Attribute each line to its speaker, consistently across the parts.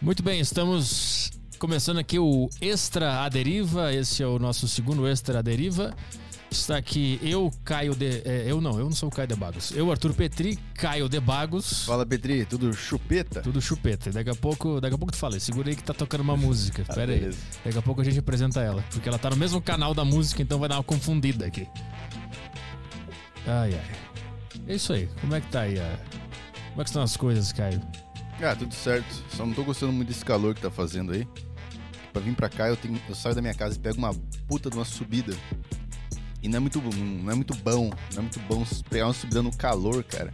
Speaker 1: Muito bem, estamos começando aqui o Extra à Deriva. Esse é o nosso segundo Extra à Deriva. Está aqui eu, Caio de. é, eu não, eu não sou o Caio de Bagos. Eu, Arthur Petri, Caio de Bagos.
Speaker 2: Fala, Petri, tudo chupeta?
Speaker 1: Tudo chupeta. Daqui a pouco, daqui a pouco tu fala. aí. Segura aí que tá tocando uma música.
Speaker 2: Ah,
Speaker 1: Pera aí.
Speaker 2: beleza.
Speaker 1: Daqui a pouco a gente apresenta ela, porque ela tá no mesmo canal da música, então vai dar uma confundida aqui. Ai ai. É isso aí. Como é que tá aí? a- Como é que estão as coisas, Caio?
Speaker 2: Ah, tudo certo. Só não tô gostando muito desse calor que tá fazendo aí. Pra vir pra cá, eu, tenho- eu saio da minha casa e pego uma puta de uma subida. E não é muito, não é muito bom. Não é muito bom pegar uma subida no calor, cara.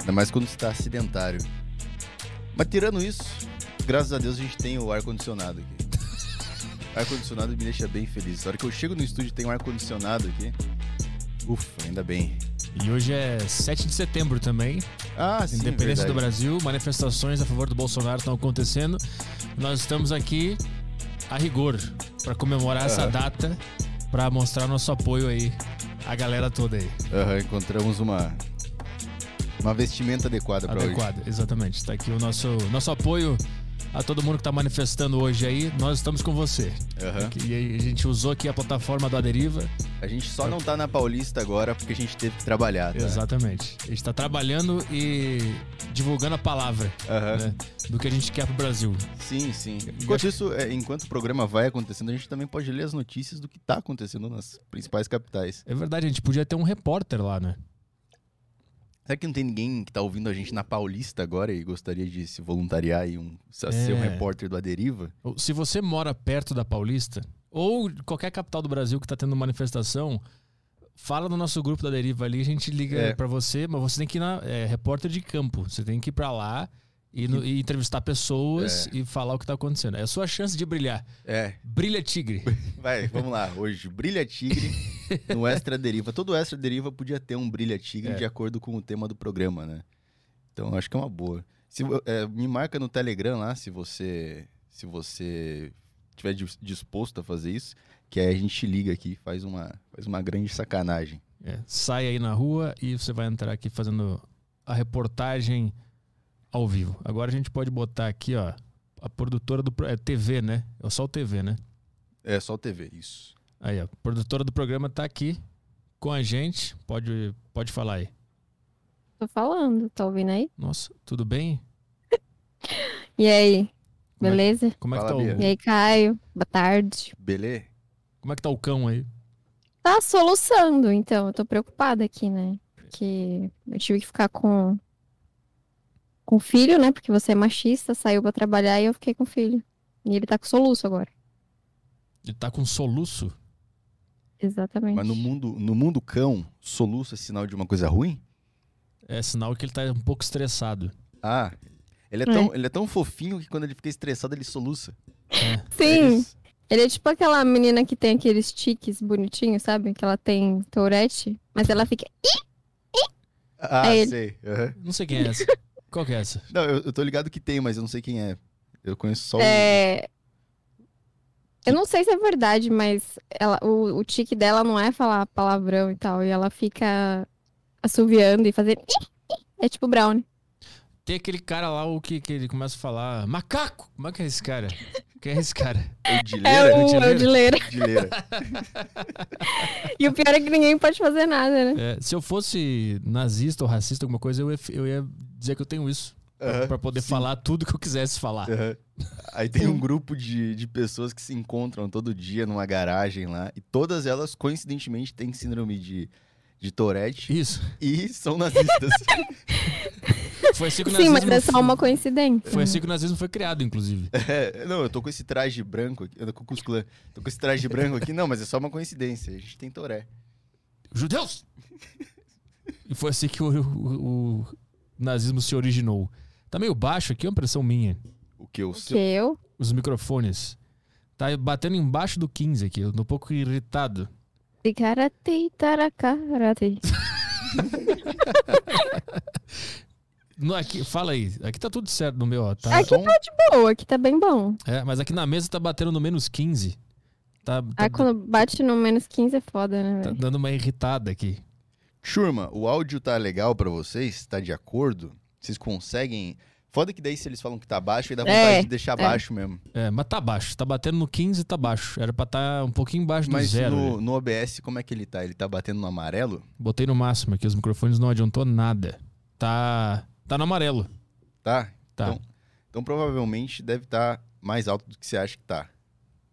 Speaker 2: Ainda mais quando está acidentário. Mas tirando isso, graças a Deus a gente tem o ar-condicionado aqui. Ar-condicionado me deixa bem feliz. Na hora que eu chego no estúdio tem um ar-condicionado aqui. Ufa, ainda bem.
Speaker 1: E hoje é 7 de setembro também,
Speaker 2: Ah, sim,
Speaker 1: Independência do
Speaker 2: verdade.
Speaker 1: Brasil, manifestações a favor do Bolsonaro estão acontecendo. Nós estamos aqui a rigor para comemorar essa
Speaker 2: Aham.
Speaker 1: data, para mostrar nosso apoio aí à galera toda aí.
Speaker 2: Aham, encontramos uma uma vestimenta adequada para hoje.
Speaker 1: Adequado, exatamente. Está aqui o nosso, nosso apoio a todo mundo que está manifestando hoje aí. Nós estamos com você.
Speaker 2: Aham.
Speaker 1: E aí, a gente usou aqui a plataforma do Aderiva.
Speaker 2: A gente só não tá na Paulista agora porque a gente teve que trabalhar, tá?
Speaker 1: Exatamente. A gente está trabalhando e divulgando a palavra
Speaker 2: Aham.
Speaker 1: né, do que a gente quer pro Brasil.
Speaker 2: Sim, sim. Enquanto isso, é, enquanto o programa vai acontecendo, a gente também pode ler as notícias do que tá acontecendo nas principais capitais.
Speaker 1: É verdade, a gente podia ter um repórter lá, né?
Speaker 2: Será que não tem ninguém que tá ouvindo a gente na Paulista agora e gostaria de se voluntariar e um, a ser um
Speaker 1: É.
Speaker 2: repórter do Aderiva?
Speaker 1: Ou, Se você mora perto da Paulista, ou qualquer capital do Brasil que está tendo manifestação, fala no nosso grupo da Deriva ali, a gente liga
Speaker 2: É.
Speaker 1: pra você, mas você tem que ir na é, repórter de campo. Você tem que ir pra lá e, no- e entrevistar pessoas e falar o que tá acontecendo. É a sua chance de brilhar.
Speaker 2: É,
Speaker 1: Brilha Tigre.
Speaker 2: vai, vamos lá. Hoje, Brilha Tigre no Extra Deriva. Todo Extra Deriva podia ter um Brilha Tigre
Speaker 1: É.
Speaker 2: de acordo com o tema do programa, né? Então, acho que é uma boa. Se, vo- eh, me marca no Telegram lá se você se você tiver dis- disposto a fazer isso, que aí a gente liga aqui e faz uma, faz uma grande sacanagem.
Speaker 1: É, sai aí na rua e você vai entrar aqui fazendo a reportagem ao vivo. Agora a gente pode botar aqui, ó, a produtora do. pro- É TV, né? É só o TV, né?
Speaker 2: É só o TV, isso.
Speaker 1: Aí, ó, a produtora do programa tá aqui com a gente. Pode, pode falar aí.
Speaker 3: Tô falando, tá ouvindo aí?
Speaker 1: Nossa, tudo bem?
Speaker 3: E aí,
Speaker 1: Como é-
Speaker 3: beleza?
Speaker 1: Como é, que
Speaker 2: Fala,
Speaker 1: tá o,
Speaker 2: Bia.
Speaker 3: E aí, Caio? Boa tarde.
Speaker 2: Belê?
Speaker 1: como é que tá o cão aí?
Speaker 3: Tá soluçando, então. Eu tô preocupada aqui, né? Porque eu tive que ficar com com o filho, né? Porque você é machista, saiu pra trabalhar e eu fiquei com o filho. E ele tá com soluço agora.
Speaker 1: Ele tá com soluço?
Speaker 3: Exatamente.
Speaker 2: Mas no mundo, no mundo cão, soluço é sinal de uma coisa ruim?
Speaker 1: É sinal que ele tá um pouco estressado.
Speaker 2: Ah, ele é tão, ele é tão fofinho que quando ele fica estressado ele soluça. É
Speaker 3: Sim,
Speaker 2: isso.
Speaker 3: ele é tipo aquela menina que tem aqueles tiques bonitinhos, sabe? Que ela tem tourette, mas ela fica.
Speaker 2: Ah,
Speaker 3: É ele.
Speaker 2: sei. Aham.
Speaker 1: Não sei quem é essa. Qual que é essa?
Speaker 2: Não, eu, eu tô ligado que tem, mas eu não sei quem é. Eu conheço só o.
Speaker 3: É... Eu não sei se é verdade, mas ela, o, o tique dela não é falar palavrão e tal. E ela fica assoviando e fazendo. É tipo Brown.
Speaker 1: Tem aquele cara lá o que, que ele começa a falar. Macaco! Como é que é esse cara? Quem é esse cara?
Speaker 3: É
Speaker 2: Edileira?
Speaker 3: o é o de leira.
Speaker 2: Edileira.
Speaker 3: E o pior é que ninguém pode fazer nada, né?
Speaker 1: É, se eu fosse nazista ou racista, alguma coisa, eu ia, eu ia dizer que eu tenho isso.
Speaker 2: Aham,
Speaker 1: Pra poder
Speaker 2: sim. É.
Speaker 1: falar tudo que eu quisesse falar.
Speaker 2: Aham. Aí tem um grupo de, de pessoas que se encontram todo dia numa garagem lá. E todas elas, coincidentemente, têm síndrome de, de Tourette
Speaker 1: Isso.
Speaker 2: e são nazistas.
Speaker 1: Foi assim que o
Speaker 3: Sim, mas
Speaker 1: nazismo
Speaker 3: é só uma coincidência.
Speaker 1: Foi assim que o nazismo foi criado, inclusive.
Speaker 2: É, não, eu tô com esse traje branco aqui. Eu tô com o Ku Klux Klan. Tô com esse traje branco aqui. Não, mas é só uma coincidência. A gente tem Toré.
Speaker 1: Judeus! E foi assim que o, o- o nazismo se originou. Tá meio baixo aqui, é uma impressão minha.
Speaker 2: O que eu
Speaker 3: Porque eu.
Speaker 1: Os microfones. Tá batendo embaixo do 15 aqui. Eu tô um pouco irritado.
Speaker 3: de karatê, taracarate.
Speaker 1: No, aqui, fala aí. Aqui tá tudo certo no meu, ó. Tá,
Speaker 3: Aqui
Speaker 2: som-
Speaker 3: tá de boa, aqui tá bem bom.
Speaker 1: É, mas aqui na mesa tá batendo no menos 15. Tá, tá-
Speaker 3: Aí Ah, quando bate no menos 15 é foda, né?
Speaker 1: tá
Speaker 3: velho?
Speaker 1: dando uma irritada aqui.
Speaker 2: Turma, o áudio tá legal pra vocês? Tá de acordo? Vocês conseguem Foda que daí se eles falam que tá baixo, aí dá
Speaker 3: É,
Speaker 2: vontade de deixar baixo mesmo.
Speaker 1: É, mas tá baixo. Tá batendo no 15, tá baixo. Era pra tá um pouquinho embaixo do
Speaker 2: Mas
Speaker 1: zero. né? ali.
Speaker 2: no, no OBS, como é que ele tá? Ele tá batendo no amarelo?
Speaker 1: Botei no máximo aqui, os microfones não adiantou nada. Tá. Tá no amarelo.
Speaker 2: Tá?
Speaker 1: Tá.
Speaker 2: Então provavelmente deve estar mais alto do que você acha que tá.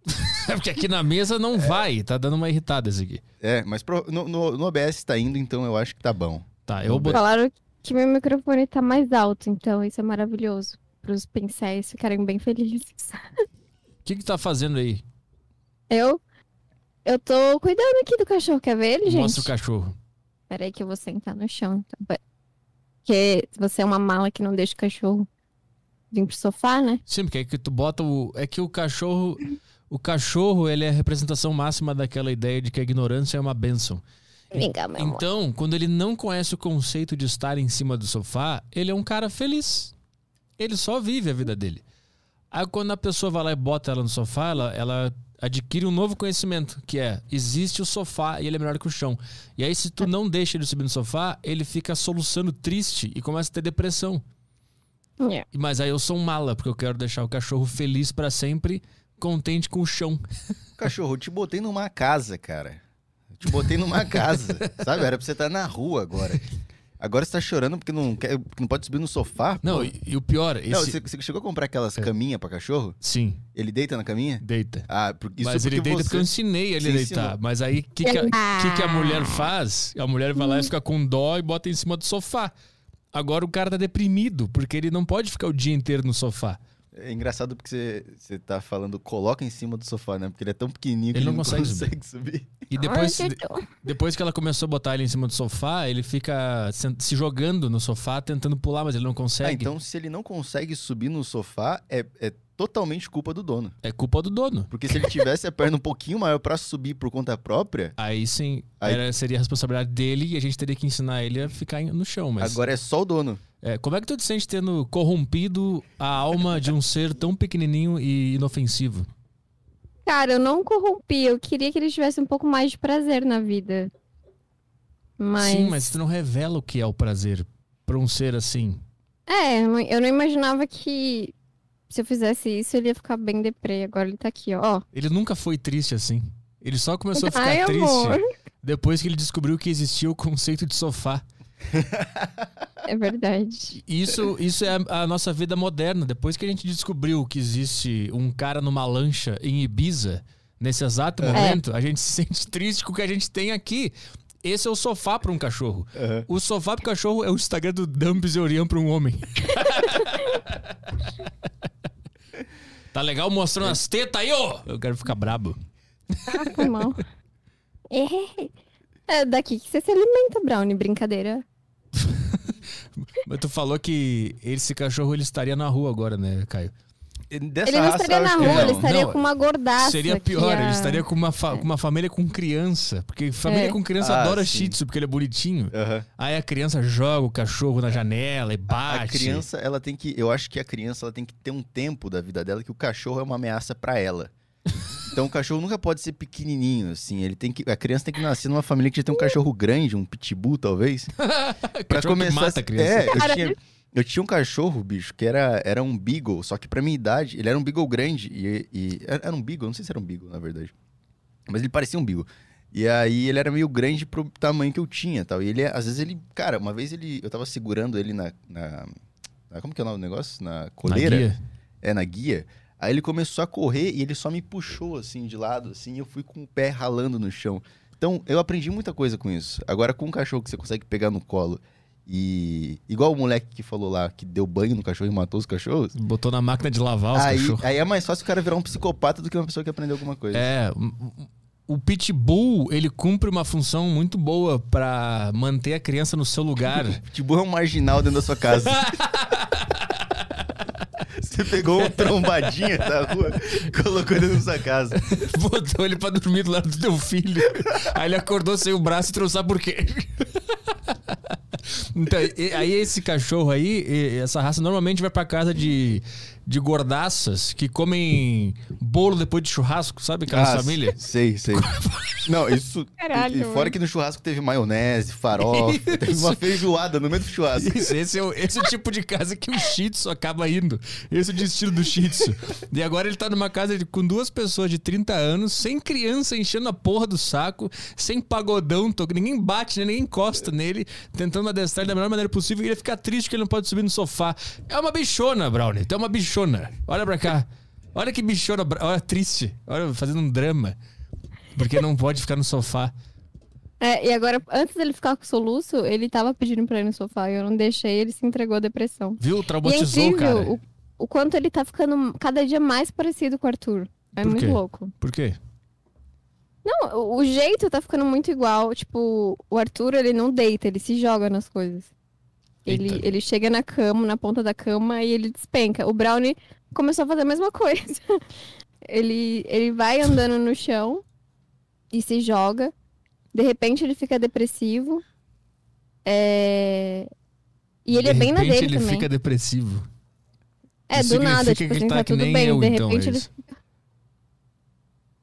Speaker 1: É porque aqui na mesa não vai, tá dando uma irritada esse aqui.
Speaker 2: É, mas pro- no, no- no OBS tá indo, então eu acho que tá bom.
Speaker 1: Tá, eu botei.
Speaker 3: Falaram que meu microfone tá mais alto, então isso é maravilhoso. Para os pincéis ficarem bem felizes.
Speaker 1: O que que tá fazendo aí?
Speaker 3: Eu. Eu tô cuidando aqui do cachorro. Quer ver ele, gente?
Speaker 1: Mostra o cachorro.
Speaker 3: Peraí que eu vou sentar no chão. Então. Pe- Porque você é uma mala que não deixa o cachorro vir pro sofá, né?
Speaker 1: Sim, porque é que tu bota o. É que o cachorro. O cachorro, ele é a representação máxima daquela ideia de que a ignorância é uma bênção.
Speaker 3: Vem cá, meu Né, amor.
Speaker 1: Então, quando ele não conhece o conceito de estar em cima do sofá, ele é um cara feliz. Ele só vive a vida dele. Aí quando a pessoa vai lá e bota ela no sofá, ela, ela adquire um novo conhecimento, que é existe o sofá e ele é melhor que o chão. E aí, se tu não deixa ele subir no sofá, ele fica soluçando triste e começa a ter depressão.
Speaker 3: É.
Speaker 1: Mas aí eu sou um mala, porque eu quero deixar o cachorro feliz pra sempre, contente com o chão.
Speaker 2: Cachorro, eu te botei numa casa, cara. Eu te botei numa casa. sabe? Era pra você estar na rua agora. Agora você tá chorando porque não, quer, porque não pode subir no sofá?
Speaker 1: Não,
Speaker 2: pô.
Speaker 1: e, e o pior, esse. É.
Speaker 2: Não, você, você chegou a comprar aquelas caminhas pra cachorro?
Speaker 1: Sim,
Speaker 2: Ele deita na caminha?
Speaker 1: deita.
Speaker 2: Ah, por- isso
Speaker 1: mas ele
Speaker 2: porque
Speaker 1: deita
Speaker 2: você...
Speaker 1: porque eu ensinei ele a
Speaker 2: Você
Speaker 1: deitar.
Speaker 2: ensinou.
Speaker 1: Mas aí o que, que, a-
Speaker 3: Ah.
Speaker 1: que que a mulher faz? A mulher vai lá e fica com dó e bota em cima do sofá. Agora o cara tá deprimido, porque ele não pode ficar o dia inteiro no sofá.
Speaker 2: É engraçado porque você, você tá falando coloca em cima do sofá, né? Porque ele é tão pequenininho que
Speaker 1: Ele
Speaker 2: ele
Speaker 1: não
Speaker 2: não,
Speaker 1: consegue
Speaker 2: consegue,
Speaker 1: subir.
Speaker 2: subir.
Speaker 3: Ah,
Speaker 1: E depois,
Speaker 3: Ai,
Speaker 1: de-
Speaker 3: que dor.
Speaker 1: depois que ela começou a botar ele em cima do sofá, ele fica se se jogando no sofá, tentando pular, mas ele não consegue.
Speaker 2: Ah, então se ele não consegue subir no sofá, é, é totalmente culpa do dono.
Speaker 1: É culpa do dono.
Speaker 2: Porque se ele tivesse a perna um pouquinho maior pra subir por conta própria,
Speaker 1: Aí sim,
Speaker 2: Aí-
Speaker 1: era- seria a responsabilidade dele e a gente teria que ensinar ele a ficar em- no chão. Mas
Speaker 2: agora é só o dono.
Speaker 1: é, como é que tu te sente tendo corrompido a alma de um ser tão pequenininho e inofensivo?
Speaker 3: Cara, eu não corrompi. Eu queria que ele tivesse um pouco mais de prazer na vida. Mas.
Speaker 1: Sim, mas tu não revela o que é o prazer pra um ser assim.
Speaker 3: É, eu não imaginava que se eu fizesse isso ele ia ficar bem deprê. Agora ele tá aqui, ó.
Speaker 1: Ele nunca foi triste assim. Ele só começou a ficar
Speaker 3: Ai,
Speaker 1: triste
Speaker 3: amor.
Speaker 1: depois que ele descobriu que existia o conceito de sofá.
Speaker 3: É verdade.
Speaker 1: Isso, isso é a, a nossa vida moderna. Depois que a gente descobriu que existe um cara numa lancha em Ibiza, nesse exato
Speaker 3: É.
Speaker 1: momento, a gente se sente triste com o que a gente tem aqui. Esse é o sofá pra um cachorro. O sofá pro cachorro é o Instagram do Dumps e Orião pra um homem. tá legal mostrando as tetas aí, ô! Eu quero ficar brabo.
Speaker 3: Ah, foi mal. É daqui que você se alimenta, Brownie. Brincadeira.
Speaker 1: Mas tu falou que esse cachorro ele estaria na rua agora, né, Caio?
Speaker 2: E Dessa
Speaker 3: Ele não
Speaker 2: raça,
Speaker 3: estaria
Speaker 2: eu
Speaker 3: na
Speaker 2: acho que
Speaker 3: rua, ele
Speaker 2: não.
Speaker 3: estaria
Speaker 1: não,
Speaker 3: com uma gordaça.
Speaker 1: Seria
Speaker 3: que
Speaker 1: pior,
Speaker 3: ia-
Speaker 1: ele estaria com uma, fa- com uma família com criança. Porque família
Speaker 3: É.
Speaker 1: com criança
Speaker 2: Ah,
Speaker 1: adora
Speaker 2: sim.
Speaker 1: shih tzu, porque ele é bonitinho.
Speaker 2: Aham.
Speaker 1: Aí a criança joga o cachorro na janela e
Speaker 2: A
Speaker 1: bate.
Speaker 2: criança, ela tem que. Eu acho que a criança ela tem que ter um tempo da vida dela que o cachorro é uma ameaça pra ela. Então o cachorro nunca pode ser pequenininho, assim. Ele tem que, a criança tem que nascer numa família que já tem um cachorro grande, um pitbull talvez, Pra
Speaker 1: Cachorro que
Speaker 2: começar.
Speaker 1: mata a criança.
Speaker 2: É, eu
Speaker 3: Cara.
Speaker 2: tinha, eu tinha um cachorro, bicho, que era, era um beagle, só que pra minha idade ele era um beagle grande e, e- era um beagle, não sei se era um beagle na verdade, mas ele parecia um beagle. E aí ele era meio grande pro tamanho que eu tinha, tal. E ele, às vezes ele, cara, uma vez ele, eu tava segurando ele na, na- na- como que é o nome do negócio? Na
Speaker 1: Na
Speaker 2: coleira.
Speaker 1: guia.
Speaker 2: É, na guia. Aí ele começou a correr e ele só me puxou, assim, de lado, assim, e eu fui com o pé ralando no chão. Então, eu aprendi muita coisa com isso. Agora, com um cachorro que você consegue pegar no colo e... Igual o moleque que falou lá, que deu banho no cachorro e matou os cachorros.
Speaker 1: Botou na máquina de lavar os
Speaker 2: aí,
Speaker 1: cachorros.
Speaker 2: aí é mais fácil o cara virar um psicopata do que uma pessoa que aprendeu alguma coisa.
Speaker 1: É, o- o pitbull, ele cumpre uma função muito boa pra manter a criança no seu lugar.
Speaker 2: Pitbull é um marginal dentro da sua casa. você pegou um trombadinha da rua, colocou dentro da sua casa.
Speaker 1: Botou ele pra dormir do lado do teu filho. Aí ele acordou sem o braço e tu não sabe por quê. Então, e- aí esse cachorro aí, e- essa raça normalmente vai pra casa de de gordaças que comem bolo depois de churrasco, sabe? Aquelas
Speaker 2: Ah,
Speaker 1: família.
Speaker 2: Sei, sei. Não, isso.
Speaker 3: Caralho,
Speaker 2: e fora
Speaker 3: mano.
Speaker 2: que no churrasco teve maionese, farofa, teve uma feijoada no meio do churrasco.
Speaker 1: Isso, esse, é o, esse é o tipo de casa que o Shih Tzu acaba indo. Esse é o destino do Shih Tzu. E agora ele tá numa casa de- com duas pessoas de 30 anos, sem criança enchendo a porra do saco, sem pagodão, to- ninguém bate, né? ninguém encosta nele, tentando adestrar ele da melhor maneira possível. E ele fica triste que ele não pode subir no sofá. É uma bichona, Brownie. Tu é uma bichona. Olha pra cá. Olha que bichona. bra- Olha, triste. Olha, fazendo um drama. Porque não pode ficar no sofá.
Speaker 3: É, e agora, antes dele ficar com soluço, ele tava pedindo pra ir no sofá e eu não deixei, ele se entregou à depressão.
Speaker 1: Viu?
Speaker 3: E é
Speaker 1: Traumatizou, o cara.
Speaker 3: incrível o, o quanto ele tá ficando cada dia mais parecido com o Arthur. É
Speaker 1: Por
Speaker 3: muito
Speaker 1: quê?
Speaker 3: louco.
Speaker 1: Por quê?
Speaker 3: Não, o- o jeito tá ficando muito igual. Tipo, o Arthur, ele não deita, ele se joga nas coisas. Ele,
Speaker 1: Eita.
Speaker 3: ele chega na cama, na ponta da cama e ele despenca. O Brownie começou a fazer a mesma coisa. Ele, ele vai andando no chão e se joga. De repente ele fica depressivo. É... E ele
Speaker 1: de
Speaker 3: é bem na
Speaker 1: repente,
Speaker 3: dele
Speaker 1: ele
Speaker 3: também.
Speaker 1: fica depressivo.
Speaker 3: É,
Speaker 1: Isso
Speaker 3: do nada,
Speaker 1: significa
Speaker 3: tipo
Speaker 1: que
Speaker 3: assim,
Speaker 1: ele
Speaker 3: tá
Speaker 1: que
Speaker 3: tudo
Speaker 1: nem
Speaker 3: bem.
Speaker 1: eu,
Speaker 3: de
Speaker 1: então,
Speaker 3: repente
Speaker 1: é
Speaker 3: ele
Speaker 1: isso.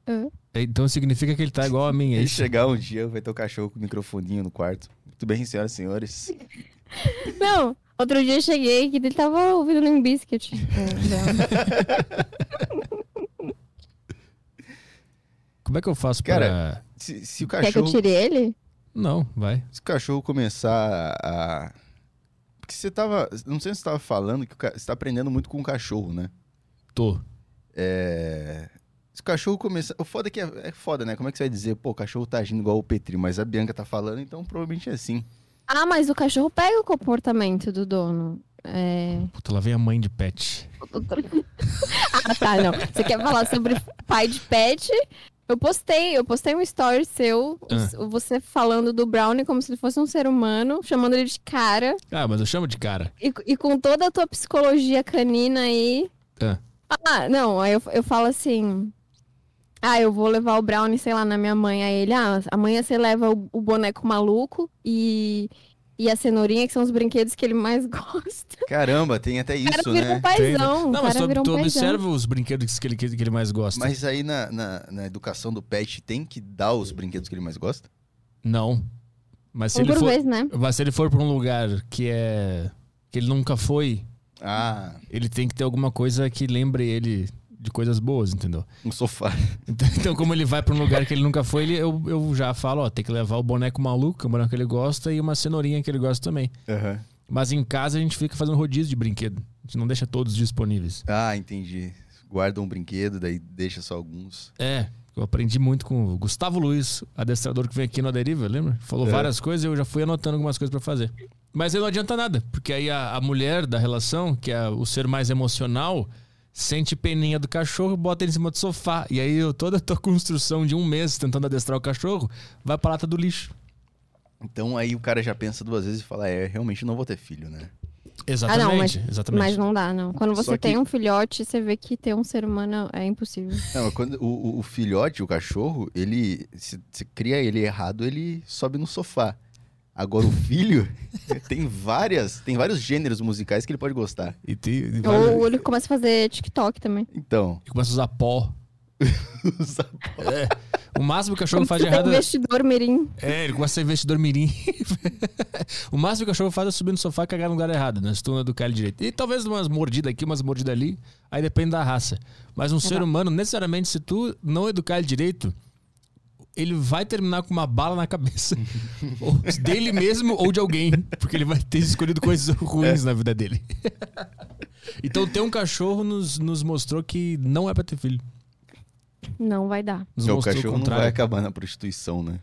Speaker 3: Hã?
Speaker 1: Então significa que ele tá igual a mim, é
Speaker 2: E
Speaker 1: isso?
Speaker 2: chegar um dia, vai ter o cachorro com o microfoninho no quarto. Muito bem, senhoras e senhores.
Speaker 3: Não, outro dia eu cheguei que ele tava ouvindo um Limp Bizkit.
Speaker 1: Como é que eu faço
Speaker 2: Cara,
Speaker 1: pra...
Speaker 2: Se, se o
Speaker 3: Quer que eu
Speaker 2: cachorro,
Speaker 3: tire ele?
Speaker 1: Não, vai.
Speaker 2: se o cachorro começar a. Porque você tava. Não sei se você tava falando que o ca- você tá aprendendo muito com o cachorro, né?
Speaker 1: Tô.
Speaker 2: É. Se o cachorro começar. O foda é que é, é foda, né? Como é que você vai dizer, pô, o cachorro tá agindo igual o Petri, mas a Bianca tá falando, então provavelmente é assim.
Speaker 3: Ah, mas o cachorro pega o comportamento do dono. É...
Speaker 1: Puta, lá vem a mãe de pet.
Speaker 3: Ah, tá, não. Você quer falar sobre pai de pet? Eu postei, eu postei um story seu,
Speaker 1: Ah.
Speaker 3: o- você falando do Brownie como se ele fosse um ser humano, chamando ele de cara,
Speaker 1: Ah, mas eu chamo de cara.
Speaker 3: e, e com toda a tua psicologia canina aí.
Speaker 1: Ah.
Speaker 3: Ah, não, aí eu, eu falo assim. Ah, eu vou levar o Brownie, sei lá, na minha mãe. Aí ele, ah, amanhã você leva o, o boneco maluco e, e a cenourinha, que são os brinquedos que ele mais gosta.
Speaker 2: Caramba, tem até
Speaker 3: o cara
Speaker 2: isso,
Speaker 3: virou
Speaker 2: né?
Speaker 3: um paizão. o
Speaker 1: Não, mas
Speaker 3: cara
Speaker 1: tu,
Speaker 3: virou um
Speaker 1: tu
Speaker 3: paizão.
Speaker 1: observa os brinquedos que ele, que ele mais gosta.
Speaker 2: Mas aí na, na, na educação do pet tem que dar os brinquedos que ele mais gosta?
Speaker 1: Não. Mas se,
Speaker 3: Um
Speaker 1: ele
Speaker 3: por
Speaker 1: for,
Speaker 3: vez, né?
Speaker 1: mas se ele for pra um lugar que é... Que ele nunca foi,
Speaker 2: Ah,
Speaker 1: ele tem que ter alguma coisa que lembre ele de coisas boas, entendeu?
Speaker 2: um sofá.
Speaker 1: Então, então, como ele vai pra um lugar que ele nunca foi, ele- eu, eu já falo, ó, tem que levar o boneco maluco, que é o boneco que ele gosta, e uma cenourinha que ele gosta também. Mas em casa a gente fica fazendo rodízio de brinquedo. A gente não deixa todos disponíveis.
Speaker 2: Ah, entendi. Guarda um brinquedo, daí deixa só alguns.
Speaker 1: É, eu aprendi muito com o Gustavo Luiz, adestrador que vem aqui no Aderiva, lembra? Falou
Speaker 2: É.
Speaker 1: várias coisas e eu já fui anotando algumas coisas pra fazer. Mas aí não adianta nada, porque aí a, a mulher da relação, que é o ser mais emocional, sente peninha do cachorro, bota ele em cima do sofá. E aí eu, toda a tua construção de um mês tentando adestrar o cachorro vai pra lata do lixo.
Speaker 3: Ah,
Speaker 2: Então aí o cara já pensa duas vezes e fala: É, realmente não vou ter filho, né?
Speaker 1: Exatamente,
Speaker 3: Ah, não, mas-
Speaker 1: exatamente.
Speaker 3: Mas não dá, não. Quando você
Speaker 2: Só que-
Speaker 3: tem um filhote, você vê que ter um ser humano é impossível.
Speaker 2: Não, mas quando o, o- o filhote, o cachorro, ele. Se, se cria ele errado, ele sobe no sofá. Agora o filho tem várias. Tem vários gêneros musicais que ele pode gostar.
Speaker 1: E, tem, e, vai-
Speaker 3: Ou ele começa a fazer TikTok também.
Speaker 2: Então,
Speaker 1: e começa a usar pó. É,
Speaker 2: usa-
Speaker 1: O máximo que o cachorro faz de
Speaker 3: Você tem
Speaker 1: errado é-
Speaker 3: investidor mirim.
Speaker 1: é, ele começa a ser investidor mirim. o máximo que o cachorro faz é subir no sofá e cagar no lugar errado, né? Se tu não educar ele direito. E talvez umas mordidas aqui, umas mordidas ali, aí depende da raça. Mas
Speaker 2: É.
Speaker 1: um ser humano, necessariamente, se tu não educar ele direito, ele vai terminar com uma bala na cabeça. Ou dele mesmo ou de alguém. Porque ele vai ter escolhido
Speaker 2: É.
Speaker 1: coisas ruins na vida dele. então ter um cachorro nos, nos mostrou que não é pra ter filho.
Speaker 3: Não vai dar.
Speaker 1: Nos
Speaker 2: o
Speaker 1: mostrou o
Speaker 2: cachorro não vai
Speaker 1: contrário.
Speaker 2: acabar na prostituição, né?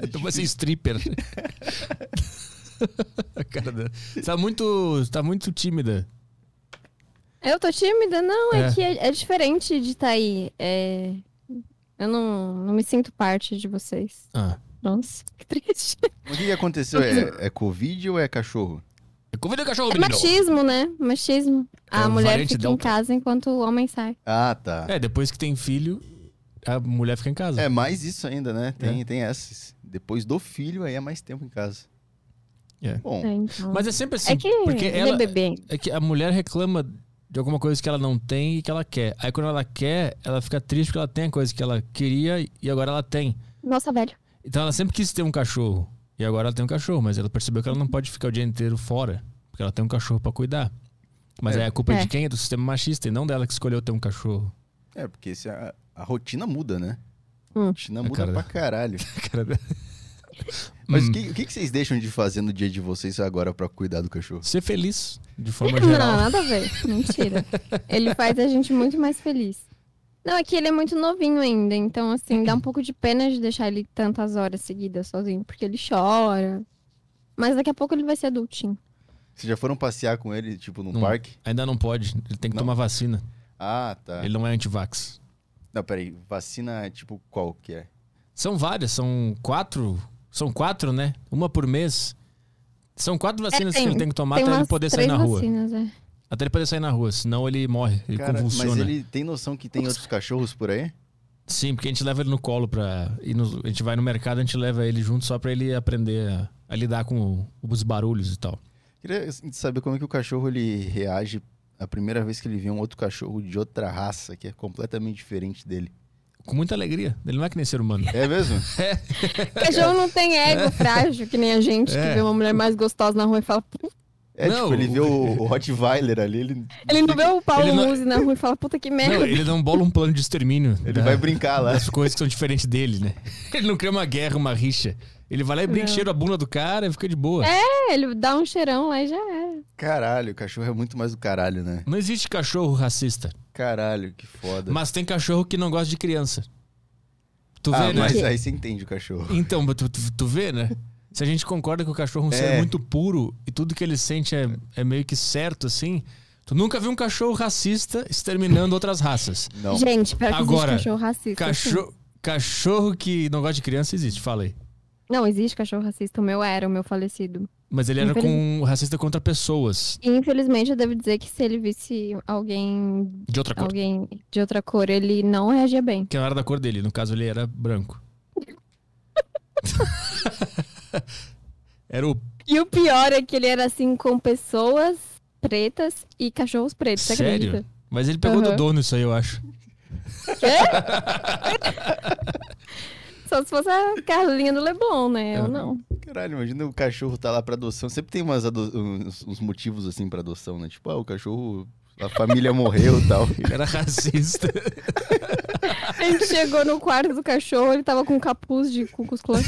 Speaker 1: Então vai ser stripper. A cara dela. Você Tá muito, tá muito tímida.
Speaker 3: Eu tô tímida? Não, é,
Speaker 1: É.
Speaker 3: que é, é diferente de estar aí. É, Eu não, não me sinto parte de vocês.
Speaker 1: Ah.
Speaker 3: Nossa, que triste. É
Speaker 2: O que, que aconteceu? É, é Covid ou é cachorro?
Speaker 1: Convida o cachorro,
Speaker 3: É
Speaker 1: menino.
Speaker 3: machismo, né? Machismo. A
Speaker 1: É,
Speaker 3: mulher
Speaker 1: variante
Speaker 3: fica em
Speaker 1: Delta.
Speaker 3: casa enquanto o homem sai.
Speaker 2: Ah, tá.
Speaker 1: É, depois que tem filho, a mulher fica em casa.
Speaker 2: É mais isso ainda, né? Tem, tem essas. Depois do filho, aí é mais tempo em casa.
Speaker 1: É.
Speaker 2: Bom,
Speaker 3: É, então.
Speaker 1: Mas é sempre assim.
Speaker 3: É que
Speaker 1: porque
Speaker 3: ele
Speaker 1: ela,
Speaker 3: é bebê.
Speaker 1: é que a mulher reclama de alguma coisa que ela não tem e que ela quer. Aí quando ela quer, ela fica triste porque ela tem a coisa que ela queria e agora ela tem.
Speaker 3: Nossa, velho.
Speaker 1: Então ela sempre quis ter um cachorro. E agora ela tem um cachorro, mas ela percebeu que ela não
Speaker 2: Uhum.
Speaker 1: pode ficar o dia inteiro fora, porque ela tem um cachorro pra cuidar. Mas
Speaker 2: É.
Speaker 1: aí a culpa é.
Speaker 3: É.
Speaker 1: de quem? É do sistema machista e não dela que escolheu ter um cachorro.
Speaker 2: É, porque se a, a rotina muda, né?
Speaker 3: Hum.
Speaker 2: A rotina
Speaker 1: Ah,
Speaker 2: muda
Speaker 1: cara.
Speaker 2: pra caralho.
Speaker 1: Cara,
Speaker 2: né? Mas
Speaker 1: Hum.
Speaker 2: o que, o que que vocês deixam de fazer no dia de vocês agora pra cuidar do cachorro?
Speaker 1: Ser feliz, de forma
Speaker 3: Não,
Speaker 1: geral.
Speaker 3: nada a ver. Mentira. Ele faz a gente muito mais feliz. Não, é que ele é muito novinho ainda, então assim, dá um pouco de pena de deixar ele tantas horas seguidas sozinho, porque ele chora. Mas daqui a pouco ele vai ser adultinho.
Speaker 2: Vocês já foram passear com ele, tipo, num
Speaker 1: Não.
Speaker 2: parque?
Speaker 1: Ainda não pode, ele tem que
Speaker 2: Não.
Speaker 1: tomar vacina.
Speaker 2: Ah, tá.
Speaker 1: Ele não é antivax.
Speaker 2: Não, peraí. Vacina, tipo, qual que é?
Speaker 1: São várias, são quatro, são quatro, né? Uma por mês. São quatro vacinas
Speaker 3: É, tem-
Speaker 1: que ele tem que tomar
Speaker 3: Tem
Speaker 1: até ele
Speaker 3: umas
Speaker 1: poder sair
Speaker 3: três
Speaker 1: na rua.
Speaker 3: vacinas, é.
Speaker 1: Até ele poder sair na rua, senão ele morre, ele
Speaker 2: Cara,
Speaker 1: convulsiona.
Speaker 2: mas ele tem noção que tem outros cachorros por aí?
Speaker 1: Sim, porque a gente leva ele no colo pra. E no- a gente vai no mercado, a gente leva ele junto só pra ele aprender a, a lidar com o- os barulhos e tal.
Speaker 2: Queria assim, saber como é que o cachorro ele reage a primeira vez que ele vê um outro cachorro de outra raça, que é completamente diferente dele.
Speaker 1: Com muita alegria. Ele não é que nem ser humano.
Speaker 2: É mesmo?
Speaker 3: Cachorro não tem ego frágil, que nem a gente,
Speaker 1: É.
Speaker 3: que vê uma mulher mais gostosa na rua e fala. "Puta",
Speaker 2: É,
Speaker 1: Não,
Speaker 2: tipo, ele vê o,
Speaker 1: o-
Speaker 2: o Rottweiler ali, ele,
Speaker 3: Ele não vê o Paulo
Speaker 1: Ele não-
Speaker 3: Muzi na rua e fala, puta que
Speaker 1: Não,
Speaker 3: merda.
Speaker 1: ele não bola um plano de extermínio.
Speaker 2: ele
Speaker 1: da-
Speaker 2: vai brincar lá.
Speaker 1: Das coisas que são diferentes dele, né? Ele não cria uma guerra, uma rixa. Ele vai lá e brinca,
Speaker 3: Não.
Speaker 1: cheira a bunda do cara e fica de boa.
Speaker 3: É, ele dá um cheirão lá e já é.
Speaker 2: Caralho, o cachorro é muito mais do caralho, né?
Speaker 1: Não existe cachorro racista.
Speaker 2: Caralho, que foda.
Speaker 1: Mas tem cachorro que não gosta de criança. Tu
Speaker 2: ah,
Speaker 1: vê, né?
Speaker 2: mas aí você entende o cachorro.
Speaker 1: Então, tu, tu, tu vê, né? Se a gente concorda que o cachorro é um
Speaker 2: É.
Speaker 1: ser muito puro e tudo que ele sente é, é meio que certo, assim. Tu nunca viu um cachorro racista exterminando outras raças.
Speaker 2: Não.
Speaker 3: Gente, pera que
Speaker 1: Agora,
Speaker 3: existe cachorro racista. assim. sim.
Speaker 1: Cachorro, cachorro que não gosta de criança existe, falei.
Speaker 3: Não, existe cachorro racista. O meu era, o meu falecido.
Speaker 1: Mas ele era com um racista contra pessoas
Speaker 3: E, Infelizmente, eu devo dizer que se ele visse alguém,
Speaker 1: de outra cor.
Speaker 3: alguém de outra cor, ele não reagia bem.
Speaker 1: Que não era da cor dele, no caso ele era branco. era o.
Speaker 3: E o pior é que ele era assim com pessoas pretas e cachorros pretos. Você
Speaker 1: Sério?
Speaker 3: acredita?
Speaker 1: Mas ele pegou do
Speaker 3: Aham.
Speaker 1: dono isso aí, eu acho.
Speaker 3: É? Só se fosse a Carlinha do Leblon, né? Eu
Speaker 1: É.
Speaker 3: não.
Speaker 2: Caralho, imagina o cachorro tá lá pra adoção. Sempre tem umas ado- uns, uns motivos assim pra adoção, né? Tipo, ah, o cachorro, a família morreu e tal.
Speaker 1: Ele era racista.
Speaker 3: A gente chegou no quarto do cachorro, ele tava com um capuz de cucus clã.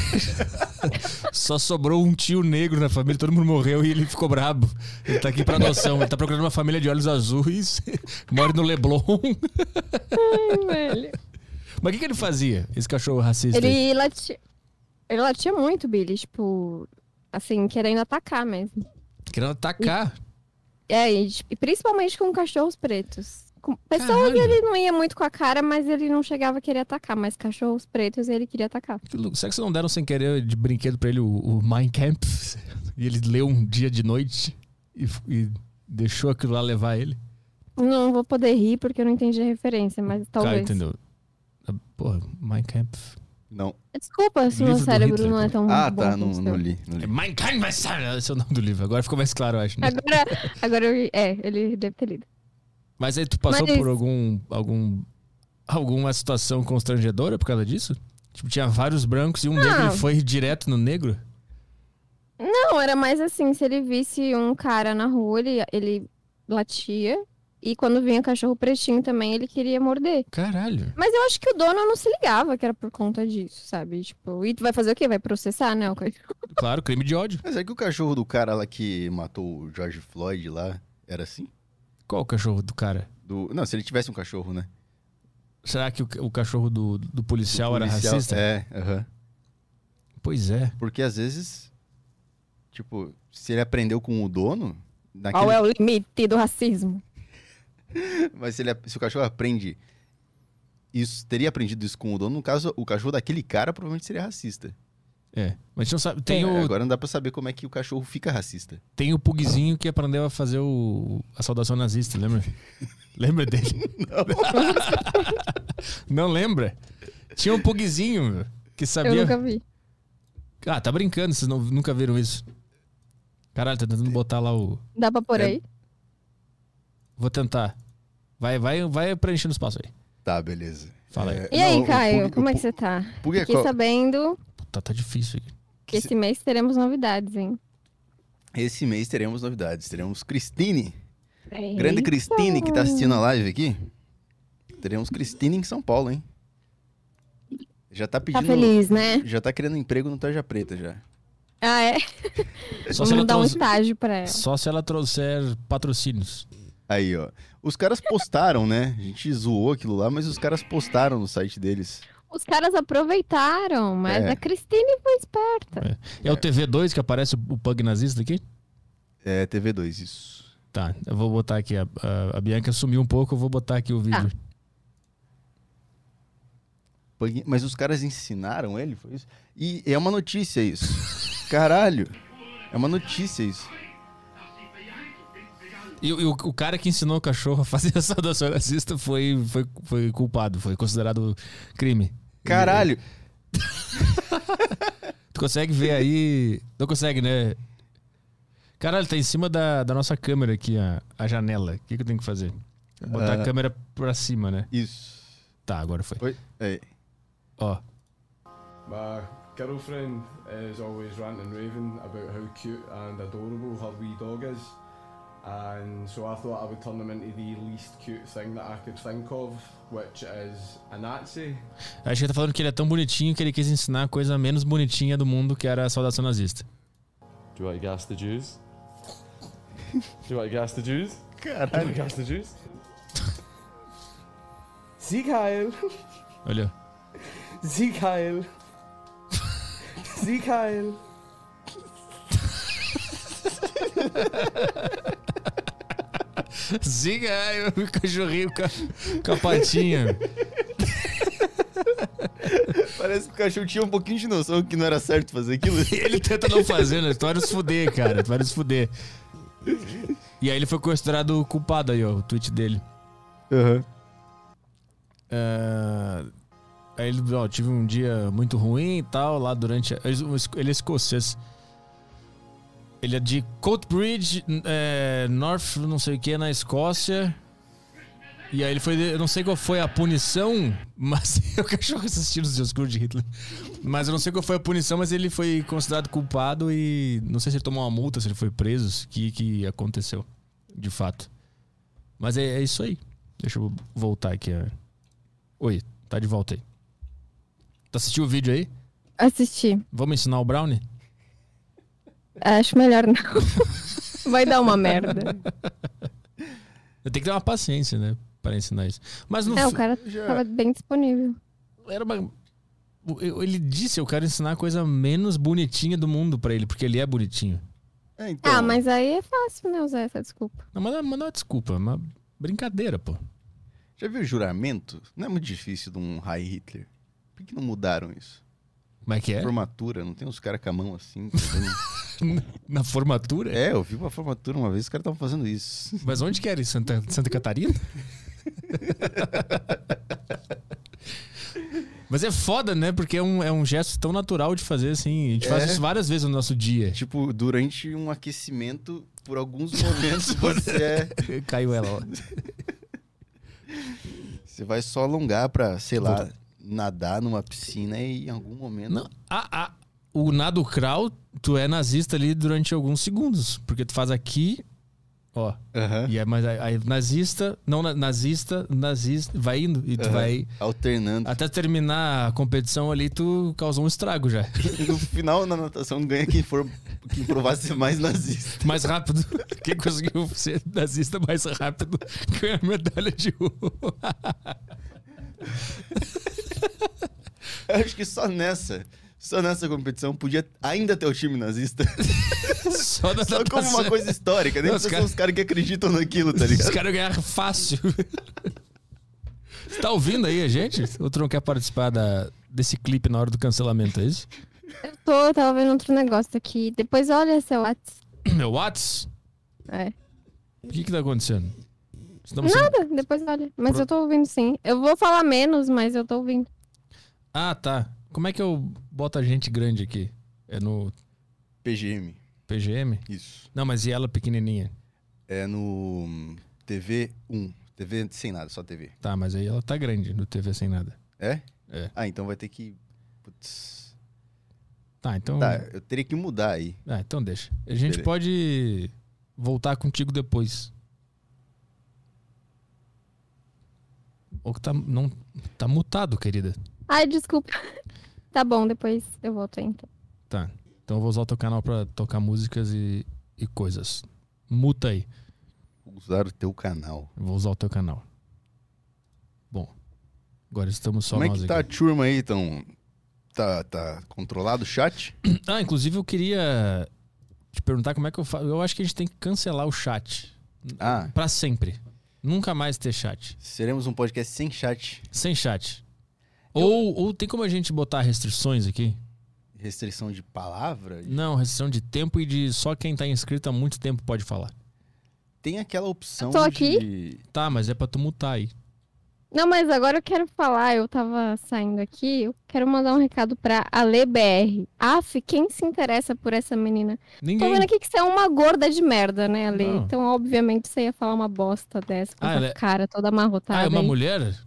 Speaker 1: Só sobrou um tio negro na família, todo mundo morreu e ele ficou brabo. Ele tá aqui pra adoção, ele tá procurando uma família de olhos azuis, mora no Leblon.
Speaker 3: velho.
Speaker 1: Mas o que, que ele fazia, esse cachorro racista? aí?
Speaker 3: Ele latia. Ele latia muito, Billy, tipo, assim, querendo atacar mesmo.
Speaker 1: Querendo atacar.
Speaker 3: É, e, tipo, e principalmente com cachorros pretos. Com pessoas
Speaker 1: Caralho.
Speaker 3: que ele não ia muito com a cara, mas ele não chegava a querer atacar. Mas cachorros pretos ele queria atacar.
Speaker 1: Que lou- Será que vocês não deram sem querer de brinquedo pra ele o, o Mein Kampf? E ele leu um dia de noite e, f- e deixou aquilo lá levar ele?
Speaker 3: Não vou poder rir porque eu não entendi a referência, mas
Speaker 1: Cara,
Speaker 3: talvez.
Speaker 1: Tá, entendeu? Ah, Porra, Mein Kampf.
Speaker 2: Não.
Speaker 3: Desculpa se
Speaker 1: Livro
Speaker 3: meu
Speaker 1: do
Speaker 3: cérebro
Speaker 1: Hitler,
Speaker 3: não é
Speaker 1: pô.
Speaker 3: tão
Speaker 2: Ah,
Speaker 3: bom.
Speaker 2: tá,
Speaker 3: quanto
Speaker 2: não,
Speaker 3: o
Speaker 2: não
Speaker 3: seu.
Speaker 2: li, não
Speaker 1: É
Speaker 2: li.
Speaker 1: Mein Kampf, esse é o nome do livro. Agora ficou mais claro, eu acho. Né?
Speaker 3: Agora, agora eu- é, ele deve ter lido.
Speaker 1: Mas aí tu passou
Speaker 3: Mas-
Speaker 1: por algum, algum alguma situação constrangedora por causa disso? Tipo, tinha vários brancos e um
Speaker 3: Ah.
Speaker 1: negro ele foi direto no negro?
Speaker 3: Não, era mais assim, se ele visse um cara na rua, ele, ele latia. E quando vinha cachorro pretinho também, ele queria morder.
Speaker 1: Caralho.
Speaker 3: Mas eu acho que o dono não se ligava que era por conta disso, sabe? Tipo, e tu vai fazer o quê? Vai processar, né? o ca-
Speaker 1: Claro, crime de ódio.
Speaker 2: Mas é que o cachorro do cara lá que matou o George Floyd lá, era assim?
Speaker 1: Qual o cachorro do cara?
Speaker 2: Do... Não, se ele tivesse um cachorro, né?
Speaker 1: Será que o, ca- o cachorro do, do
Speaker 2: O
Speaker 1: policial, era
Speaker 2: policial-
Speaker 1: racista?
Speaker 2: É, aham.
Speaker 1: Pois é.
Speaker 2: Porque às vezes, tipo, se ele aprendeu com o dono, naquele...
Speaker 3: Qual é o limite do racismo?
Speaker 2: mas se, ele, se o cachorro aprende isso, teria aprendido isso com o dono, no caso, o cachorro daquele cara provavelmente seria racista.
Speaker 1: É. Mas a gente não sabe. Tem,
Speaker 2: É,
Speaker 1: o,
Speaker 2: Agora não dá pra saber como é que o cachorro fica racista.
Speaker 1: tem o pugzinho que aprendeu a fazer o, a saudação nazista, lembra? lembra dele? Não. lembra? Tinha um pugzinho meu, que
Speaker 3: Eu
Speaker 1: sabia.
Speaker 3: nunca vi.
Speaker 1: Ah, tá brincando, vocês não- nunca viram isso. Caralho, tá tentando botar lá o.
Speaker 3: Dá pra pôr
Speaker 2: É.
Speaker 3: aí?
Speaker 1: Vou tentar. Vai, vai, vai preenchendo espaço aí.
Speaker 2: Tá, beleza.
Speaker 1: Fala aí.
Speaker 3: E aí,
Speaker 2: não, o
Speaker 3: Caio,
Speaker 2: Pug-
Speaker 3: como
Speaker 2: o
Speaker 3: é que você tá?
Speaker 2: Pug- Pug é
Speaker 3: Fiquei
Speaker 2: qual-
Speaker 3: sabendo
Speaker 1: Puta, tá difícil aqui.
Speaker 3: que
Speaker 2: Esse-
Speaker 3: esse mês teremos novidades, hein?
Speaker 2: Esse mês teremos novidades. Teremos Cristine. Grande Cristine que tá assistindo a live aqui. Teremos Cristine em São Paulo, hein? Já tá
Speaker 3: Tá
Speaker 2: pedindo.
Speaker 3: feliz, né?
Speaker 2: Já tá querendo emprego no Tarja Preta já.
Speaker 3: Ah, é?
Speaker 1: Só
Speaker 3: Vamos
Speaker 1: se, ela
Speaker 3: dar um
Speaker 1: trouxer,
Speaker 3: estágio pra ela.
Speaker 1: só se ela trouxer patrocínios.
Speaker 2: Aí, ó. Os caras postaram, né? A gente zoou aquilo lá, mas os caras postaram no site deles.
Speaker 3: Os caras aproveitaram, mas
Speaker 2: É.
Speaker 3: a Cristine foi esperta.
Speaker 1: É, o TV2 que aparece o o pug nazista aqui?
Speaker 2: É TV2, isso.
Speaker 1: Tá, eu vou botar aqui. A, a- a Bianca sumiu um pouco, eu vou botar aqui o vídeo.
Speaker 2: Pug- Mas os caras ensinaram ele, foi isso? E é uma notícia isso. Caralho. É uma notícia isso.
Speaker 1: E, o- e o, o cara que ensinou o cachorro a fazer a saudação nazista foi, foi, foi culpado, foi considerado crime.
Speaker 2: Caralho.
Speaker 1: Tu consegue ver aí. Não consegue, né? Caralho, tá em cima da, da nossa câmera aqui, a, a janela. O que, que eu tenho que fazer? Botar a
Speaker 2: Ah.
Speaker 1: câmera pra cima, né?
Speaker 2: Isso.
Speaker 1: Tá, agora foi.
Speaker 2: Foi. é. Aí.
Speaker 1: Ó.
Speaker 4: My girlfriend is always ranting and raving about how cute and adorable her wee dog is, and so I thought I would turn him into the least cute thing that I could think of, which is a Nazi.
Speaker 1: Acho que ele tá falando que ele é tão bonitinho que ele quis ensinar a coisa menos bonitinha do mundo, que era a saudação nazista.
Speaker 5: Do you want to gas the Jews? Do you want to gas the Jews? Do you
Speaker 2: Caralho.
Speaker 5: want to gas the Jews?
Speaker 4: Sie Kyle,
Speaker 1: Olha.
Speaker 4: Sie Kyle, Sie Kyle.
Speaker 1: Ziga, ai, o cachorrinho com a, com a patinha.
Speaker 2: Parece que o cachorro tinha um pouquinho de noção que não era certo fazer aquilo.
Speaker 1: Ele tenta não fazer, né? Tu vai nos fuder, cara. Tu vai nos fuder. E aí ele foi considerado o culpado aí, ó, o tweet dele.
Speaker 2: Aham.
Speaker 1: Ah, aí ele, ó, tive um dia muito ruim e tal, lá durante. a- Ele ele é escocês. Ele é de Coatbridge, é, North, não sei o que, na Escócia. E aí ele foi. Eu não sei qual foi a punição, mas. o cachorro assistindo os discursos de Hitler. Mas eu não sei qual foi a punição, mas ele foi considerado culpado e. Não sei se ele tomou uma multa, se ele foi preso, o que, que aconteceu, de fato. Mas é, é isso aí. Deixa eu voltar aqui. ó. Oi, tá de volta aí. Tá assistindo o vídeo aí?
Speaker 2: É.
Speaker 3: Assisti.
Speaker 1: Vamos ensinar o Brownie?
Speaker 3: Acho melhor não. Vai dar uma merda.
Speaker 1: Eu tenho que ter uma paciência, né? Pra ensinar isso. Mas no
Speaker 3: É, o
Speaker 1: fi-
Speaker 3: cara
Speaker 2: Já-
Speaker 3: tava bem disponível.
Speaker 1: era uma. o- eu- Ele disse, eu quero ensinar a coisa menos bonitinha do mundo pra ele, porque ele é bonitinho.
Speaker 2: É, então.
Speaker 3: Ah, mas aí é fácil, né, usar essa desculpa.
Speaker 1: Não, mas, mas não é desculpa, é uma brincadeira, pô.
Speaker 2: Já viu o juramento? Não é muito difícil de um High Hitler. Por que não mudaram isso?
Speaker 1: Como é que é?
Speaker 2: Formatura, não tem uns caras com a mão assim? fazendo-
Speaker 1: Na formatura?
Speaker 2: é, eu vi uma formatura uma vez, os caras estavam fazendo isso.
Speaker 1: Mas onde que era isso? Santa, Santa Catarina? Mas é foda, né? Porque é um, é um gesto tão natural de fazer assim. A gente faz
Speaker 2: É.
Speaker 1: isso várias vezes no nosso dia.
Speaker 2: Tipo, durante um aquecimento, por alguns momentos você é.
Speaker 1: Caiu ela. ó.
Speaker 2: Você vai só alongar pra, sei lá, nadar numa piscina e em algum momento.
Speaker 1: Não, a, a- o nado crawl, tu é nazista ali durante alguns segundos. Porque tu faz aqui, ó.
Speaker 2: Aham.
Speaker 1: E é, mas aí, aí nazista, não na- nazista, nazista, vai indo. E tu
Speaker 2: Aham.
Speaker 1: vai.
Speaker 2: Alternando.
Speaker 1: Até terminar a competição ali, tu causou um estrago já.
Speaker 2: No final, na natação, ganha quem, for, quem provar ser mais nazista.
Speaker 1: mais rápido. Quem conseguiu ser nazista mais rápido ganha a medalha de ouro.
Speaker 2: Eu acho que só nessa, só nessa competição podia ainda ter o time nazista.
Speaker 1: Só na
Speaker 2: Só como uma
Speaker 1: natação.
Speaker 2: coisa histórica. Nem
Speaker 1: Não, os
Speaker 2: precisa
Speaker 1: cara-
Speaker 2: ser os caras que acreditam naquilo, tá
Speaker 1: Os
Speaker 2: ligado?
Speaker 1: caras ganharam fácil. Você tá ouvindo aí a gente? Outro não quer participar da- desse clipe na hora do cancelamento, é isso?
Speaker 3: Eu tô, eu tava vendo outro negócio aqui. Depois olha seu WhatsApp.
Speaker 1: Meu Whats?
Speaker 3: É.
Speaker 1: O que que tá acontecendo? Estamos
Speaker 2: assim?
Speaker 1: sendo-
Speaker 3: Nada, depois olha. Mas eu tô ouvindo sim. Eu vou falar menos, mas eu tô ouvindo.
Speaker 1: Ah, tá. Como é que eu boto a gente grande aqui? É no
Speaker 2: PGM,
Speaker 1: PGM?
Speaker 2: isso.
Speaker 1: Não, mas e ela pequenininha?
Speaker 2: É no TV1, TV sem nada, só TV.
Speaker 1: Tá, mas aí ela tá grande no TV sem nada.
Speaker 2: É?
Speaker 1: É.
Speaker 2: Ah, então vai ter que. Putz.
Speaker 1: Tá, então.
Speaker 2: Tá, eu teria que mudar aí.
Speaker 1: Ah, então deixa. A gente
Speaker 2: Beleza.
Speaker 1: pode voltar contigo depois. Ou que tá, não, tá mutado, querida.
Speaker 3: Ai, desculpa. Tá bom, depois eu volto aí, então.
Speaker 1: Tá. Então eu vou usar o teu canal pra tocar músicas e, e coisas. Muta aí.
Speaker 2: Usar o teu canal.
Speaker 1: Eu vou usar o teu canal. Bom. Agora estamos só
Speaker 2: Como é
Speaker 1: nós
Speaker 2: que tá a
Speaker 1: aqui.
Speaker 2: turma aí, então? Tá, tá controlado o chat?
Speaker 1: Ah, inclusive eu queria te perguntar como é que eu faço. Eu acho que a gente tem que cancelar o chat.
Speaker 2: Ah,
Speaker 1: Pra sempre. Nunca mais ter chat.
Speaker 2: seremos um podcast sem chat.
Speaker 1: Sem chat. Ou, ou tem como a gente botar restrições aqui?
Speaker 2: Restrição de palavra?
Speaker 1: Não, restrição de tempo e de só quem tá inscrito há muito tempo pode falar.
Speaker 2: Tem aquela opção
Speaker 3: Tô aqui.
Speaker 2: de.
Speaker 1: Tá, mas é pra tu mutar aí.
Speaker 3: Não, mas agora eu quero falar, eu tava saindo aqui, eu quero mandar um recado pra AleBR. Af, quem se interessa por essa menina? Tô
Speaker 1: Ninguém.
Speaker 3: vendo aqui que você é uma gorda de merda, né, Ale?
Speaker 1: Não.
Speaker 3: Então, obviamente, você ia falar uma bosta dessa, com
Speaker 1: Ah,
Speaker 3: essa
Speaker 1: ela é-
Speaker 3: cara toda amarrotada.
Speaker 1: Ah, é uma
Speaker 3: aí.
Speaker 1: mulher?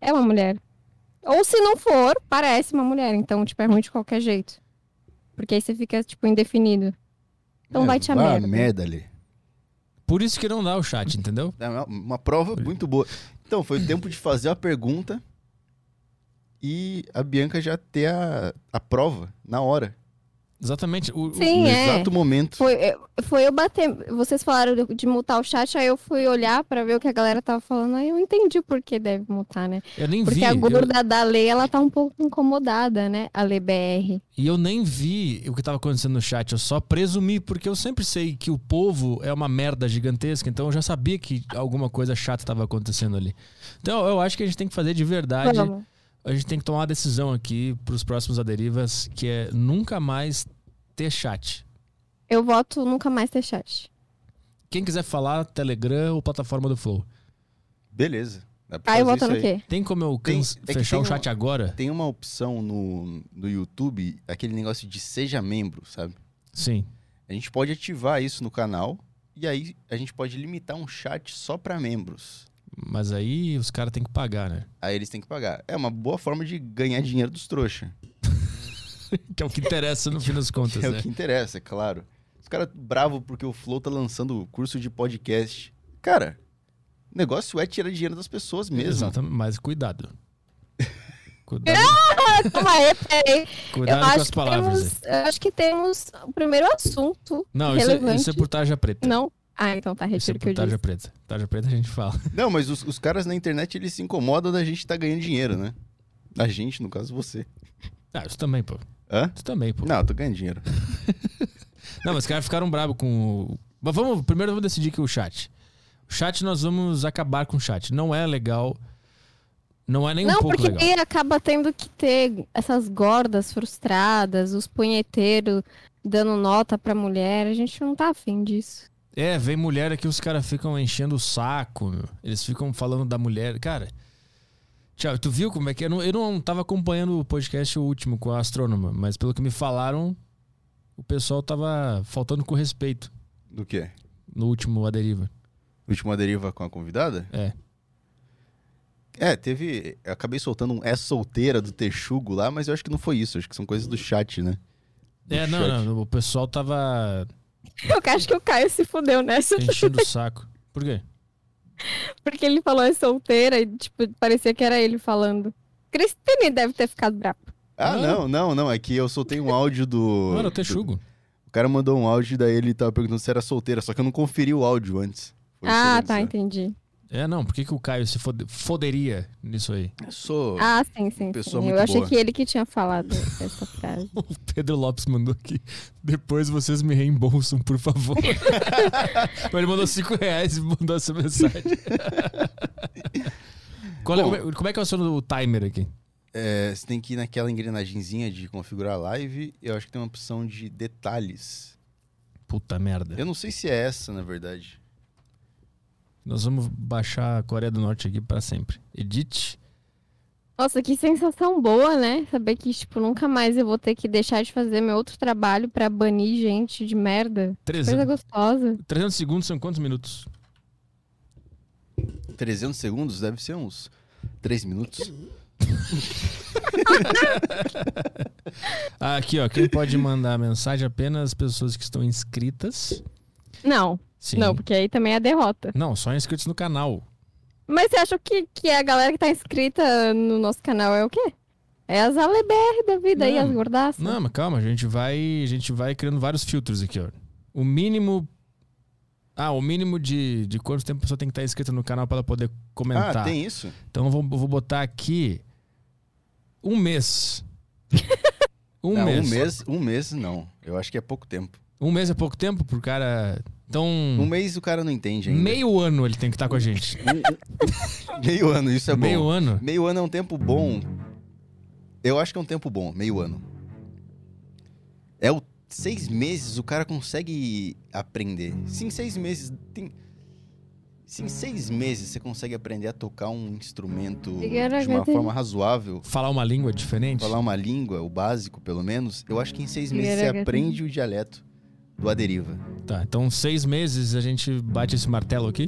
Speaker 3: É uma mulher. Ou se não for, parece uma mulher, então, tipo, é ruim de qualquer jeito. Porque aí você fica, tipo, indefinido.
Speaker 1: É,
Speaker 3: Então vai te a
Speaker 2: É, vá
Speaker 3: merda.
Speaker 2: ali.
Speaker 1: Por isso que não dá o chat, entendeu?
Speaker 2: É uma, uma prova muito boa. Então, foi o tempo de fazer a pergunta e a Bianca já ter a, a prova na hora.
Speaker 1: Exatamente. O, o-
Speaker 3: Sim,
Speaker 2: no
Speaker 3: é.
Speaker 2: exato momento.
Speaker 3: Foi, eu- foi eu bater. Vocês falaram de- de mutar o chat, aí eu fui olhar pra ver o que a galera tava falando, aí eu entendi por que deve mutar, né?
Speaker 1: eu nem
Speaker 3: Porque
Speaker 1: vi.
Speaker 3: a
Speaker 1: eu-
Speaker 3: gorda da lei, ela tá um pouco incomodada, né? A lei BR.
Speaker 1: E eu nem vi o que tava acontecendo no chat. Eu só presumi, porque eu sempre sei que o povo é uma merda gigantesca. Então eu já sabia que alguma coisa chata tava acontecendo ali. Então eu acho que a gente tem que fazer de verdade.
Speaker 3: Vamos.
Speaker 1: a gente tem que tomar uma decisão aqui para os próximos aderivas, que é nunca mais ter chat.
Speaker 3: Eu voto nunca mais ter chat.
Speaker 1: Quem quiser falar, Telegram ou plataforma do Flow.
Speaker 2: Beleza. Dá pra
Speaker 3: Aí eu
Speaker 2: fazer
Speaker 3: voto
Speaker 2: isso
Speaker 3: no
Speaker 2: aí.
Speaker 3: quê?
Speaker 1: Tem como eu can-
Speaker 2: Tem- é que
Speaker 1: fechar
Speaker 2: tem
Speaker 1: o
Speaker 2: um-
Speaker 1: chat agora?
Speaker 2: Tem uma opção no, no YouTube, aquele negócio de seja membro, sabe?
Speaker 1: Sim.
Speaker 2: A gente pode ativar isso no canal e aí a gente pode limitar um chat só pra membros.
Speaker 1: Mas aí os caras têm que pagar, né?
Speaker 2: Aí eles têm que pagar. É uma boa forma de ganhar dinheiro dos trouxas.
Speaker 1: Que é o que interessa no fim das contas,
Speaker 2: É
Speaker 1: né?
Speaker 2: o que interessa, é claro. Os caras bravos porque o Flow tá lançando curso de podcast. Cara, o negócio é tirar dinheiro das pessoas mesmo.
Speaker 1: Exatamente, mas cuidado. Cuidado,
Speaker 3: Calma aí, peraí. é, Eu
Speaker 1: cuidado com as
Speaker 3: acho, que
Speaker 1: palavras. aí.
Speaker 3: temos, eu acho que temos o primeiro assunto.
Speaker 1: Não, isso é,
Speaker 3: relevante.
Speaker 1: isso é por tarja preta.
Speaker 3: Não? Ah, então tá,
Speaker 1: isso é
Speaker 3: retiro o que
Speaker 1: por
Speaker 3: eu disse.
Speaker 1: tarja preta. Tarja preta a gente fala.
Speaker 2: Não, mas os, os caras na internet, eles se incomodam da gente tá ganhando dinheiro, né? Da gente, no caso, você.
Speaker 1: Ah, isso também, pô.
Speaker 2: Hã?
Speaker 1: Isso também, pô.
Speaker 2: Não, eu tô ganhando dinheiro.
Speaker 1: Não, mas os caras ficaram bravos com o. Mas vamos, primeiro vamos decidir que o chat. O chat, nós vamos acabar com o chat. Não é legal. Não é nem
Speaker 3: não,
Speaker 1: um pouco
Speaker 3: porque
Speaker 1: legal.
Speaker 3: aí acaba tendo que ter essas gordas frustradas, os punheteiros dando nota pra mulher. A gente não tá afim disso.
Speaker 1: É, vem mulher aqui, os caras ficam enchendo o saco, meu. Eles ficam falando da mulher. Cara, tchau, tu viu como é que é? Eu não, eu não tava acompanhando o podcast o último com a astrônoma, mas pelo que me falaram, o pessoal tava faltando com respeito
Speaker 2: Do quê?
Speaker 1: no último A Deriva.
Speaker 2: Última deriva com a convidada?
Speaker 1: É.
Speaker 2: É, teve. Eu acabei soltando um é solteira do Texugo lá, mas eu acho que não foi isso. Acho que são coisas do chat, né? Do
Speaker 1: É,
Speaker 2: chat.
Speaker 1: não, não, o pessoal tava
Speaker 3: Eu acho que o Caio se fudeu nessa.
Speaker 1: enchendo o saco. Por quê?
Speaker 3: Porque ele falou é solteira e, tipo, parecia que era ele falando. Cristine deve ter ficado brava.
Speaker 2: Ah,
Speaker 1: Não.
Speaker 2: não, não, não. É que eu soltei um áudio do.
Speaker 1: Não era o
Speaker 2: do-
Speaker 1: texugo.
Speaker 2: O cara mandou um áudio, daí ele tava perguntando se era solteira, só que eu não conferi o áudio antes. Foi isso que eu
Speaker 3: Ah,
Speaker 2: vou
Speaker 3: tá,
Speaker 2: dizer.
Speaker 3: entendi.
Speaker 1: É, não, por que, que o Caio se fode- foderia nisso aí?
Speaker 2: Eu sou.
Speaker 3: Ah, sim, sim.
Speaker 2: Pessoa
Speaker 3: sim.
Speaker 2: muito
Speaker 3: Eu achei
Speaker 2: boa.
Speaker 3: que ele que tinha falado essa frase.
Speaker 1: O Pedro Lopes mandou aqui. Depois vocês me reembolsam, por favor. Mas ele mandou 5 reais e mandou essa mensagem. Qual é-
Speaker 2: Bom.
Speaker 1: como, é, como é que é o seu timer aqui?
Speaker 2: É, você tem que ir naquela engrenagenzinha de configurar a live. Eu acho que tem uma opção de detalhes.
Speaker 1: Puta merda.
Speaker 2: Eu não sei se é essa, na verdade.
Speaker 1: Nós vamos baixar a Coreia do Norte aqui pra sempre. Edit.
Speaker 3: Nossa, que sensação boa, né? Saber que, tipo, nunca mais eu vou ter que deixar de fazer meu outro trabalho pra banir gente de merda. Coisa
Speaker 1: 300,
Speaker 3: gostosa.
Speaker 1: 300 segundos são quantos minutos?
Speaker 2: 300 segundos deve ser uns 3 minutos.
Speaker 1: Ah, Aqui, ó. Quem pode mandar mensagem é apenas as pessoas que estão inscritas.
Speaker 3: Não,
Speaker 1: Sim.
Speaker 3: não, porque aí também é derrota.
Speaker 1: Não, só inscritos no canal.
Speaker 3: Mas você acha que, que a galera que tá inscrita no nosso canal é o quê? É as aleberre da vida aí,
Speaker 1: Não,
Speaker 3: as gordaças.
Speaker 1: Não, mas calma, a gente vai, a gente vai criando vários filtros aqui, ó. O mínimo Ah, o mínimo de, de quanto tempo a pessoa tem que estar inscrita no canal para ela poder comentar.
Speaker 2: Ah, tem isso?
Speaker 1: Então eu vou, eu vou botar aqui um mês. Um
Speaker 2: Não,
Speaker 1: mês.
Speaker 2: um mês. Um mês não. Eu acho que é pouco tempo.
Speaker 1: Um mês é pouco tempo pro cara. Então,
Speaker 2: Um mês o cara não entende ainda.
Speaker 1: meio ano ele tem que estar com a gente.
Speaker 2: Meio ano, isso é
Speaker 1: meio
Speaker 2: bom.
Speaker 1: ano?
Speaker 2: Meio ano é um tempo bom. Eu acho que é um tempo bom, meio ano. É o seis meses o cara consegue aprender. Se em seis meses tem. Se em seis meses você consegue aprender a tocar um instrumento de uma forma razoável,
Speaker 1: Falar uma língua diferente?
Speaker 2: falar uma língua, o básico pelo menos, eu acho que em seis meses você
Speaker 3: Garagata.
Speaker 2: aprende o dialeto do Aderiva.
Speaker 1: Tá, então seis meses a gente bate esse martelo aqui.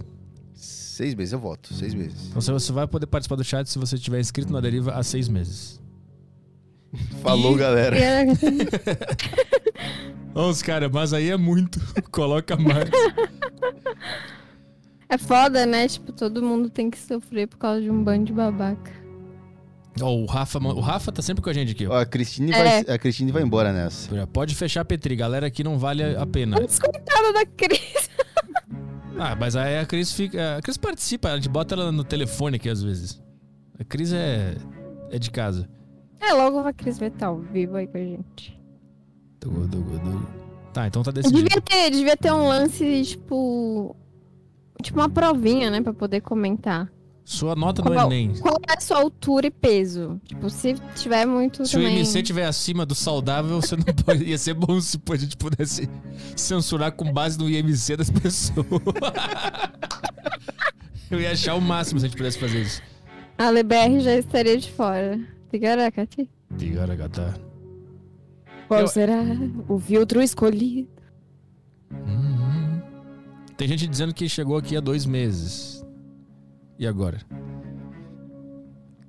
Speaker 2: Seis meses eu voto, seis meses.
Speaker 1: Então você vai poder participar do chat se você tiver inscrito no Aderiva há seis meses.
Speaker 2: Falou,
Speaker 1: E-
Speaker 2: galera.
Speaker 3: é,
Speaker 1: Ó, Os cara, mas aí é muito. Coloca mais.
Speaker 3: É foda, né? Tipo, todo mundo tem que sofrer por causa de um bando de babaca.
Speaker 1: Ó, o Rafa, man- o Rafa tá sempre com a gente aqui. ó.
Speaker 2: Ó, a Cristine
Speaker 3: É.
Speaker 2: vai, a Cristine vai embora nessa.
Speaker 1: Já Pode fechar, Petri. Galera, aqui não vale a pena.
Speaker 3: Mas coitada da Cris.
Speaker 1: Ah, mas aí a Cris fica. A Cris participa, a gente bota ela no telefone aqui às vezes. A Cris é. é de casa.
Speaker 3: É, logo a Cris vai estar ao vivo aí com a gente.
Speaker 1: Tugu, tugu, tugu. Tá, então tá decidido.
Speaker 3: Devia ter, devia ter um lance, tipo. Tipo uma provinha, né? Pra poder comentar.
Speaker 1: Sua nota do
Speaker 3: Qual,
Speaker 1: Enem.
Speaker 3: qual é a sua altura e peso? Tipo, se tiver muito
Speaker 1: Se o
Speaker 3: também...
Speaker 1: MC tiver acima do saudável, você não pode. Ia ser bom se a gente pudesse censurar com base no IMC das pessoas. Eu ia achar o máximo se a gente pudesse fazer isso.
Speaker 3: A LBR já estaria de fora. Tigaracati.
Speaker 1: Agora, gata.
Speaker 3: Qual
Speaker 1: Eu-
Speaker 3: será o filtro escolhido?
Speaker 1: Hum. Tem gente dizendo que chegou aqui há dois meses. E agora?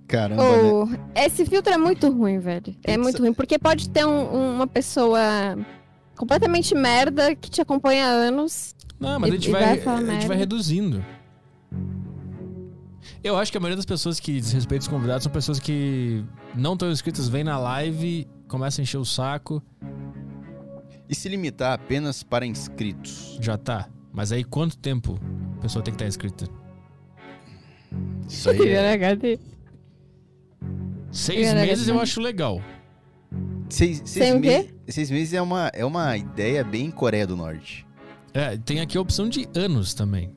Speaker 2: Caramba, né?
Speaker 3: Ou Esse filtro é muito ruim, velho. É
Speaker 2: Pizza.
Speaker 3: muito ruim, porque pode ter um- um- uma pessoa completamente merda que te acompanha há anos.
Speaker 1: Não, mas
Speaker 3: E-
Speaker 1: a gente
Speaker 3: e
Speaker 1: vai,
Speaker 3: vai falar
Speaker 1: a gente
Speaker 3: merda.
Speaker 1: vai reduzindo. Eu acho que a maioria das pessoas que desrespeita os convidados são pessoas que não estão inscritas, vêm na live, começam a encher o saco,
Speaker 2: E se limitar apenas para inscritos?
Speaker 1: já tá. Mas aí quanto tempo a pessoa tem que estar inscrita?
Speaker 2: Isso aí
Speaker 3: né?
Speaker 2: é
Speaker 1: Seis
Speaker 3: Caraca,
Speaker 1: meses eu
Speaker 3: mano.
Speaker 1: acho legal.
Speaker 2: Seis, seis,
Speaker 3: Tem o quê?
Speaker 2: meses, seis meses é uma, é uma ideia bem Coreia do Norte.
Speaker 1: É, tem aqui a opção de anos também.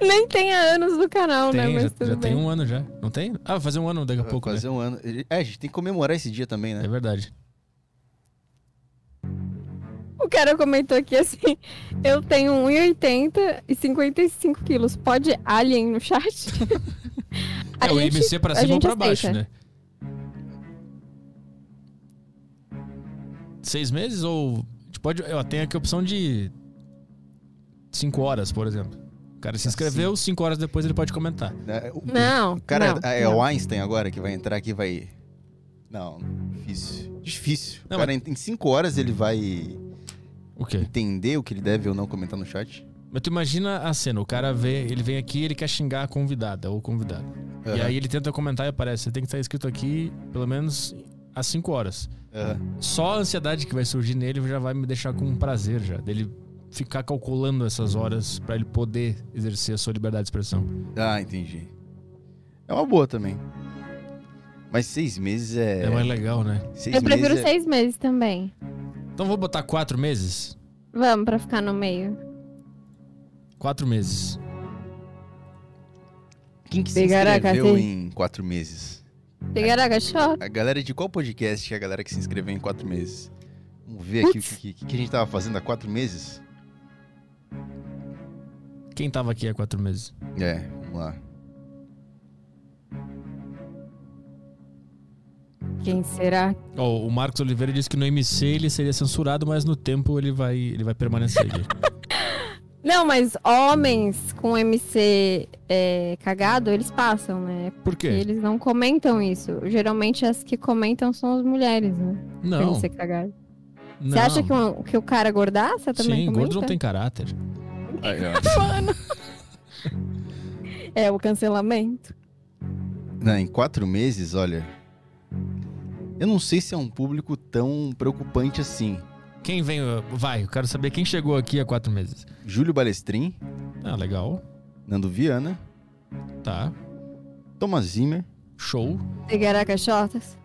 Speaker 3: Nem tem há anos no canal, né?
Speaker 1: Tem,
Speaker 3: Mas
Speaker 1: já,
Speaker 3: tudo
Speaker 1: já
Speaker 3: bem.
Speaker 1: tem um ano já. Não tem? Ah, vai fazer um ano daqui a pouco, né?
Speaker 2: Fazer um ano. É, a gente tem que comemorar esse dia também,
Speaker 1: É
Speaker 2: né?
Speaker 1: verdade.
Speaker 2: um.
Speaker 3: O cara comentou aqui assim: eu tenho 1,80 e 55 quilos. Pode alien no chat? A
Speaker 1: é o
Speaker 3: gente-
Speaker 1: IMC pra
Speaker 3: a
Speaker 1: cima ou
Speaker 3: gente
Speaker 1: pra baixo,
Speaker 3: aceita.
Speaker 1: né? Seis meses ou. A gente pode. Ó, tem aqui a opção de. Cinco horas, por exemplo. O cara se
Speaker 3: Tá,
Speaker 1: inscreveu, cinco horas depois ele pode comentar.
Speaker 2: É, O,
Speaker 3: Não.
Speaker 2: o cara
Speaker 3: não,
Speaker 2: é, é
Speaker 3: não.
Speaker 2: o Einstein agora que vai entrar aqui e vai. Não, difícil. Difícil.
Speaker 1: Não,
Speaker 2: o cara, em em cinco horas ele vai
Speaker 1: O quê?
Speaker 2: entender o que ele deve ou não comentar no chat.
Speaker 1: Mas tu imagina a cena, o cara vê, ele vem aqui e ele quer xingar a convidada ou o convidado. E
Speaker 3: É.
Speaker 2: Aham,
Speaker 1: aí ele tenta comentar e aparece, você tem que estar escrito aqui pelo menos às cinco horas.
Speaker 2: aham.
Speaker 1: Só a ansiedade que vai surgir nele já vai me deixar com um prazer já, dele ficar calculando essas horas pra ele poder exercer a sua liberdade de expressão.
Speaker 2: Ah, entendi. É uma boa também. Mas seis meses é.
Speaker 1: É, mais legal, né?
Speaker 2: Seis
Speaker 3: Eu prefiro
Speaker 2: meses é-
Speaker 3: seis meses também.
Speaker 1: Então vou botar quatro meses?
Speaker 3: Vamos, pra ficar no meio.
Speaker 1: Quatro meses.
Speaker 2: Quem que se
Speaker 3: Pegará,
Speaker 2: inscreveu
Speaker 3: Catei.
Speaker 2: em quatro meses?
Speaker 3: Tigaracachó?
Speaker 2: A galera de qual podcast é a galera que se inscreveu em quatro meses? Vamos ver aqui o que, que- que a gente tava fazendo há quatro meses?
Speaker 1: Quem tava aqui há quatro meses?
Speaker 2: É, vamos lá.
Speaker 3: Quem será?
Speaker 1: Ó, o Marcos Oliveira disse que no MC ele seria censurado, mas no tempo ele vai, ele vai permanecer aqui.
Speaker 3: Não, mas homens com MC é, cagado, eles passam, né?
Speaker 1: Por
Speaker 3: E
Speaker 1: quê?
Speaker 3: eles não comentam isso. Geralmente as que comentam são as mulheres, né? Com
Speaker 1: Não.
Speaker 3: MC cagado.
Speaker 1: não.
Speaker 3: Você acha que, um- que o cara gordaça também tá?
Speaker 1: Sim,
Speaker 3: comenta?
Speaker 1: gordo não tem caráter.
Speaker 2: Aí, ó.
Speaker 3: É, o cancelamento.
Speaker 2: Não, em quatro meses, olha. Eu não sei se é um público tão preocupante assim.
Speaker 1: Quem vem, uh, vai, eu quero saber quem chegou aqui há quatro meses.
Speaker 2: Júlio Balestrin,
Speaker 1: Ah, legal.
Speaker 2: Nando Viana,
Speaker 1: Tá.
Speaker 2: Thomas Zimmer,
Speaker 1: Show.
Speaker 3: Pegará caixotas.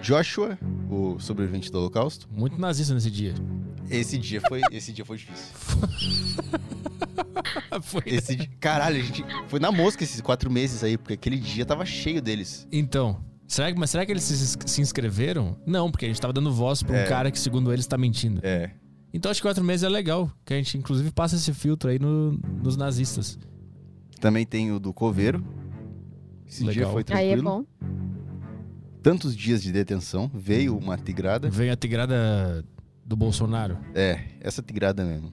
Speaker 2: Joshua, o sobrevivente do Holocausto.
Speaker 1: Muito nazista nesse dia.
Speaker 2: Esse dia foi, esse dia foi difícil.
Speaker 1: Ah, Foi.
Speaker 2: Esse di- caralho, a gente foi na mosca esses quatro meses aí, porque aquele dia tava cheio deles.
Speaker 1: Então, será que, mas será que eles se, se inscreveram? Não, porque a gente tava dando voz pra um
Speaker 2: É.
Speaker 1: cara que, segundo eles, tá mentindo.
Speaker 2: É.
Speaker 1: Então, acho que quatro meses é legal. Que a gente, inclusive, passa esse filtro aí no- nos nazistas.
Speaker 2: Também tem o do Coveiro. Esse dia
Speaker 1: Legal.
Speaker 2: foi
Speaker 3: Aí
Speaker 2: tranquilo.
Speaker 3: é bom.
Speaker 2: Tantos dias de detenção, veio uma tigrada.
Speaker 1: Vem a tigrada do Bolsonaro,
Speaker 2: É, essa tigrada mesmo.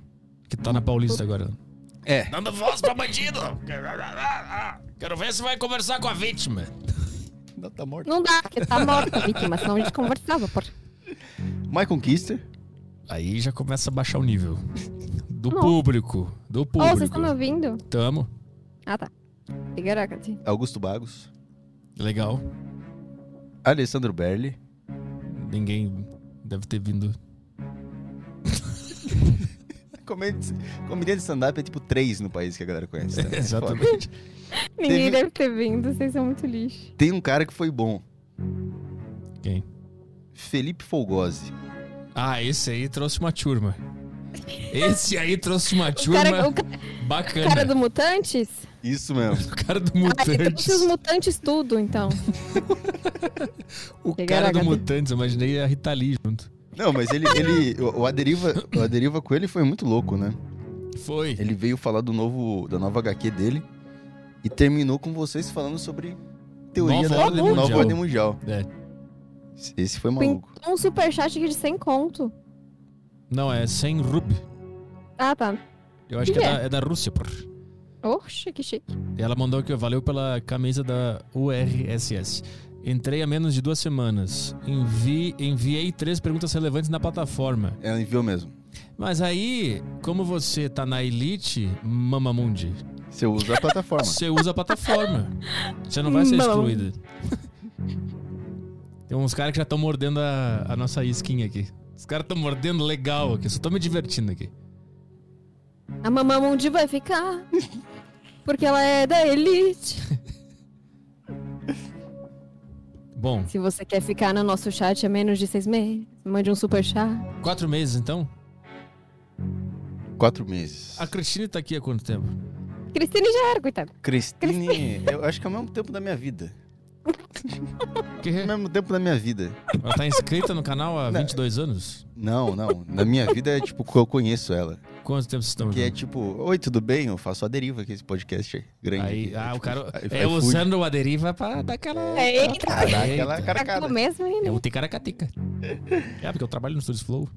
Speaker 1: que tá na Paulista agora.
Speaker 2: É.
Speaker 1: Dando voz pra bandido! Quero ver se vai conversar com a vítima.
Speaker 2: Não tá morta.
Speaker 3: Não dá, porque tá morta a vítima, senão a gente conversava, porra.
Speaker 2: Michael Kister.
Speaker 1: Aí já começa a baixar o nível. Do
Speaker 3: Não.
Speaker 1: público. Do
Speaker 3: Ô,
Speaker 1: público.
Speaker 3: vocês estão me ouvindo?
Speaker 1: Tamo.
Speaker 3: Ah, tá. Pegará, Cati.
Speaker 2: Augusto Bagos,
Speaker 1: Legal.
Speaker 2: Alessandro Berli,
Speaker 1: Ninguém deve ter vindo.
Speaker 2: comediante comediante de stand-up é tipo três no país que a galera conhece. né?
Speaker 1: Exatamente.
Speaker 3: Ninguém
Speaker 2: Teve-
Speaker 3: deve ter vindo, vocês são muito lixo.
Speaker 2: Tem um cara que foi bom.
Speaker 1: Quem?
Speaker 2: Felipe Folgose.
Speaker 1: Ah, esse aí trouxe uma turma. Esse aí trouxe uma
Speaker 3: O
Speaker 1: turma
Speaker 3: cara, o ca- o
Speaker 1: bacana.
Speaker 3: cara do Mutantes?
Speaker 2: Isso mesmo.
Speaker 1: O cara do
Speaker 3: Ah, ele trouxe os
Speaker 1: Mutantes.
Speaker 3: Mutantes tudo, então.
Speaker 1: O cara
Speaker 3: Pegaram
Speaker 1: do
Speaker 3: a gata.
Speaker 1: Mutantes, eu imaginei a Rita Lee junto.
Speaker 2: Não, mas ele, ele o, o Aderiva, o Aderiva com ele foi muito louco, né?
Speaker 1: Foi.
Speaker 2: Ele veio falar do novo, da nova HQ dele e terminou com vocês falando sobre teoria
Speaker 1: Nova
Speaker 2: da
Speaker 1: ordem
Speaker 2: nova
Speaker 1: mundial.
Speaker 2: ordem mundial. É.
Speaker 1: É.
Speaker 2: Esse foi maluco.
Speaker 3: Um superchat aqui de 100 conto.
Speaker 1: Não, é sem Rub.
Speaker 3: Ah, tá.
Speaker 1: Eu acho que
Speaker 3: Que
Speaker 1: é,
Speaker 3: que
Speaker 1: da, é da Rússia, por.
Speaker 3: Oxe, que chique.
Speaker 1: E Ela mandou aqui, ó, valeu pela camisa da URSS. Entrei há menos de duas semanas. Envi, enviei três perguntas relevantes na plataforma.
Speaker 2: Ela enviou É, mesmo.
Speaker 1: Mas aí, como você tá na elite, Mamamundi,
Speaker 2: Você usa a plataforma.
Speaker 1: você usa a plataforma. Você não vai ser
Speaker 3: Não.
Speaker 1: excluído. Tem uns caras que já estão mordendo a, a nossa skin aqui. Os caras estão mordendo legal aqui. Só tô me divertindo aqui.
Speaker 3: A Mamamundi vai ficar. Porque ela é da elite.
Speaker 1: Bom,
Speaker 3: Se você quer ficar no nosso chat há menos de seis meses, mande um superchat.
Speaker 1: quatro meses então?
Speaker 2: Quatro meses.
Speaker 1: A Cristine tá aqui há quanto tempo?
Speaker 3: Cristine já era, coitada.
Speaker 2: Cristine, eu acho que é o mesmo tempo da minha vida.
Speaker 1: Que?
Speaker 2: É o mesmo tempo da minha vida.
Speaker 1: Ela tá inscrita no canal há 22 anos?
Speaker 2: Não, não. Na minha vida é tipo que eu conheço ela.
Speaker 1: Quanto tempo vocês estão
Speaker 2: Que é
Speaker 1: juntos?
Speaker 2: tipo, oi, tudo bem? Eu faço a deriva aqui, esse podcast é grande.
Speaker 1: Aí,
Speaker 2: aqui.
Speaker 1: ah, o cara.
Speaker 2: Aí
Speaker 1: É
Speaker 2: faz food.
Speaker 1: usando a deriva pra dar aquela.
Speaker 3: É, eita.
Speaker 2: Caraca,
Speaker 1: Eita.
Speaker 2: ela
Speaker 3: Cagou
Speaker 2: caracada.
Speaker 3: mesmo, hein?
Speaker 1: É um ticaracatica. É, porque eu trabalho no Studios Flow.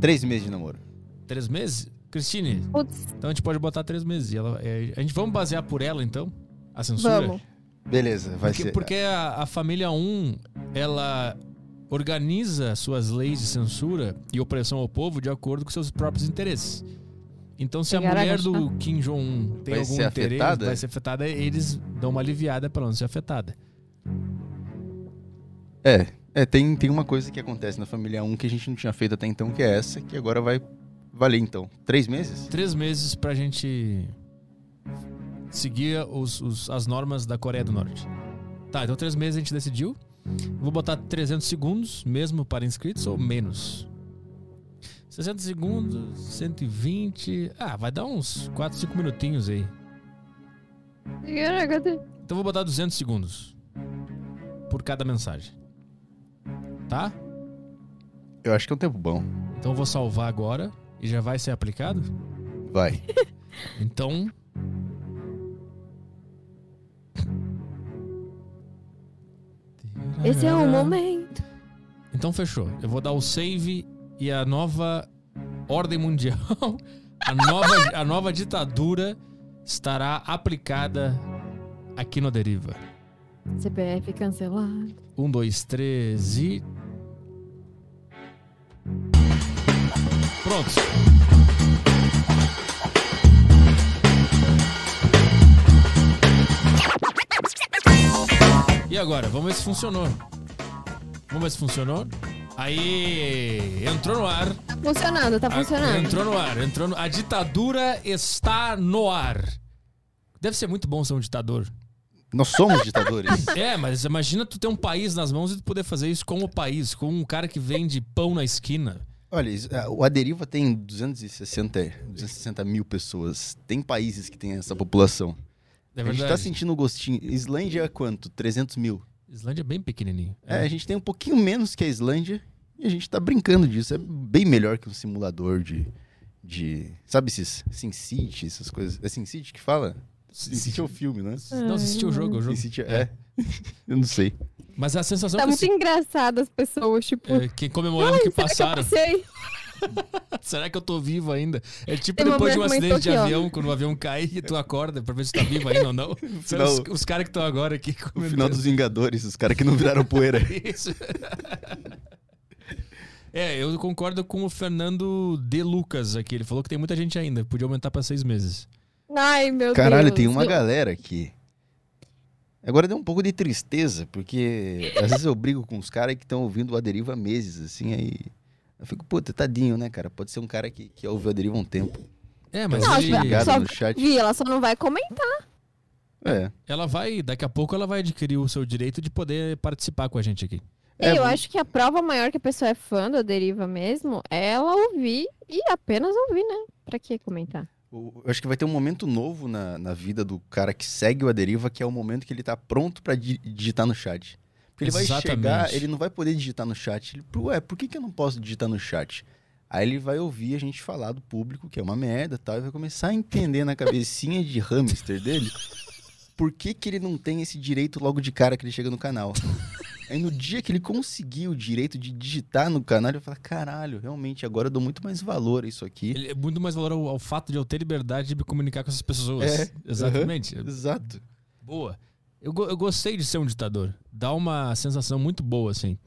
Speaker 2: Três meses de namoro.
Speaker 1: Três meses? Cristine,
Speaker 3: Putz,
Speaker 1: então a gente pode botar três meses. E ela- é, a gente vamos basear por ela, então? A censura?
Speaker 3: vamos.
Speaker 2: Beleza, vai
Speaker 1: porque
Speaker 2: ser.
Speaker 1: porque a, a família 1, ela organiza suas leis de censura e opressão ao povo de acordo com seus próprios interesses. Então, se a
Speaker 3: Pegará,
Speaker 1: mulher
Speaker 3: gostar.
Speaker 1: do Kim Jong-un tem
Speaker 2: Vai
Speaker 1: algum
Speaker 2: ser
Speaker 1: interesse,
Speaker 2: afetada?
Speaker 1: vai ser afetada, eles dão uma aliviada pra ela não ser afetada.
Speaker 2: É, é tem, tem uma coisa que acontece na família 1 que a gente não tinha feito até então, que é essa, que agora vai valer então. Três meses?
Speaker 1: Três meses pra gente seguir os- os- as normas da Coreia do Norte. Tá, então três meses a gente decidiu. Vou botar 300 segundos, mesmo para inscritos, ou menos. 60 segundos, 120. Ah, vai dar uns 4, 5 minutinhos aí. Então vou botar 200 segundos por cada mensagem. Tá?
Speaker 2: Eu acho que é um tempo bom.
Speaker 1: Então eu vou salvar agora e já vai ser aplicado?
Speaker 2: Vai.
Speaker 1: Então.
Speaker 3: Esse é o
Speaker 1: Ah.
Speaker 3: momento.
Speaker 1: Então fechou. Eu vou dar o save e a nova ordem mundial A nova, a nova ditadura estará aplicada aqui no Deriva.
Speaker 3: CPF cancelado.
Speaker 1: Um, dois, três e. Pronto. E agora? Vamos ver se funcionou. Vamos ver se funcionou. Aí, entrou no ar.
Speaker 3: Tá funcionando, tá
Speaker 1: A-
Speaker 3: funcionando.
Speaker 1: Ah, Entrou no ar, entrou no... A ditadura está no ar. Deve ser muito bom ser um ditador.
Speaker 2: Nós somos ditadores.
Speaker 1: É, mas imagina tu ter um país nas mãos e tu poder fazer isso com o país, com um cara que vende pão na esquina.
Speaker 2: Olha, isso- ah, o Aderiva tem 260, 260 mil pessoas. Tem países que têm essa população.
Speaker 1: É
Speaker 2: a gente
Speaker 1: verdade.
Speaker 2: tá sentindo o gostinho. Islândia é quanto? 300 mil.
Speaker 1: Islândia é bem pequenininho.
Speaker 2: É, a gente tem um pouquinho menos que a Islândia e a gente tá brincando disso. É bem melhor que um simulador de. de sabe esses SimCity, essas coisas. É SimCity que fala? SimCity é o filme, né?
Speaker 1: Não, assistiu o jogo, o jogo.
Speaker 2: SimCity é. Eu não sei.
Speaker 1: Mas a sensação
Speaker 3: Tá
Speaker 1: que,
Speaker 3: muito engraçado as pessoas, tipo.
Speaker 1: é, que comemorando
Speaker 3: Será que
Speaker 1: que
Speaker 3: eu
Speaker 1: passaram.
Speaker 3: passei?
Speaker 1: Será que eu tô vivo ainda? É tipo
Speaker 3: Tem uma
Speaker 1: depois de um
Speaker 3: mulher que
Speaker 1: acidente de
Speaker 3: comentou aqui, ó.
Speaker 1: avião, quando o avião cai e tu acorda pra ver se tu tá vivo ainda ou não. Será os,
Speaker 2: final-
Speaker 1: os caras que estão agora aqui
Speaker 2: O
Speaker 1: comentando.
Speaker 2: final dos Vingadores, os caras que não viraram poeira.
Speaker 1: Isso. É, eu concordo com o Fernando De Lucas aqui. Ele falou que tem muita gente ainda. Podia aumentar pra seis meses.
Speaker 3: Ai, meu
Speaker 2: Caralho,
Speaker 3: Deus.
Speaker 2: tem uma
Speaker 3: Eu-
Speaker 2: galera aqui. Agora deu um pouco de tristeza, porque às vezes eu brigo com os caras que estão ouvindo o Aderiva há meses, assim, aí. Eu fico, puta, tadinho, né, cara? Pode ser um cara que, que ouve o Aderiva há um tempo.
Speaker 1: É, mas
Speaker 3: Não,
Speaker 1: ele-
Speaker 3: acho que-
Speaker 2: Obrigado
Speaker 3: só-
Speaker 2: no chat.
Speaker 3: Vi, ela só não vai comentar.
Speaker 2: É.
Speaker 1: ela vai, daqui a pouco, ela vai adquirir o seu direito de poder participar com a gente aqui.
Speaker 2: É,
Speaker 3: eu
Speaker 2: bom.
Speaker 3: acho que a prova maior que a pessoa é fã do Deriva mesmo é ela ouvir e apenas ouvir, né? Pra que comentar?
Speaker 2: O- Eu acho que vai ter um momento novo na, na vida do cara que segue o Aderiva, que é o momento que ele tá pronto pra di- digitar no chat. Porque ele vai
Speaker 1: Exatamente.
Speaker 2: chegar, ele não vai poder digitar no chat. Ele, "Pô, ué, por que, que eu não posso digitar no chat? Aí ele vai ouvir a gente falar do público, que é uma merda e tal, e vai começar a entender na cabecinha de hamster dele por que, que ele não tem esse direito logo de cara que ele chega no canal. Aí no dia que ele conseguir o direito de digitar no canal, ele vai falar: caralho, realmente, agora eu dou muito mais valor a isso aqui.
Speaker 1: Ele é muito mais valor ao, ao fato de eu ter liberdade de me comunicar com essas pessoas.
Speaker 2: É.
Speaker 1: Exatamente.
Speaker 2: Exato.
Speaker 1: Boa. Eu, go- eu gostei de ser um ditador. Dá uma sensação muito boa, assim.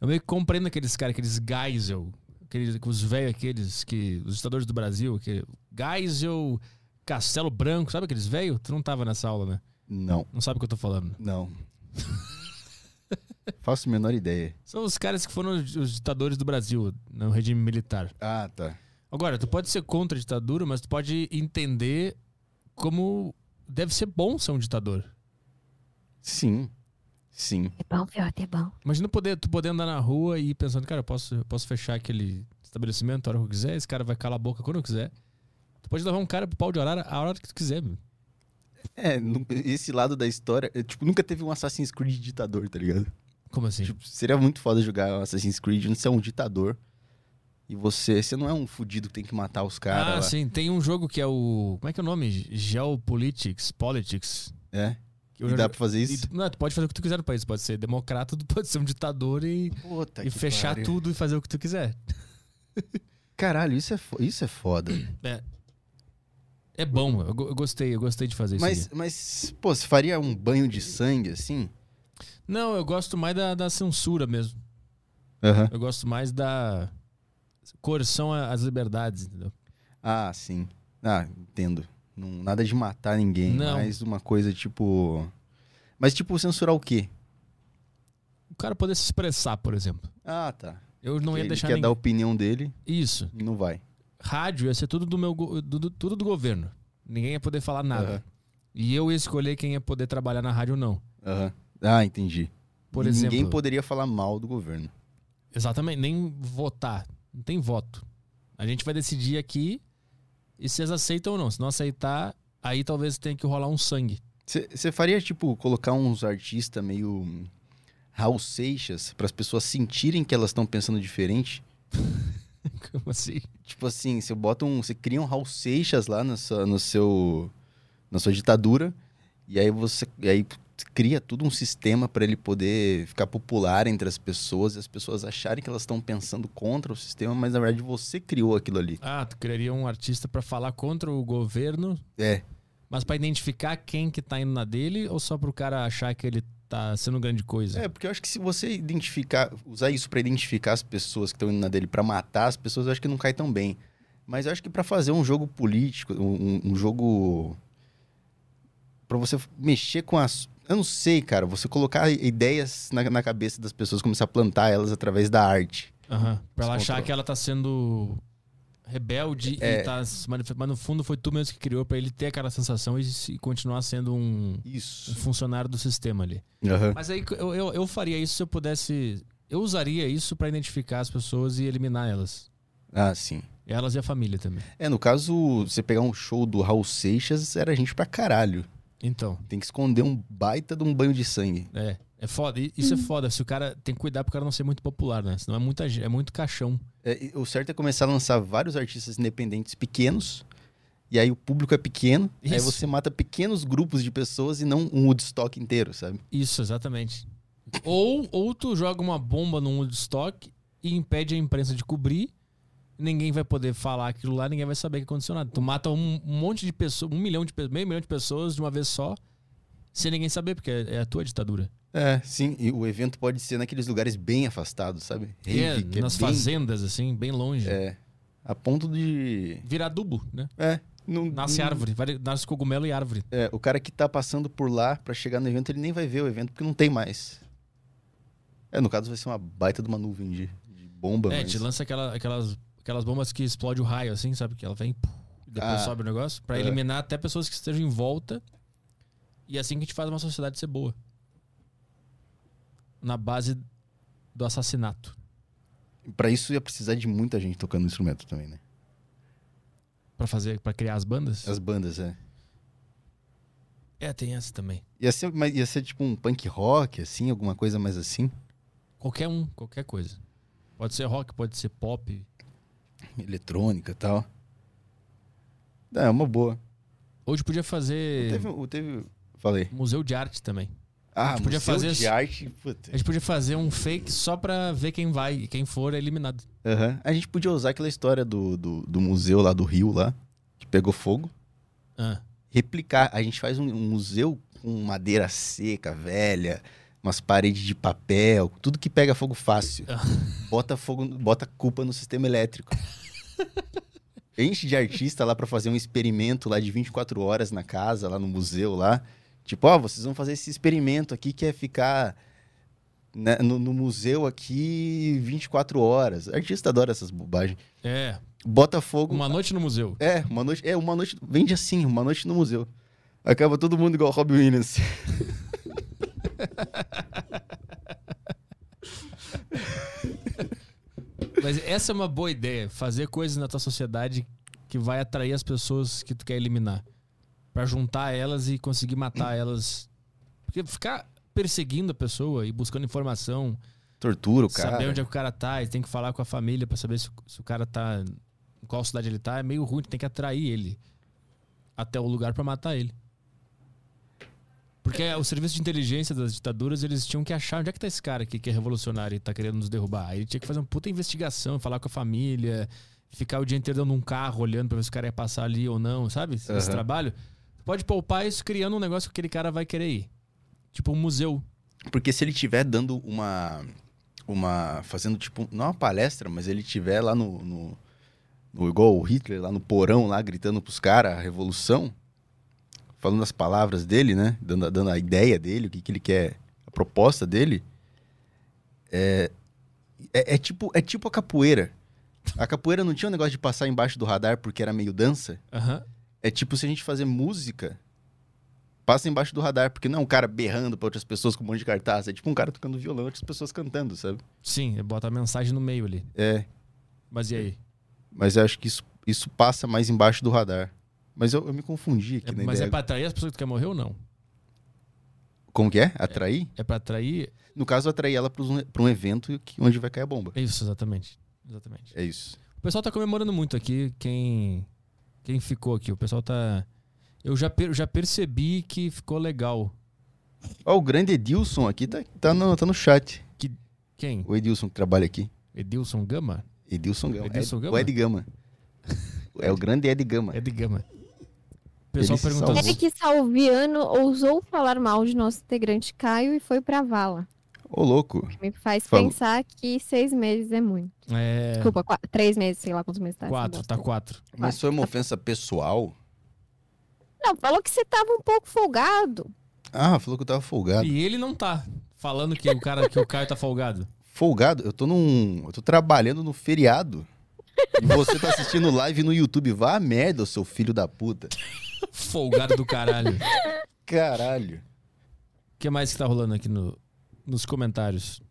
Speaker 1: Eu meio que compreendo aqueles caras, aqueles Geisel, aqueles, os velhos aqueles que. Os ditadores do Brasil, que. Geisel, Castelo Branco, sabe aqueles velhos? Tu não tava nessa aula, né?
Speaker 2: Não.
Speaker 1: Não sabe o que eu tô falando.
Speaker 2: Não. Faço a menor ideia.
Speaker 1: São os caras que foram os os ditadores do Brasil, no regime militar.
Speaker 2: Ah, tá.
Speaker 1: Agora, tu pode ser contra a ditadura, mas tu pode entender como deve ser bom ser um ditador.
Speaker 2: Sim. Sim.
Speaker 3: É bom, pior, é bom.
Speaker 1: Imagina poder, tu poder andar na rua e ir pensando, cara, eu posso, eu posso fechar aquele estabelecimento a hora que eu quiser, esse cara vai calar a boca quando eu quiser. Tu pode levar um cara pro pau de horário a hora que tu quiser, meu.
Speaker 2: É, nu- esse lado da história, é, tipo, nunca teve um Assassin's Creed ditador, tá ligado?
Speaker 1: Como assim?
Speaker 2: Tipo, seria muito foda jogar um Assassin's Creed, não ser um ditador. E você, você não é um fudido que tem que matar os caras.
Speaker 1: ah,
Speaker 2: lá.
Speaker 1: sim, tem um jogo que é o. Como é que é o nome? Geopolitics, Politics.
Speaker 2: É.
Speaker 1: Que eu
Speaker 2: E
Speaker 1: já-
Speaker 2: dá pra fazer
Speaker 1: e
Speaker 2: isso?
Speaker 1: tu, não, tu pode fazer o que tu quiser no país. Tu pode ser democrata, tu pode ser um ditador e,
Speaker 2: Puta
Speaker 1: e
Speaker 2: que
Speaker 1: fechar
Speaker 2: pariu.
Speaker 1: tudo e fazer o que tu quiser.
Speaker 2: Caralho, isso é, fo- isso é foda.
Speaker 1: É bom, eu, go- eu gostei, eu gostei de fazer isso.
Speaker 2: mas, mas, pô, você faria um banho de sangue assim?
Speaker 1: aqui. Não, eu gosto mais da, da censura mesmo.
Speaker 2: Aham.
Speaker 1: Eu gosto mais da coerção às liberdades, entendeu?
Speaker 2: Ah, sim. Ah, entendo. Não, nada de matar ninguém,
Speaker 1: Não.
Speaker 2: mas uma coisa tipo. Mas tipo, censurar o quê?
Speaker 1: O cara poder se expressar, por exemplo.
Speaker 2: Ah, tá.
Speaker 1: Eu não ia
Speaker 2: Ele
Speaker 1: deixar
Speaker 2: quer
Speaker 1: ninguém...
Speaker 2: dar a opinião dele
Speaker 1: Isso.
Speaker 2: e não vai.
Speaker 1: Rádio ia ser tudo do meu go- do- do- tudo do governo. Ninguém ia poder falar nada.
Speaker 2: Aham.
Speaker 1: E eu ia escolher quem ia poder trabalhar na rádio ou não.
Speaker 2: Aham. Ah, entendi.
Speaker 1: Por
Speaker 2: Ninguém
Speaker 1: exemplo.
Speaker 2: poderia falar mal do governo.
Speaker 1: Exatamente, nem votar. Não tem voto. A gente vai decidir aqui e se eles aceitam ou não. Se não aceitar, aí talvez tenha que rolar um sangue.
Speaker 2: Você faria, tipo, colocar uns artistas meio. hum, Raul Seixas, para as pessoas sentirem que elas estão pensando diferente?
Speaker 1: Como assim?
Speaker 2: Tipo assim, você bota um. Você cria um Raul Seixas lá na sua, no seu. Na sua ditadura. E aí você. E aí cria todo um sistema para ele poder ficar popular entre as pessoas e as pessoas acharem que elas estão pensando contra o sistema, mas na verdade você criou aquilo ali.
Speaker 1: Ah, tu criaria um artista pra falar contra o governo,
Speaker 2: É.
Speaker 1: mas pra identificar quem que tá indo na dele ou só pro cara achar que ele tá sendo grande coisa?
Speaker 2: É, porque eu acho que se você identificar, usar isso pra identificar as pessoas que estão indo na dele pra matar as pessoas, eu acho que não cai tão bem. Mas eu acho que pra fazer um jogo político, um, um jogo Pra você mexer com as, eu não sei, cara, você colocar ideias na, na cabeça das pessoas, começar a plantar elas através da arte.
Speaker 1: Aham. Pra ela achar
Speaker 2: Descontrole.
Speaker 1: que ela tá sendo rebelde e tá se manifestando. Mas no fundo foi tu mesmo que criou pra ele ter aquela sensação e se- continuar sendo um, um
Speaker 2: Isso.
Speaker 1: funcionário do sistema ali.
Speaker 2: Aham.
Speaker 1: Mas aí eu, eu, eu faria isso se eu pudesse. Eu usaria isso pra identificar as pessoas e eliminar elas.
Speaker 2: Ah, sim.
Speaker 1: Elas e a família também.
Speaker 2: É, no caso, você pegar um show do Raul Seixas, era gente pra caralho.
Speaker 1: Então,
Speaker 2: Tem que esconder um baita de um banho de sangue.
Speaker 1: é. É foda. E Isso é foda. Se o cara tem que cuidar pro cara não ser muito popular, né? Senão é muita gen- é muito caixão.
Speaker 2: É, e o certo é começar a lançar vários artistas independentes pequenos, e aí o público é pequeno, aí
Speaker 1: Isso.
Speaker 2: você mata pequenos grupos de pessoas e não um Woodstock inteiro, sabe?
Speaker 1: Isso, exatamente. ou, ou tu joga uma bomba num Woodstock e impede a imprensa de cobrir. Ninguém vai poder falar aquilo lá, ninguém vai saber o que aconteceu nada. Tu mata um monte de pessoas, um milhão de pessoas, meio milhão de pessoas de uma vez só, sem ninguém saber, porque é é a tua ditadura.
Speaker 2: É, sim, e o evento pode ser naqueles lugares bem afastados, sabe?
Speaker 1: É,
Speaker 2: Rave, que
Speaker 1: nas
Speaker 2: bem-
Speaker 1: fazendas, assim, bem longe.
Speaker 2: É, a ponto de...
Speaker 1: Virar adubo, né?
Speaker 2: É, não,
Speaker 1: Nasce
Speaker 2: não-
Speaker 1: árvore, vai- nasce cogumelo e árvore.
Speaker 2: É, o cara que tá passando por lá pra chegar no evento, ele nem vai ver o evento porque não tem mais. É, no caso vai ser uma baita de uma nuvem de, de bomba.
Speaker 1: É,
Speaker 2: mas-
Speaker 1: te lança aquela- aquelas, aquelas bombas que explode o raio, assim, sabe? Que ela vem puf, e depois
Speaker 2: Ah.
Speaker 1: sobe o negócio. Pra
Speaker 2: É.
Speaker 1: eliminar até pessoas que estejam em volta. E é assim que a gente faz uma sociedade ser boa. Na base do assassinato.
Speaker 2: Pra isso ia precisar de muita gente tocando instrumento também, né?
Speaker 1: Pra fazer, para criar as bandas.
Speaker 2: As bandas, é.
Speaker 1: É, tem essa também.
Speaker 2: Ia ser, mas ia ser tipo um punk rock, assim, alguma coisa mais assim.
Speaker 1: Qualquer um, qualquer coisa. Pode ser rock, pode ser pop.
Speaker 2: Eletrônica e tal. Dá, é uma boa.
Speaker 1: Hoje podia fazer
Speaker 2: Teve, o- teve. Falei.
Speaker 1: museu de arte também.
Speaker 2: Ah,
Speaker 1: gente podia
Speaker 2: museu
Speaker 1: fazer
Speaker 2: de
Speaker 1: isso.
Speaker 2: arte. Puta.
Speaker 1: A gente podia fazer um fake só pra ver quem vai e quem for é eliminado.
Speaker 2: Aham. A gente podia usar aquela história do, do, do museu lá do Rio, lá, que pegou fogo.
Speaker 1: Ah,
Speaker 2: Replicar. A gente faz um, um museu com madeira seca, velha, umas paredes de papel, tudo que pega fogo fácil. Bota fogo, bota culpa no sistema elétrico. Enche de artista lá pra fazer um experimento lá de 24 horas na casa, lá no museu lá. Tipo, ó, vocês vão fazer esse experimento aqui que é ficar né, no, no museu aqui 24 horas. Artista adora essas bobagens.
Speaker 1: é,
Speaker 2: Bota fogo.
Speaker 1: uma noite no museu.
Speaker 2: É, uma noite. É, uma noite. Vende assim, uma noite no museu. Acaba todo mundo igual Robin Williams.
Speaker 1: Mas essa é uma boa ideia, fazer coisas na tua sociedade que vai atrair as pessoas que tu quer eliminar. Pra juntar elas e conseguir matar elas. Porque ficar perseguindo a pessoa e buscando informação,
Speaker 2: Tortura o cara.
Speaker 1: saber onde é que o cara tá, e tem que falar com a família pra saber se, se o cara tá em qual cidade ele tá, é meio ruim, tu tem que atrair ele até o lugar pra matar ele. Porque o serviço de inteligência das ditaduras, eles tinham que achar onde é que tá esse cara aqui que é revolucionário e tá querendo nos derrubar. Aí ele tinha que fazer uma puta investigação, falar com a família, ficar o dia inteiro dando um carro olhando pra ver se o cara ia passar ali ou não, sabe? Esse
Speaker 2: Aham.
Speaker 1: trabalho. Tu pode poupar isso criando um negócio que aquele cara vai querer ir. Tipo um museu.
Speaker 2: Porque se ele tiver dando uma. Uma. Fazendo tipo. Não uma palestra, mas ele tiver lá no. no- no- igual o Hitler lá no porão, lá gritando pros caras a revolução. Falando as palavras dele, né? Dando, a- dando a ideia dele, o que, que ele quer. A proposta dele. É, é, é tipo, é tipo a capoeira. A capoeira não tinha um negócio de passar embaixo do radar porque era meio dança.
Speaker 1: Aham.
Speaker 2: É tipo se a gente fazer música, passa embaixo do radar, porque não é um cara berrando pra outras pessoas com um monte de cartaz, é tipo um cara tocando violão e outras pessoas cantando, sabe?
Speaker 1: Sim, bota a mensagem no meio ali.
Speaker 2: É,
Speaker 1: Mas e aí?
Speaker 2: mas eu acho que isso, isso passa mais embaixo do radar. Mas eu, eu me confundi aqui
Speaker 1: É,
Speaker 2: na
Speaker 1: mas
Speaker 2: ideia.
Speaker 1: é pra atrair as pessoas que tu quer morrer ou não?
Speaker 2: Como que é? Atrair?
Speaker 1: É pra atrair.
Speaker 2: No caso, atrair ela pra um, pra um evento que- onde vai cair a bomba.
Speaker 1: É Isso, exatamente. Exatamente.
Speaker 2: É isso.
Speaker 1: O pessoal tá comemorando muito aqui quem quem ficou aqui. O pessoal tá. Eu já, per- já percebi que ficou legal
Speaker 2: Ó, o grande Edilson aqui tá, tá, no, tá no chat.
Speaker 1: Quem?
Speaker 2: O Edilson que trabalha aqui.
Speaker 1: Edilson Gama?
Speaker 2: Edilson Gama.
Speaker 1: Edilson
Speaker 2: Ed-
Speaker 1: Gama?
Speaker 2: O Ed Gama. É o grande Ed Gama.
Speaker 1: É de Gama. O pessoal
Speaker 2: Ele
Speaker 1: perguntando.
Speaker 2: salvou.
Speaker 3: Eric É Salviano ousou falar mal de nosso integrante Caio e foi pra vala.
Speaker 2: Ô, louco.
Speaker 3: O que me faz
Speaker 2: Falou.
Speaker 3: pensar que seis meses é muito.
Speaker 1: É.
Speaker 3: Desculpa, qua- três meses, sei lá quantos meses tá. essa
Speaker 1: Quatro,
Speaker 3: bosta.
Speaker 1: tá quatro.
Speaker 2: Mas foi uma ofensa pessoal?
Speaker 3: Não, falou que você tava um pouco folgado.
Speaker 2: Ah, falou que eu tava folgado.
Speaker 1: E ele não tá falando que o cara que o Caio tá folgado.
Speaker 2: Folgado? Eu tô num. Eu tô trabalhando no feriado. E você tá assistindo live no YouTube. Vá a merda, ô seu filho da puta.
Speaker 1: Folgado do caralho. O
Speaker 2: Caralho.
Speaker 1: que mais que tá rolando aqui no, nos comentários?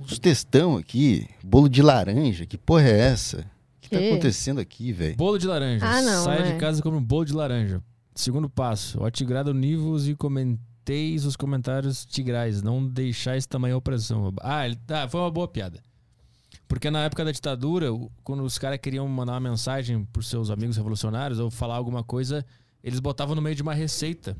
Speaker 2: Os textão aqui, bolo de laranja, que porra é essa? O que tá
Speaker 3: Que?
Speaker 2: acontecendo aqui, velho?
Speaker 1: Bolo de laranja.
Speaker 3: Ah, não,
Speaker 1: Saia
Speaker 3: não
Speaker 1: de
Speaker 3: é.
Speaker 1: casa e come um bolo de laranja. Segundo passo. Ó, tigrado nivos e comenteis os comentários tigrais. Não deixar esse tamanho opressão. Ah, ele, ah, foi uma boa piada. Porque na época da ditadura, o- quando os caras queriam mandar uma mensagem pros seus amigos revolucionários ou falar alguma coisa, eles botavam no meio de uma receita.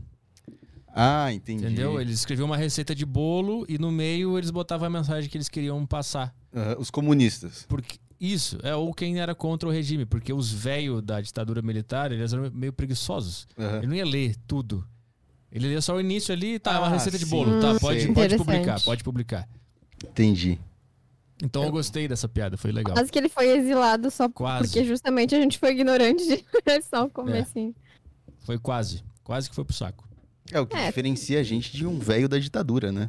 Speaker 2: Ah, entendi.
Speaker 1: Entendeu? Eles escreviam uma receita de bolo e no meio eles botavam a mensagem que eles queriam passar.
Speaker 2: Aham, os comunistas.
Speaker 1: Porque isso é ou quem era contra o regime, porque os velhos da ditadura militar, eles eram meio preguiçosos.
Speaker 2: Aham.
Speaker 1: Ele não ia ler tudo. Ele lia só o início ali, tá, uma
Speaker 2: Ah,
Speaker 1: receita de
Speaker 2: sim.
Speaker 1: bolo, tá,
Speaker 2: Hum,
Speaker 1: pode,
Speaker 2: sei.
Speaker 1: pode
Speaker 3: Interessante.
Speaker 1: publicar, pode publicar.
Speaker 2: Entendi.
Speaker 1: Então eu gostei dessa piada, foi legal.
Speaker 3: Quase que ele foi exilado só
Speaker 1: Quase. É.
Speaker 3: porque justamente a gente foi ignorante de é só o comecinho.
Speaker 1: Foi quase, quase que foi pro saco.
Speaker 2: É o que
Speaker 3: É.
Speaker 2: diferencia a gente de um velho da ditadura, né?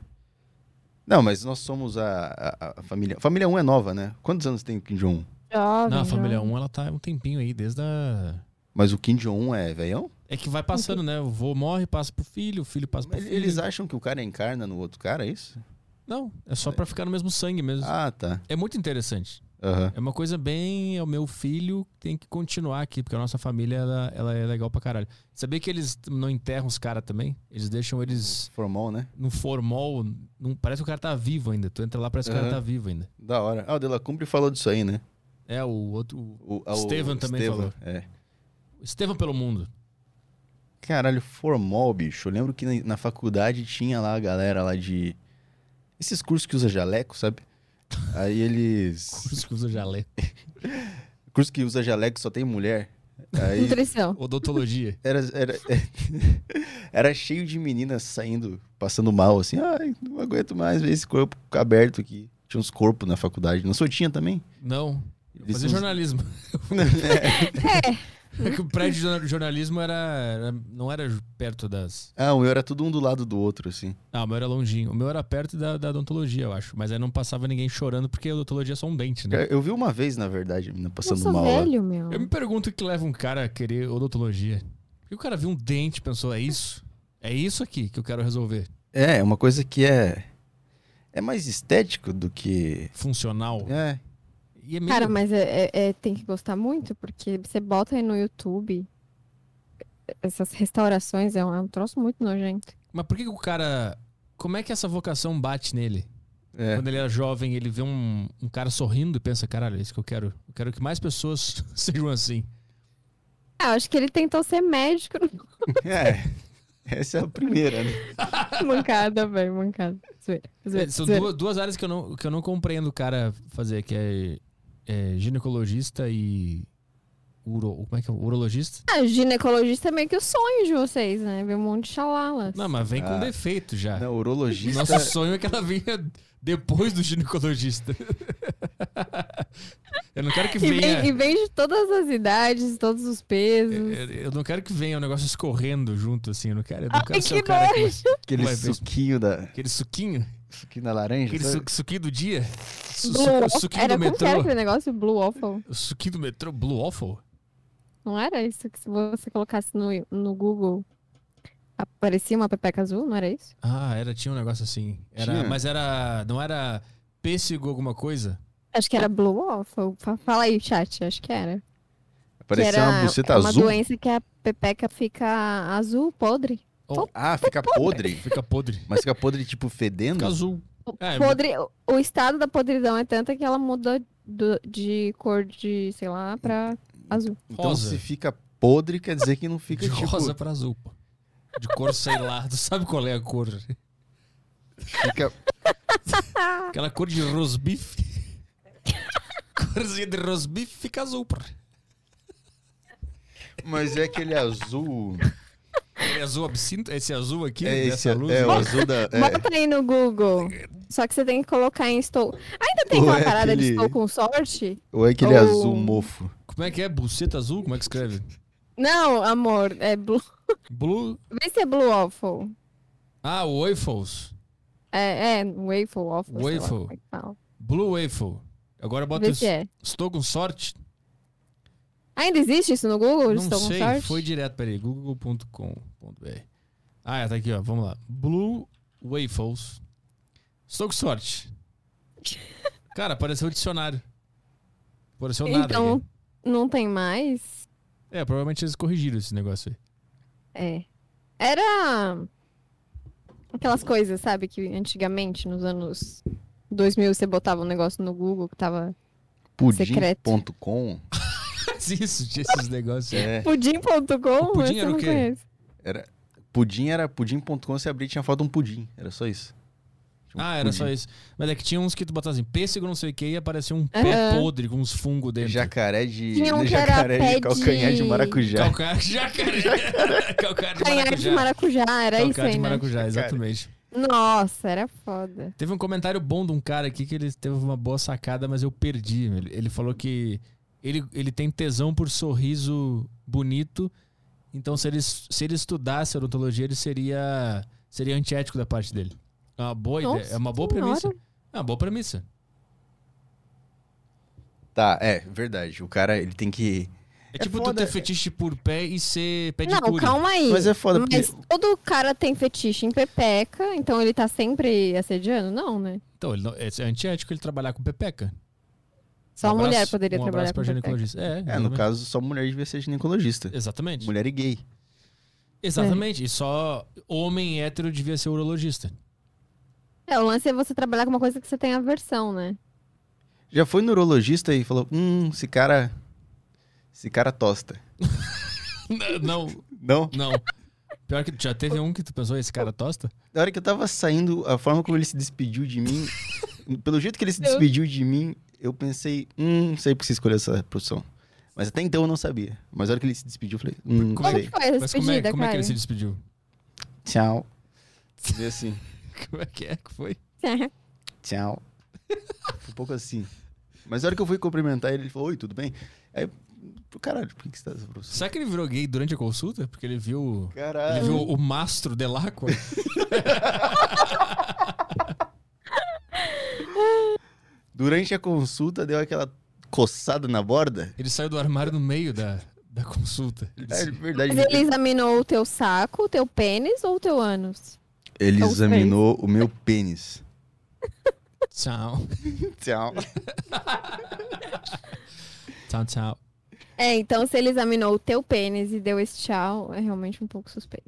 Speaker 2: Não, mas nós somos a, a- a família. Família 1 é nova, né? Quantos anos tem o Kim Jong-un?
Speaker 3: Jovem,
Speaker 1: Não, a família
Speaker 3: jovem.
Speaker 1: 1, ela tá um tempinho aí, desde a...
Speaker 2: Mas o Kim Jong-un é velhão?
Speaker 1: É que vai passando, né? O vô morre, passa pro filho, o filho passa pro
Speaker 2: Mas
Speaker 1: filho.
Speaker 2: Eles acham que o cara encarna no outro cara, é isso?
Speaker 1: Não, é só pra ficar no mesmo sangue mesmo.
Speaker 2: Ah, tá.
Speaker 1: É muito interessante.
Speaker 2: Aham.
Speaker 1: É uma coisa bem. É o meu filho tem que continuar aqui, porque a nossa família ela, ela é legal pra caralho. Sabia que eles não enterram os caras também? Eles deixam eles
Speaker 2: Formal, né?
Speaker 1: no formol. num- parece que o cara tá vivo ainda. Tu entra lá, parece que o
Speaker 2: Aham.
Speaker 1: cara tá vivo ainda.
Speaker 2: Da hora. Ah, o Dela Cumpre falou disso aí, né?
Speaker 1: É, o outro.
Speaker 2: O, ah, o
Speaker 1: Estevam também
Speaker 2: Estevam,
Speaker 1: falou.
Speaker 2: É.
Speaker 1: Estevam pelo mundo.
Speaker 2: Caralho, formol, bicho. Eu lembro que na, na faculdade tinha lá a galera lá de. Esses cursos que usa jaleco, sabe? Aí eles.
Speaker 1: Curso que usa jaleco.
Speaker 2: Curso que usa jaleco só tem mulher. Aí
Speaker 3: Nutrição.
Speaker 1: Odontologia.
Speaker 2: era, era, era cheio de meninas saindo, passando mal, assim. Ai, não aguento mais ver esse corpo aberto aqui. Tinha uns corpos na faculdade. Na sua tinha também?
Speaker 1: Não. Eu
Speaker 2: Eles
Speaker 1: fazia
Speaker 2: usam-
Speaker 1: jornalismo. é. que o prédio de jorna- jornalismo era, era- Não era perto das.
Speaker 2: Ah, o meu era tudo um do lado do outro, assim.
Speaker 1: Ah, o meu era longinho. O meu era perto da, da odontologia, eu acho. Mas aí não passava ninguém chorando, porque a odontologia é só um dente, né?
Speaker 2: Eu vi uma vez, na verdade, a menina
Speaker 3: Eu
Speaker 2: passando
Speaker 3: sou
Speaker 2: mal. lá.
Speaker 3: velho, meu.
Speaker 1: Eu me pergunto o que leva um cara a querer odontologia. Porque o cara viu um dente e pensou, é isso? É isso aqui que eu quero resolver.
Speaker 2: É, é uma coisa que é. É mais estético do que.
Speaker 1: Funcional.
Speaker 2: É,
Speaker 1: E é meio-
Speaker 3: Cara, mas é, é- é- tem que gostar muito, porque você bota aí no YouTube essas restaurações, é um, é um troço muito nojento.
Speaker 1: Mas por que, que o cara... Como é que essa vocação bate nele?
Speaker 2: é.
Speaker 1: Quando ele era jovem, ele vê um, um cara sorrindo e pensa, caralho, é isso que eu quero. Eu quero que mais pessoas sejam assim.
Speaker 3: Ah, eu acho que ele tentou ser médico.
Speaker 2: É. Essa é a primeira, né?
Speaker 3: mancada, velho, mancada. Zoeira, zoeira,
Speaker 1: É, São
Speaker 3: zoeira.
Speaker 1: duas, duas áreas que eu, não, que eu não compreendo o cara fazer, que é, é ginecologista e. Uro, como é que é? Urologista?
Speaker 3: Ah, ginecologista é meio que o sonho de vocês, né? Ver um monte de xalalas.
Speaker 1: Não, mas vem com
Speaker 2: Ah.
Speaker 1: defeito já.
Speaker 2: Não, urologista.
Speaker 1: Nosso sonho é que ela venha depois do ginecologista. eu não quero que
Speaker 3: E vem, e
Speaker 1: venha.
Speaker 3: vem de todas as idades, todos os pesos.
Speaker 1: Eu eu não quero que venha o negócio escorrendo junto, assim. Eu não quero, eu não
Speaker 3: Ai,
Speaker 1: quero ser
Speaker 3: que
Speaker 1: o cara que-
Speaker 2: Aquele
Speaker 1: Ué, vem-
Speaker 2: suquinho da.
Speaker 1: Aquele suquinho,
Speaker 2: Suquinho da laranja.
Speaker 1: aquele
Speaker 2: sabe?
Speaker 1: su- suquinho do dia. Su,
Speaker 3: Blue
Speaker 1: su-
Speaker 3: waffle.
Speaker 1: suquinho
Speaker 3: Era
Speaker 1: do
Speaker 3: como que era
Speaker 1: metrô.
Speaker 3: aquele negócio? Blue waffle.
Speaker 1: Suquinho do metrô, Blue Waffle?
Speaker 3: Não era isso que se você colocasse no, no Google aparecia uma pepeca azul, não era isso?
Speaker 1: Ah, era, tinha um negócio assim. Era,
Speaker 2: Tinha.
Speaker 1: Mas era. Não era pêssego alguma coisa?
Speaker 3: Acho que era Blue Waffle. Fa- Fala aí, chat, acho que era.
Speaker 2: Parecia
Speaker 3: que era
Speaker 2: uma buceta
Speaker 3: é uma
Speaker 2: azul.
Speaker 3: doença que a pepeca fica azul, podre.
Speaker 2: Ah, fica podre.
Speaker 1: Fica podre.
Speaker 2: Mas fica podre, tipo,
Speaker 1: Fica
Speaker 2: fedendo?
Speaker 1: azul. É,
Speaker 3: podre. o- O estado da podridão é tanto que ela muda do- de cor de, sei lá, pra azul.
Speaker 2: Então,
Speaker 1: Rosa.
Speaker 2: se fica podre, quer dizer que não fica
Speaker 1: de
Speaker 2: tipo.
Speaker 1: rosa pra azul. pô. De cor, sei lá. Tu sabe qual é a cor.
Speaker 2: Fica,
Speaker 1: Aquela cor de rosbife. Corzinha de rosbife fica azul, porra.
Speaker 2: mas é aquele azul.
Speaker 1: É azul absinto? Esse azul aqui,
Speaker 2: É esse,
Speaker 1: dessa luz?
Speaker 2: é o
Speaker 1: né?
Speaker 2: azul da. É,
Speaker 3: Bota aí no Google. Só que você tem que colocar em estou. Ainda tem
Speaker 2: Ou
Speaker 3: uma
Speaker 2: é
Speaker 3: parada de
Speaker 2: aquele-
Speaker 3: estou com sorte?
Speaker 2: ou é aquele
Speaker 3: Ou-
Speaker 2: azul mofo?
Speaker 1: Como é que é? Buceta azul? Como é que escreve?
Speaker 3: Não, amor. É blue.
Speaker 1: Blue...
Speaker 3: Vê se é blue waffle.
Speaker 1: Ah, waffles.
Speaker 3: É, é waffle, waffle. sei lá
Speaker 1: Waffle.
Speaker 3: como é que fala.
Speaker 1: Blue waffle. Agora bota...
Speaker 3: Vê
Speaker 1: es-
Speaker 3: se é.
Speaker 1: Estou com sorte?
Speaker 3: Ainda existe isso no Google?
Speaker 1: Não
Speaker 3: estou
Speaker 1: sei,
Speaker 3: com sorte?
Speaker 1: foi direto, peraí. google.com.br Ah, é, tá aqui, ó. Vamos lá. Blue Waffles. Estou com sorte. Cara, apareceu o dicionário. Apareceu nada
Speaker 3: Então,
Speaker 1: aqui.
Speaker 3: não tem mais?
Speaker 1: É, provavelmente eles corrigiram esse negócio aí.
Speaker 3: É. Era aquelas coisas, sabe, que antigamente, nos anos 2000, você botava um negócio no Google que tava Secreto.
Speaker 2: Pudim.com.
Speaker 1: Mas isso, tinha esses negócios aí.
Speaker 2: É.
Speaker 3: pudim.com?
Speaker 1: O pudim
Speaker 3: Essa
Speaker 1: era
Speaker 3: eu
Speaker 1: o
Speaker 3: não
Speaker 1: quê?
Speaker 3: conheço.
Speaker 2: Pudim era pudim.com, se abrir tinha foto de um pudim. Era só isso. Tinha um
Speaker 1: Ah, era
Speaker 2: pudim.
Speaker 1: só isso. Mas é que tinha uns que tu botava assim, pêssego não sei o que, e apareceu um pé
Speaker 3: Aham.
Speaker 1: podre com uns fungos dentro.
Speaker 2: Jacaré de.
Speaker 3: Tinha um que era
Speaker 2: jacaré
Speaker 3: pé
Speaker 2: de calcanhar de
Speaker 3: de-
Speaker 2: maracujá.
Speaker 1: Calcar, jacaré. Calcar de
Speaker 3: Canhar de
Speaker 1: maracujá.
Speaker 3: maracujá, era isso
Speaker 1: Calcar
Speaker 3: aí,
Speaker 1: de
Speaker 3: né?
Speaker 1: maracujá, exatamente.
Speaker 3: Nossa, era foda.
Speaker 1: Teve um comentário bom de um cara aqui que ele teve uma boa sacada, mas eu perdi. Ele, ele falou que ele, ele tem tesão por sorriso bonito, então se ele, se ele estudasse odontologia, ele seria, seria antiético da parte dele. É uma boa ideia, é uma boa
Speaker 3: Nossa
Speaker 1: premissa.
Speaker 3: Senhora.
Speaker 1: É uma boa premissa.
Speaker 2: Tá, é, verdade. O cara, ele tem que.
Speaker 1: É,
Speaker 2: É
Speaker 1: tipo tu
Speaker 2: foda,
Speaker 1: ter
Speaker 2: é.
Speaker 1: fetiche por pé e ser pedicure.
Speaker 3: Não, calma aí.
Speaker 2: Mas é foda, porque.
Speaker 3: Mas todo cara tem fetiche em pepeca, então ele tá sempre assediando? Não, né?
Speaker 1: Então, ele não- é é antiético ele trabalhar com pepeca.
Speaker 3: Só
Speaker 1: Um
Speaker 3: uma
Speaker 1: abraço-
Speaker 3: mulher poderia
Speaker 1: um
Speaker 3: trabalhar
Speaker 1: abraço
Speaker 3: com
Speaker 1: pra
Speaker 3: pepeca.
Speaker 1: ginecologista. É,
Speaker 2: É, no caso, só mulher devia ser ginecologista.
Speaker 1: Exatamente.
Speaker 2: Mulher e gay.
Speaker 1: Exatamente. E só homem hétero devia ser urologista.
Speaker 3: É, o lance é você trabalhar com uma coisa que você tem aversão, né?
Speaker 2: Já foi neurologista e falou: hum, esse cara. Esse cara tosta.
Speaker 1: não,
Speaker 2: Não?
Speaker 1: Não. Pior que já teve um que tu pensou, esse cara tosta?
Speaker 2: Na hora que eu tava saindo, a forma como ele se despediu de mim. pelo jeito que ele se
Speaker 3: Eu-
Speaker 2: despediu de mim, eu pensei: hum, sei porque você escolheu essa profissão. Mas até então eu não sabia. Mas na hora que ele se despediu, eu falei:
Speaker 1: Como
Speaker 2: hum,
Speaker 1: é
Speaker 3: Como
Speaker 2: sei.
Speaker 3: que foi essa
Speaker 1: Mas como é,
Speaker 3: despedida,
Speaker 1: como é que
Speaker 3: cara?
Speaker 1: ele se despediu?
Speaker 2: Tchau. E assim:
Speaker 1: Como é que é que foi?
Speaker 2: tchau. Foi um pouco assim. Mas na hora que eu fui cumprimentar ele, ele falou: oi, tudo bem? Aí, pro caralho, por que que você tá nessa profissão?
Speaker 1: Será que ele virou gay durante a consulta? Porque ele viu.
Speaker 3: Ah.
Speaker 1: Ele
Speaker 2: Caralho.
Speaker 1: viu o mastro Delacqua?
Speaker 2: Durante a consulta, deu aquela coçada na borda.
Speaker 1: Ele saiu do armário no meio da, da consulta. Ele
Speaker 2: É
Speaker 1: disse,
Speaker 2: verdade.
Speaker 3: Mas ele examinou o teu saco, o teu pênis ou o teu ânus?
Speaker 2: Ele
Speaker 3: Então,
Speaker 2: examinou o meu pênis.
Speaker 1: Tchau.
Speaker 2: Tchau.
Speaker 1: Tchau, tchau.
Speaker 3: É, então se ele examinou o teu pênis e deu esse tchau, é realmente um pouco suspeito.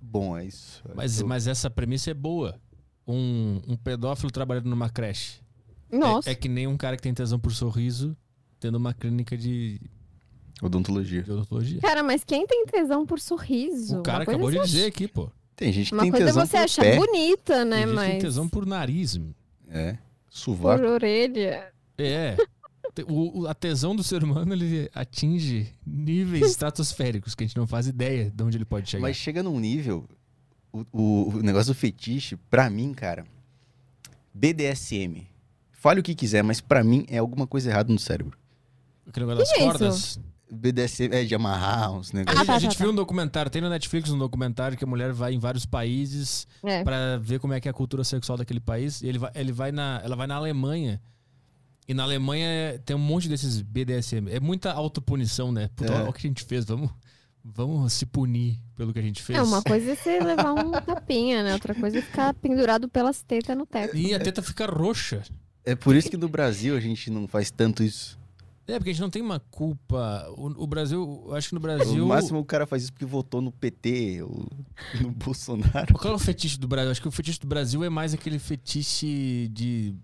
Speaker 2: Bom, é isso.
Speaker 1: Mas,
Speaker 2: Eu-
Speaker 1: mas essa premissa é boa. Um, um pedófilo trabalhando numa creche. É-
Speaker 3: Nossa,
Speaker 1: É, que nem um cara que tem tesão por sorriso tendo uma clínica de,
Speaker 2: Odontologia.
Speaker 1: de odontologia.
Speaker 3: cara, mas quem tem tesão por sorriso?
Speaker 1: O cara
Speaker 3: Uma coisa
Speaker 1: acabou de
Speaker 3: é você
Speaker 1: dizer
Speaker 3: ach-
Speaker 1: aqui, pô.
Speaker 2: Tem gente que
Speaker 3: Uma
Speaker 2: tem
Speaker 3: coisa é
Speaker 2: tesão
Speaker 3: você
Speaker 2: por
Speaker 3: achar
Speaker 2: pé.
Speaker 3: bonita, né?
Speaker 1: Tem gente que tem
Speaker 3: Mas
Speaker 1: tesão por nariz, meu.
Speaker 2: É.
Speaker 3: por
Speaker 2: Sovaco.
Speaker 3: orelha.
Speaker 1: É. Te- O, o- a tesão do ser humano ele atinge níveis estratosféricos que a gente não faz ideia de onde ele pode chegar.
Speaker 2: Mas chega num nível... O, o- o negócio do fetiche, pra mim, cara... BDSM. Fale o que quiser, mas pra mim é alguma coisa errada no cérebro.
Speaker 1: Aquele negócio das
Speaker 3: que é isso?
Speaker 1: cordas.
Speaker 2: BDSM é de amarrar uns
Speaker 3: Ah,
Speaker 1: A
Speaker 2: negócios.
Speaker 1: gente-
Speaker 3: tá,
Speaker 1: a
Speaker 3: tá,
Speaker 1: gente
Speaker 3: tá.
Speaker 1: viu um documentário, tem no Netflix um documentário que a mulher vai em vários países
Speaker 3: É.
Speaker 1: pra ver como é que é a cultura sexual daquele país. E ele vai, ele vai na, ela vai na Alemanha. E na Alemanha é- tem um monte desses BDSM. É muita autopunição, né? Puta,
Speaker 2: É.
Speaker 1: olha o que a gente fez. Vamos, vamos se punir pelo que a gente fez.
Speaker 3: É, uma coisa é você levar um tapinha, né? Outra coisa é ficar pendurado pelas tetas no teto.
Speaker 1: E a teta fica roxa.
Speaker 2: É por isso que no Brasil a gente não faz tanto isso.
Speaker 1: É, porque a gente não tem uma culpa. O, o Brasil, eu acho que no
Speaker 2: No
Speaker 1: Brasil.
Speaker 2: máximo É, o cara faz isso é porque votou no PT ou no Bolsonaro.
Speaker 1: Qual é o fetiche do Brasil? Acho que o fetiche do Brasil é mais aquele fetiche de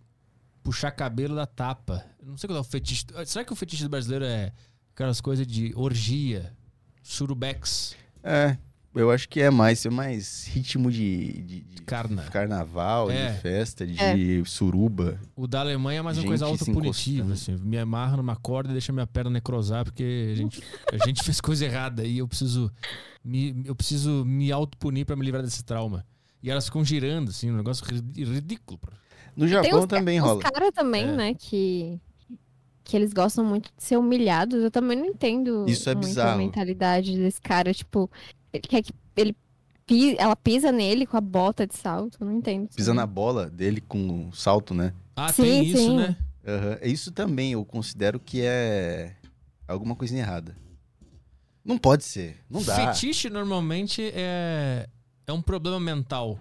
Speaker 1: puxar cabelo da tapa. Eu Não sei qual é o fetiche. Será que o fetiche do brasileiro é aquelas coisas de orgia, surubex?
Speaker 2: É. eu acho que é mais, é mais ritmo de, de- de
Speaker 1: Carna.
Speaker 2: carnaval,
Speaker 1: É.
Speaker 2: de festa, de
Speaker 3: É.
Speaker 2: suruba.
Speaker 1: O da Alemanha é mais uma
Speaker 2: Gente
Speaker 1: coisa
Speaker 2: se né?
Speaker 1: autopunitiva, assim.
Speaker 2: encostando.
Speaker 1: Me amarra numa corda e deixa minha perna necrosar, porque a gente, a gente fez coisa errada e eu preciso me, eu preciso me autopunir pra me livrar desse trauma. E elas ficam girando, assim, um negócio ri- ridículo.
Speaker 2: No
Speaker 3: Tem
Speaker 2: Japão
Speaker 3: uns,
Speaker 2: também
Speaker 3: uns
Speaker 2: rola.
Speaker 3: caras também,
Speaker 1: É.
Speaker 3: né, que, que eles gostam muito de ser humilhados. Eu também não entendo
Speaker 2: Isso é
Speaker 3: muito a
Speaker 2: bizarro.
Speaker 3: mentalidade desse cara. Tipo, ele quer que ele pi- ela pisa nele com a bota de salto. Eu Não entendo. isso.
Speaker 2: Pisa na bola dele com um salto, né?
Speaker 1: Ah,
Speaker 3: Sim,
Speaker 1: tem isso,
Speaker 3: sim.
Speaker 1: né?
Speaker 2: Aham. Isso também eu considero que é alguma coisinha errada. Não pode ser. Não dá.
Speaker 1: Fetiche normalmente é, é um problema mental.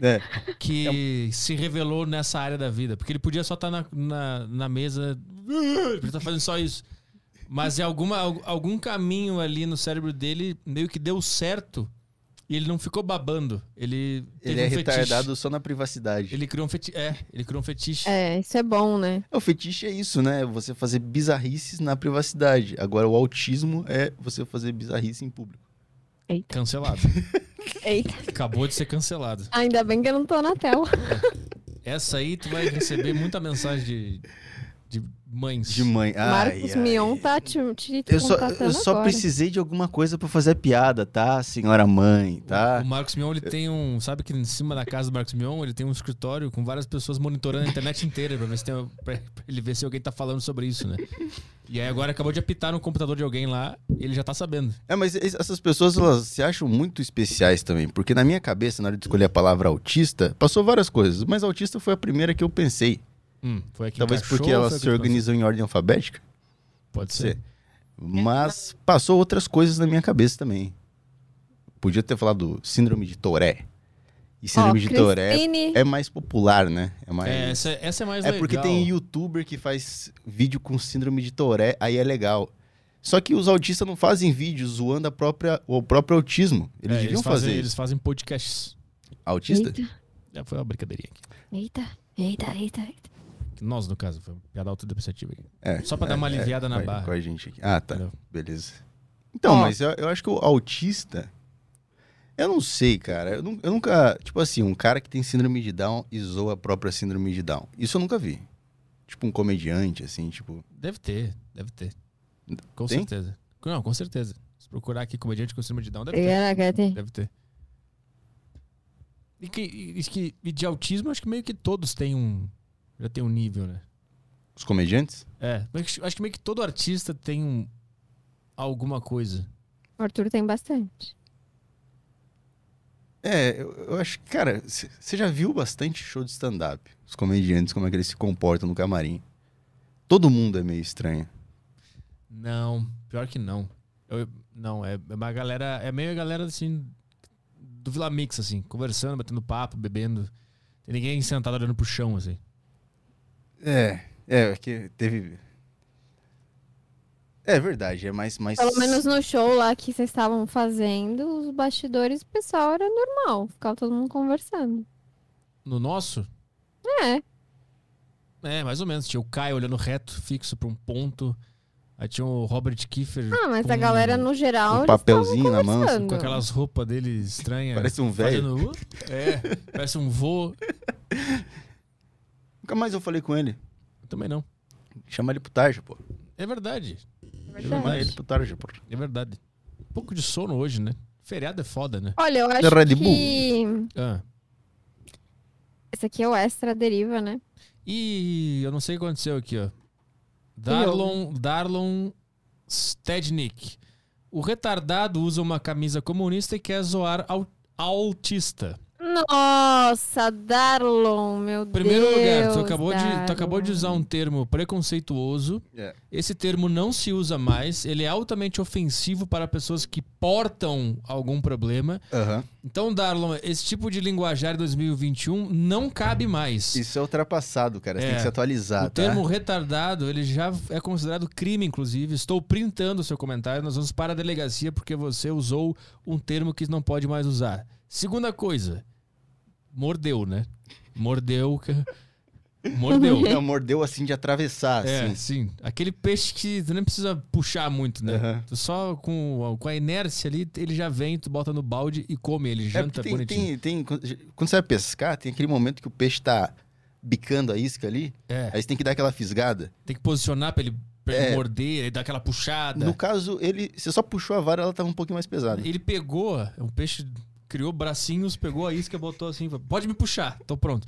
Speaker 2: É. um
Speaker 1: Que se revelou nessa área da vida. Porque ele podia só estar na, na, na mesa. Ele tá fazendo só isso. Mas é alguma, al- algum caminho ali no cérebro dele meio que deu certo. E ele não ficou babando. Ele teve
Speaker 2: Ele é
Speaker 1: um fetiche.
Speaker 2: retardado só na privacidade.
Speaker 1: Ele criou um fetiche. É, ele criou um fetiche.
Speaker 3: É, isso é bom, né?
Speaker 2: O fetiche é isso, né? Você fazer bizarrices na privacidade. Agora, o autismo é você fazer bizarrice em público.
Speaker 1: Cancelado.
Speaker 3: Eita.
Speaker 1: Acabou de ser cancelado.
Speaker 3: Ainda bem que eu não tô na tela.
Speaker 1: Essa aí tu vai receber muita mensagem de, de mães.
Speaker 2: De mãe. Ai,
Speaker 3: Marcos
Speaker 2: ai.
Speaker 3: Mion tá te, te
Speaker 2: Eu só, eu
Speaker 3: contatando
Speaker 2: só
Speaker 3: agora.
Speaker 2: precisei de alguma coisa pra fazer a piada, tá, senhora mãe,
Speaker 1: O
Speaker 2: tá?
Speaker 1: Marcos Mion, ele tem um. Sabe que em cima da casa do Marcos Mion, ele tem um escritório com várias pessoas monitorando a internet inteira pra, ver se tem, pra ele ver se alguém tá falando sobre isso, né? E aí agora acabou de apitar no computador de alguém lá, e ele já tá sabendo.
Speaker 2: É, mas es- essas pessoas, elas se acham muito especiais também, porque na minha cabeça, na hora de escolher a palavra autista, passou várias coisas, mas autista foi a primeira que eu pensei.
Speaker 1: Hum, foi aqui
Speaker 2: Talvez porque elas se organizam em ordem alfabética,
Speaker 1: Pode
Speaker 2: Sim.
Speaker 1: ser. É,
Speaker 2: mas passou outras coisas na minha cabeça também. Podia ter falado síndrome de Tourette. E
Speaker 3: Ó,
Speaker 2: síndrome de Tourette
Speaker 3: Cristine,
Speaker 2: é mais popular, né? É mais...
Speaker 1: É, essa, essa é mais
Speaker 2: É
Speaker 1: legal.
Speaker 2: porque tem youtuber que faz vídeo com síndrome de Tourette, aí é legal. Só que os autistas não fazem vídeo zoando a própria, o próprio autismo. Eles
Speaker 1: É,
Speaker 2: deviam
Speaker 1: fazem,
Speaker 2: fazer
Speaker 1: Eles
Speaker 2: isso.
Speaker 1: fazem podcasts.
Speaker 2: Autista?
Speaker 1: É, foi uma brincadeirinha aqui.
Speaker 3: Eita, eita, eita, eita.
Speaker 1: Que Nós, no caso, foi uma piada autodepreciativa aqui.
Speaker 2: É,
Speaker 1: Só pra dar uma aliviada na
Speaker 2: com a-
Speaker 1: barra.
Speaker 2: com a gente aqui. Ah, tá.
Speaker 1: Entendeu?
Speaker 2: Beleza. Então,
Speaker 3: Ó.
Speaker 2: mas eu, eu acho que o autista. Eu não sei, cara. Eu, nu- eu nunca. Tipo assim, um cara que tem síndrome de Down e zoa a própria síndrome de Down. Isso eu nunca vi. Tipo um comediante, assim, tipo.
Speaker 1: Deve ter, deve ter. Com
Speaker 2: Tem?
Speaker 1: certeza. Não, com certeza. Se procurar aqui comediante com cima de down,
Speaker 3: É,
Speaker 1: deve ter.
Speaker 3: Caraca, tem-
Speaker 1: Deve ter. E, que, e, que- e de autismo, acho que meio que todos têm um. Já tem um nível, né?
Speaker 2: Os comediantes?
Speaker 1: É. mas Acho acho que meio que todo artista tem um. Alguma coisa.
Speaker 3: O Arthur tem bastante.
Speaker 2: É, eu, eu acho que, cara, c- você já viu bastante show de stand-up. Os comediantes, como é que eles se comportam no camarim. Todo mundo é meio estranho.
Speaker 1: Não, pior que não. Eu- não, é é uma galera. É meio a galera assim. Do Vila Mix, assim. Conversando, batendo papo, bebendo. Tem ninguém sentado olhando pro chão, assim.
Speaker 2: É, é, é que teve. É verdade, é mais. mais...
Speaker 3: Pelo menos no show lá que vocês estavam fazendo, os bastidores, o pessoal era normal. Ficava todo mundo conversando.
Speaker 1: No nosso,
Speaker 3: É,
Speaker 1: é mais ou menos. Tinha o Caio olhando reto, fixo pra um ponto. Aí tinha o Robert Kiefer.
Speaker 3: ah, mas a
Speaker 1: com-
Speaker 3: galera no geral.
Speaker 2: Um
Speaker 3: eles
Speaker 2: papelzinho na mão. assim.
Speaker 3: conversando.
Speaker 1: Com aquelas roupas dele estranhas.
Speaker 2: Parece um velho.
Speaker 1: Fazendo, "Uh", é, parece um vô.
Speaker 2: Nunca mais eu falei com ele.
Speaker 1: Eu também não.
Speaker 2: Chama ele pro Tarja, pô.
Speaker 1: É verdade.
Speaker 2: Chama ele pro Tarja, pô.
Speaker 1: É verdade. Um pouco de sono hoje, né? Feriado é foda, né?
Speaker 3: Olha, eu
Speaker 2: Da Red
Speaker 3: acho
Speaker 2: Bull.
Speaker 3: que.
Speaker 1: Ah.
Speaker 3: Esse aqui é o extra deriva, né?
Speaker 1: E eu não sei o que aconteceu aqui, ó. Darlon, Darlon Stednick. O retardado usa uma camisa comunista e quer zoar au- autista.
Speaker 3: Nossa, Darlon, meu
Speaker 1: Primeiro
Speaker 3: Deus.
Speaker 1: lugar, tu acabou, de, tu
Speaker 3: Darlon.
Speaker 1: acabou de usar um termo preconceituoso.
Speaker 2: É.
Speaker 1: Esse termo não se usa mais. Ele é altamente ofensivo para pessoas que portam algum problema.
Speaker 2: Aham.
Speaker 1: Então, Darlon, esse tipo de linguajar em 2021 não cabe mais.
Speaker 2: Isso é ultrapassado, cara. Você
Speaker 1: É.
Speaker 2: tem que se
Speaker 1: o
Speaker 2: atualizar, tá?
Speaker 1: termo retardado, ele já é considerado crime, inclusive. Estou printando o seu comentário. Nós vamos para a delegacia porque você usou um termo que não pode mais usar. Segunda coisa, mordeu, né? Mordeu. Mordeu.
Speaker 2: Ela mordeu assim de atravessar,
Speaker 1: É,
Speaker 2: assim.
Speaker 1: sim. Aquele peixe que tu nem precisa puxar muito, né?
Speaker 2: Aham.
Speaker 1: Tu só com, com a inércia ali, ele já vem, tu bota no balde e come, ele
Speaker 2: É,
Speaker 1: janta
Speaker 2: porque tem,
Speaker 1: bonitinho.
Speaker 2: tem, tem- Quando você vai pescar, tem aquele momento que o peixe tá bicando a isca ali,
Speaker 1: É,
Speaker 2: aí você tem que dar aquela fisgada.
Speaker 1: tem que posicionar pra ele, pra ele
Speaker 2: É.
Speaker 1: morder, ele dá aquela puxada.
Speaker 2: No caso, ele. Você só puxou a vara, ela tava um pouquinho mais pesada.
Speaker 1: Ele pegou, um peixe criou bracinhos, pegou a isca, botou assim, falou, pode me puxar, tô pronto.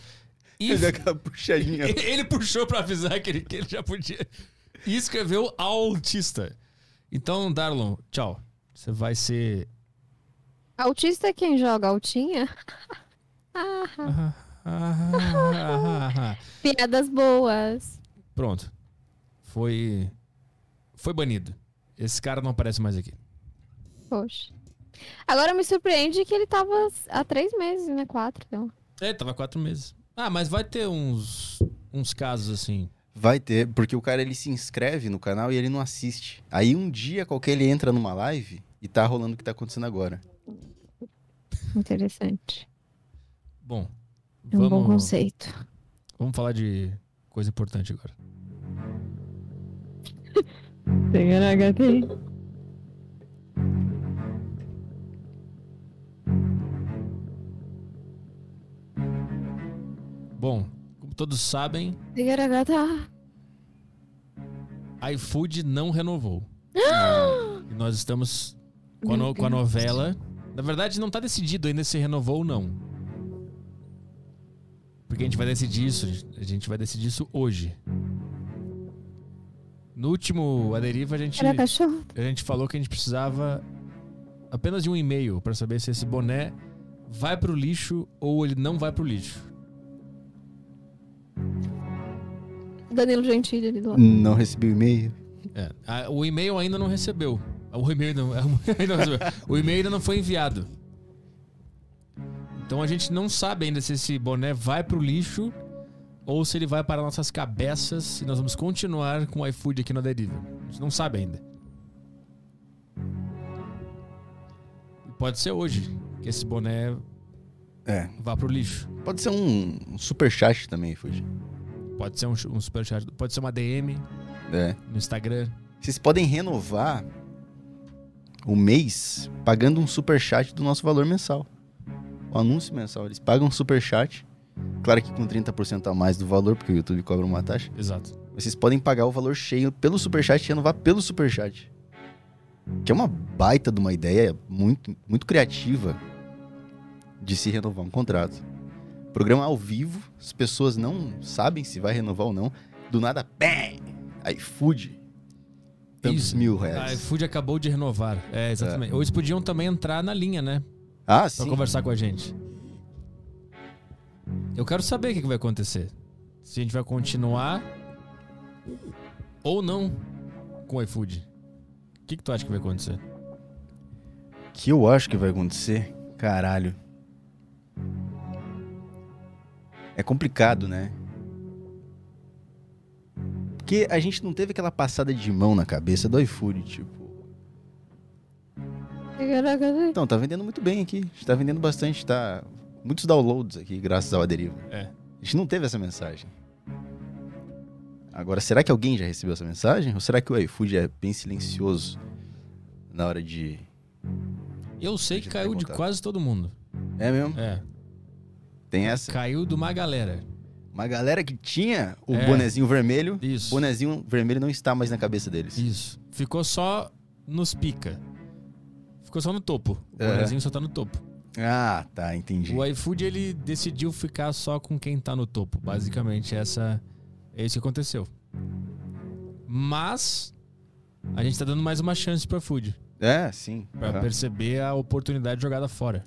Speaker 1: E
Speaker 2: Ele é deu aquela puxadinha.
Speaker 1: ele, ele puxou pra avisar que ele, que ele já podia. E escreveu autista. Então, Darlon, tchau. Você vai ser
Speaker 3: Autista é quem joga altinha?
Speaker 1: Ah, ah, ah, ah, ah.
Speaker 3: Piadas boas.
Speaker 1: Pronto. Foi. Foi banido. Esse cara não aparece mais aqui.
Speaker 3: Poxa. Agora me surpreende que ele tava há três meses, né? Quatro, então.
Speaker 1: É, tava quatro meses. Ah, mas vai ter uns. Uns casos assim.
Speaker 2: Vai ter, porque o cara ele se inscreve no canal e ele não assiste. Aí um dia qualquer ele entra numa live e tá rolando o que tá acontecendo agora.
Speaker 3: Interessante.
Speaker 1: Bom.
Speaker 3: É um bom
Speaker 1: Vamos,
Speaker 3: conceito.
Speaker 1: vamos falar de coisa importante agora. Bom, como todos sabem,
Speaker 3: Tigaragata.
Speaker 1: iFood não renovou. E nós estamos com a, no-
Speaker 3: Meu
Speaker 1: com a
Speaker 3: Deus.
Speaker 1: novela. Na verdade, não tá decidido ainda se renovou ou não. Porque a gente vai decidir isso. A gente vai decidir isso hoje. No último A Deriva, a gente,
Speaker 3: Era cachorro?
Speaker 1: a gente falou que a gente precisava apenas de um e-mail pra saber se esse boné vai pro lixo ou ele não vai pro lixo.
Speaker 3: Danilo Gentili ali do lado.
Speaker 2: Não recebi o e-mail.
Speaker 1: É, a- o e-mail ainda não recebeu. Ah, O e-mail não, ainda não recebeu. O e-mail ainda não foi enviado. Então a gente não sabe ainda se esse boné vai pro lixo ou se ele vai para nossas cabeças e nós vamos continuar com o iFood aqui na deriva. A gente não sabe ainda. E Pode ser hoje que esse boné
Speaker 2: É.
Speaker 1: vá pro lixo.
Speaker 2: Pode ser um, um super chat também, Fuji.
Speaker 1: Pode ser um, um superchat, pode ser uma DM
Speaker 2: É.
Speaker 1: no Instagram.
Speaker 2: Vocês podem renovar o mês pagando um super chat do nosso valor mensal. O anúncio mensal, eles pagam um super chat. Claro que com 30% a mais do valor, porque o YouTube cobra uma taxa.
Speaker 1: Exato.
Speaker 2: Mas Vocês podem pagar o valor cheio pelo superchat e renovar pelo superchat. Que é uma baita de uma ideia muito, muito criativa de se renovar um contrato. Programa ao vivo, as pessoas não sabem se vai renovar ou não. Do nada, bang! iFood. Tantos
Speaker 1: Isso.
Speaker 2: mil
Speaker 1: A
Speaker 2: reais.
Speaker 1: iFood acabou de renovar. É, exatamente. Ou eles podiam também entrar na linha, né?
Speaker 2: Ah,
Speaker 1: Pra
Speaker 2: sim.
Speaker 1: conversar com a gente. Eu quero saber o que que vai acontecer. Se a gente vai continuar ou não com o iFood. O que, que tu acha que vai acontecer?
Speaker 2: que eu acho que vai acontecer, caralho. É complicado, né? Porque a gente não teve aquela passada de mão na cabeça do iFood, tipo.
Speaker 3: Tigaragata.
Speaker 2: Então, tá vendendo muito bem aqui. A gente tá vendendo bastante, tá. Muitos downloads aqui, graças ao Aderiva.
Speaker 1: É.
Speaker 2: A gente não teve essa mensagem. Agora, será que alguém já recebeu essa mensagem? Ou será que o iFood é bem silencioso na hora de.
Speaker 1: Eu sei
Speaker 2: A
Speaker 1: que
Speaker 2: gente
Speaker 1: caiu
Speaker 2: vai
Speaker 1: de
Speaker 2: voltar.
Speaker 1: quase todo mundo.
Speaker 2: É mesmo?
Speaker 1: É.
Speaker 2: Tem essa?
Speaker 1: Caiu de uma galera.
Speaker 2: Uma galera que tinha o
Speaker 1: É.
Speaker 2: bonezinho vermelho, o
Speaker 1: Isso.
Speaker 2: bonezinho vermelho não está mais na cabeça deles.
Speaker 1: Isso. Ficou só nos pica. Ficou só no topo. O
Speaker 2: É.
Speaker 1: bonezinho só tá no topo.
Speaker 2: Ah, tá, entendi.
Speaker 1: O iFood ele decidiu ficar só com quem tá no topo, basicamente essa é isso que aconteceu. Mas a gente tá dando mais uma chance pro iFood
Speaker 2: É, sim.
Speaker 1: pra
Speaker 2: Aham.
Speaker 1: perceber a oportunidade jogada fora.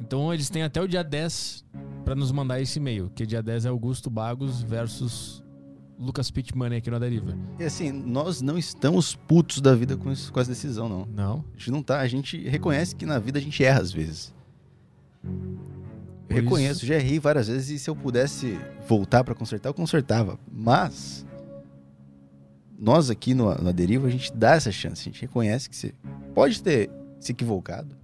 Speaker 1: Então eles têm até o dia 10 pra nos mandar esse e-mail, que dia 10 é Augusto Bagos versus Lucas Pitman aqui na Deriva.
Speaker 2: E assim, nós não estamos putos da vida com, isso, com essa decisão, não.
Speaker 1: Não.
Speaker 2: A gente não tá, a gente reconhece que na vida a gente erra às vezes.
Speaker 1: Por
Speaker 2: Eu reconheço, já errei várias vezes e se eu pudesse voltar pra consertar, eu consertava. Mas nós aqui no, na Deriva, a gente dá essa chance, a gente reconhece que você pode ter se equivocado,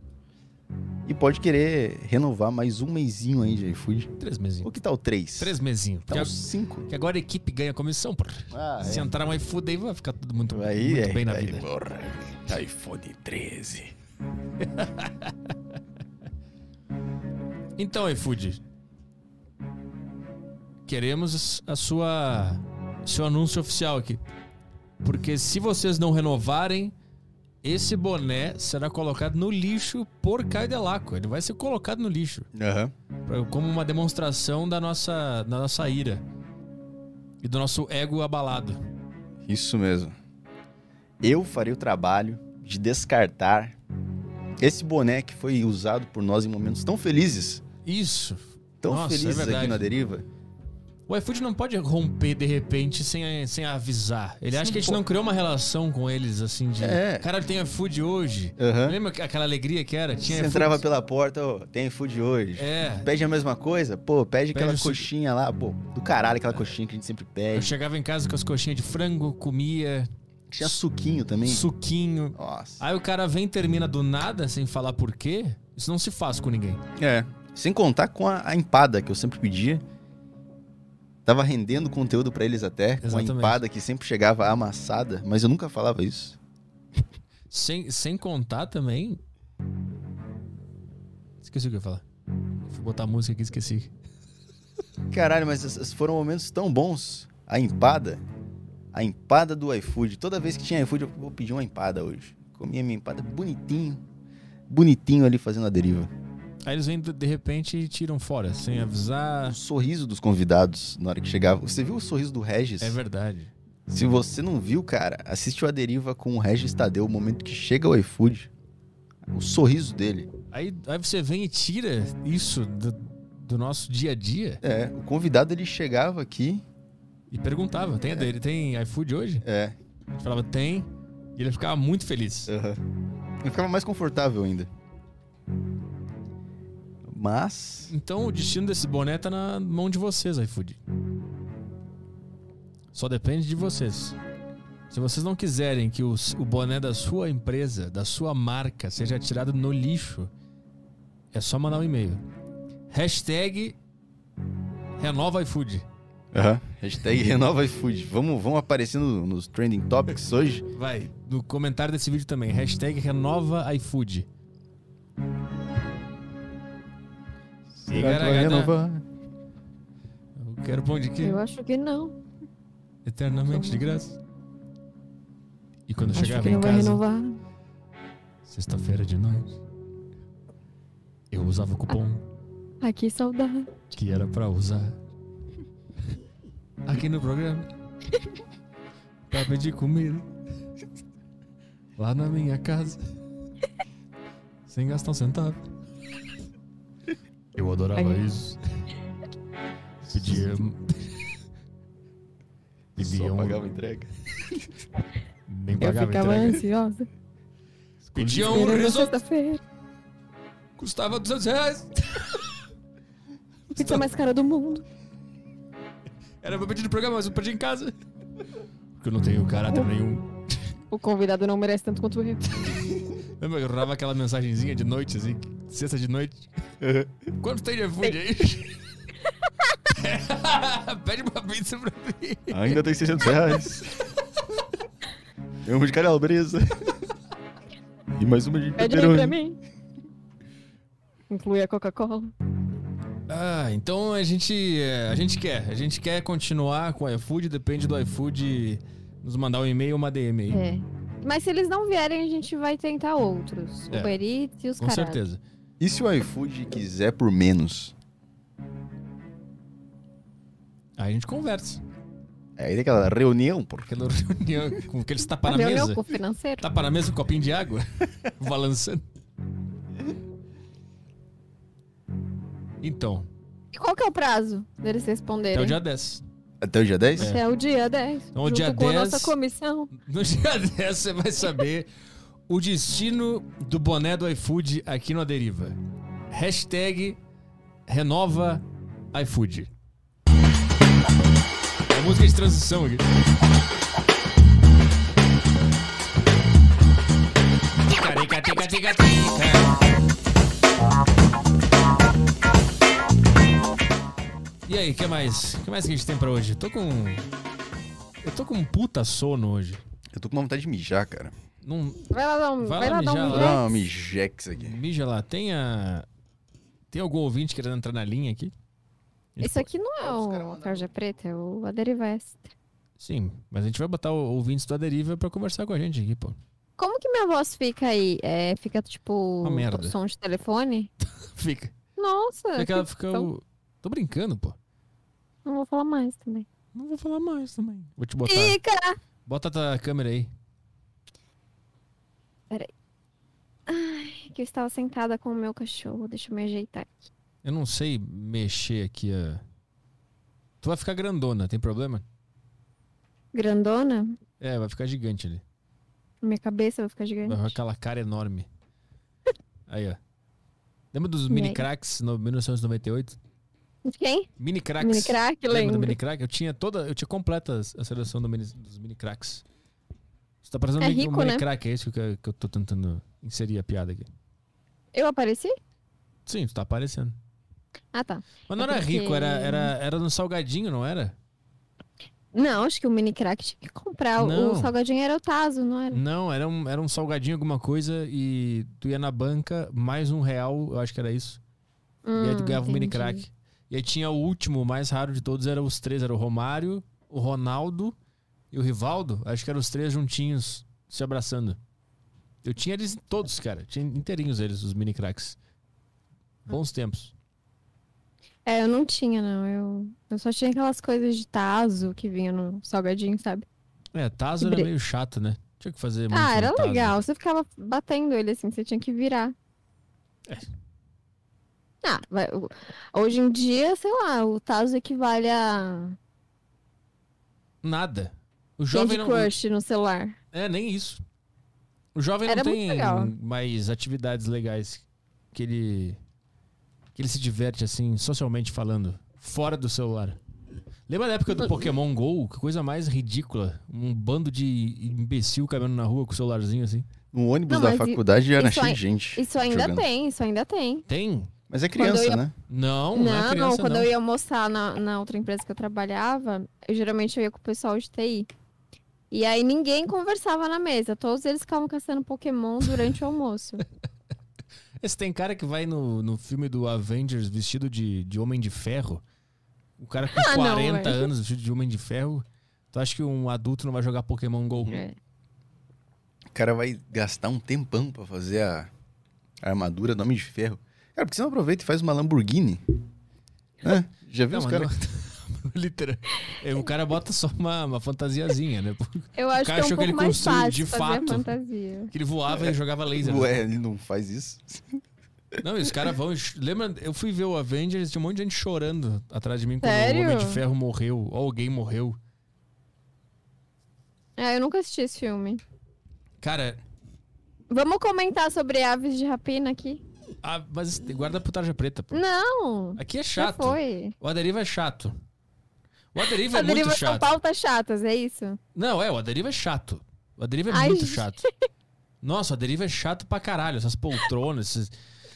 Speaker 2: E pode querer renovar mais um mêsinho aí de iFood.
Speaker 1: Três mesinhos.
Speaker 2: Ou que tal três?
Speaker 1: Três mesinhos.
Speaker 2: Tá
Speaker 1: Que a-
Speaker 2: uns cinco.
Speaker 1: Que agora a equipe ganha comissão, porra.
Speaker 2: Ah,
Speaker 1: Se entrar um iFood aí, vai ficar tudo muito,
Speaker 2: Aí
Speaker 1: muito
Speaker 2: é,
Speaker 1: bem na
Speaker 2: aí,
Speaker 1: vida.
Speaker 2: Porra. iPhone 13.
Speaker 1: Então, iFood. Queremos a sua seu anúncio oficial aqui. Porque se vocês não renovarem, esse boné será colocado no lixo por Caio Delaco. Ele vai ser colocado no lixo.
Speaker 2: Aham.
Speaker 1: pra- Como uma demonstração da nossa, da nossa ira. E do nosso ego abalado.
Speaker 2: Isso mesmo. Eu farei o trabalho de descartar esse boné que foi usado por nós em momentos tão felizes.
Speaker 1: Isso.
Speaker 2: Tão
Speaker 1: Nossa, é
Speaker 2: felizes aqui
Speaker 1: verdade.
Speaker 2: na deriva.
Speaker 1: O iFood não pode romper de repente sem, sem avisar. Ele acha
Speaker 2: Sim,
Speaker 1: que a gente
Speaker 2: pô.
Speaker 1: não criou uma relação com eles, assim, de.
Speaker 2: É.
Speaker 1: Caralho, tem iFood hoje.
Speaker 2: Aham.
Speaker 1: Lembra que- aquela alegria que era?
Speaker 2: Você
Speaker 1: Tinha iFood.
Speaker 2: entrava pela porta, ô, tem food hoje.
Speaker 1: É.
Speaker 2: Pede a mesma coisa? Pô, pede,
Speaker 1: Pede
Speaker 2: aquela
Speaker 1: o su-
Speaker 2: coxinha lá, pô, do caralho, aquela coxinha que a gente sempre
Speaker 1: Eu
Speaker 2: pede.
Speaker 1: chegava em casa com as coxinhas de frango, comia,
Speaker 2: Tinha suquinho também.
Speaker 1: suquinho.
Speaker 2: Nossa.
Speaker 1: Aí o cara vem e termina do nada, sem falar por quê. Isso não se faz com ninguém.
Speaker 2: É. Sem contar com a, a empada que eu sempre pedia. Tava rendendo conteúdo pra eles até, com a
Speaker 1: Exatamente.
Speaker 2: empada que sempre chegava amassada, mas eu nunca falava isso.
Speaker 1: Sem, sem contar também. Esqueci o que eu ia falar. Fui botar a música aqui, esqueci.
Speaker 2: Caralho, mas esses foram momentos tão bons. A empada, a empada do iFood. Toda vez que tinha iFood, eu vou pedir uma empada hoje. Comia minha empada bonitinho, bonitinho ali fazendo a deriva.
Speaker 1: Aí eles vêm de de repente e tiram fora, sem avisar.
Speaker 2: O Um sorriso dos convidados na hora que chegava. Você viu o sorriso do Regis?
Speaker 1: É verdade.
Speaker 2: Se você não viu, cara, assistiu a deriva com o Regis Tadeu, o momento que chega o iFood. O sorriso dele.
Speaker 1: Aí, aí você vem e tira isso do, do nosso dia a dia
Speaker 2: É, o convidado ele chegava aqui.
Speaker 1: e perguntava: tem, ele tem iFood hoje?
Speaker 2: É.
Speaker 1: A gente falava: tem. E ele ficava muito feliz.
Speaker 2: Eu ficava mais confortável ainda. Mas.
Speaker 1: Então o destino desse boné tá na mão de vocês, iFood. Só depende de vocês. Se vocês não quiserem que os- o boné da sua empresa, da sua marca, seja tirado no lixo, é só mandar um e-mail. Hashtag renova iFood.
Speaker 2: Aham. Hashtag renova iFood. Vamos, vamos aparecendo nos trending topics hoje.
Speaker 1: Vai, no comentário desse vídeo também. Hashtag renova iFood.
Speaker 3: né?
Speaker 1: Garagana. Eu quero pão de queijo
Speaker 3: Eu acho que não.
Speaker 1: eternamente de graça. E quando eu
Speaker 3: Acho
Speaker 1: chegava
Speaker 3: que
Speaker 1: em
Speaker 3: não vai
Speaker 1: casa,
Speaker 3: renovar.
Speaker 1: sexta-feira de noite, eu usava o cupom
Speaker 3: Ai, que saudade.
Speaker 1: que era pra usar aqui no programa pra pedir comida lá na minha casa sem gastar um centavo. Eu adorava
Speaker 3: Ai.
Speaker 1: isso. Pedia. Pedia um.
Speaker 2: entrega.
Speaker 1: Nem
Speaker 3: Eu
Speaker 1: pagava
Speaker 3: ficava
Speaker 1: entrega.
Speaker 3: ansiosa.
Speaker 1: Pedia um
Speaker 3: Esperando a
Speaker 1: risoto.
Speaker 3: sexta-feira.
Speaker 1: Custava 200 reais.
Speaker 3: Pizza mais cara do mundo.
Speaker 1: Era meu pedido de programa, mas eu perdi em casa. Porque eu não tenho caráter nenhum.
Speaker 3: O convidado não merece tanto quanto eu.
Speaker 1: Lembra que eu rolava aquela mensagenzinha de noite, assim, sexta de noite? Quanto tem de iFood aí? Pede uma pizza pra mim.
Speaker 2: Ainda tem 600 reais. uma de calabresa. E mais uma de
Speaker 3: Pede
Speaker 1: um
Speaker 3: bem pra mim. Inclui a Coca-Cola.
Speaker 1: Ah, então a gente, é, a gente quer. A gente quer continuar com o iFood, depende do iFood nos mandar um e-mail ou uma DM aí.
Speaker 3: É. Mas se eles não vierem, a gente vai tentar outros.
Speaker 1: É.
Speaker 3: O Uber Eats e os
Speaker 1: Com
Speaker 3: caras.
Speaker 1: certeza.
Speaker 2: E se o iFood quiser por menos?
Speaker 1: Aí a gente conversa.
Speaker 2: Aí tem aquela reunião, pô.
Speaker 1: Aquela reunião com aqueles tapa Tá na
Speaker 3: Cadê o
Speaker 1: mesa.
Speaker 3: meu financeiro?
Speaker 1: Tapa na mesa um copinho de água, balançando. Então,
Speaker 3: E qual que é o prazo deles responderem?
Speaker 1: até o dia 10.
Speaker 2: Até o dia 10?
Speaker 1: É.
Speaker 3: Até o dia 10.
Speaker 1: Então, o
Speaker 3: junto
Speaker 1: dia
Speaker 3: com
Speaker 1: 10.
Speaker 3: a nossa comissão.
Speaker 1: No dia 10 você vai saber o destino do boné do iFood aqui no A Deriva. Hashtag renova iFood. É música de transição aqui. E aí, o que mais? O que mais que a gente tem pra hoje? Tô com. Eu tô com um puta sono hoje.
Speaker 2: Eu tô com uma vontade de mijar, cara.
Speaker 1: Não.
Speaker 3: Vai lá dar um.
Speaker 1: Vai
Speaker 3: Vai,
Speaker 1: lá
Speaker 3: lá dar
Speaker 1: mijar
Speaker 3: um.
Speaker 1: lá.
Speaker 2: Vou
Speaker 3: relax.
Speaker 2: dar uma mijex aqui.
Speaker 1: Mija lá, tem a. Tem algum ouvinte querendo entrar na linha aqui?
Speaker 3: Isso aqui não é
Speaker 2: Os caras
Speaker 3: o
Speaker 2: mandaram.
Speaker 3: Tarja Preta, é o Aderivest.
Speaker 1: Sim, mas a gente vai botar o ouvintes da deriva pra conversar com a gente aqui, pô.
Speaker 3: Como que minha voz fica aí? É, fica tipo.
Speaker 1: Uma merda.
Speaker 3: com som de telefone?
Speaker 1: Fica.
Speaker 3: Nossa!
Speaker 1: Fica,
Speaker 3: que-
Speaker 1: fica
Speaker 3: então,
Speaker 1: o... Tô brincando, pô.
Speaker 3: Não vou falar mais também.
Speaker 1: Não vou falar mais também. Vou te botar.
Speaker 3: Ih, cara!
Speaker 1: Bota a tua câmera aí.
Speaker 3: Que eu estava sentada com o meu cachorro. Deixa eu me ajeitar.
Speaker 1: Eu não sei mexer aqui a. Tu vai ficar grandona, tem problema?
Speaker 3: Grandona?
Speaker 1: É, vai ficar gigante ali.
Speaker 3: Minha cabeça vai ficar
Speaker 1: Vai
Speaker 3: gigante.
Speaker 1: ficar aquela cara enorme. Aí, ó. Lembra dos
Speaker 3: E
Speaker 1: mini
Speaker 3: aí?
Speaker 1: cracks no 1998?
Speaker 3: Quem?
Speaker 1: Mini cracks.
Speaker 3: Mini crack,
Speaker 1: Lembra do mini
Speaker 3: lembro.
Speaker 1: crack? Eu tinha toda. Eu tinha completa as- a seleção do mini- dos mini cracks. Você tá parecendo
Speaker 3: É
Speaker 1: um mini-
Speaker 3: rico,
Speaker 1: um mini
Speaker 3: né?
Speaker 1: crack, é isso que eu, que eu tô tentando inserir a piada aqui.
Speaker 3: Eu apareci?
Speaker 1: Sim, tu tá aparecendo.
Speaker 3: Ah, tá.
Speaker 1: Mas não
Speaker 3: É
Speaker 1: era
Speaker 3: porque-
Speaker 1: rico, era, era, era no salgadinho, não era?
Speaker 3: Não, acho que o mini crack tinha que comprar. O-
Speaker 1: Não.
Speaker 3: O salgadinho era o Tazo, não era?
Speaker 1: Não, era um, era um salgadinho, alguma coisa, e tu ia na banca, mais um real, eu acho que era isso. e aí tu
Speaker 3: Hum,
Speaker 1: ganhava um mini
Speaker 3: entendi.
Speaker 1: crack. E aí tinha o último, o mais raro de todos, era os três. Era o Romário, o Ronaldo e o Rivaldo. Acho que eram os três juntinhos, se abraçando. Eu tinha eles todos, cara. Tinha inteirinhos eles, os mini cracks. Bons
Speaker 3: Hum.
Speaker 1: tempos.
Speaker 3: É, eu não tinha, não. Eu, eu só tinha aquelas coisas de Tazo que vinha no salgadinho, sabe?
Speaker 1: É, Tazo era meio chato, né? Tinha que fazer muito né?
Speaker 3: ah,
Speaker 1: no
Speaker 3: era
Speaker 1: Tazo.
Speaker 3: legal. Você ficava batendo ele assim, você tinha que virar.
Speaker 1: É.
Speaker 3: Ah, vai- o- hoje em dia, sei lá, o Tazo equivale a
Speaker 1: Nada. O
Speaker 3: Candy
Speaker 1: jovem não,
Speaker 3: Crush no celular.
Speaker 1: É, nem isso. O jovem
Speaker 3: Era
Speaker 1: não
Speaker 3: muito
Speaker 1: tem
Speaker 3: legal.
Speaker 1: mais atividades legais que ele que ele se diverte assim, socialmente falando, fora do celular. Lembra da época do Pokémon Go? Que coisa mais ridícula. Um bando de imbecil caminhando na rua com o celularzinho assim.
Speaker 2: No ônibus
Speaker 3: Não,
Speaker 2: da
Speaker 3: mas i-
Speaker 2: faculdade já era
Speaker 3: isso
Speaker 2: cheio
Speaker 3: ai-
Speaker 2: de gente.
Speaker 3: Isso ainda
Speaker 2: jogando.
Speaker 3: tem, isso ainda tem.
Speaker 1: Tem?
Speaker 2: Mas é criança,
Speaker 3: Quando eu ia-
Speaker 2: né?
Speaker 1: Não, não,
Speaker 3: Não,
Speaker 1: é criança,
Speaker 3: quando
Speaker 1: não.
Speaker 3: eu ia almoçar na, na outra empresa que eu trabalhava, eu, geralmente eu ia com o pessoal de TI. E aí ninguém conversava na mesa, todos eles ficavam caçando Pokémon durante o almoço.
Speaker 1: Esse tem cara que vai no, no filme do Avengers vestido de, de Homem de Ferro. O cara com
Speaker 3: Ah, não,
Speaker 1: 40
Speaker 3: velho.
Speaker 1: anos vestido de Homem de Ferro. Tu acha que um adulto não vai jogar Pokémon Go?
Speaker 3: É.
Speaker 2: O cara vai gastar um tempão pra fazer a, a armadura do Homem de Ferro. Cara, por que você não aproveita e faz uma Lamborghini? Né? Já viu
Speaker 1: Não, mas
Speaker 2: os caras?
Speaker 1: não- Literal. É, O cara bota só uma, uma fantasiazinha, né? Porque
Speaker 3: Eu acho que
Speaker 1: cara
Speaker 3: é um
Speaker 1: achou que
Speaker 3: pouco
Speaker 1: ele
Speaker 3: mais
Speaker 1: construiu
Speaker 3: fácil
Speaker 1: de
Speaker 3: fazer
Speaker 1: fato.
Speaker 3: fantasia.
Speaker 1: ele voava e jogava laser. né?
Speaker 2: Ué, ele não faz isso?
Speaker 1: Não, e os caras vão. Lembra, eu fui ver o Avengers, tinha um monte de gente chorando atrás de mim quando
Speaker 3: Sério?
Speaker 1: o Homem de Ferro morreu, ou alguém morreu.
Speaker 3: É, eu nunca assisti esse filme.
Speaker 1: Cara,
Speaker 3: Vamos comentar sobre aves de rapina aqui?
Speaker 1: ah, mas guarda pro tarja preta, pô.
Speaker 3: Não!
Speaker 1: Aqui é
Speaker 3: Já
Speaker 1: chato.
Speaker 3: foi.
Speaker 1: O Aderiva é chato. O Aderiva é
Speaker 3: A deriva
Speaker 1: muito
Speaker 3: são
Speaker 1: chato.
Speaker 3: pautas chatas, é isso?
Speaker 1: Não, é, o Aderiva é chato. O Aderiva é
Speaker 3: Ai,
Speaker 1: muito
Speaker 3: gente.
Speaker 1: chato. Nossa, o Aderiva é chato pra caralho. Essas poltronas, esses-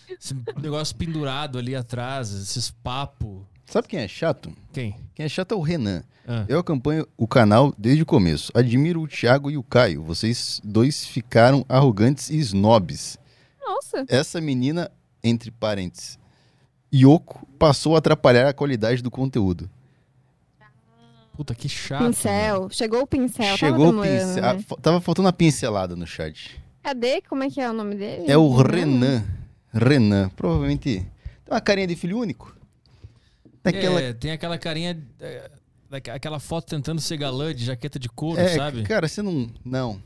Speaker 1: esse negócio pendurado ali atrás, esses papos.
Speaker 2: Sabe quem é chato?
Speaker 1: Quem?
Speaker 2: Quem é chato é o Renan.
Speaker 1: Ah.
Speaker 2: Eu acompanho o canal desde o começo. Admiro o Thiago e o Caio. Vocês dois ficaram arrogantes e snobs.
Speaker 3: Nossa,
Speaker 2: Essa menina, entre parênteses, Yoko, passou a atrapalhar a qualidade do conteúdo.
Speaker 1: Puta, que chato. né?
Speaker 3: pincel.
Speaker 1: mano.
Speaker 3: Chegou o pincel.
Speaker 2: Chegou
Speaker 3: Tá, tava
Speaker 2: o
Speaker 3: demorando,
Speaker 2: pincel. a-
Speaker 3: né?
Speaker 2: fa- Tava faltando a pincelada no chat.
Speaker 3: Cadê? Como é que é o nome dele?
Speaker 2: É o
Speaker 3: Renan.
Speaker 2: Renan. Renan. Provavelmente. Tem uma carinha de filho único. Daquela.
Speaker 1: É, tem aquela carinha. é, daque- Aquela foto tentando ser galã de jaqueta de couro,
Speaker 2: É,
Speaker 1: sabe?
Speaker 2: cara, você não. Não.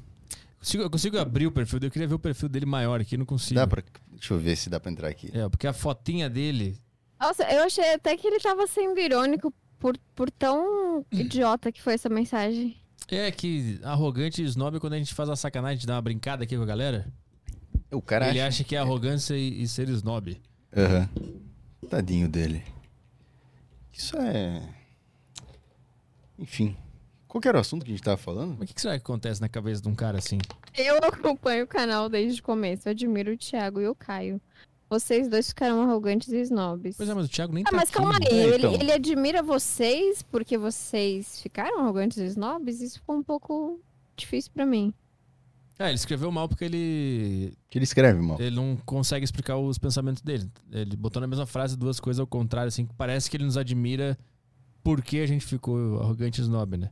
Speaker 1: Consigo- eu consigo abrir o perfil dele. Eu queria ver o perfil dele maior aqui, não consigo.
Speaker 2: Dá pra. Deixa eu ver se dá pra entrar aqui.
Speaker 1: É, porque a fotinha dele.
Speaker 3: Nossa, eu achei até que ele tava sendo irônico por, por
Speaker 1: Hum.
Speaker 3: tão idiota que foi essa mensagem.
Speaker 1: É que arrogante e snob é quando a gente faz a sacanagem de dar uma brincada aqui com a galera.
Speaker 2: O cara
Speaker 1: Ele
Speaker 2: acha.
Speaker 1: acha que é arrogância e, e ser snob.
Speaker 2: Aham. Tadinho dele. Isso é. Enfim. Qual que era o assunto que a gente tava falando?
Speaker 1: Mas o que, que será que acontece na cabeça de um cara assim?
Speaker 3: Eu acompanho o canal desde o começo, admiro o Thiago e o Caio. Vocês dois ficaram arrogantes e snobs.
Speaker 1: Pois é, mas o Thiago nem
Speaker 3: Ah,
Speaker 1: tá
Speaker 3: mas
Speaker 1: aqui,
Speaker 3: calma
Speaker 1: né?
Speaker 3: aí,
Speaker 2: É,
Speaker 3: ele,
Speaker 2: então.
Speaker 3: ele admira vocês porque vocês ficaram arrogantes e snobs? Isso ficou um pouco difícil pra mim.
Speaker 1: É, ele escreveu mal porque ele
Speaker 2: que ele escreve, mal.
Speaker 1: ele não consegue explicar os pensamentos dele. Ele botou na mesma frase duas coisas ao contrário, assim, que parece que ele nos admira porque a gente ficou arrogante e snob, né?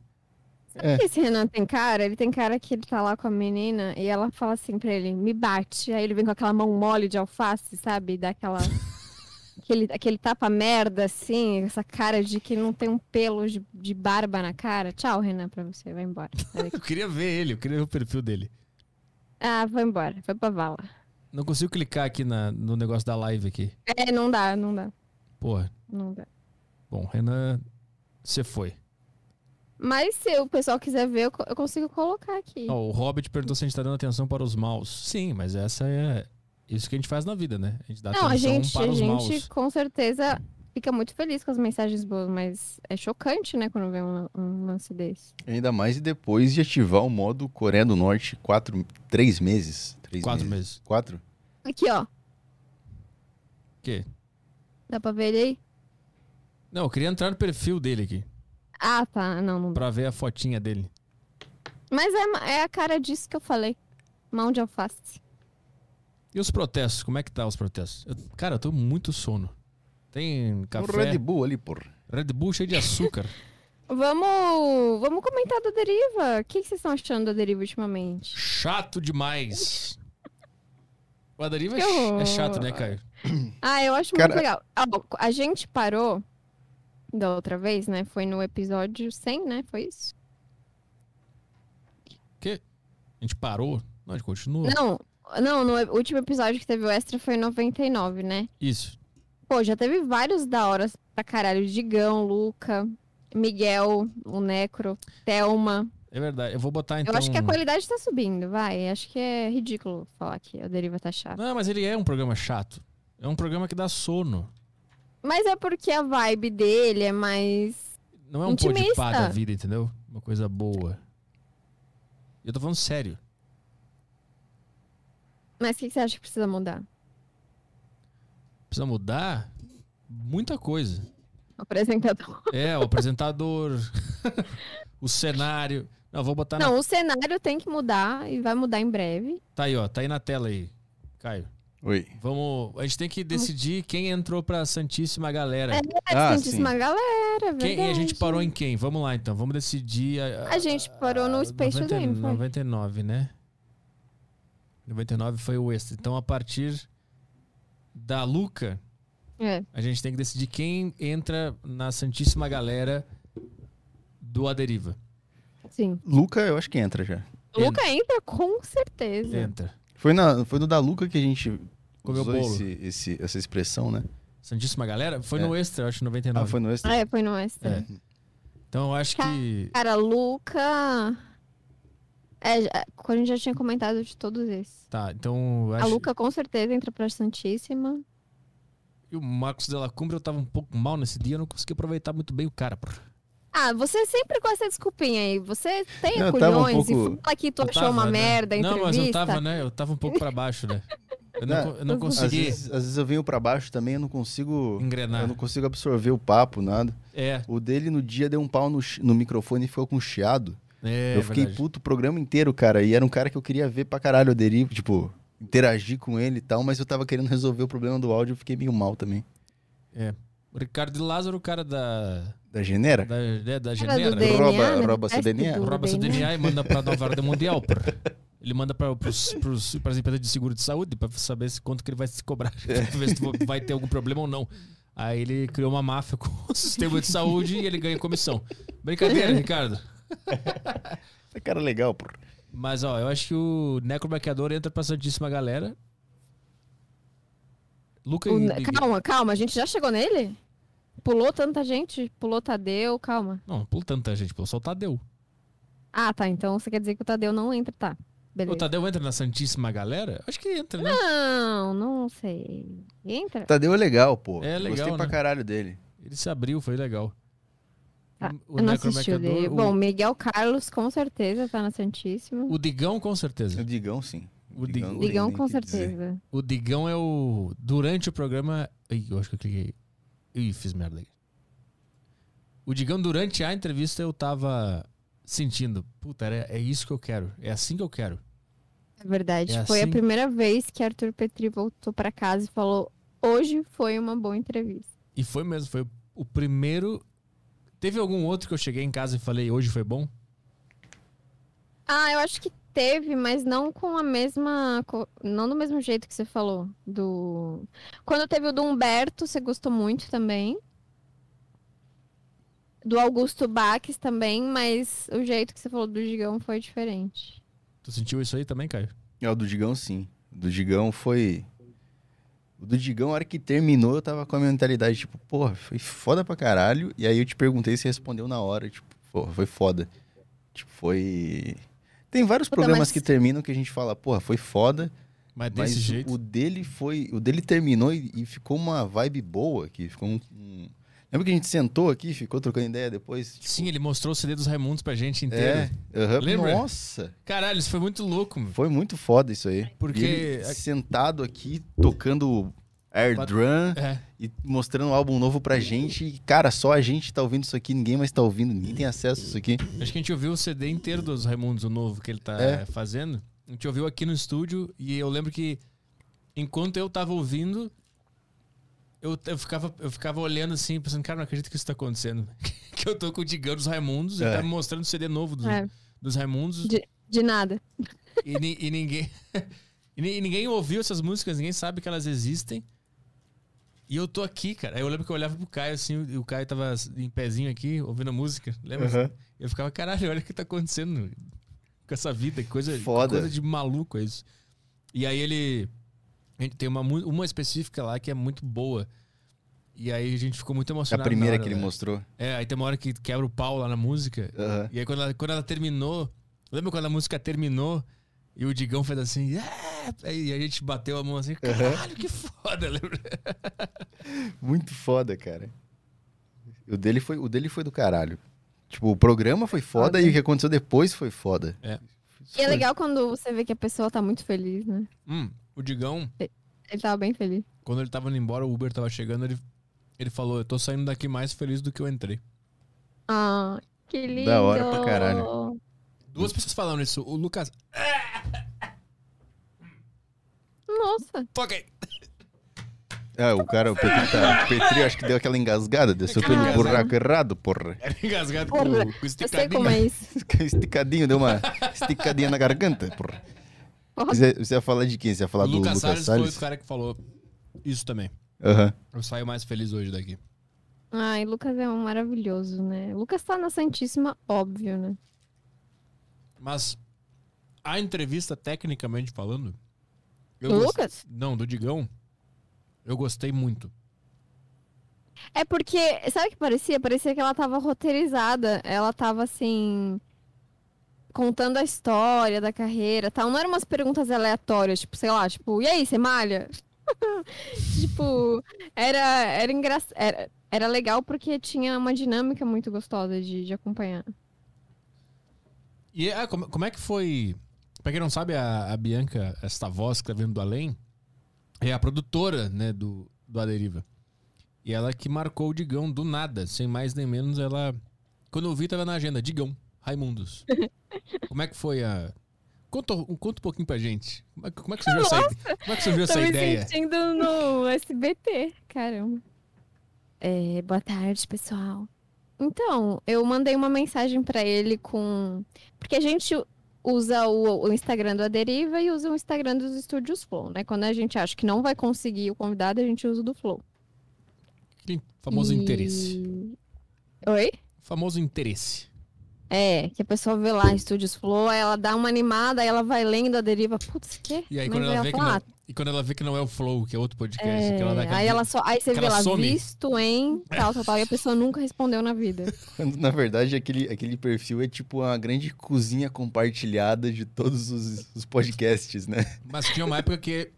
Speaker 3: Sabe
Speaker 2: É.
Speaker 3: que esse Renan tem cara? Ele tem cara que ele tá lá com a menina e ela fala assim pra ele, me bate. Aí ele vem com aquela mão mole de alface, sabe? Dá aquela... aquele, aquele tapa merda, assim, essa cara de que não tem um pelo de, de barba na cara. Tchau, Renan, pra você. Vai embora. Sai daqui.
Speaker 1: Eu queria ver ele, eu queria ver o perfil dele.
Speaker 3: ah, vai embora. Foi pra vala.
Speaker 1: Não consigo clicar aqui na- no negócio da live aqui.
Speaker 3: É, não dá, não dá.
Speaker 1: Porra.
Speaker 3: Não dá.
Speaker 1: Bom, Renan, você foi.
Speaker 3: Mas se o pessoal quiser ver, eu, co- eu consigo colocar aqui.
Speaker 1: Ó, o Hobbit perguntou se a gente tá dando atenção para os maus. Sim, mas essa é isso que a gente faz na vida, né? A gente dá
Speaker 3: não,
Speaker 1: atenção
Speaker 3: a gente,
Speaker 1: para
Speaker 3: a
Speaker 1: os
Speaker 3: gente
Speaker 1: maus.
Speaker 3: com certeza fica muito feliz com as mensagens boas, mas é chocante, né, quando vê um, um lance desse.
Speaker 1: É.
Speaker 2: Ainda mais e depois de ativar o modo Coreia do Norte quatro, três meses. Três
Speaker 1: Quatro meses.
Speaker 2: Quatro?
Speaker 3: Aqui, ó.
Speaker 1: Quê?
Speaker 3: Dá pra ver ele aí?
Speaker 1: Não, eu queria entrar no perfil dele aqui
Speaker 3: Ah, tá. Não, não dá.
Speaker 1: pra ver a fotinha dele.
Speaker 3: Mas é, ma- é a cara disso que eu falei. Mão de alface.
Speaker 1: E os protestos? Como é que tá os protestos? Eu- cara, eu tô muito sono. Tem
Speaker 2: O
Speaker 1: café,
Speaker 2: Um Red
Speaker 1: Red,
Speaker 2: Bull ali, porra.
Speaker 1: Bull cheio de açúcar.
Speaker 3: Vamos, vamos comentar da deriva. O que que vocês estão achando da deriva ultimamente?
Speaker 1: chato demais. O Adariva é,
Speaker 3: Que
Speaker 1: ch- é
Speaker 3: horror.
Speaker 1: chato, né, Caio?
Speaker 3: Ah, eu acho
Speaker 2: Cara-
Speaker 3: muito legal. Ah, bom, A gente parou da outra vez, né? Foi no episódio 100, né? Foi isso?
Speaker 1: A gente parou. Não, a gente continua.
Speaker 3: Não, não, no e- último episódio que teve o extra foi em 99, né?
Speaker 1: Isso.
Speaker 3: Pô, já teve vários da hora pra caralho. Digão, Luca, Miguel, o Necro, Thelma.
Speaker 1: É verdade. Eu vou botar então.
Speaker 3: Eu acho que a qualidade tá subindo, vai. Acho que é ridículo falar que a deriva tá chata.
Speaker 1: Não, mas ele é um programa chato. É um programa que dá sono.
Speaker 3: Mas é porque a vibe dele é mais.
Speaker 1: Não é um pôr
Speaker 3: Intimista.
Speaker 1: de pá da vida, entendeu? Uma coisa boa. Eu tô falando sério.
Speaker 3: Mas o que que você acha que precisa mudar?
Speaker 1: Precisa mudar muita coisa.
Speaker 3: O apresentador.
Speaker 1: É, o apresentador, o cenário. Não, vou botar na.
Speaker 3: Não, o cenário tem que mudar e vai mudar em breve.
Speaker 1: Tá aí, ó. Tá aí na tela aí, Caio.
Speaker 2: Oi.
Speaker 1: Vamos. A gente tem que decidir quem entrou pra Santíssima Galera.
Speaker 3: É,
Speaker 2: Ah,
Speaker 3: ah, Santíssima Galera, é
Speaker 1: Quem, e a
Speaker 3: verdade.
Speaker 1: gente parou em quem? Vamos lá então. Vamos decidir.
Speaker 3: A gente parou
Speaker 1: Ah,
Speaker 3: no Space to
Speaker 1: 90
Speaker 3: Dream, foi?
Speaker 1: 99, né? 99 foi o extra. Então, a partir da Luca,
Speaker 3: É.
Speaker 1: a gente tem que decidir quem entra na Santíssima Galera do Aderiva.
Speaker 3: Sim.
Speaker 2: Luca, eu acho que entra já.
Speaker 1: Entra.
Speaker 3: Luca entra com certeza.
Speaker 2: É.
Speaker 1: Entra.
Speaker 2: Foi, na, foi no da Luca que a gente
Speaker 1: Comeu
Speaker 2: usou
Speaker 1: bolo.
Speaker 2: esse, esse- essa expressão, né?
Speaker 1: Santíssima Galera? Foi
Speaker 2: É.
Speaker 1: no extra, eu acho,
Speaker 2: Ah,
Speaker 1: 99.
Speaker 2: foi no extra.
Speaker 3: Ah, é, foi no extra.
Speaker 1: É. Então, eu acho
Speaker 3: Tá.
Speaker 1: que.
Speaker 3: Cara, Luca. É, já- a gente já tinha comentado de todos esses.
Speaker 1: Tá, então. eu
Speaker 3: A
Speaker 1: Acho...
Speaker 3: Luca com certeza entra pra Santíssima.
Speaker 1: E o Marcos Della Cumbra, eu tava um pouco mal nesse dia, eu não consegui aproveitar muito bem o cara, porra.
Speaker 3: Ah, você sempre com essa desculpinha aí. Você tem
Speaker 2: Não, eu tava um
Speaker 3: culhões
Speaker 2: pouco-
Speaker 3: e fala que tu
Speaker 1: Eu
Speaker 3: achou
Speaker 1: tava,
Speaker 3: uma
Speaker 1: né?
Speaker 3: merda em
Speaker 1: Não, mas
Speaker 3: entrevista.
Speaker 1: eu tava, né? Eu tava um pouco pra baixo, né? Eu não,
Speaker 2: Não,
Speaker 1: co- eu não
Speaker 3: às
Speaker 2: Às
Speaker 1: consegui
Speaker 2: vezes, às vezes eu venho pra baixo também, eu não consigo.
Speaker 1: engrenar.
Speaker 2: Eu não consigo absorver o papo, nada.
Speaker 1: É,
Speaker 2: O dele no dia deu um pau no, chi- no microfone e ficou com chiado.
Speaker 1: é.
Speaker 2: eu fiquei
Speaker 1: verdade.
Speaker 2: puto o programa inteiro, cara. E era um cara que eu queria ver pra caralho, aderir, tipo, interagir com ele e tal, mas eu tava querendo resolver o problema do áudio, eu fiquei meio mal também.
Speaker 1: O Ricardo de Lázaro, o cara da.
Speaker 2: Da genera?
Speaker 1: Da, né, da
Speaker 3: Cara do
Speaker 1: Genera.
Speaker 3: DNA,
Speaker 2: Rouba-
Speaker 3: né?
Speaker 2: rouba
Speaker 3: Do
Speaker 2: seu
Speaker 3: teste
Speaker 2: DNA?
Speaker 3: do
Speaker 1: Rouba seu DNA e manda pra nova ordem mundial, porra. Ele manda pra, pros, pros, pras empresas de seguro de saúde pra saber se, quanto que ele vai se cobrar. Pra ver se tu vai ter algum problema ou não. Aí ele criou uma máfia com o sistema de saúde e ele ganha comissão. Brincadeira, Ricardo.
Speaker 2: Esse cara é legal, porra.
Speaker 1: Mas, ó, eu acho que o Necromaquiador entra pra Santíssima Galera. Luca
Speaker 3: O-
Speaker 1: e...
Speaker 3: Né, Calma, calma, a gente já chegou nele? Pulou tanta gente? Pulou Tadeu, calma.
Speaker 1: Não, pulou tanta gente, pulou só o Tadeu.
Speaker 3: Ah, tá, então você quer dizer que o Tadeu não entra, tá. Beleza.
Speaker 1: O Tadeu entra na Santíssima Galera? Acho que entra, né?
Speaker 3: Não, não sei. Entra?
Speaker 2: Tadeu é legal, pô.
Speaker 1: É
Speaker 2: Eu
Speaker 1: legal,
Speaker 2: Gostei pra
Speaker 1: né?
Speaker 2: caralho dele.
Speaker 1: Ele se abriu, foi legal.
Speaker 3: Tá,
Speaker 1: O
Speaker 3: eu não assisti o
Speaker 1: Necromaquiador,
Speaker 3: dele.
Speaker 1: o-
Speaker 3: Bom, Miguel Carlos com certeza tá na Santíssima.
Speaker 1: O Digão, com certeza.
Speaker 2: O Digão, sim.
Speaker 1: O, Dig-
Speaker 2: Digão. é
Speaker 3: Ligão
Speaker 2: nem
Speaker 3: com
Speaker 2: o que dizer.
Speaker 3: certeza.
Speaker 1: o Digão é o. Durante o programa. Ih, eu acho que eu cliquei. Ih, fiz merda aqui. O Digão, durante a entrevista, eu tava sentindo. Puta, era- é isso que eu quero. É assim que eu quero.
Speaker 3: É verdade.
Speaker 1: É
Speaker 3: Foi a
Speaker 1: assim?
Speaker 3: primeira vez que Arthur Petri voltou pra casa e falou: hoje foi uma boa entrevista.
Speaker 1: E foi mesmo, foi o primeiro. Teve algum outro que eu cheguei em casa e falei, hoje foi bom?
Speaker 3: Ah, eu acho que teve, mas não com a mesma. co- Não do mesmo jeito que você falou. Do. Quando teve o do Humberto, você gostou muito também. Do Augusto Baques também, mas o jeito que você falou do Gigão foi diferente.
Speaker 1: Tu sentiu isso aí também, Caio?
Speaker 2: É, o do Digão, sim. O do Digão foi. O do Digão, a hora que terminou, eu tava com a mentalidade, tipo, porra, foi foda pra caralho. E aí eu te perguntei se respondeu na hora, tipo, porra, foi foda. Tipo, foi. Tem vários
Speaker 3: Puta,
Speaker 2: programas
Speaker 3: mas-
Speaker 2: que terminam que a gente fala, porra, foi foda.
Speaker 1: Mas desse
Speaker 2: Mas o-
Speaker 1: jeito.
Speaker 2: o dele foi. O dele terminou e, e ficou uma vibe boa aqui. Ficou um. um- Lembra que a gente sentou aqui, ficou trocando ideia depois? Tipo,
Speaker 1: Sim, ele mostrou o CD dos Raimundos pra gente
Speaker 2: é.
Speaker 1: inteiro.
Speaker 2: aham.
Speaker 1: Lembra?
Speaker 2: Nossa!
Speaker 1: Caralho, isso foi muito louco, meu.
Speaker 2: Foi muito foda isso aí.
Speaker 1: Porque- é
Speaker 2: E ele sentado aqui, tocando air
Speaker 1: Pat-
Speaker 2: drum
Speaker 1: É.
Speaker 2: e mostrando um álbum novo pra gente. E, cara, só a gente tá ouvindo isso aqui, ninguém mais tá ouvindo, ninguém tem acesso a isso aqui.
Speaker 1: Acho que a gente ouviu o CD inteiro dos Raimundos, o novo que ele tá
Speaker 2: É.
Speaker 1: eh, fazendo. A gente ouviu aqui no estúdio e eu lembro que enquanto eu tava ouvindo, eu, eu, ficava, eu ficava olhando assim, pensando, cara, não acredito que isso tá acontecendo. que eu tô com o Digão dos Raimundos, ele
Speaker 2: É.
Speaker 1: tá me mostrando o CD novo dos,
Speaker 3: É.
Speaker 1: dos Raimundos
Speaker 3: De nada.
Speaker 1: e, ni- e ninguém. e, ni- e ninguém ouviu essas músicas, ninguém sabe que elas existem. E eu tô aqui, cara. Aí eu lembro que eu olhava pro Caio assim, e o Caio tava em pezinho aqui, ouvindo a música. Lembra? Eu ficava, caralho, olha o que tá acontecendo com essa vida, que coisa, que
Speaker 2: Foda.
Speaker 1: coisa de maluco é isso. E aí ele, ele tem uma, mu- uma específica lá que é muito boa. E aí a gente ficou muito
Speaker 2: É a
Speaker 1: emocionado. na
Speaker 2: primeira
Speaker 1: hora,
Speaker 2: que ele
Speaker 1: né?
Speaker 2: mostrou.
Speaker 1: É, aí tem uma hora que quebra o pau lá na música.
Speaker 2: Aham.
Speaker 1: E aí quando ela, quando ela terminou, lembra quando a música terminou e o Digão fez assim, "Yeah!" aí a gente bateu a mão assim, caralho, que foda, lembra?
Speaker 2: Muito foda, cara. O dele, foi, o dele foi do caralho. Tipo, o programa foi foda e o que aconteceu depois foi foda.
Speaker 1: É.
Speaker 3: E é legal quando você vê que a pessoa tá muito feliz, né?
Speaker 1: Hum, o Digão,
Speaker 3: Ele tava bem feliz.
Speaker 1: quando ele tava indo embora, o Uber tava chegando, ele, ele falou, eu tô saindo daqui mais feliz do que eu entrei.
Speaker 3: Ah, que lindo.
Speaker 2: Da hora pra caralho. Hum.
Speaker 1: Duas pessoas falando isso. O Lucas.
Speaker 3: Nossa,
Speaker 1: Toquei!
Speaker 2: Ah, o cara, o Petri, tá, o Petri acho que deu aquela engasgada, desceu pelo
Speaker 3: Engasgado.
Speaker 2: buraco errado, porra.
Speaker 1: Era engasgado com,
Speaker 3: Porra,
Speaker 1: com
Speaker 3: eu sei como
Speaker 1: esticadinho.
Speaker 3: é isso.
Speaker 2: Esticadinho, deu uma esticadinha na garganta, porra.
Speaker 3: Porra.
Speaker 2: Você, você ia falar de quem? Você ia
Speaker 1: O
Speaker 2: falar do
Speaker 1: Lucas
Speaker 2: Lucas
Speaker 1: Salles foi
Speaker 2: Salles?
Speaker 1: o cara que falou isso também.
Speaker 2: Aham.
Speaker 1: Eu saio mais feliz hoje daqui.
Speaker 3: Ai, Lucas é um maravilhoso, né? Lucas tá na Santíssima, óbvio, né?
Speaker 1: Mas a entrevista, tecnicamente falando. eu
Speaker 3: Do
Speaker 1: gost-
Speaker 3: Lucas?
Speaker 1: Não, do Digão. Eu gostei muito.
Speaker 3: É porque, sabe o que parecia? Parecia que ela tava roteirizada. Ela tava assim. Contando a história da carreira tal. Não eram umas perguntas aleatórias, tipo, sei lá, tipo, e aí, você malha? tipo, era, era engraçado. Era, era legal porque tinha uma dinâmica muito gostosa de, de acompanhar.
Speaker 1: E ah, como, como é que foi. Pra quem não sabe, a, a Bianca, esta voz que tá vindo do além, é a produtora, né, do, do A Deriva. E ela que marcou o Digão do nada, sem mais nem menos, ela. Quando eu vi, tava na agenda, Digão, Raimundos. como é que foi a. Conta, conta um pouquinho pra gente. Como é, que- como é que surgiu essa, ideia? Como é que surgiu
Speaker 3: Tô
Speaker 1: essa
Speaker 3: me
Speaker 1: ideia?
Speaker 3: sentindo no SBT, caramba. É, boa tarde, pessoal. Então, eu mandei uma mensagem pra ele com. Porque a gente usa o, o Instagram do Aderiva e usa o Instagram dos estúdios Flow, né? Quando a gente acha que não vai conseguir o convidado, a gente usa o do Flow.
Speaker 1: Aquele famoso
Speaker 3: E-
Speaker 1: interesse.
Speaker 3: Oi?
Speaker 1: Famoso interesse.
Speaker 3: É, que a pessoa vê lá Estúdios Flow, aí ela dá uma animada, aí ela vai lendo a deriva. Putz, que?
Speaker 1: E aí,
Speaker 3: Mas
Speaker 1: quando ela, vê que
Speaker 3: fala,
Speaker 1: não, e quando ela vê que não é o Flow, que é outro podcast, que ela dá
Speaker 3: É,
Speaker 1: aquela-
Speaker 3: aí ela só, aí você vê
Speaker 1: aquela
Speaker 3: lá,
Speaker 1: some.
Speaker 3: visto em tal, tal, tal, e a pessoa nunca respondeu na vida.
Speaker 2: Quando, na verdade, aquele, aquele perfil é tipo uma grande cozinha compartilhada de todos os, os podcasts, né?
Speaker 1: Mas tinha uma época que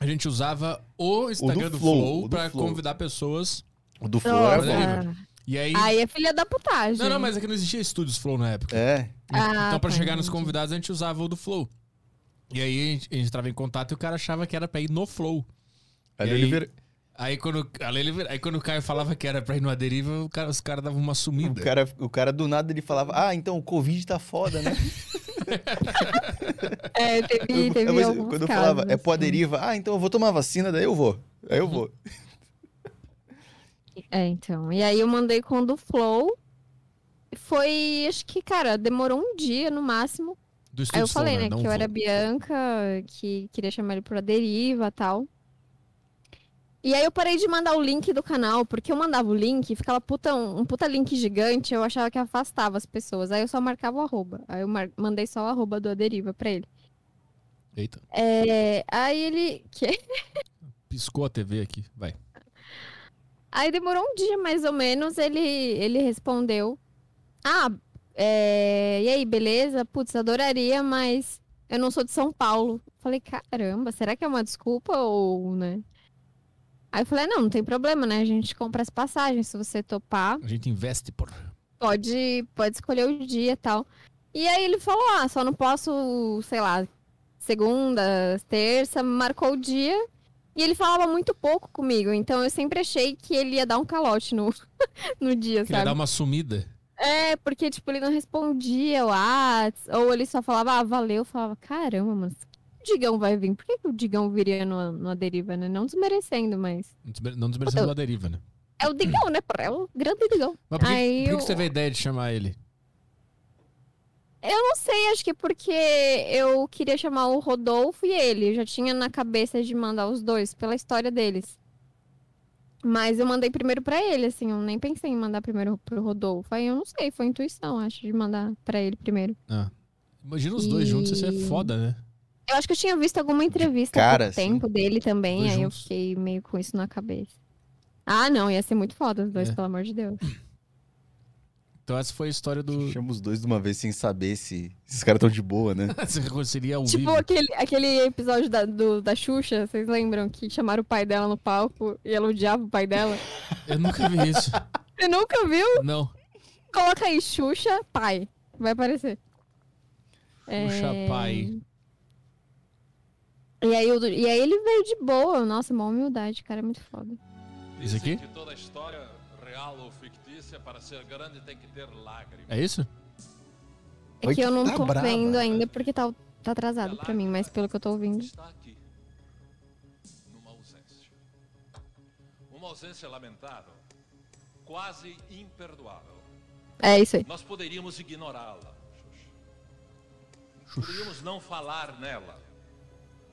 Speaker 1: a gente usava o Instagram do,
Speaker 2: Flow,
Speaker 1: Flow
Speaker 2: o do
Speaker 1: pra
Speaker 2: Flow.
Speaker 1: convidar pessoas.
Speaker 2: O do né? Flow era
Speaker 1: Nossa.
Speaker 2: bom.
Speaker 1: E aí.
Speaker 3: Aí é filha da putagem.
Speaker 1: não, não, mas é que não existia estúdios Flow na época.
Speaker 2: É.
Speaker 3: Ah,
Speaker 1: então,
Speaker 3: tá,
Speaker 1: pra chegar nos
Speaker 3: entendi.
Speaker 1: convidados, a gente usava o do Flow. E aí a gente, a gente entrava em contato e o cara achava que era pra ir no flow.
Speaker 2: Aí
Speaker 1: E
Speaker 2: ele
Speaker 1: aí?
Speaker 2: vira-
Speaker 1: Aí quando, além de- aí quando o Caio falava que era pra ir numa deriva, o cara- os caras davam uma
Speaker 2: O
Speaker 1: sumida.
Speaker 2: cara, o cara do nada ele falava: Ah, então o Covid tá foda, né?
Speaker 3: É, teve, teve
Speaker 2: Mas
Speaker 3: alguns
Speaker 2: quando eu
Speaker 3: casos,
Speaker 2: falava, é pó
Speaker 3: assim.
Speaker 2: deriva, ah, então eu vou tomar vacina, daí eu vou. Aí eu vou.
Speaker 3: É, então. E aí eu mandei com o do Flow. Foi, acho que, cara, demorou um dia no máximo.
Speaker 1: Do
Speaker 3: Aí eu
Speaker 1: Estúdio
Speaker 3: falei,
Speaker 1: Flow,
Speaker 3: né,
Speaker 1: Não
Speaker 3: que eu
Speaker 1: vou.
Speaker 3: era Bianca, que queria chamar ele pra deriva e tal. E aí eu parei de mandar o link do canal, porque eu mandava o link, ficava puta, um, um puta link gigante, eu achava que afastava as pessoas. Aí eu só marcava o arroba. Aí eu mar- mandei só o arroba do A Deriva pra ele.
Speaker 1: Eita,
Speaker 3: É, aí ele. Que?
Speaker 1: piscou a TV aqui. Vai.
Speaker 3: Aí demorou um dia mais ou menos, ele, ele respondeu: Ah, é, e aí, beleza? Putz, adoraria, mas eu não sou de São Paulo. Falei: Caramba, será que é uma desculpa ou, né? Aí eu falei: Não, não tem problema, né? A gente compra as passagens. Se você topar,
Speaker 1: A gente investe, por.
Speaker 3: pode, pode escolher o dia e tal. E aí ele falou: Ah, só não posso, sei lá, segunda, terça, marcou o dia. E ele falava muito pouco comigo, então eu sempre achei que ele ia dar um calote no, no dia,
Speaker 1: Queria
Speaker 3: sabe?
Speaker 1: dar um- uma sumida.
Speaker 3: É, porque, tipo, ele não respondia o Whats, ou ele só falava, ah, valeu. Eu falava, caramba, mas que o Digão vai vir? Por que, que o Digão viria numa, numa deriva, né? Não desmerecendo, mas.
Speaker 1: Não desmer- Não desmerecendo
Speaker 3: Eu-
Speaker 1: a deriva, né?
Speaker 3: É o Digão, né? porra? É o grande Digão.
Speaker 1: Mas por que,
Speaker 3: Aí
Speaker 1: por que que
Speaker 3: eu-
Speaker 1: você teve a ideia de chamar ele?
Speaker 3: Eu não sei, acho que porque eu queria chamar o Rodolfo e ele. Eu já tinha na cabeça de mandar os dois, pela história deles. Mas eu mandei primeiro pra ele, assim, eu nem pensei em mandar primeiro pro Rodolfo. Aí eu não sei, foi intuição, acho, de mandar pra ele primeiro.
Speaker 1: Imagina os dois
Speaker 3: E-
Speaker 1: juntos, isso é foda, né?
Speaker 3: Eu acho que eu tinha visto alguma entrevista há
Speaker 2: cara,
Speaker 3: pouco
Speaker 2: assim,
Speaker 3: tempo dele também,
Speaker 1: dois
Speaker 3: aí eu
Speaker 1: juntos.
Speaker 3: fiquei meio com isso na cabeça. Ah, não, ia ser muito foda os dois,
Speaker 1: É.
Speaker 3: pelo amor de Deus.
Speaker 1: Então essa foi a história do.
Speaker 2: Chama os dois de uma vez sem saber se esses caras estão de boa, né?
Speaker 1: Você reconcilia ao
Speaker 3: Tipo
Speaker 1: vivo.
Speaker 3: aquele, aquele episódio da, do- da Xuxa, vocês lembram? Que chamaram o pai dela no palco e ela odiava o pai dela.
Speaker 1: Eu nunca vi isso.
Speaker 3: Você nunca viu?
Speaker 1: Não.
Speaker 3: Coloca aí, Xuxa, pai. Vai aparecer. É.
Speaker 1: Puxa, pai.
Speaker 3: E aí, o- e aí ele veio de boa. Nossa, uma humildade, cara, é muito foda.
Speaker 1: Isso aqui?
Speaker 6: Dizem que toda história, real ou fictícia, para ser grande tem que ter lágrimas.
Speaker 1: É isso?
Speaker 3: É
Speaker 2: Oi,
Speaker 3: que eu não
Speaker 2: tá
Speaker 3: tô
Speaker 2: brava.
Speaker 3: vendo ainda porque tá, tá atrasado pra mim, mas pelo que eu tô ouvindo.
Speaker 6: Está aqui, numa ausência. Uma ausência lamentável, quase imperdoável.
Speaker 3: É isso aí.
Speaker 6: Nós poderíamos ignorá-la. Xuxa. Poderíamos não falar nela,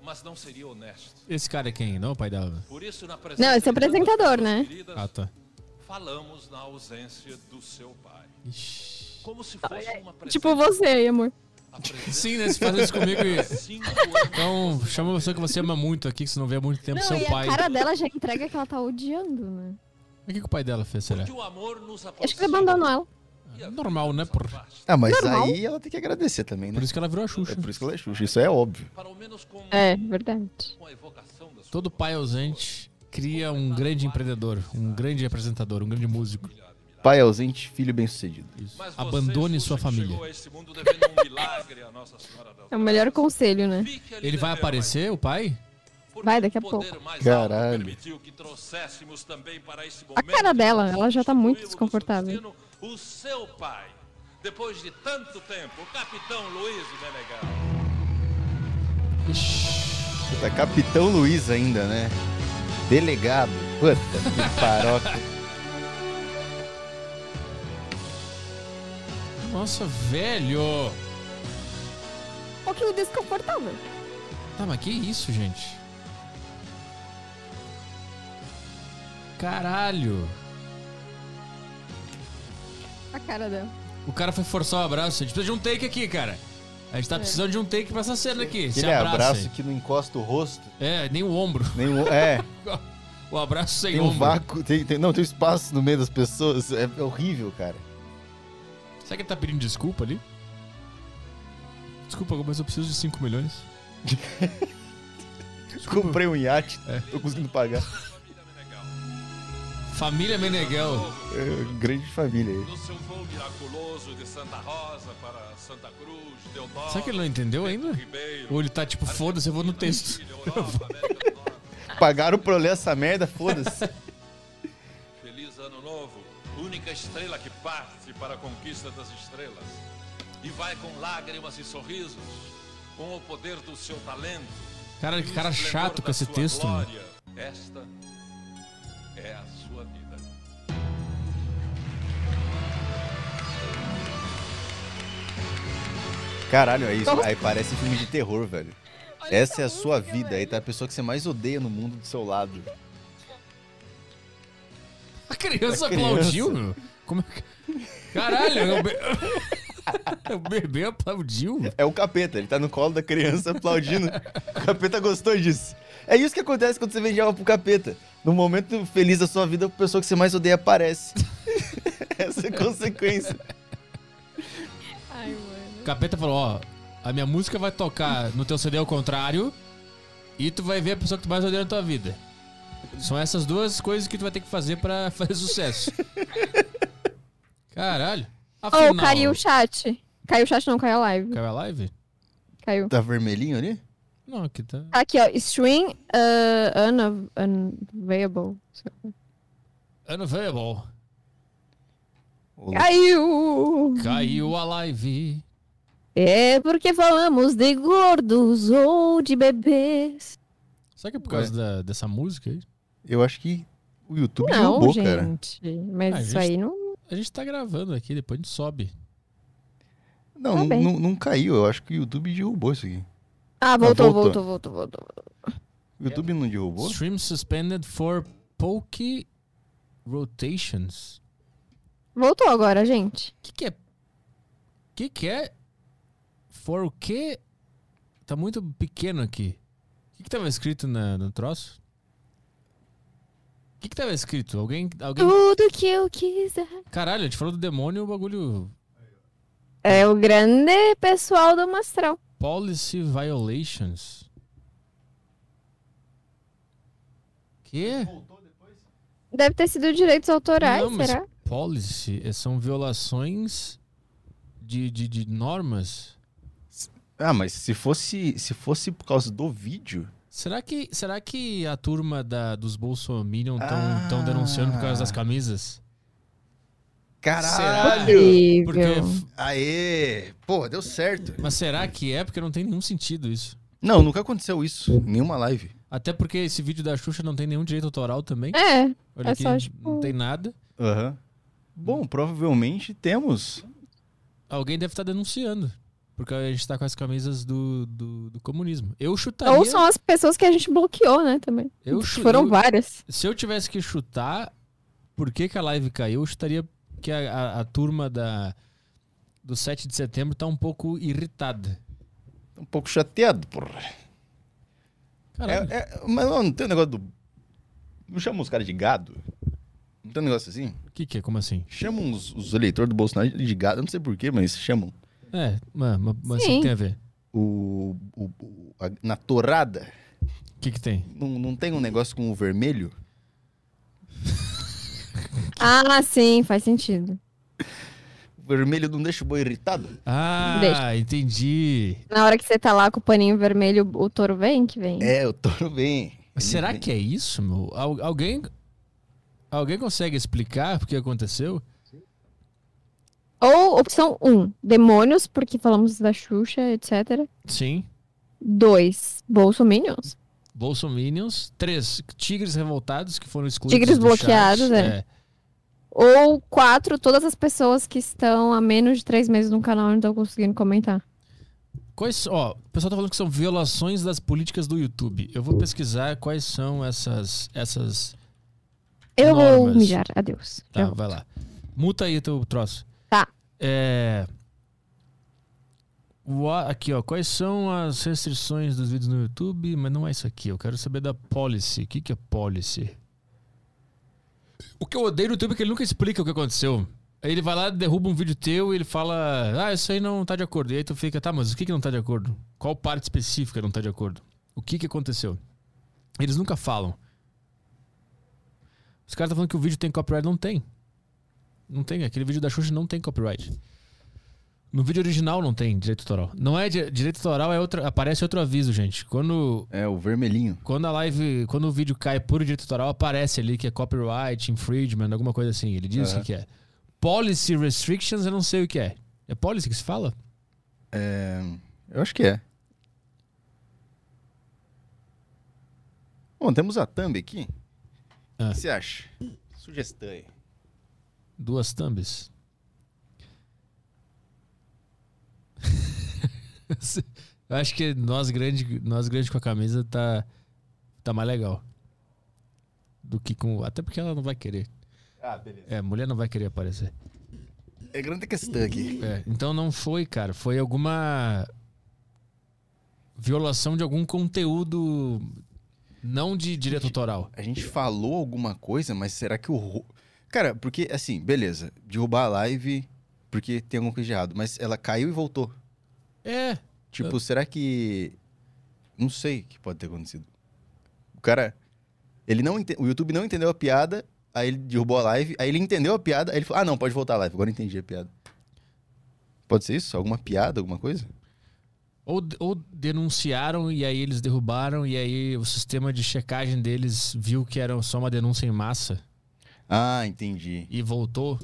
Speaker 6: mas não seria honesto.
Speaker 1: Esse cara é quem? Não, o pai dela.
Speaker 6: Por isso, na presença
Speaker 3: Não, esse é o
Speaker 6: de tantas
Speaker 3: apresentador,
Speaker 6: pessoas
Speaker 3: né?
Speaker 6: queridas,
Speaker 1: Ah, tá.
Speaker 6: Falamos na ausência do seu pai.
Speaker 1: Ixi.
Speaker 6: Como se fosse uma presença.
Speaker 3: Tipo você aí, amor.
Speaker 6: a presença
Speaker 1: Sim, né? Você faz isso comigo
Speaker 6: há
Speaker 1: e.
Speaker 6: cinco anos
Speaker 1: Então, chama uma pessoa que você ama muito aqui, que você não vê há muito tempo,
Speaker 3: Não,
Speaker 1: seu
Speaker 3: e
Speaker 1: pai.
Speaker 3: a cara dela já entrega que ela tá odiando, né?
Speaker 1: O que, que o pai dela fez, será?
Speaker 6: que o amor nos
Speaker 3: Acho que ele
Speaker 6: aproxima.
Speaker 3: abandonou ela.
Speaker 1: Normal, né? Por,
Speaker 2: Ah, mas
Speaker 3: Normal.
Speaker 2: aí ela tem que agradecer também, né?
Speaker 1: por isso que ela virou a Xuxa.
Speaker 2: É por isso que ela é Xuxa, isso é óbvio.
Speaker 6: Para ao menos com,
Speaker 3: É, verdade.
Speaker 6: com a evocação da sua
Speaker 1: Todo pai ausente cria um grande empreendedor, um grande apresentador, um grande músico.
Speaker 2: Pai ausente, filho bem sucedido.
Speaker 1: Isso.
Speaker 6: Mas você,
Speaker 1: Abandone
Speaker 6: Xuxa,
Speaker 1: sua
Speaker 6: que
Speaker 1: família.
Speaker 6: chegou a esse mundo devendo um milagre à Nossa Senhora das
Speaker 3: É o melhor conselho, né?
Speaker 6: Fique ali
Speaker 1: Ele vai
Speaker 6: devendo,
Speaker 1: aparecer, o pai?
Speaker 6: mas porque
Speaker 3: Vai, daqui a
Speaker 6: o poder
Speaker 3: pouco.
Speaker 6: mais
Speaker 2: Caralho.
Speaker 6: alto permitiu que trouxéssemos também para esse
Speaker 3: A
Speaker 6: momento
Speaker 3: cara dela, ela já tá
Speaker 6: Constituí-lo
Speaker 3: muito
Speaker 6: do
Speaker 3: desconfortável.
Speaker 6: destino, O seu pai, depois de tanto tempo, o capitão Luiz Menegal.
Speaker 2: Puta, é Capitão Luiz ainda, né? Delegado. Puta, que paroca.
Speaker 1: Nossa, velho!
Speaker 3: Um pouquinho desconfortável.
Speaker 1: Tá, mas que isso, gente? Caralho!
Speaker 3: A cara dela.
Speaker 1: O cara foi forçar o abraço. A gente precisa de um take aqui, cara. A gente tá precisando de um take pra essa cena aqui. Se
Speaker 2: Aquele abraço
Speaker 1: abraça.
Speaker 2: que não encosta o rosto.
Speaker 1: É, nem o ombro.
Speaker 2: Nem o- é,
Speaker 1: O abraço sem
Speaker 2: tem um
Speaker 1: ombro.
Speaker 2: vácuo. Tem, tem- não, tem um espaço no meio das pessoas. É, é horrível, cara.
Speaker 1: Será que ele tá pedindo desculpa ali? Desculpa, mas eu preciso de 5 milhões. É.
Speaker 2: Comprei um iate, tô conseguindo pagar.
Speaker 6: Família Menegal.
Speaker 1: Família Meneghel.
Speaker 2: É, grande família aí.
Speaker 6: No seu voo miraculoso de Santa Rosa para Santa Cruz, Deodoro...
Speaker 1: Será que ele não entendeu ainda?
Speaker 6: Ribeiro,
Speaker 1: Ou ele tá tipo, foda-se, eu vou no texto.
Speaker 6: Chile, Europa, América do Norte.
Speaker 2: Pagaram pro Léo essa merda, foda-se.
Speaker 6: Feliz Ano Novo, única estrela que parte para a conquista das estrelas. E vai com lágrimas e sorrisos, com o poder do seu talento.
Speaker 1: Cara,
Speaker 6: e
Speaker 1: que
Speaker 6: o
Speaker 1: cara
Speaker 6: esplendor
Speaker 1: chato
Speaker 6: da
Speaker 1: com esse
Speaker 6: sua
Speaker 1: texto, mano.
Speaker 6: glória. Esta é a sua vida.
Speaker 2: Caralho, é isso. Aí parece filme de terror, velho.
Speaker 7: Olha
Speaker 2: Essa é a
Speaker 7: música,
Speaker 2: sua vida. Aí
Speaker 7: velho.
Speaker 2: tá a pessoa que você mais odeia no mundo do seu lado.
Speaker 1: A criança
Speaker 2: A criança.
Speaker 1: aplaudiu, meu. Como é que... Caralho, o, be... o bebê aplaudiu.
Speaker 2: É o capeta, ele tá no colo da criança aplaudindo. o capeta gostou disso. É isso que acontece quando você vende alma pro capeta. No momento feliz da sua vida, a pessoa que você mais odeia aparece. Essa é a consequência.
Speaker 7: Ai,
Speaker 1: O
Speaker 7: mano.
Speaker 1: capeta falou, ó, a minha música vai tocar no teu CD ao contrário e tu vai ver a pessoa que tu mais odeia na tua vida. São essas duas coisas que tu vai ter que fazer pra fazer sucesso. Caralho. Afinal,
Speaker 3: Oh, caiu o chat. Caiu o chat, não, caiu a live.
Speaker 1: Caiu a live?
Speaker 3: Caiu.
Speaker 2: Tá vermelhinho ali?
Speaker 1: Não, aqui tá...
Speaker 3: Tá aqui, ó. Stream uh, unav- unavailable.
Speaker 1: Ah, Unavailable.
Speaker 3: Ah. Caiu!
Speaker 1: Caiu a live.
Speaker 3: É porque falamos de gordos ou de bebês.
Speaker 1: Será que é por causa da- dessa música aí?
Speaker 2: Eu acho que o YouTube
Speaker 3: Não,
Speaker 2: derrubou, cara.
Speaker 3: gente. Mas
Speaker 1: Ah,
Speaker 3: isso
Speaker 1: justo.
Speaker 3: aí não.
Speaker 1: A gente tá gravando aqui, depois a gente sobe.
Speaker 2: Não,
Speaker 3: Tá
Speaker 2: não-
Speaker 3: bem.
Speaker 2: não, não caiu. Eu acho que o YouTube derrubou isso aqui.
Speaker 3: Ah, voltou,
Speaker 2: voltou.
Speaker 3: voltou, voltou, voltou.
Speaker 2: O YouTube não derrubou?
Speaker 1: Stream suspended for Poke Rotations.
Speaker 3: Voltou agora, gente.
Speaker 1: O que, que é? O que, que é? For o quê? Tá muito pequeno aqui. O que, que tava escrito na- no troço? O que, que tava escrito? Alguém, alguém.
Speaker 3: Tudo que eu quiser.
Speaker 1: Caralho, a gente falou do demônio e o bagulho.
Speaker 3: É o grande pessoal do Mastral.
Speaker 1: Policy violations. Que?
Speaker 3: Deve ter sido direitos autorais,
Speaker 1: Não, mas-
Speaker 3: será?
Speaker 1: Policy eh, são violações de, de, de normas.
Speaker 2: Ah, mas se fosse, se fosse por causa do vídeo.
Speaker 1: Será que, será que a turma da, dos Bolsominion estão
Speaker 2: Ah.
Speaker 1: tão denunciando por causa das camisas?
Speaker 2: Caralho!
Speaker 1: Porque,
Speaker 3: Possível.
Speaker 2: Aê! Pô, deu certo.
Speaker 1: mas será que é? Porque não tem nenhum sentido isso.
Speaker 2: Não, nunca aconteceu isso. Nenhuma live.
Speaker 1: Até porque esse vídeo da Xuxa não tem nenhum direito autoral também.
Speaker 3: É,
Speaker 1: Olha
Speaker 3: é
Speaker 1: aqui,
Speaker 3: só, tipo-
Speaker 1: não tem nada.
Speaker 2: Aham. Bom, provavelmente temos.
Speaker 1: Alguém deve estar denunciando. Porque a gente tá com as camisas do, do, do comunismo. Eu chutaria.
Speaker 3: Ou são as pessoas que a gente bloqueou, né, também.
Speaker 1: eu chu-
Speaker 3: Foram
Speaker 1: eu-
Speaker 3: várias.
Speaker 1: Se eu tivesse que chutar por que, que a live caiu, eu chutaria que a, a- a turma da, do 7 de setembro tá um pouco irritada.
Speaker 2: Tô um pouco chateado, porra.
Speaker 1: Caralho.
Speaker 2: É- é- mas não, não tem um negócio do. Não chama os caras de gado? Não tem um negócio assim?
Speaker 1: O que que é? Como assim?
Speaker 2: Chamam os, os eleitores do Bolsonaro de gado, eu não sei porquê, mas chamam.
Speaker 1: É, mas, mas, mas o que
Speaker 3: Sim.
Speaker 1: tem a ver?
Speaker 2: O, o- o- a- na torrada,
Speaker 1: O que que tem?
Speaker 2: não, não tem um negócio com o vermelho?
Speaker 3: Ah, sim, faz sentido.
Speaker 2: O vermelho não deixa o boi irritado?
Speaker 1: Ah,
Speaker 3: Deixa.
Speaker 1: entendi.
Speaker 3: Na hora que você tá lá com o paninho vermelho, o touro vem que vem.
Speaker 2: É, o touro bem.
Speaker 1: Mas será que é isso, meu? Al- alguém, alguém consegue explicar o que aconteceu?
Speaker 3: Ou opção 1, demônios, porque falamos da Xuxa, etc.
Speaker 1: Sim.
Speaker 3: 2, bolsominions.
Speaker 1: Bolsominions. Três, tigres revoltados que foram excluídos
Speaker 3: Tigres
Speaker 1: do chat.
Speaker 3: bloqueados, é. Ou 4, todas as pessoas que estão há menos de 3 meses no canal e não estão conseguindo comentar.
Speaker 1: Quais, ó, o pessoal tá falando que são violações das políticas do YouTube. Eu vou pesquisar quais são essas. essas...
Speaker 3: Eu
Speaker 1: Normas.
Speaker 3: vou mijar, adeus.
Speaker 1: Tá,
Speaker 3: Já volto.
Speaker 1: vai lá. Muta aí teu troço.
Speaker 3: Tá.
Speaker 1: É. Ua- Aqui, ó. Quais são as restrições dos vídeos no YouTube? Mas não é isso aqui. Eu quero saber da policy. O que, que é policy? O que eu odeio no YouTube é que ele nunca explica o que aconteceu. Aí ele vai lá, derruba um vídeo teu e ele fala: Ah, isso aí não tá de acordo. E aí tu fica, tá, mas o que, que não tá de acordo? Qual parte específica não tá de acordo? O que, que aconteceu? Eles nunca falam. Os caras estão falando que o vídeo tem copyright. Não tem. Não tem. Aquele vídeo da Xuxa não tem copyright. No vídeo original não tem direito autoral. Não é di- direito autoral, é outra, aparece outro aviso, gente. Quando
Speaker 2: É, o vermelhinho.
Speaker 1: Quando a live, quando o vídeo cai por direito autoral, aparece ali que é copyright, infringement, alguma coisa assim. Ele diz o
Speaker 2: Aham.
Speaker 1: que que é. Policy restrictions, eu não sei o que é. É policy que se fala?
Speaker 2: É, eu acho que é. Bom, temos a thumb aqui.
Speaker 1: Ah.
Speaker 2: O que você acha? Sugestão aí.
Speaker 1: Duas thumbs. eu acho que nós grande, nós grande com a camisa tá tá mais legal. Do que com, até porque ela não vai querer.
Speaker 2: Ah, beleza.
Speaker 1: É, mulher não vai querer aparecer.
Speaker 2: É grande questão aqui.
Speaker 1: É, então não foi, cara. Foi alguma violação de algum conteúdo não de direito autoral.
Speaker 2: A gente falou alguma coisa, mas será que o. ro- Cara, porque assim, beleza. Derrubar a live porque tem alguma coisa de errado, mas ela caiu e voltou.
Speaker 1: É,
Speaker 2: Tipo, será que. Não sei o que pode ter acontecido. O cara. Ele não ente... O YouTube não entendeu a piada, aí ele derrubou a live, aí ele entendeu a piada, aí ele falou: Ah, não, pode voltar a live, agora eu entendi a piada. Pode ser isso? Alguma piada, alguma coisa?
Speaker 1: ou, ou denunciaram e aí eles derrubaram e aí o sistema de checagem deles viu que era só uma denúncia em massa
Speaker 2: Ah, entendi.
Speaker 1: e voltou.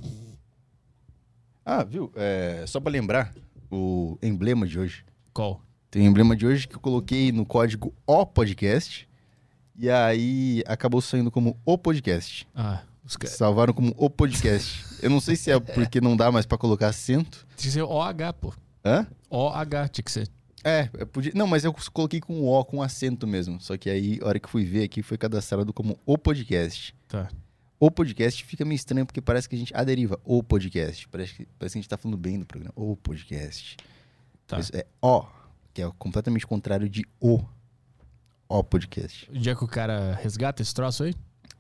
Speaker 2: Ah, viu? É, só pra lembrar o emblema de hoje.
Speaker 1: Qual?
Speaker 2: Tem um emblema de hoje que eu coloquei no código O Podcast. E aí acabou saindo como O Podcast.
Speaker 1: Ah, os caras.
Speaker 2: Salvaram como O Podcast. eu não sei se é porque não dá mais pra colocar acento.
Speaker 1: Tinha que ser OH, pô.
Speaker 2: Hã?
Speaker 1: OH tinha que ser.
Speaker 2: É, eu podia... não, mas eu coloquei com O, com acento mesmo. Só que aí, a hora que fui ver aqui, foi cadastrado como O Podcast.
Speaker 1: Tá.
Speaker 2: O Podcast fica meio estranho porque parece que a gente aderiva O Podcast. Parece que, parece que a gente tá falando bem do programa. O Podcast.
Speaker 1: Tá.
Speaker 2: Mas é O, que é completamente contrário de O. O Podcast.
Speaker 1: Onde é que o cara resgata esse troço aí?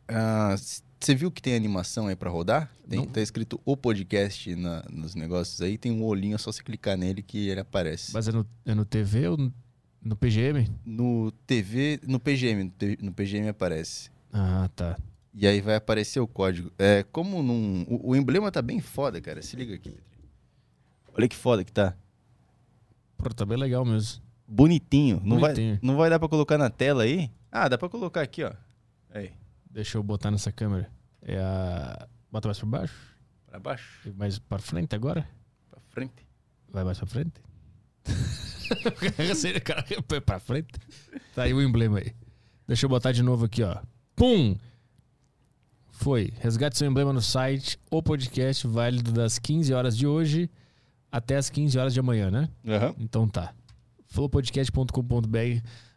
Speaker 2: Ah, c- Você viu que tem animação aí pra rodar? Tem,
Speaker 1: Não.
Speaker 2: tá escrito o podcast na- nos negócios aí, tem um olhinho, é só você clicar nele que ele aparece.
Speaker 1: Mas é no, é no TV ou no- no PGM?
Speaker 2: No TV, no PGM, no, T- no PGM aparece.
Speaker 1: Ah, tá.
Speaker 2: E aí vai aparecer o código. É, como num. O, o emblema tá bem foda, cara. Se liga aqui, Petri. Olha que foda que tá.
Speaker 1: Pô, tá bem legal mesmo.
Speaker 2: Bonitinho. Não,
Speaker 1: Bonitinho.
Speaker 2: Vai, não vai dar pra colocar na tela aí? Ah, dá pra colocar aqui, ó. Aí.
Speaker 1: Deixa eu botar nessa câmera. É a. Bota mais pra baixo?
Speaker 2: Pra baixo,
Speaker 1: E Mais pra frente agora?
Speaker 2: pra frente.
Speaker 1: Vai mais pra frente? Assim, cara, põe pra frente. Tá aí o emblema aí. Deixa eu botar de novo aqui, ó. Pum! Foi. Resgate seu emblema no site. O podcast válido das 15 horas de hoje até as 15 horas de amanhã, né?
Speaker 2: Aham.
Speaker 1: Então tá. Flowpodcast.com.br.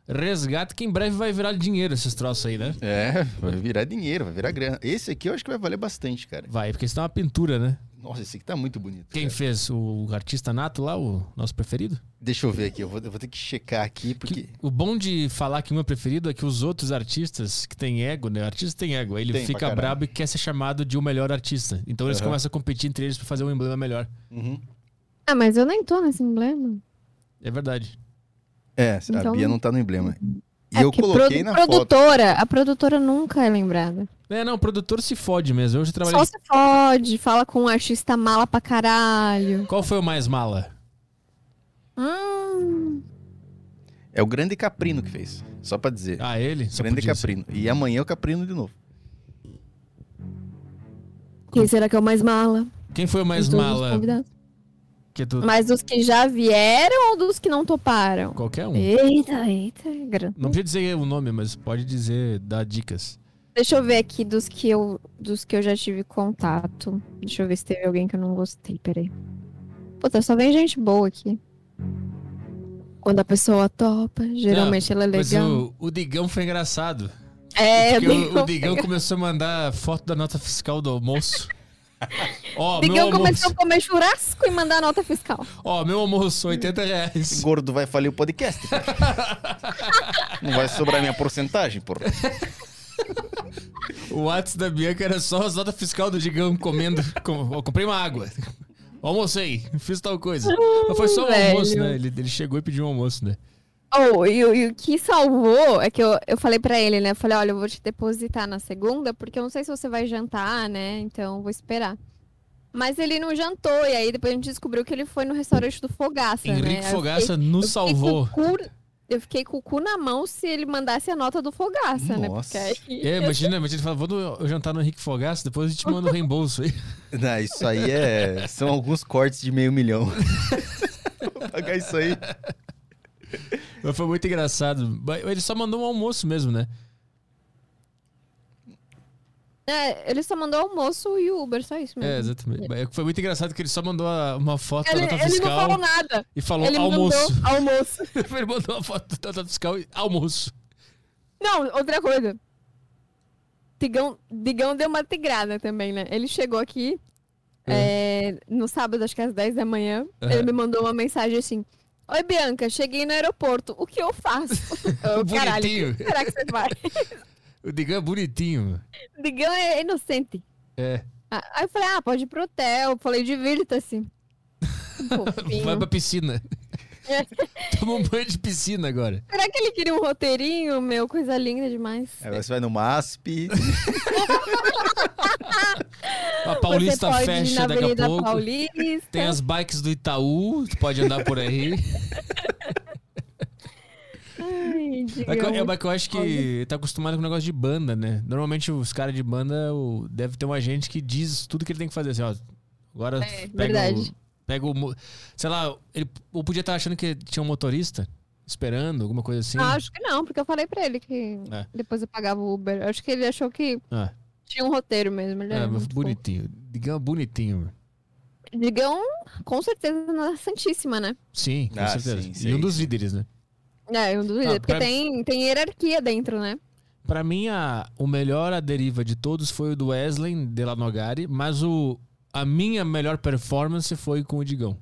Speaker 1: Resgate que em breve vai virar dinheiro esses troços aí, né?
Speaker 2: É, vai virar dinheiro, vai virar grana. Esse aqui eu acho que vai valer bastante, cara.
Speaker 1: Vai, porque isso tá uma pintura, né?
Speaker 2: Nossa, esse aqui tá muito bonito.
Speaker 1: Quem
Speaker 2: cara.
Speaker 1: fez? O artista nato lá, o nosso preferido?
Speaker 2: Deixa eu ver aqui, eu vou, eu vou ter que checar aqui, porque.
Speaker 1: Que- o bom de falar que o meu preferido é que os outros artistas que têm ego, né? O artista tem ego, aí ele
Speaker 2: Tem pra
Speaker 1: fica
Speaker 2: caralho.
Speaker 1: brabo e quer ser chamado de o melhor artista. Então eles
Speaker 2: Aham.
Speaker 1: começam a competir entre eles pra fazer um emblema melhor.
Speaker 3: Ah, mas eu nem tô nesse emblema.
Speaker 1: É verdade.
Speaker 2: É, a
Speaker 3: Então-
Speaker 2: Bia não tá no emblema. E
Speaker 3: É
Speaker 2: eu
Speaker 3: porque
Speaker 2: coloquei
Speaker 3: produ-
Speaker 2: na foto.
Speaker 3: produtora, a produtora nunca é lembrada.
Speaker 1: É, não, o produtor se fode mesmo. Hoje eu trabalhei.
Speaker 3: Só se fode, fala com um artista mala pra caralho.
Speaker 1: Qual foi o mais mala?
Speaker 3: Hum,
Speaker 2: É o Grande Caprino que fez. Só pra dizer.
Speaker 1: Ah, ele? Só
Speaker 2: Grande
Speaker 1: podia ser.
Speaker 2: Caprino. E amanhã é o Caprino de novo.
Speaker 3: quem será que é o mais mala?
Speaker 1: Quem foi o mais
Speaker 3: De todos os
Speaker 1: mala?
Speaker 3: convidados.
Speaker 1: Que tu...
Speaker 3: Mas dos que já vieram ou dos que não toparam?
Speaker 1: Qualquer um.
Speaker 3: Eita, eita. é gran-
Speaker 1: Não precisa dizer o nome, mas pode dizer, dar dicas.
Speaker 3: Deixa eu ver aqui dos que eu, dos que eu já tive contato. Deixa eu ver se teve alguém que eu não gostei, peraí. Puta, só vem gente boa aqui. Quando a pessoa topa, geralmente ela é
Speaker 1: Ah, Mas
Speaker 3: legal.
Speaker 1: o, o Digão foi engraçado.
Speaker 3: É,
Speaker 1: Porque
Speaker 3: bem
Speaker 1: o, o Digão começou a mandar foto da nota fiscal do almoço. Ó, meu
Speaker 3: Digão começou
Speaker 1: almoço.
Speaker 3: a comer churrasco e mandar nota fiscal.
Speaker 1: Ó, meu almoço, 80
Speaker 2: Esse
Speaker 1: reais.
Speaker 2: gordo vai falir o podcast. cara. não vai sobrar minha porcentagem, porra.
Speaker 1: O WhatsApp da Bianca era só as notas fiscal do Digão comendo. Com, ó, comprei uma água. Almocei, fiz tal coisa. Mas foi só um
Speaker 3: velho.
Speaker 1: almoço, né? Ele, ele chegou e pediu um almoço, né?
Speaker 3: Oh, e, o- e o que salvou é que eu, eu falei pra ele, né? Eu falei, olha, eu vou te depositar na segunda, porque eu não sei se você vai jantar, né? Então eu vou esperar. Mas ele não jantou, e aí depois a gente descobriu que ele foi no restaurante do Fogaça, né?
Speaker 1: Henrique
Speaker 3: Eu
Speaker 1: Fogaça nos
Speaker 3: fiquei- fiquei com o
Speaker 1: salvou.
Speaker 3: cu- eu fiquei com o cu na mão se ele mandasse a nota do Fogaça, né? Porque
Speaker 2: Nossa.
Speaker 3: aí...
Speaker 1: É, imagina, imagina ele fala, vou no- jantar no Henrique Fogaça, depois a gente manda o reembolso aí.
Speaker 2: Não, isso aí é. São alguns cortes de meio milhão. Vou pagar isso aí.
Speaker 1: Mas foi muito engraçado. Mas Ele só mandou um almoço mesmo, né?
Speaker 3: É, ele só mandou almoço e o Uber, só isso
Speaker 1: É,
Speaker 3: mesmo.
Speaker 1: exatamente. Mas Foi muito engraçado que ele só mandou a- uma foto da
Speaker 3: Uhum. ele
Speaker 1: nota
Speaker 3: ele não
Speaker 1: fiscal
Speaker 3: falou nada.
Speaker 1: e falou
Speaker 3: ele
Speaker 1: almoço.
Speaker 3: mandou almoço.
Speaker 1: ele mandou uma foto da nota fiscal e almoço.
Speaker 3: Não, outra coisa. Digão, Digão deu uma tigrada também, né? Ele chegou aqui é, no sábado, acho que às 10 da manhã. Ele me mandou uma mensagem assim: Oi, Bianca, cheguei no aeroporto. O que eu faço? Eu, Caralho,
Speaker 1: Bonitinho.
Speaker 3: será que você vai?
Speaker 1: O Digão é bonitinho.
Speaker 3: Digão é inocente.
Speaker 1: É.
Speaker 3: Ah, Aí eu falei: Ah, pode ir pro hotel. Eu falei: Divirta-se. Um Fofinho.
Speaker 1: tá Vai pra piscina. Toma um banho de piscina agora.
Speaker 3: Será que ele queria um roteirinho, meu? Coisa linda demais.
Speaker 2: Aí você vai no MASP.
Speaker 1: A Paulista
Speaker 3: Você pode ir na
Speaker 1: fecha daqui a
Speaker 3: Avenida
Speaker 1: pouco.
Speaker 3: Paulista.
Speaker 1: Tem as bikes do Itaú, tu pode andar por aí.
Speaker 3: Ai,
Speaker 1: É que, eu-
Speaker 3: Digão.
Speaker 1: é, mas que eu acho que tá acostumado com o negócio de banda, né? Normalmente os caras de banda o, deve ter um agente que diz tudo que ele tem que fazer. Assim, ó, agora
Speaker 3: É,
Speaker 1: pega, o,
Speaker 3: verdade.
Speaker 1: pega o. mo- Sei lá, ele ou podia estar achando que tinha um motorista esperando, alguma coisa assim.
Speaker 3: Ah, acho que não, porque eu falei pra ele que
Speaker 1: É.
Speaker 3: depois eu pagava o Uber. Acho que ele achou que
Speaker 1: Ah,
Speaker 3: tinha um roteiro mesmo. Ele
Speaker 1: é,
Speaker 3: era
Speaker 1: mas
Speaker 3: muito
Speaker 1: bonitinho. Digão bonitinho. mano.
Speaker 3: fofo. Digão, com certeza, na Santíssima, né?
Speaker 1: Sim, com
Speaker 2: Ah,
Speaker 1: certeza.
Speaker 2: sim,
Speaker 1: e
Speaker 2: sim,
Speaker 1: um dos
Speaker 2: sim.
Speaker 1: líderes, né?
Speaker 3: É, eu não duvido,
Speaker 1: Ah,
Speaker 3: porque
Speaker 1: pra-
Speaker 3: tem, tem hierarquia dentro, né?
Speaker 1: Pra mim, a, o melhor a deriva de todos foi o do Wesley de La Nogari, mas o, a minha melhor performance foi com o Digão.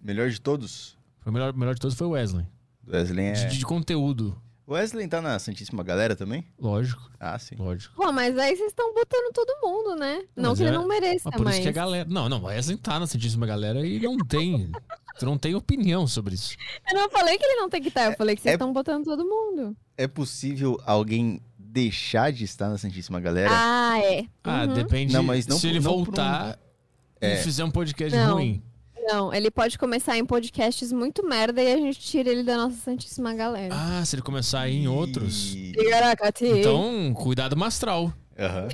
Speaker 2: Melhor de todos?
Speaker 1: Foi o melhor, melhor de todos foi o Wesley.
Speaker 2: Wesley
Speaker 1: De-
Speaker 2: é.
Speaker 1: de conteúdo,
Speaker 2: Wesley tá na Santíssima Galera também?
Speaker 1: lógico.
Speaker 2: Ah, sim.
Speaker 1: Lógico.
Speaker 3: Pô, mas aí vocês estão botando todo mundo, né? Não
Speaker 1: Mas
Speaker 3: que
Speaker 1: é-
Speaker 3: ele não mereça,
Speaker 1: Mas
Speaker 3: Ah, mas...
Speaker 1: por isso que é a galera. Não, não, essa tá na Santíssima Galera e não tem. tu não tem opinião sobre isso.
Speaker 3: Eu não falei que ele não tem que estar, eu falei que vocês
Speaker 2: é-
Speaker 3: estão botando todo mundo.
Speaker 2: É possível alguém deixar de estar na Santíssima Galera?
Speaker 3: Ah, é.
Speaker 1: Ah,
Speaker 3: Uhum.
Speaker 1: depende.
Speaker 2: Não, mas não
Speaker 1: se
Speaker 2: por-
Speaker 1: ele
Speaker 2: não por um- É.
Speaker 1: voltar e fizer um podcast
Speaker 3: Não.
Speaker 1: ruim.
Speaker 3: Não, ele pode começar em podcasts muito merda e a gente tira ele da nossa Santíssima Galera.
Speaker 1: Ah, se ele começar a ir em outros.
Speaker 2: E-
Speaker 3: Caraca,
Speaker 1: Então, cuidado mastral.
Speaker 2: Aham.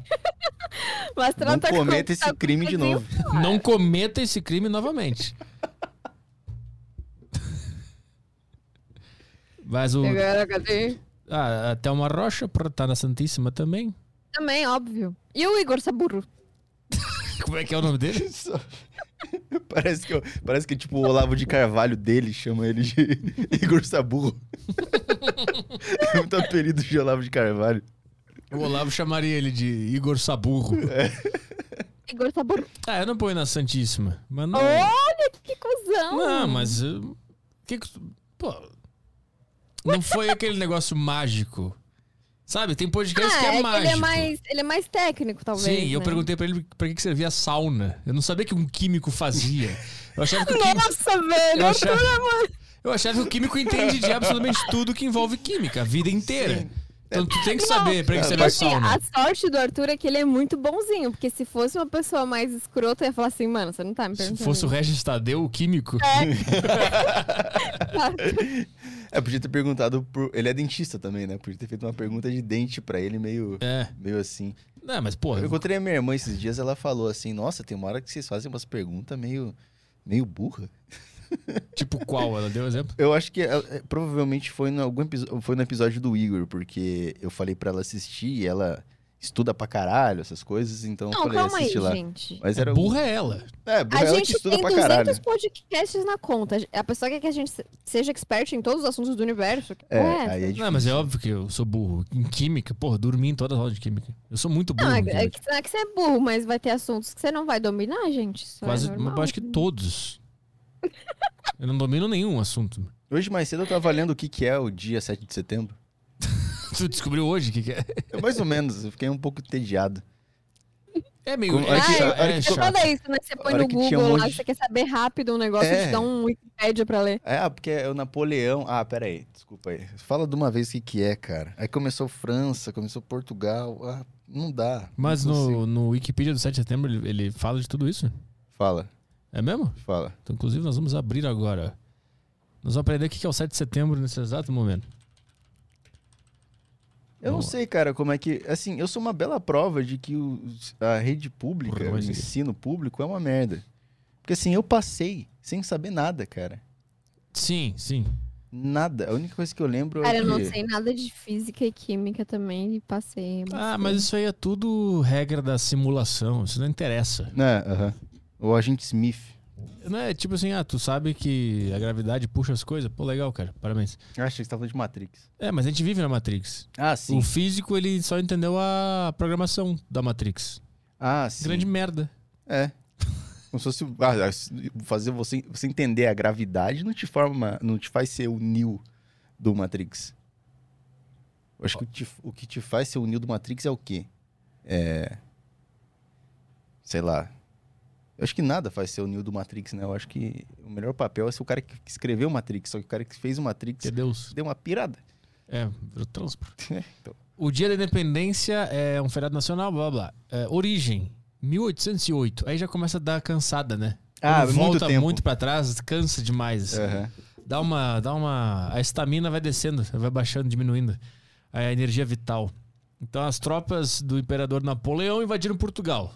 Speaker 3: Mas
Speaker 2: Não cometa esse
Speaker 1: tá
Speaker 2: crime de novo.
Speaker 1: Não cometa esse crime novamente. Mas o. Ah, até uma rocha pra tá na Santíssima também.
Speaker 3: Também, óbvio. E o Igor Saburo?
Speaker 1: Como é que é o nome dele?
Speaker 2: Só- Parece que, eu- parece que tipo o Olavo de Carvalho dele chama ele de Igor Saburro. é muito apelido de Olavo de Carvalho.
Speaker 1: O Olavo chamaria ele de Igor Saburro.
Speaker 3: Igor Saburo.
Speaker 1: Ah, eu não ponho na Santíssima. Mas não.
Speaker 3: Olha que cuzão!
Speaker 1: Não, mas. uh, Que que tu- pô. Não foi aquele negócio mágico. Sabe, tem podcast
Speaker 3: Ah,
Speaker 1: que é,
Speaker 3: é que
Speaker 1: mágico.
Speaker 3: ele é mais, ele é mais técnico, talvez.
Speaker 1: Sim, eu
Speaker 3: né?
Speaker 1: perguntei pra ele pra que que servia a sauna. Eu não sabia que um químico fazia. Eu achava que o químico.
Speaker 3: Nossa, velho!
Speaker 1: Eu achava, eu achava que o químico entende de absolutamente tudo que envolve química, a vida inteira. Então tu tem que saber pra que
Speaker 3: E
Speaker 1: serve a
Speaker 3: assim,
Speaker 1: sauna.
Speaker 3: a sorte do Arthur é que ele é muito bonzinho, porque se fosse uma pessoa mais escrota, eu ia falar assim, mano, você não tá me
Speaker 1: Se
Speaker 3: perguntando.
Speaker 1: fosse o Regis Tadeu, o químico.
Speaker 2: É, podia ter perguntado pro. Ele é dentista também, né? Podia ter feito uma pergunta de dente pra ele, meio,
Speaker 1: É.
Speaker 2: meio assim.
Speaker 1: Não, mas, pô,
Speaker 2: Eu encontrei a minha irmã esses dias, ela falou assim: Nossa, tem uma hora que vocês fazem umas perguntas meio, meio burra.
Speaker 1: tipo qual? Ela deu exemplo?
Speaker 2: Eu acho que é, é, provavelmente foi, em algum episo- foi no episódio do Igor, porque eu falei pra ela assistir e ela estuda pra caralho, essas coisas, então eu
Speaker 3: Não,
Speaker 2: falei,
Speaker 3: calma aí,
Speaker 2: assiste lá.
Speaker 3: gente.
Speaker 2: Mas era
Speaker 1: Burra é ela.
Speaker 2: É, burra
Speaker 3: A
Speaker 2: é ela que
Speaker 3: gente
Speaker 2: estuda
Speaker 3: tem
Speaker 2: pra caralho.
Speaker 3: 200 podcasts na conta. A pessoa quer que a gente se- seja expert em todos os assuntos do universo.
Speaker 2: É,
Speaker 3: Ué,
Speaker 2: aí é difícil.
Speaker 1: Não, mas é óbvio que eu sou burro. Em química, porra, dormi em todas as aulas de química. Eu sou muito burro.
Speaker 3: Não, é,
Speaker 1: em
Speaker 3: é
Speaker 1: química.
Speaker 3: que, não é que você é burro, mas vai ter assuntos que você não vai dominar, gente. Isso
Speaker 1: Quase,
Speaker 3: é
Speaker 1: mas
Speaker 3: normal.
Speaker 1: eu acho que todos. Eu não domino nenhum assunto.
Speaker 2: Hoje mais cedo eu tava lendo o que, que é o dia 7 de setembro.
Speaker 1: Tu descobriu hoje o que, que é?
Speaker 2: Eu, mais ou menos, eu fiquei um pouco entediado.
Speaker 1: É meio
Speaker 2: Como-
Speaker 1: é,
Speaker 2: Olha que-
Speaker 1: chato,
Speaker 2: olha
Speaker 1: é
Speaker 2: que-
Speaker 3: Eu
Speaker 1: chato.
Speaker 3: falei isso, né? Você põe
Speaker 2: Hora
Speaker 3: no
Speaker 2: que tinha um
Speaker 3: Google lá,
Speaker 2: monte de-
Speaker 3: você quer saber rápido o negócio,
Speaker 2: É.
Speaker 3: te dá um Wikipédia pra ler.
Speaker 2: É, ah, porque é o Napoleão. Ah, peraí, desculpa aí. Fala de uma vez o que, que é, cara. Aí começou França, começou Portugal. Ah, não dá.
Speaker 1: Mas
Speaker 2: não consigo.
Speaker 1: no, no Wikipedia do 7 de setembro ele, ele fala de tudo isso?
Speaker 2: Fala,
Speaker 1: É mesmo?
Speaker 2: fala.
Speaker 1: Então, inclusive, nós vamos abrir agora. Nós vamos aprender o que que é o 7 de setembro nesse exato momento.
Speaker 2: Eu não
Speaker 1: Boa.
Speaker 2: sei, cara, como é que. Assim, eu sou uma bela prova de que o- a rede pública,
Speaker 1: Porra,
Speaker 2: o
Speaker 1: mas-
Speaker 2: ensino público é uma merda. Porque assim, eu passei sem saber nada, cara.
Speaker 1: Sim, sim.
Speaker 2: Nada. A única coisa que eu lembro
Speaker 3: Cara,
Speaker 2: é.
Speaker 3: eu
Speaker 2: Que...
Speaker 3: não sei nada de física e química também, e passei.
Speaker 1: Ah, mas isso aí é tudo regra da simulação. Isso não interessa.
Speaker 2: Né, aham. O agente Smith.
Speaker 1: Não é tipo assim, ah, tu sabe que a gravidade puxa as coisas? Pô, legal, cara. Parabéns.
Speaker 2: Eu Ah, achei que você tava falando de Matrix.
Speaker 1: É, mas a gente vive na Matrix.
Speaker 2: Ah, sim.
Speaker 1: O físico, ele só entendeu a programação da Matrix.
Speaker 2: Ah, sim.
Speaker 1: Grande merda.
Speaker 2: É. Como se fosse ah, ah, fazer você, você entender a gravidade não te forma, não te faz ser o Neo do Matrix. Eu acho que o, te- o que te faz ser o Neo do Matrix é o quê? É, sei lá. Eu acho que nada faz ser o Neo do Matrix, né? Eu acho que o melhor papel é ser o cara que escreveu o Matrix, só que o cara que fez o Matrix
Speaker 1: Que é Deus.
Speaker 2: deu uma pirada.
Speaker 1: É, virou trans-
Speaker 2: Então,
Speaker 1: O Dia da Independência é um feriado nacional, blá blá. blá. É, origem, 1808. Aí já começa a dar cansada, né?
Speaker 2: Ah,
Speaker 1: Quando
Speaker 2: muito
Speaker 1: volta
Speaker 2: tempo.
Speaker 1: muito pra trás, cansa demais.
Speaker 2: aham.
Speaker 1: Dá uma, dá uma, a estamina vai descendo, vai baixando, diminuindo É a energia vital. Então as tropas do imperador Napoleão invadiram Portugal.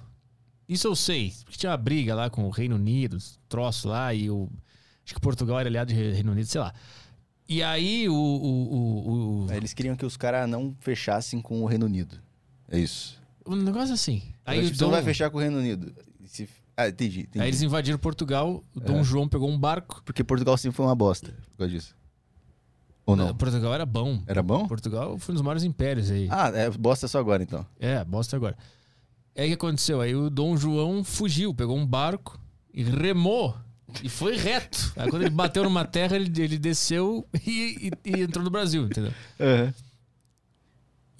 Speaker 1: Isso eu sei, porque tinha uma briga lá com o Reino Unido, os troço lá e o acho que Portugal era aliado do Reino Unido, sei lá. E aí o, o- o- o-
Speaker 2: Aí Eles queriam que os caras não fechassem com o Reino Unido. É isso.
Speaker 1: um negócio assim. Aí,
Speaker 2: Mas,
Speaker 1: o
Speaker 2: tipo, você não
Speaker 1: Dom-
Speaker 2: vai fechar com o Reino Unido. Se- Ah, entendi, entendi.
Speaker 1: aí eles invadiram Portugal, o
Speaker 2: É.
Speaker 1: Dom João pegou um barco.
Speaker 2: Porque Portugal sempre foi uma bosta por causa disso. Ou não?
Speaker 1: É, Portugal era bom.
Speaker 2: Era bom?
Speaker 1: Portugal foi um dos maiores impérios aí.
Speaker 2: Ah, é bosta só agora então.
Speaker 1: É, bosta agora. É o que aconteceu. Aí o Dom João fugiu, pegou um barco e remou. E foi reto. Aí quando ele bateu numa terra, ele, ele desceu e, e- e entrou no Brasil, entendeu?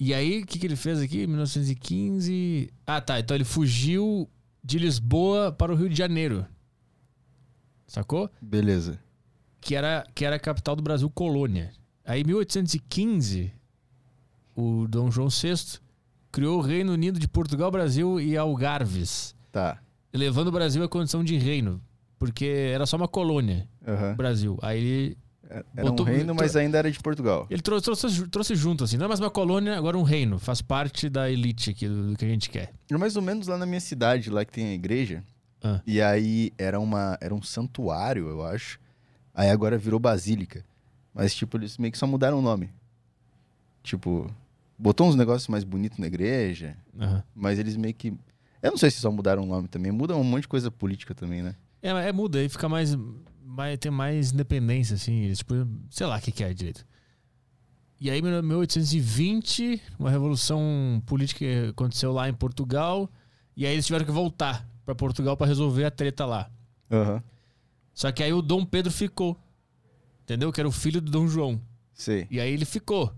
Speaker 1: E aí, o que, que ele fez aqui? 1915. Ah, tá. Então ele fugiu de Lisboa para o Rio de Janeiro. Sacou?
Speaker 2: Beleza.
Speaker 1: que era, que era a capital do Brasil, colônia. Aí, em 1815, o Dom João VI criou o Reino Unido de Portugal, Brasil e Algarves,
Speaker 2: Tá.
Speaker 1: levando o Brasil à condição de reino, porque era só uma colônia,
Speaker 2: Aham.
Speaker 1: o Brasil. Aí ele,
Speaker 2: Era
Speaker 1: Botou-
Speaker 2: um reino, mas ainda era de Portugal.
Speaker 1: ele trouxe, trouxe, trouxe junto, assim, não é mais uma colônia, agora um reino, faz parte da elite aqui do, do que a gente quer.
Speaker 2: Era mais ou menos lá na minha cidade, lá que tem a igreja.
Speaker 1: Ah.
Speaker 2: E aí era, uma, era um santuário, eu acho. Aí agora virou basílica. Mas, tipo, eles meio que só mudaram o nome. Tipo, botou uns negócios mais bonitos na igreja.
Speaker 1: Aham.
Speaker 2: Mas eles meio que. Eu não sei se só mudaram o nome também. Muda um monte de coisa política também, né?
Speaker 1: É, mas é, muda, aí fica mais, mais. Tem mais independência, assim. eles, Tipo, sei lá o que, que é direito. E aí, em 1820, uma revolução política aconteceu lá em Portugal. E aí eles tiveram que voltar pra Portugal pra resolver a treta lá.
Speaker 2: Aham.
Speaker 1: Só que aí o Dom Pedro ficou. Entendeu? Que era o filho do Dom João.
Speaker 2: Sei.
Speaker 1: E aí ele ficou.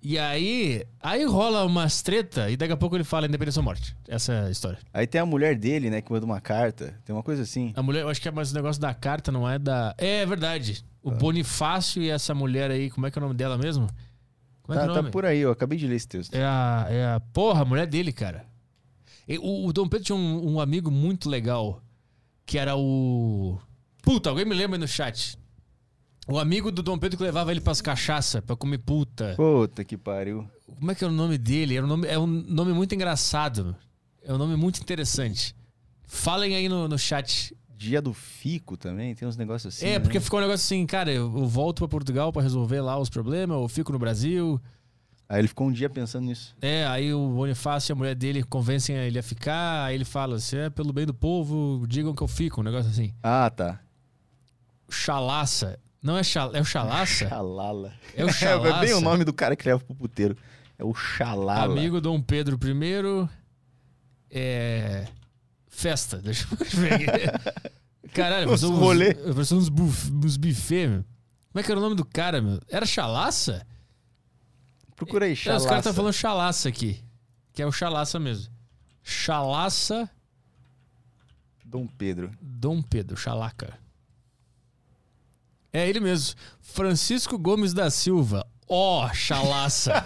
Speaker 1: E aí. Aí rola umas treta e daqui a pouco ele fala independência ou morte. Essa é a história.
Speaker 2: Aí tem a mulher dele, né, que manda uma carta. Tem uma coisa assim.
Speaker 1: A mulher, eu acho que é mais o negócio da carta, não é da. É, é verdade. O
Speaker 2: Ah.
Speaker 1: Bonifácio e essa mulher aí, como é que é o nome dela mesmo? Como é que é
Speaker 2: tá,
Speaker 1: o
Speaker 2: tá
Speaker 1: nome?
Speaker 2: por aí, eu acabei de ler esse texto.
Speaker 1: É a, é a. Porra, a mulher dele, cara. E o, o Dom Pedro tinha um, um amigo muito legal, que era o. Puta, alguém me lembra aí no chat. O amigo do Dom Pedro que levava ele pras cachaça pra comer puta.
Speaker 2: Puta que pariu.
Speaker 1: Como é que é o nome dele? Era um nome, é um nome muito engraçado. É um nome muito interessante. Falem aí no, no chat
Speaker 2: Dia do Fico também, tem uns negócios assim.
Speaker 1: é,
Speaker 2: né?
Speaker 1: porque ficou um negócio assim, cara, eu eu volto pra Portugal pra resolver lá os problemas, eu fico no Brasil.
Speaker 2: Aí ele ficou um dia pensando nisso.
Speaker 1: É, aí o Bonifácio e a mulher dele convencem ele a ficar, aí ele fala, se é pelo bem do povo, digam que eu fico, um negócio assim.
Speaker 2: Ah, tá.
Speaker 1: Chalaça. Não é chalaça, é o chalaça?
Speaker 2: Xalala.
Speaker 1: É o
Speaker 2: É, bem
Speaker 1: chalaça.
Speaker 2: o nome do cara que leva pro puteiro. É o Xalala.
Speaker 1: Amigo Dom Pedro I. É... Festa. Deixa eu ver aqui. Caralho,
Speaker 2: Os
Speaker 1: pareceu uns,
Speaker 2: rolê.
Speaker 1: pareceu uns, buf- uns buffet, meu. Como é que era o nome do cara, meu? Era chalaça?
Speaker 2: Procura aí,
Speaker 1: É,
Speaker 2: Xalala.
Speaker 1: os caras estão falando chalaça aqui. Que é o chalaça mesmo. Chalaça
Speaker 2: Dom Pedro.
Speaker 1: Dom Pedro, Chalaca. É ele mesmo. Francisco Gomes da Silva. Ó, chalaça.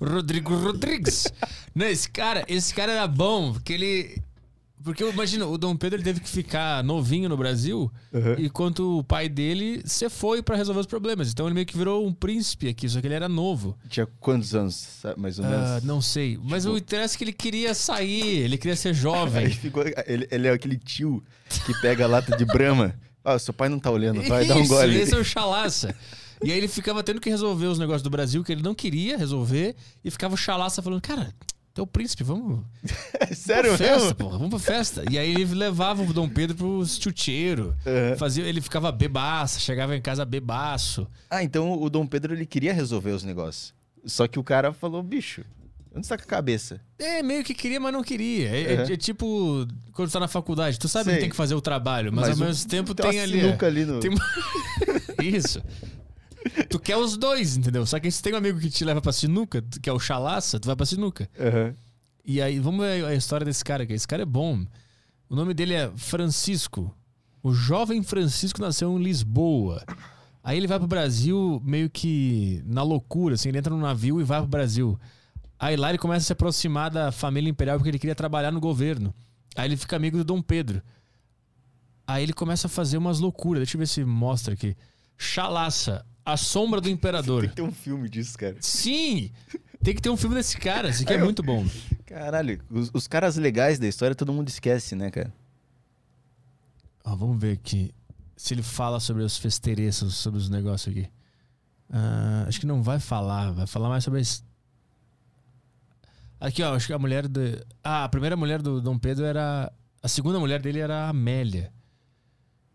Speaker 1: Rodrigo Rodrigues. Não, esse cara, esse cara era bom, porque ele. Porque eu imagino, o Dom Pedro ele teve que ficar novinho no Brasil, enquanto o pai dele se foi pra resolver os problemas. Então ele meio que virou um príncipe aqui, só que ele era novo.
Speaker 2: Tinha quantos anos, sabe, mais ou menos?
Speaker 1: Ah, não sei. Mas
Speaker 2: Tipo
Speaker 1: o interesse é que ele queria sair, ele queria ser jovem.
Speaker 2: Aí ficou, ele, ele é aquele tio que pega a lata de brama. Ah, seu pai não tá olhando, vai dar um
Speaker 1: Isso,
Speaker 2: gole.
Speaker 1: Esse é o chalaça. e aí ele ficava tendo que resolver os negócios do Brasil que ele não queria resolver e ficava o chalaça falando, cara, tu é o príncipe, vamos
Speaker 2: Sério
Speaker 1: pra festa,
Speaker 2: mesmo?
Speaker 1: porra, vamos pra festa. E aí ele levava o Dom Pedro pro chuteiro.
Speaker 2: Uhum.
Speaker 1: Fazia, ele ficava bebaço, chegava em casa bebaço.
Speaker 2: Ah, então o Dom Pedro ele queria resolver os negócios. Só que o cara falou, bicho, onde está com a cabeça?
Speaker 1: É, meio que queria, mas não queria. É, é-
Speaker 2: Uhum.
Speaker 1: é tipo quando tu tá na faculdade, tu sabe que
Speaker 2: Sei.
Speaker 1: tem que fazer o trabalho, mas,
Speaker 2: Mas
Speaker 1: ao
Speaker 2: o-
Speaker 1: mesmo tempo
Speaker 2: uma
Speaker 1: tem ali. é.
Speaker 2: sinuca ali no...
Speaker 1: Tem Isso. Tu quer os dois, entendeu? Só que se tem um amigo que te leva pra sinuca, que é o chalaça, tu vai pra sinuca.
Speaker 2: Aham.
Speaker 1: E aí, vamos ver a história desse cara aqui. Esse cara é bom. O nome dele é Francisco. O jovem Francisco nasceu em Lisboa. Aí ele vai pro Brasil meio que na loucura, assim, ele entra num navio e vai pro Brasil. Aí lá ele começa a se aproximar da família imperial porque ele queria trabalhar no governo. Aí ele fica amigo do Dom Pedro. Aí ele começa a fazer umas loucuras. Deixa eu ver se mostra aqui. Chalaça, a sombra do
Speaker 2: Tem
Speaker 1: imperador.
Speaker 2: que ter um filme disso, cara.
Speaker 1: Sim! Tem que ter um filme desse cara, esse aqui é
Speaker 2: Aí eu-
Speaker 1: muito bom.
Speaker 2: Caralho, os, os caras legais da história todo mundo esquece, né, cara?
Speaker 1: Ó, vamos ver aqui se ele fala sobre os festereços, sobre os negócios aqui. Ah, acho que não vai falar, vai falar mais sobre isso. Aqui, ó, acho que a mulher de. Ah, a primeira mulher do Dom Pedro era. A segunda mulher dele era a Amélia.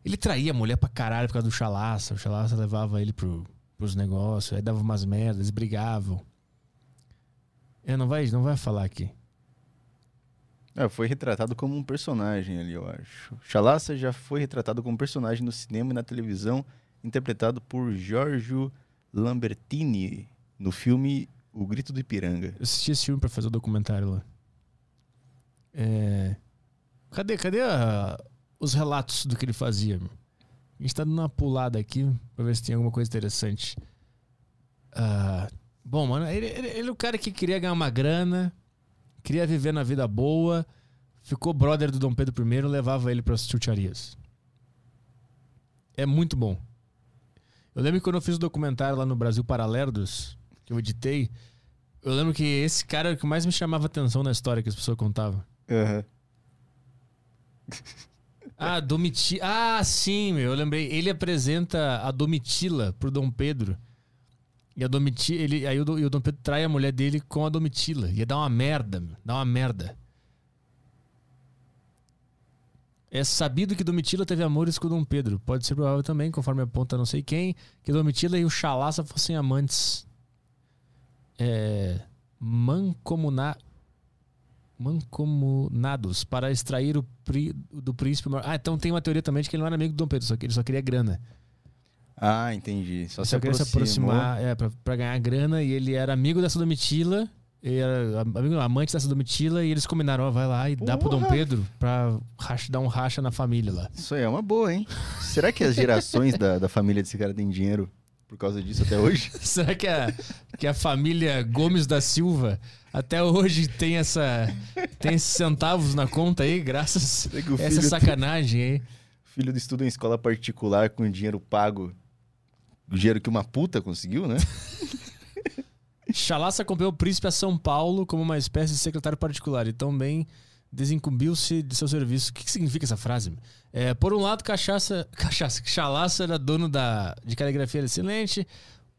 Speaker 1: Ele traía a mulher pra caralho por causa do chalaça. O chalaça levava ele pro, pros negócios, aí dava umas merdas, eles brigavam. É, não vai, não vai falar aqui.
Speaker 2: Ah, foi retratado como um personagem ali, eu acho. Chalaça já foi retratado como um personagem no cinema e na televisão, interpretado por Giorgio Lambertini no filme O Grito do Ipiranga.
Speaker 1: Eu assisti esse filme pra fazer o documentário lá. É... Cadê, cadê a- os relatos do que ele fazia? meu? A gente tá dando uma pulada aqui pra ver se tem alguma coisa interessante. Ah, bom, mano, ele, ele, ele é o cara que queria ganhar uma grana, queria viver na vida boa, ficou brother do Dom Pedro I, levava ele pras chucharias. É muito bom. Eu lembro que quando eu fiz o documentário lá no Brasil Paralerdos, que eu editei, eu lembro que esse cara era o que mais me chamava atenção na história que as pessoas contavam. Ah, Domitila. Ah, sim, meu, eu lembrei. Ele apresenta a Domitila pro Dom Pedro. E a Domitila. Ele, aí o, Dom- e o Dom Pedro trai a mulher dele com a Domitila. Ia dar uma merda, meu. Dá uma merda. É sabido que Domitila teve amores com Dom Pedro. Pode ser provável também, conforme aponta não sei quem, que Domitila e o Chalaça fossem amantes. É, mancomuna, mancomunados para extrair o pri- do príncipe. maior- Ah, então tem uma teoria também de que ele não era amigo do Dom Pedro, só que ele só queria grana. Então,
Speaker 2: Ah, entendi. Só
Speaker 1: Ele só
Speaker 2: se
Speaker 1: queria se
Speaker 2: aproximou.
Speaker 1: aproximar é, pra, pra ganhar grana e ele era amigo dessa domitila. Ele era am- amigo, não, amante dessa domitila e eles combinaram, ó, vai lá e dá pro Dom
Speaker 2: Porra!
Speaker 1: Pedro pra racha- dar um racha na família lá.
Speaker 2: Isso aí é uma boa, hein? Será que as gerações da, da família desse cara têm dinheiro por causa disso até hoje?
Speaker 1: Será que a, que a família Gomes da Silva até hoje tem essa tem esses centavos na conta aí, graças
Speaker 2: Será que o
Speaker 1: a essa
Speaker 2: filho,
Speaker 1: sacanagem aí?
Speaker 2: filho estuda em escola particular com dinheiro pago? Dinheiro que uma puta conseguiu, né?
Speaker 1: Chalaça acompanhou o príncipe a São Paulo como uma espécie de secretário particular e também desincumbiu-se de seu serviço. O que que significa essa frase? É, por um lado, cachaça, cachaça, Chalaça era dono da, de caligrafia excelente.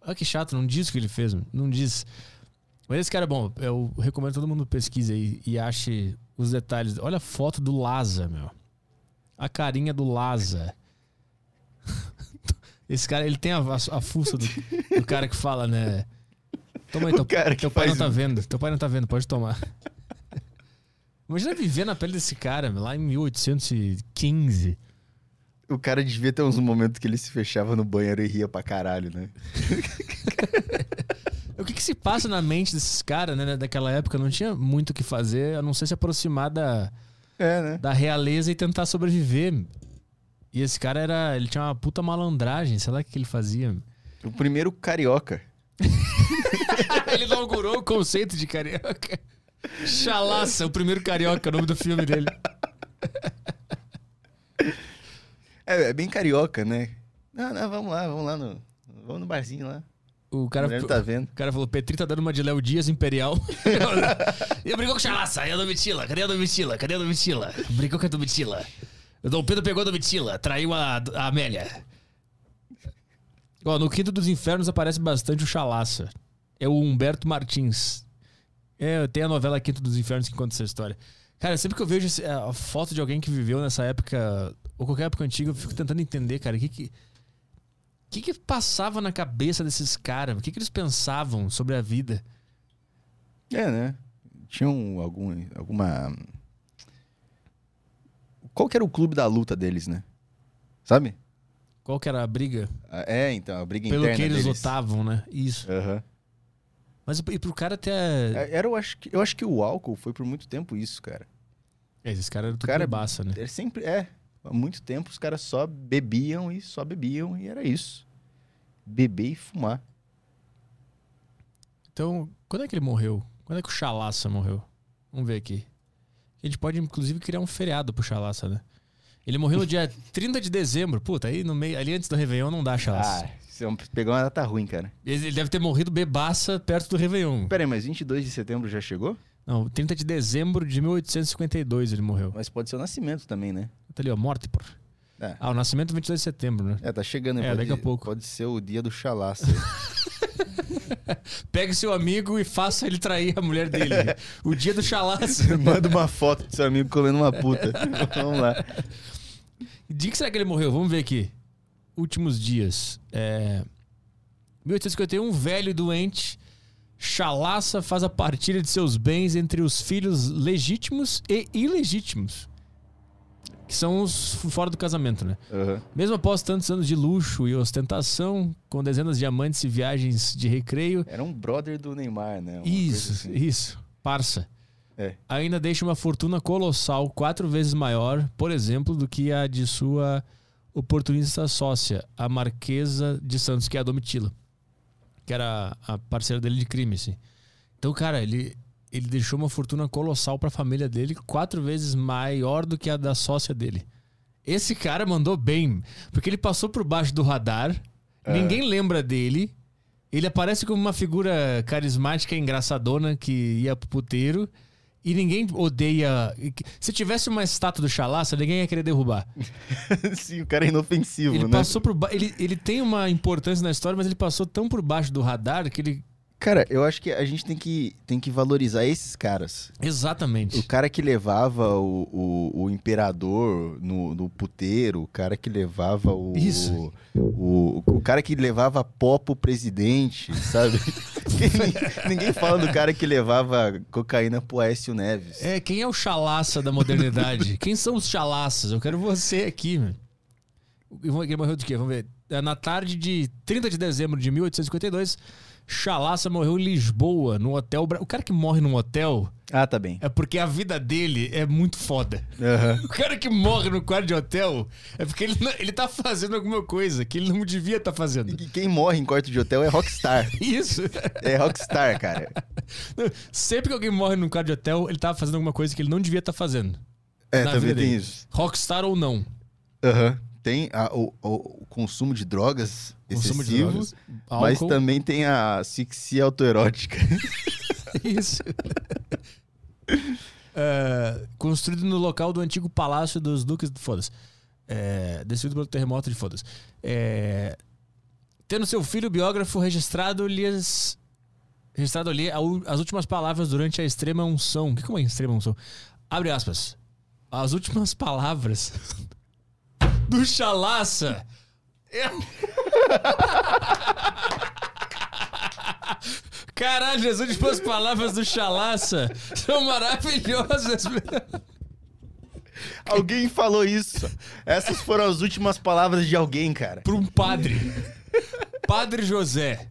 Speaker 1: Olha que chato, não diz o que ele fez, mano, não diz. Mas esse cara é bom, eu recomendo todo mundo pesquise aí e ache os detalhes. Olha a foto do Laza, meu. A carinha do Laza. Esse cara, ele tem a, a, a fuça do, do cara que fala, né? Toma aí,
Speaker 2: O
Speaker 1: teu,
Speaker 2: cara que
Speaker 1: teu pai não
Speaker 2: faz- um-
Speaker 1: tá vendo. Teu pai não tá vendo, pode tomar. Imagina viver na pele desse cara, meu, lá em 1815.
Speaker 2: O cara devia ter uns momentos que ele se fechava no banheiro e ria pra caralho, né?
Speaker 1: O que, que se passa na mente desses caras, né? Daquela época não tinha muito o que fazer, a não ser se aproximar da,
Speaker 2: É, né?
Speaker 1: da realeza e tentar sobreviver. E esse cara era. Ele tinha uma puta malandragem, sei lá o que ele fazia.
Speaker 2: O primeiro carioca.
Speaker 1: ele inaugurou o conceito de carioca. Chalaça, o primeiro carioca, o nome do filme dele.
Speaker 2: É, é bem carioca, né? Não, não, vamos lá, vamos lá no. Vamos no barzinho lá.
Speaker 1: O
Speaker 2: O
Speaker 1: cara,
Speaker 2: cara tá vendo.
Speaker 1: o cara falou: Petri tá dando uma de Léo Dias Imperial. e brigou com Chalaça. E a Domitila? Cadê a Domitila? Cadê a Domitila? Brigou com a Domitila. O Dom Pedro pegou a Domitila, traiu a, a Amélia. Ó, no Quinto dos Infernos aparece bastante o Chalaça. É o Humberto Martins. É, tem a novela Quinto dos Infernos que conta essa história. Cara, sempre que eu vejo esse- a foto de alguém que viveu nessa época, ou qualquer época antiga, eu fico tentando entender, cara, o que que. O que, que passava na cabeça desses caras? O que, que eles pensavam sobre a vida?
Speaker 2: É, né? Tinha um, algum, alguma. Qual que era o clube da luta deles, né? Sabe?
Speaker 1: Qual que era a briga?
Speaker 2: Ah, É, então, a briga
Speaker 1: Pelo
Speaker 2: interna
Speaker 1: que eles
Speaker 2: deles.
Speaker 1: lutavam, né? Isso.
Speaker 2: Aham.
Speaker 1: Mas e pro cara até.
Speaker 2: É, Era, eu, acho que, eu acho que o álcool foi por muito tempo isso, cara.
Speaker 1: É, esses caras eram tudo
Speaker 2: cara-
Speaker 1: bebaça, né?
Speaker 2: É sempre é. Há muito tempo os caras só bebiam e só bebiam e era isso. Beber e fumar.
Speaker 1: Então, quando é que ele morreu? Quando é que o Chalaça morreu? Vamos ver aqui. A gente pode, inclusive, criar um feriado pro Chalaça, né? Ele morreu no dia 30 de dezembro. Puta, aí no meio, ali antes do Réveillon não dá Chalaça.
Speaker 2: Ah, isso é um- pegou uma data ruim, cara.
Speaker 1: Ele ele deve ter morrido bebaça perto do Réveillon.
Speaker 2: Pera aí, mas 22 de setembro já chegou?
Speaker 1: Não, 30 de dezembro de 1852 ele morreu.
Speaker 2: Mas pode ser o nascimento também, né?
Speaker 1: Tá ali, ó, morte, por.
Speaker 2: É.
Speaker 1: Ah, o nascimento é 22 de setembro, né?
Speaker 2: É, tá chegando.
Speaker 1: É,
Speaker 2: pode,
Speaker 1: daqui a pouco.
Speaker 2: Pode ser o dia do chalaça.
Speaker 1: Pegue seu amigo e faça ele trair a mulher dele. o dia do chalaço.
Speaker 2: Manda uma foto do seu amigo comendo uma puta. Vamos lá.
Speaker 1: Dia que será que ele morreu? Vamos ver aqui. Últimos dias. É... 1851, velho e doente. Chalaça faz a partilha de seus bens entre os filhos legítimos e ilegítimos. Que são os fora do casamento, né?
Speaker 2: Aham.
Speaker 1: Mesmo após tantos anos de luxo e ostentação, com dezenas de amantes e viagens de recreio,
Speaker 2: Era um brother do Neymar, né? Uma coisa
Speaker 1: isso,
Speaker 2: assim.
Speaker 1: isso. Parça.
Speaker 2: É.
Speaker 1: Ainda deixa uma fortuna colossal, quatro vezes maior, por exemplo, do que a de sua oportunista sócia, a Marquesa de Santos, que é a Domitila. Que era a parceira dele de crime, assim. Então, cara, ele, ele deixou uma fortuna colossal pra família dele, quatro vezes maior do que a da sócia dele. Esse cara mandou bem, porque ele passou por baixo do radar,
Speaker 2: É.
Speaker 1: ninguém lembra dele. Ele aparece como uma figura carismática, engraçadona, que ia pro puteiro. E ninguém odeia. Se tivesse uma estátua do Chalaça, ninguém ia querer derrubar.
Speaker 2: Sim, o cara é inofensivo,
Speaker 1: Ele
Speaker 2: né?
Speaker 1: passou por ba... ele, ele tem uma importância na história, mas ele passou tão por baixo do radar que ele.
Speaker 2: Cara, eu acho que a gente tem que, tem que valorizar esses caras. O
Speaker 1: Exatamente.
Speaker 2: cara que levava o, o, o imperador no, no puteiro, o cara que levava o.
Speaker 1: Isso.
Speaker 2: O, o cara que levava pó pro presidente, sabe? Ninguém- Ninguém fala do cara que levava cocaína pro Aécio Neves.
Speaker 1: É, quem é o chalaça da modernidade? quem são os chalaças? Eu quero você aqui, mano. E vamos- Ele morreu de quê? Vamos ver. É, Na tarde de 30 de dezembro de 1852, Chalaça morreu em Lisboa, no hotel. Bra- O cara que morre num hotel
Speaker 2: Ah, tá bem.
Speaker 1: é porque a vida dele é muito foda.
Speaker 2: Aham.
Speaker 1: O cara que morre no quarto de hotel é porque ele, não- ele tá fazendo alguma coisa que ele não devia estar fazendo.
Speaker 2: E Quem morre em quarto de hotel é rockstar.
Speaker 1: Isso.
Speaker 2: É rockstar, cara.
Speaker 1: Não, Sempre que alguém morre num quarto de hotel, ele tá fazendo alguma coisa que ele não devia estar fazendo.
Speaker 2: É,
Speaker 1: Na
Speaker 2: também
Speaker 1: vida
Speaker 2: tem
Speaker 1: dele.
Speaker 2: isso.
Speaker 1: Rockstar ou não.
Speaker 2: Aham. Tem a- o, o- o consumo de drogas
Speaker 1: Consumo de
Speaker 2: excessivo,
Speaker 1: drogas,
Speaker 2: mas
Speaker 1: álcool.
Speaker 2: também tem a asfixia autoerótica.
Speaker 1: Isso. É, construído no local do antigo Palácio dos Duques de Fodas. É, destruído pelo terremoto de Fodas. É, tendo seu filho biógrafo registrado lhes registrado ali a u- as últimas palavras durante a extrema unção. O que que é uma extrema unção? Abre aspas. As últimas palavras do Chalaça. Caralho, as últimas palavras do Chalaça são maravilhosas.
Speaker 2: Alguém falou isso. Essas foram as últimas palavras de alguém, cara.
Speaker 1: Para um padre. Padre um José.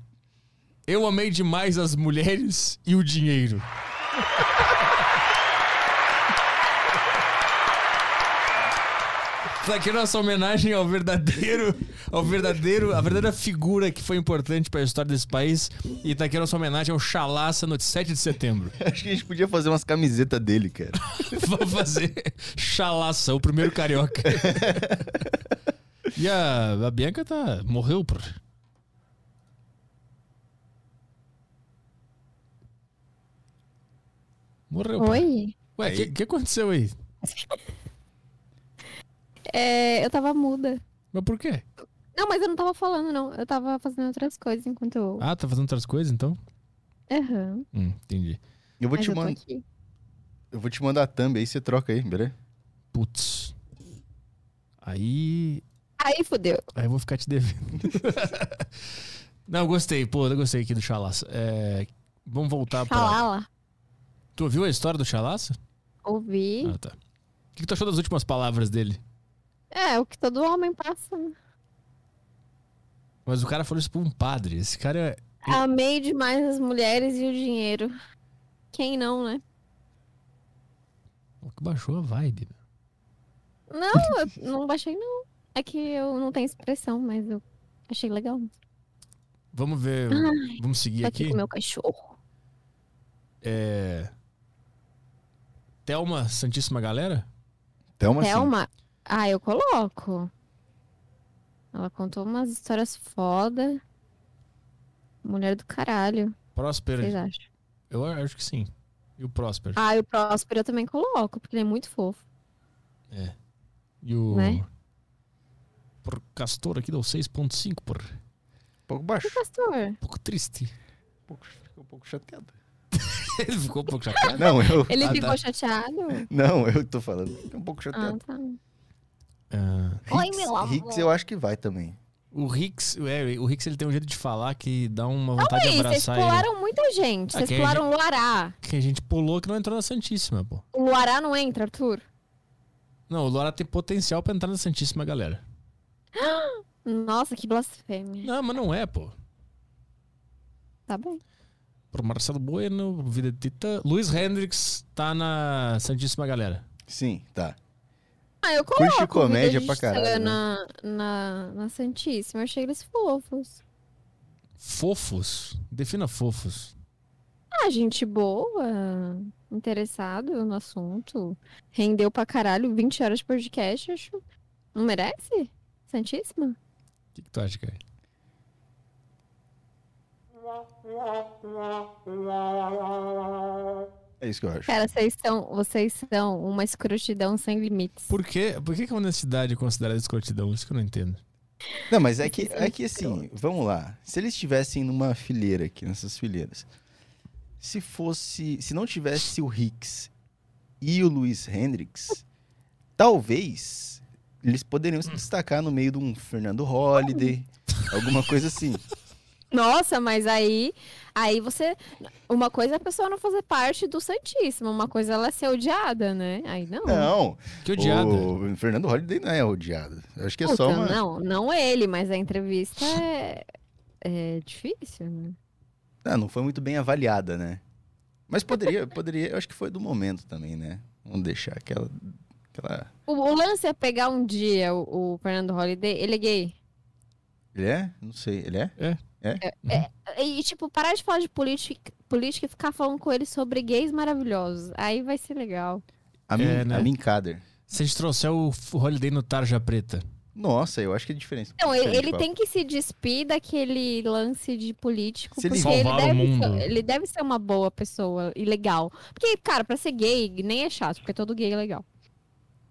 Speaker 1: Eu amei demais as mulheres e o dinheiro. Tá aqui nossa homenagem ao verdadeiro, ao verdadeiro, a verdadeira figura que foi importante para a história desse país. E tá aqui nossa homenagem ao Chalaça no 7 de setembro.
Speaker 2: Acho que a gente podia fazer umas camisetas dele, cara.
Speaker 1: Vamos fazer Chalaça, o primeiro carioca. E a, a Bianca tá morreu por Morreu. pô.
Speaker 3: Oi?
Speaker 1: Ué, o que, que aconteceu aí?
Speaker 3: É, eu tava muda.
Speaker 1: Mas por quê?
Speaker 3: Não, mas eu não tava falando, não. Eu tava fazendo outras coisas enquanto eu.
Speaker 1: Ah, tá fazendo outras coisas então?
Speaker 3: Aham.
Speaker 1: Hum, entendi.
Speaker 2: Eu vou,
Speaker 3: mas
Speaker 2: te
Speaker 3: eu tô
Speaker 2: mandar,
Speaker 3: aqui.
Speaker 2: eu vou te mandar a thumb aí, você troca aí, beleza?
Speaker 1: Putz. Aí.
Speaker 3: Aí fudeu.
Speaker 1: Aí eu vou ficar te devendo. não, eu gostei, pô, eu gostei aqui do Chalaça. É, vamos voltar pra.
Speaker 3: Falala.
Speaker 1: Tu ouviu a história do Chalaça?
Speaker 3: Ouvi.
Speaker 1: Ah, tá. O que que tu achou das últimas palavras dele?
Speaker 3: É, o que todo homem passa. né?
Speaker 1: Mas o cara falou isso pra um padre. Esse cara é.
Speaker 3: Amei demais as mulheres e o dinheiro. Quem não, né?
Speaker 1: Pô, que baixou a vibe. né?
Speaker 3: Não, eu não baixei, não. É que eu não tenho expressão, mas eu achei legal.
Speaker 1: Vamos ver. Vamos seguir
Speaker 3: Tô tá aqui
Speaker 1: aqui.
Speaker 3: com o meu cachorro.
Speaker 1: É. Thelma Santíssima Galera?
Speaker 2: Thelma,
Speaker 1: assim?
Speaker 2: sim.
Speaker 3: Thelma. É Ah, eu coloco. Ela contou umas histórias foda. Mulher do caralho,
Speaker 1: Próspero.
Speaker 3: vocês acham?
Speaker 1: Eu acho que sim. E o Próspero.
Speaker 3: Ah, e o Próspero eu também coloco, porque ele é muito fofo.
Speaker 1: E o.
Speaker 3: Né?
Speaker 1: Por Castor aqui deu 6.5, por
Speaker 2: Um pouco baixo.
Speaker 3: E o pastor?
Speaker 1: pouco triste.
Speaker 2: Um pouco, fiquei um pouco chateado.
Speaker 1: Ele ficou um pouco chateado.
Speaker 2: Não, eu.
Speaker 3: Ele
Speaker 1: Ah,
Speaker 3: ficou
Speaker 1: tá.
Speaker 3: chateado?
Speaker 2: Não, eu tô falando. Fiquei um pouco
Speaker 3: Ah,
Speaker 2: chateado.
Speaker 3: tá.
Speaker 1: Ah,
Speaker 3: Oi,
Speaker 2: Hicks-
Speaker 3: meu amor.
Speaker 2: Hicks eu acho que vai também.
Speaker 1: o Rix, é, o Rix ele tem um jeito de falar que dá uma vontade
Speaker 3: Ei,
Speaker 1: Tá de
Speaker 3: vocês
Speaker 1: abraçar ele.
Speaker 3: pularam muita gente.
Speaker 1: Ah,
Speaker 3: Vocês
Speaker 1: quem-
Speaker 3: pularam o Luará.
Speaker 1: Que a gente pulou que não entrou na Santíssima, pô.
Speaker 3: O Luará não entra, Arthur?
Speaker 1: Não, o Lora tem potencial pra entrar na Santíssima, galera.
Speaker 3: Nossa, que blasfêmia.
Speaker 1: Não, mas não é, pô.
Speaker 3: Tá bem.
Speaker 1: Pro Marcelo Bueno, Vida Tita. Luiz Hendrix tá na Santíssima Galera.
Speaker 2: Sim, tá.
Speaker 3: Ah, eu
Speaker 2: Curte
Speaker 3: coloco
Speaker 2: comédia
Speaker 3: Vida de
Speaker 2: pra caralho, né?
Speaker 3: Cigana na, na, Santíssima. Eu achei eles fofos.
Speaker 1: Fofos. Defina fofos.
Speaker 3: Ah, gente boa, interessado no assunto. Rendeu pra caralho 20 horas de podcast, acho. Não merece? Santíssima?
Speaker 1: O que, que tu acha, cara?
Speaker 2: É isso que eu acho.
Speaker 3: Cara, vocês são, vocês são uma escrotidão sem limites.
Speaker 1: Por, quê? Por que, que a honestidade é considerada escrotidão? Isso que eu não entendo.
Speaker 2: Não, mas é que, é que assim, vamos lá. Se eles estivessem numa fileira aqui, nessas fileiras, se fosse. Se não tivesse o Hicks e o Luiz Hendrix, talvez eles poderiam se destacar no meio de um Fernando Holliday, alguma coisa assim.
Speaker 3: Nossa, mas aí, aí você. Uma coisa é a pessoa não fazer parte do Santíssimo, uma coisa é ela ser odiada, né? Aí não.
Speaker 2: Não,
Speaker 1: Que odiada.
Speaker 2: o Fernando Holliday não é odiado. Eu acho que é só
Speaker 3: Puta,
Speaker 2: uma.
Speaker 3: Não, não ele, mas a entrevista é, é difícil, né?
Speaker 2: Ah, não foi muito bem avaliada, né? Mas poderia, poderia, eu acho que foi do momento também, né? Vamos deixar aquela. aquela...
Speaker 3: O, o lance é pegar um dia o, o Fernando Holliday, ele é gay.
Speaker 2: Ele é? Não sei, ele é?
Speaker 3: E, tipo, parar de falar de política, política e ficar falando com ele sobre gays maravilhosos. Aí vai ser legal.
Speaker 2: Amin,
Speaker 1: É, né?
Speaker 2: Amin Kader.
Speaker 1: Se a gente trouxer o F- Holiday no Tarja Preta.
Speaker 2: Nossa, eu acho que é diferente.
Speaker 3: Não, ele,
Speaker 2: diferente,
Speaker 3: ele
Speaker 2: Paulo.
Speaker 3: tem que se despir daquele lance de político,
Speaker 2: Se ele
Speaker 3: porque ele
Speaker 1: salvar o
Speaker 3: deve,
Speaker 1: mundo.
Speaker 3: Ser, ele deve ser uma boa pessoa e legal. Porque, cara, pra ser gay, nem é chato, porque todo gay é legal.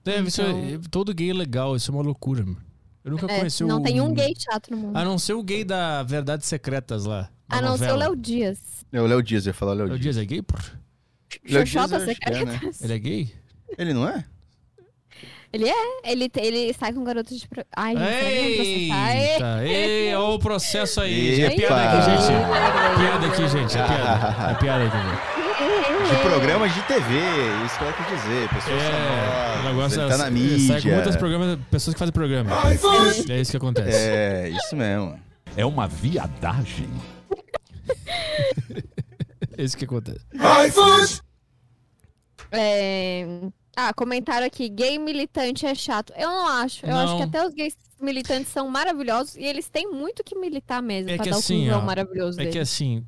Speaker 1: Deve ser.
Speaker 3: Então-
Speaker 1: Todo gay é legal, isso é uma loucura, mano. Eu nunca
Speaker 3: É,
Speaker 1: conheci
Speaker 3: não
Speaker 1: o.
Speaker 3: tem um gay chato no mundo.
Speaker 1: A não ser o gay da Verdades Secretas lá. da
Speaker 3: A não ser o
Speaker 1: novela.
Speaker 3: Léo Dias.
Speaker 2: É o Léo Dias, eu ia falar o Léo
Speaker 1: Léo
Speaker 2: Dias.
Speaker 1: Dias é gay, pô?
Speaker 2: Léo
Speaker 3: Xoxota
Speaker 2: eu acho que é, né?
Speaker 3: Secretas.
Speaker 1: Ele é gay?
Speaker 2: Ele não é?
Speaker 3: Ele, te- ele sai com garotos de. Pro... Ai, gente,
Speaker 1: Ei!
Speaker 3: Ai,
Speaker 1: Ei, olha o processo aí.
Speaker 2: Epa!
Speaker 1: É piada aqui, gente. É
Speaker 3: Ai,
Speaker 1: piada aqui, gente. É piada. É piada aqui, gente.
Speaker 2: De programa de TV, isso que eu quero dizer. Pessoas
Speaker 1: É. O
Speaker 2: famosas,
Speaker 1: negócio
Speaker 2: ele tá na
Speaker 1: é- Sai com
Speaker 2: mídia.
Speaker 1: muitas programas, pessoas que fazem programa. É isso que é acontece.
Speaker 2: É, isso mesmo.
Speaker 8: É uma viadagem.
Speaker 1: É isso que acontece.
Speaker 3: É, Ah, comentaram aqui, gay militante é chato. Eu não acho. Eu acho
Speaker 1: Não.
Speaker 3: que até os gays militantes são maravilhosos e eles têm muito que militar mesmo
Speaker 1: É
Speaker 3: pra
Speaker 1: que
Speaker 3: dar o
Speaker 1: assim,
Speaker 3: cuzão
Speaker 1: ó,
Speaker 3: maravilhoso
Speaker 1: É que
Speaker 3: dele.
Speaker 1: assim,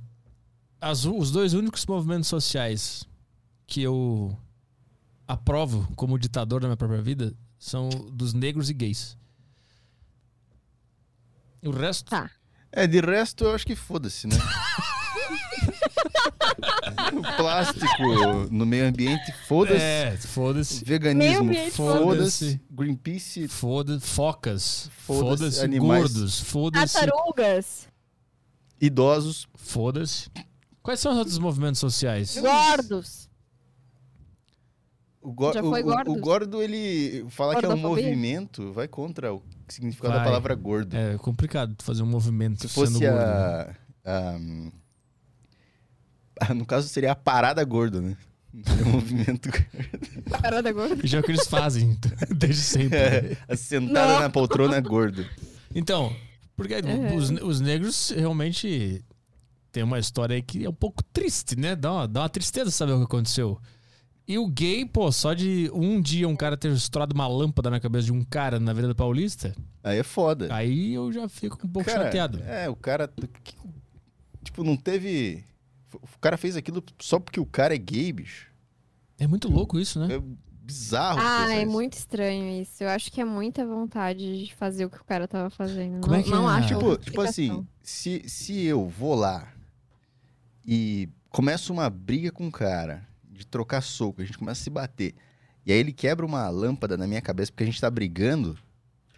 Speaker 1: as u- os dois únicos movimentos sociais que eu aprovo como ditador na minha própria vida são dos negros e gays. O resto,
Speaker 3: Tá.
Speaker 2: É, de resto eu acho que foda-se, né? O Plástico no meio ambiente, foda-se.
Speaker 1: é, foda-se.
Speaker 3: Meio
Speaker 2: Veganismo,
Speaker 3: ambiente,
Speaker 2: foda-se.
Speaker 1: foda-se.
Speaker 2: Greenpeace,
Speaker 1: Foda focas,
Speaker 2: Foda-se,
Speaker 1: foda-se
Speaker 2: animais.
Speaker 1: gordos, foda-se,
Speaker 3: Tartarugas,
Speaker 2: idosos.
Speaker 1: foda-se. Quais são os outros movimentos sociais?
Speaker 3: gordos.
Speaker 2: O, go-
Speaker 3: Já
Speaker 2: o-
Speaker 3: foi
Speaker 2: o-
Speaker 3: gordo?
Speaker 2: o gordo, ele falar que é um
Speaker 3: Gordofobia?
Speaker 2: movimento vai contra o significado da
Speaker 1: Vai.
Speaker 2: palavra gordo.
Speaker 1: É complicado fazer um movimento
Speaker 2: Se
Speaker 1: sendo
Speaker 2: fosse
Speaker 1: gordo. né?
Speaker 2: a, a- ah, No caso, seria a parada gordo, né? Não seria um movimento.
Speaker 3: Parada gorda.
Speaker 1: Já é que eles fazem então, desde sempre.
Speaker 2: É, a sentada
Speaker 3: Não.
Speaker 2: na poltrona gordo.
Speaker 1: Então, porque os, os negros realmente tem uma história aí que é um pouco triste, né? Dá uma, dá uma tristeza saber o que aconteceu. E o gay, pô, só de um dia um cara ter estourado uma lâmpada na cabeça de um cara na Avenida Paulista,
Speaker 2: Aí é foda.
Speaker 1: aí eu já fico um Ah, pouco
Speaker 2: Cara,
Speaker 1: chateado.
Speaker 2: É, o cara. que- Tipo, não teve. O cara fez aquilo só porque o cara é gay, bicho.
Speaker 1: É muito louco isso, né?
Speaker 2: É bizarro.
Speaker 3: Ah,
Speaker 2: pensar
Speaker 3: é
Speaker 2: isso.
Speaker 3: muito estranho isso. Eu acho que é muita vontade de fazer o que o cara tava fazendo.
Speaker 1: Como
Speaker 3: não
Speaker 1: é que
Speaker 3: não
Speaker 1: é?
Speaker 3: acho.
Speaker 2: Tipo,
Speaker 3: outra
Speaker 2: tipo
Speaker 3: explicação.
Speaker 2: assim, se, se eu vou lá e começo uma briga com um cara de trocar soco, a gente começa a se bater, e aí ele quebra uma lâmpada na minha cabeça porque a gente tá brigando,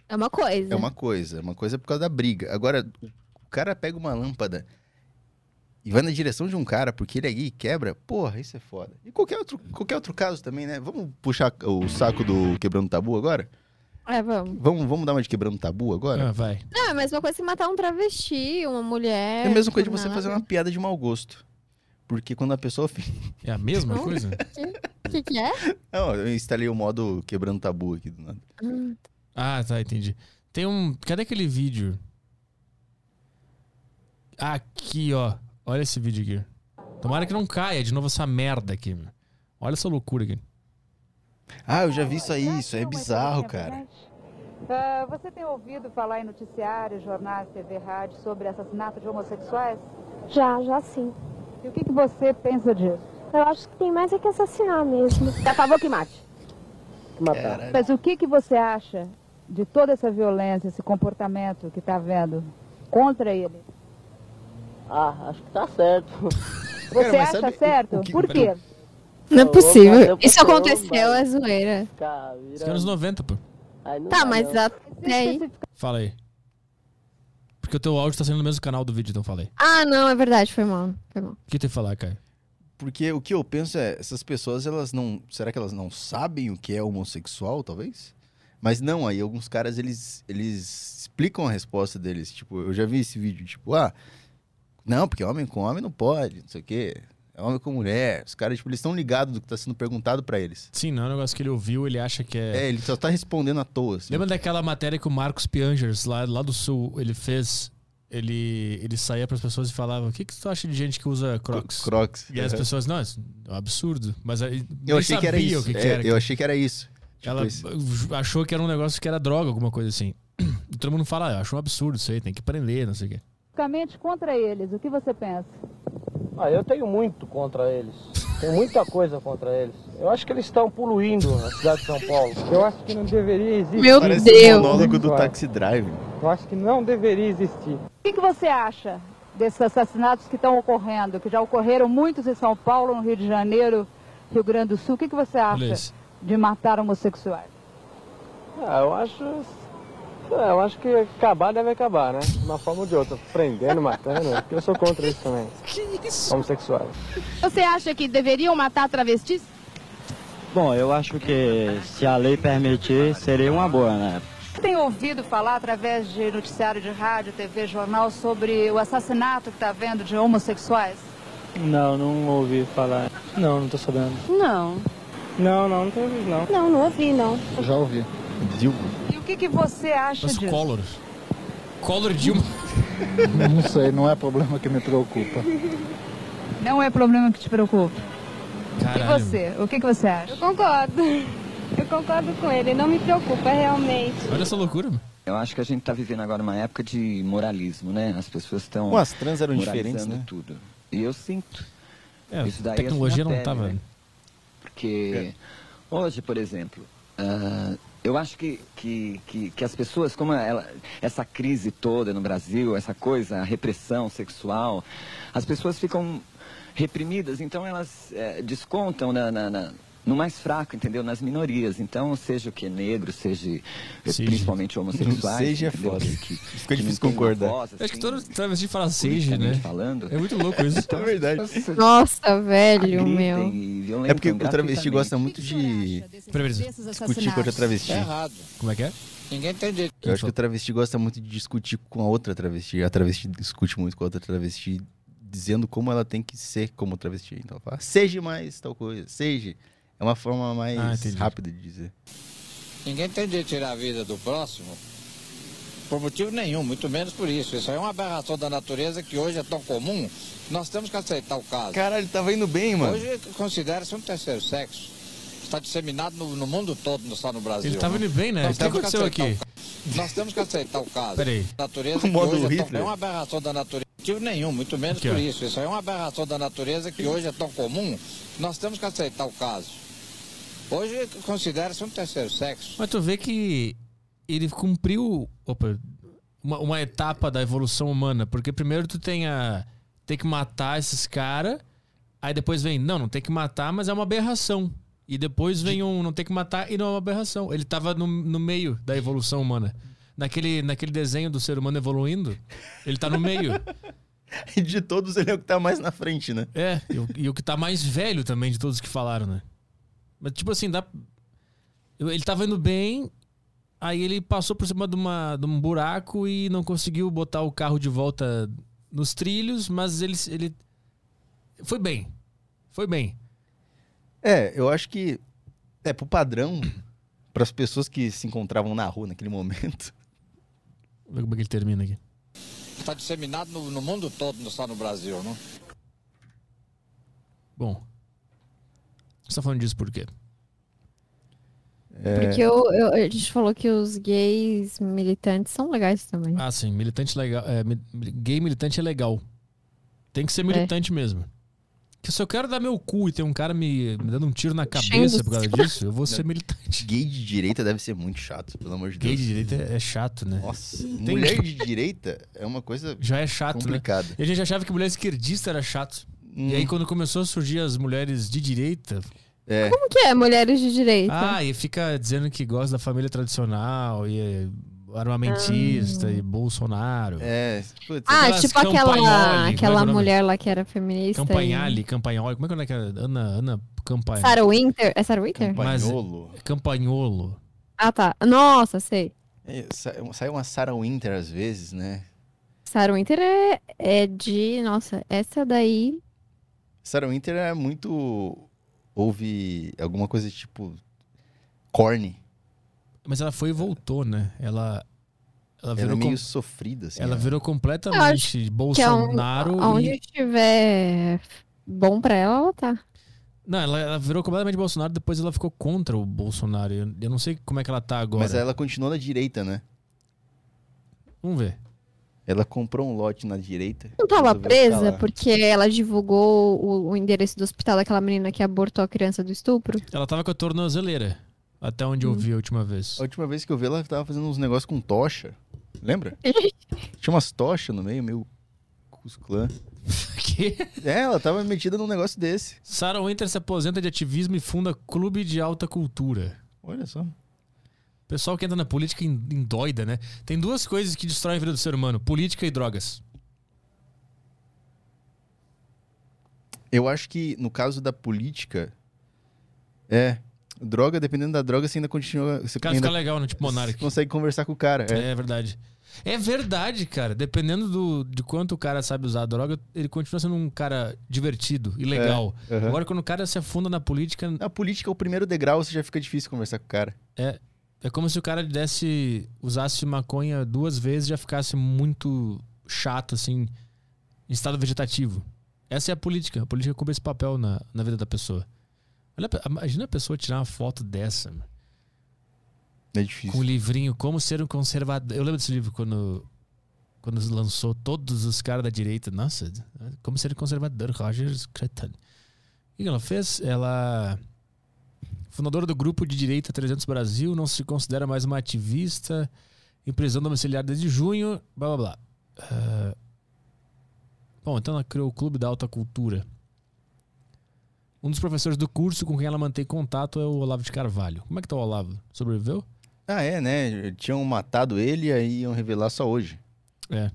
Speaker 3: É uma coisa.
Speaker 2: é uma coisa. Uma coisa é por causa da briga. Agora, o cara pega uma lâmpada e vai na direção de um cara porque ele é gay e quebra, porra, isso é foda. E qualquer outro, qualquer outro caso também, né? Vamos puxar o saco do quebrando tabu agora?
Speaker 3: É, vamos.
Speaker 2: Vamos, vamos dar uma de quebrando tabu agora?
Speaker 1: Ah, vai.
Speaker 3: Não, é a mesma coisa que matar um travesti, uma mulher. tipo, né?
Speaker 2: É a mesma coisa de
Speaker 3: por
Speaker 2: você
Speaker 3: nada.
Speaker 2: fazer uma piada de mau gosto. Porque quando a pessoa. fi-
Speaker 1: É a mesma
Speaker 3: Não.
Speaker 1: coisa?
Speaker 3: O que, que é?
Speaker 2: Não, eu instalei o modo quebrando tabu aqui do nada.
Speaker 1: Ah, tá, entendi. Tem um. Cadê aquele vídeo? Aqui, ó. Olha esse vídeo aqui. Tomara que não caia de novo essa merda aqui, meu. Olha essa loucura aqui.
Speaker 2: Ah, eu já vi isso aí, isso é bizarro, cara.
Speaker 7: Ah, você tem ouvido falar em noticiários, jornais, TV, rádio sobre assassinato de homossexuais?
Speaker 9: Já, já sim.
Speaker 7: E o que, que você pensa disso?
Speaker 9: Eu acho que tem mais é que assassinar mesmo.
Speaker 7: É a favor que mate.
Speaker 2: Caralho.
Speaker 7: Mas o que, que você acha de toda essa violência, esse comportamento que está havendo contra ele?
Speaker 6: Ah, acho que tá certo.
Speaker 7: Você
Speaker 2: mas
Speaker 7: acha
Speaker 2: sabe o-
Speaker 7: certo?
Speaker 2: o que-
Speaker 7: Por quê?
Speaker 3: Não é
Speaker 6: Eu vou fazer
Speaker 3: possível.
Speaker 6: o
Speaker 3: Isso
Speaker 2: um
Speaker 6: papel,
Speaker 3: aconteceu, é
Speaker 6: mas-
Speaker 3: zoeira.
Speaker 6: Cara, vira-
Speaker 1: Isso é anos 90, pô.
Speaker 6: Aí não
Speaker 3: Tá,
Speaker 6: dá,
Speaker 3: mas
Speaker 6: não.
Speaker 3: até aí.
Speaker 1: Fala aí. Porque o teu áudio tá saindo no mesmo canal do vídeo, então falei.
Speaker 3: Ah, não, é verdade, foi mal. Foi mal.
Speaker 1: O que tem que falar, Caio?
Speaker 2: Porque o que eu penso é, essas pessoas, elas não. Será que elas não sabem o que é homossexual, talvez? Mas não, aí alguns caras, eles, eles explicam a resposta deles. Tipo, eu já vi esse vídeo, tipo, ah, não, porque homem com homem não pode, não sei o quê. É homem com mulher. Os caras, tipo, eles estão ligados do que tá sendo perguntado pra eles.
Speaker 1: Sim, não é um negócio que ele ouviu, ele acha que é.
Speaker 2: É, ele só tá respondendo à toa. Assim.
Speaker 1: Lembra daquela matéria que o Marcos Piangers, lá, lá do sul, ele fez. Ele, ele saía pras pessoas e falava: O que, que tu acha de gente que usa Crocs?
Speaker 2: Crocs.
Speaker 1: E as
Speaker 2: Aham.
Speaker 1: pessoas, não, isso é um absurdo. Mas aí, nem
Speaker 2: Eu achei que era
Speaker 1: sabia
Speaker 2: isso.
Speaker 1: o que, que
Speaker 2: É,
Speaker 1: era.
Speaker 2: Eu achei que era isso. Tipo
Speaker 1: Ela
Speaker 2: isso.
Speaker 1: achou que era um negócio que era droga, alguma coisa assim. E todo mundo fala, ah, eu acho um absurdo isso aí, tem que prender, não sei o quê.
Speaker 7: Especificamente contra eles, o que você pensa?
Speaker 6: Ah, eu tenho muito contra eles. Tenho muita coisa contra eles. Eu acho que eles estão poluindo a cidade de São Paulo. Eu acho que não deveria existir.
Speaker 3: Meu
Speaker 2: Parece o
Speaker 3: Deus.
Speaker 2: monólogo do Taxi Drive.
Speaker 6: Eu acho que não deveria existir.
Speaker 7: O que, que você acha desses assassinatos que estão ocorrendo, que já ocorreram muitos em São Paulo, no Rio de Janeiro, Rio Grande do Sul? O que, que você
Speaker 8: Ah,
Speaker 1: Olha
Speaker 7: acha
Speaker 1: isso.
Speaker 7: de matar homossexuais?
Speaker 6: Ah, eu acho. Ah, eu acho que acabar deve acabar, né? De uma forma ou de outra. Prendendo, matando. Porque eu sou contra isso também. Que isso? Homossexuais.
Speaker 7: Você acha que deveriam matar travestis?
Speaker 10: Bom, eu acho que se a lei permitir, seria uma boa, né?
Speaker 7: Tem ouvido falar através de noticiário de rádio, TV, jornal sobre o assassinato que está havendo de homossexuais?
Speaker 10: Não, não ouvi falar. Não, não tô sabendo.
Speaker 9: Não,
Speaker 10: Não, não, não tô ouvindo, não.
Speaker 9: não, não ouvi, não.
Speaker 2: Já ouvi. Dilma.
Speaker 7: E o que, que você acha
Speaker 1: Mas
Speaker 7: disso?
Speaker 1: Collor. Collor Dilma.
Speaker 11: Não sei, não é problema que me preocupa.
Speaker 8: Não é problema que te preocupa. E
Speaker 1: Caralho.
Speaker 8: você? O que, que você acha?
Speaker 12: Eu concordo. Eu concordo com ele. Não me preocupa, realmente.
Speaker 1: Olha essa loucura, mano.
Speaker 13: Eu acho que a gente tá vivendo agora uma época de moralismo, né? As pessoas estão.
Speaker 14: Bom, as trans eram diferentes, né?
Speaker 13: tudo. E eu sinto.
Speaker 1: É,
Speaker 13: Isso
Speaker 1: a
Speaker 13: daí
Speaker 1: tecnologia
Speaker 13: assim, na
Speaker 1: não tava.
Speaker 13: pele, né? Porque
Speaker 14: É.
Speaker 13: hoje, por exemplo, ah, eu acho que, que, que, que as pessoas, como ela, essa crise toda no Brasil, essa coisa, a repressão sexual, as pessoas ficam reprimidas, então elas eh, descontam na- na- na- no mais fraco, entendeu? Nas minorias. Então, seja o que é negro, seja, eh, principalmente homossexuais.
Speaker 14: seja é
Speaker 13: entendeu?
Speaker 14: foda.
Speaker 13: Que- que-
Speaker 14: Fica
Speaker 13: que não
Speaker 14: difícil
Speaker 13: tem uma
Speaker 14: concordar.
Speaker 13: voz, assim,
Speaker 1: Acho que todo travesti fala seja, né?
Speaker 13: politicamente Falando.
Speaker 1: É muito louco isso.
Speaker 13: Então,
Speaker 3: Nossa, velho, meu.
Speaker 2: É porque o travesti gosta muito de discutir com outra travesti.
Speaker 14: É errado.
Speaker 1: Como é que é?
Speaker 14: Ninguém tem direito.
Speaker 2: Eu acho que o travesti gosta muito de discutir com a outra travesti. A travesti discute muito com a outra travesti, dizendo como ela tem que ser como travesti. Então ela fala, seja mais tal coisa, seja. É uma forma mais
Speaker 14: Ah, entendi.
Speaker 2: rápida de dizer.
Speaker 14: Ninguém tem direito de tirar a vida do próximo por motivo nenhum, muito menos por isso. Isso aí é uma aberração da natureza que hoje é tão comum, nós temos que aceitar o caso.
Speaker 2: Caralho, tava indo bem, mano.
Speaker 14: Hoje considera-se um terceiro sexo. Está disseminado no, no mundo todo, não só no Brasil.
Speaker 1: Ele tava indo bem, né?
Speaker 14: Nós
Speaker 1: O que
Speaker 14: temos
Speaker 1: aconteceu
Speaker 14: aceitar
Speaker 1: aqui?
Speaker 14: o ca- Nós temos que aceitar o caso.
Speaker 1: Peraí.
Speaker 14: A Natureza
Speaker 1: O
Speaker 14: que
Speaker 1: modo
Speaker 14: hoje é, tão,
Speaker 1: Hitler.
Speaker 14: é uma aberração da natureza. Por Motivo nenhum, muito menos
Speaker 1: Aqui,
Speaker 14: por
Speaker 1: ó.
Speaker 14: isso. Isso aí é uma aberração da natureza que hoje é tão comum, nós temos que aceitar o caso. Hoje considera-se um terceiro sexo.
Speaker 1: Mas tu vê que ele cumpriu opa, uma, uma etapa da evolução humana. Porque primeiro tu tem a. Tem que matar esses caras. Aí depois vem, não, não tem que matar, mas é uma aberração. E depois vem um, não tem que matar e não é uma aberração. Ele tava no, no meio da evolução humana. Naquele, naquele desenho do ser humano evoluindo, ele tá no meio.
Speaker 2: E de todos ele é o que tá mais na frente, né?
Speaker 1: É, e o, e o que tá mais velho também de todos que falaram, né? Mas, tipo assim, dá. eu- Ele tava indo bem, aí ele passou por cima de, uma, de um buraco e não conseguiu botar o carro de volta nos trilhos, mas ele. ele foi bem. Foi bem.
Speaker 2: É, eu acho que é pro padrão, para as pessoas que se encontravam na rua naquele momento.
Speaker 1: Vamos ver como é que ele termina aqui.
Speaker 14: Está Tá disseminado no, no mundo todo, não só no Brasil, não?
Speaker 1: Bom. Você tá falando disso por quê?
Speaker 2: É.
Speaker 3: Porque eu, eu- a gente falou que os gays militantes são legais também.
Speaker 1: Ah, sim, militante legal. é, mi- mi- gay militante é legal. Tem
Speaker 2: É.
Speaker 1: que ser militante mesmo. Que se eu quero dar meu cu e tem um cara me, me dando um tiro na cabeça por causa disso, eu vou ser militante.
Speaker 2: Gay de direita deve ser muito chato, pelo amor de
Speaker 1: Gay
Speaker 2: Deus.
Speaker 1: de direita é chato, né?
Speaker 2: Nossa,
Speaker 1: Tem-
Speaker 2: mulher de direita é uma coisa
Speaker 1: Já é chato, né?
Speaker 2: complicada. Hum,
Speaker 1: E a gente achava que mulher esquerdista era chato. E aí quando começou a surgir as mulheres de direita...
Speaker 2: É.
Speaker 3: Como que é mulheres de direita?
Speaker 1: Ah, e fica dizendo que gosta da família tradicional e é armamentista e Bolsonaro.
Speaker 2: Ah. É,
Speaker 3: Ah, tipo
Speaker 1: é
Speaker 3: aquela, aquela mulher lá que era feminista. e-
Speaker 1: Campanhale, Campanhole, como é que é que era? Ana, Ana Campanhole.
Speaker 3: Sarah Winter. É Sarah
Speaker 2: um
Speaker 3: Winter?
Speaker 1: Mas-
Speaker 2: Campanholo.
Speaker 1: Campanholo.
Speaker 3: Ah, tá. Nossa, sei.
Speaker 2: É, sa- sai uma Sarah Winter às vezes, né?
Speaker 3: Sarah Winter é, é de. Nossa, essa daí.
Speaker 2: Sarah Winter é muito. Houve alguma coisa tipo. Corny.
Speaker 1: Mas ela foi e voltou, né? Ela. Ela
Speaker 2: Ela
Speaker 1: virou,
Speaker 2: é meio
Speaker 1: com-
Speaker 2: sofrida, assim.
Speaker 1: ela
Speaker 2: né?
Speaker 3: Eu
Speaker 1: virou
Speaker 3: acho
Speaker 1: completamente
Speaker 3: que é um-
Speaker 1: Bolsonaro.
Speaker 3: onde
Speaker 1: e-
Speaker 3: estiver bom pra ela, ela tá.
Speaker 1: Não, ela, ela virou completamente Bolsonaro, depois ela ficou contra o Bolsonaro. Eu, eu não sei como é que ela tá agora.
Speaker 2: Mas ela continuou na direita, né?
Speaker 1: Vamos ver.
Speaker 2: Ela comprou um lote na direita.
Speaker 3: Não tava
Speaker 2: resolveu
Speaker 3: presa
Speaker 2: ficar tá lá.
Speaker 3: porque ela divulgou o, o endereço do hospital daquela menina que abortou a criança do estupro?
Speaker 1: Ela tava com a tornozeleira. Até onde
Speaker 3: Hum.
Speaker 1: eu vi a última vez.
Speaker 2: A última vez que eu vi, ela tava fazendo uns negócios com tocha. Lembra? Tinha umas tochas no meio, meio. Cus clã.
Speaker 1: que?
Speaker 2: É, ela tava metida num negócio desse.
Speaker 1: Sarah Winter se aposenta de ativismo e funda Clube de Alta Cultura.
Speaker 2: Olha só.
Speaker 1: Pessoal que entra na política en- endoida, né? Tem duas coisas que destroem a vida do ser humano: política e drogas.
Speaker 2: Eu acho que no caso da política. É. Droga, dependendo da droga, você ainda continua. Você
Speaker 1: O cara
Speaker 2: ainda
Speaker 1: fica legal, né? Tipo Monark.
Speaker 2: Você consegue conversar com o cara. É.
Speaker 1: É verdade. É verdade, cara. Dependendo do, de quanto o cara sabe usar a droga, ele continua sendo um cara divertido e legal.
Speaker 2: É, aham.
Speaker 1: Agora, quando o cara se afunda na política,
Speaker 2: Na política, o primeiro degrau, você já fica difícil conversar com o cara.
Speaker 1: é, é como se o cara desse, usasse maconha duas vezes e já ficasse muito chato, assim, em estado vegetativo. Essa é a política. A política cumpre esse papel na, na vida da pessoa. Olha, imagina a pessoa tirar uma foto dessa. mano.
Speaker 2: É difícil.
Speaker 1: Com o livrinho Como Ser um Conservador. Eu lembro desse livro quando, quando lançou todos os caras da direita. Nossa, Como Ser um Conservador, Rogers Cretan. O que ela fez? Ela. Fundadora do grupo de direita 300 Brasil, não se considera mais uma ativista, em prisão domiciliar desde junho, blá blá blá. Ah, Bom, então ela criou o Clube da Alta Cultura. Um dos professores do curso com quem ela mantém contato é o Olavo de Carvalho. Como é que tá o Olavo? Sobreviveu?
Speaker 2: Ah, é, né? Tinham matado ele e aí iam revelar só hoje.
Speaker 1: É.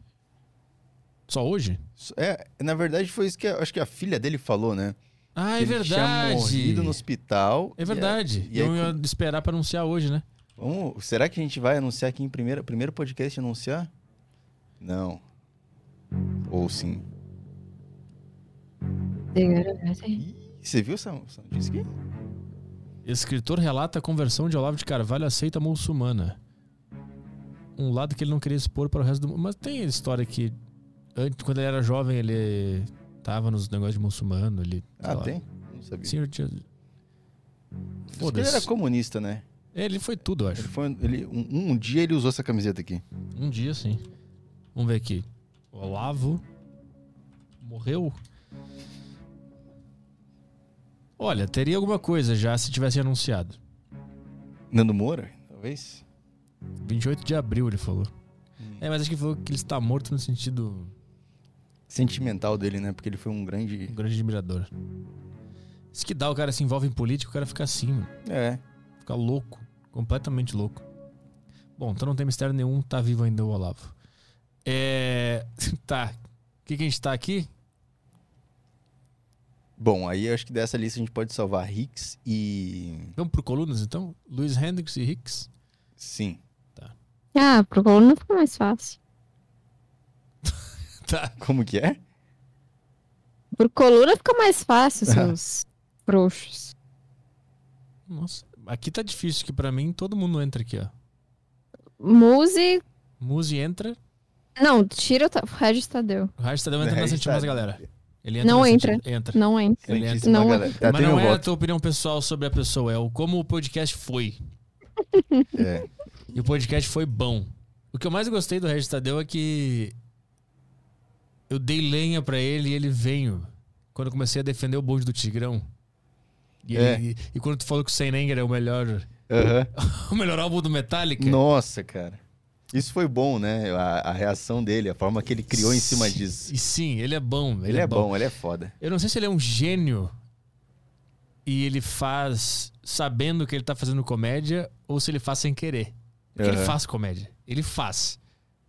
Speaker 1: Só hoje?
Speaker 2: É, na verdade foi isso que a- acho que a filha dele falou, né?
Speaker 1: Ah,
Speaker 2: Que
Speaker 1: é
Speaker 2: ele Tinha
Speaker 1: verdade.
Speaker 2: morrido no hospital.
Speaker 1: É verdade.
Speaker 2: E aí,
Speaker 1: Eu ia esperar pra anunciar hoje, né?
Speaker 2: vamos, será que a gente vai anunciar aqui em primeira, primeiro podcast anunciar? Não. Ou sim.
Speaker 3: É.
Speaker 2: Você viu essa, essa notícia aqui?
Speaker 1: Escritor relata a conversão de Olavo de Carvalho à seita muçulmana. Um lado que ele não queria expor para o resto do mundo. Mas tem história que, antes, quando ele era jovem, ele tava nos negócios de muçulmano. Ele,
Speaker 2: Ah,
Speaker 1: sei lá.
Speaker 2: tem? Não sabia.
Speaker 1: Sim, eu tinha...
Speaker 2: Porque Ele
Speaker 1: Foda-se.
Speaker 2: era comunista, né?
Speaker 1: É, Ele foi tudo, eu acho.
Speaker 2: Ele foi, ele, um, um dia ele usou essa camiseta aqui.
Speaker 1: Um dia sim. Vamos ver aqui. Olavo morreu? Olha, teria alguma coisa já se tivesse anunciado.
Speaker 2: Nando Moura, talvez?
Speaker 1: 28 de abril, ele falou. É, mas acho que falou que ele está morto no sentido.
Speaker 2: Sentimental dele, né? Porque ele foi um grande.
Speaker 1: Um grande admirador. Isso que dá, o cara se envolve em política, o cara fica assim, mano.
Speaker 2: É.
Speaker 1: Fica louco. Completamente louco. Bom, então não tem mistério nenhum, tá vivo ainda o Olavo. É. Tá. O que, que a gente tá aqui?
Speaker 2: Bom, aí eu acho que dessa lista a gente pode salvar Hicks e.
Speaker 1: Vamos pro Colunas então? Luiz Hendricks e Hicks?
Speaker 2: Sim.
Speaker 3: Ah, pro coluna fica mais fácil.
Speaker 1: Tá.
Speaker 2: Como que é?
Speaker 3: Pro coluna fica mais fácil, seus frouxos.
Speaker 1: Nossa. Aqui tá difícil, que pra mim todo mundo entra aqui, ó.
Speaker 3: Muse.
Speaker 1: Muzi entra,
Speaker 3: Não, tira o ta- o Regis Tadeu.
Speaker 1: o Raj Tadeu entra
Speaker 2: É,
Speaker 1: na Santíssima
Speaker 2: tá.
Speaker 1: galera. Ele
Speaker 3: Não
Speaker 1: na
Speaker 3: entra.
Speaker 1: Santíssima- entra.
Speaker 3: Não entra.
Speaker 1: Ele entra.
Speaker 3: Não
Speaker 2: galera.
Speaker 3: entra.
Speaker 2: Tá,
Speaker 1: Mas
Speaker 2: tem
Speaker 1: não
Speaker 2: meu
Speaker 1: é a
Speaker 2: voto.
Speaker 1: tua opinião pessoal sobre a pessoa, é o como o podcast foi.
Speaker 2: É.
Speaker 1: E o podcast foi bom. O que eu mais gostei do Regis Tadeu é que eu dei lenha pra ele e ele veio. Quando eu comecei a defender o bonde do Tigrão. E,
Speaker 2: É.
Speaker 1: ele- e quando tu falou que o Sem Anger é o melhor.
Speaker 2: Aham.
Speaker 1: o melhor álbum do Metallica.
Speaker 2: Nossa, cara. Isso foi bom, né? A, a reação dele, a forma que ele criou em cima
Speaker 1: Sim,
Speaker 2: disso.
Speaker 1: E sim, ele é bom. Ele,
Speaker 2: Ele, é bom, ele é foda.
Speaker 1: Eu não sei se ele é um gênio e ele faz sabendo que ele tá fazendo comédia ou se ele faz sem querer. Porque ele
Speaker 2: Aham.
Speaker 1: faz comédia. Ele faz.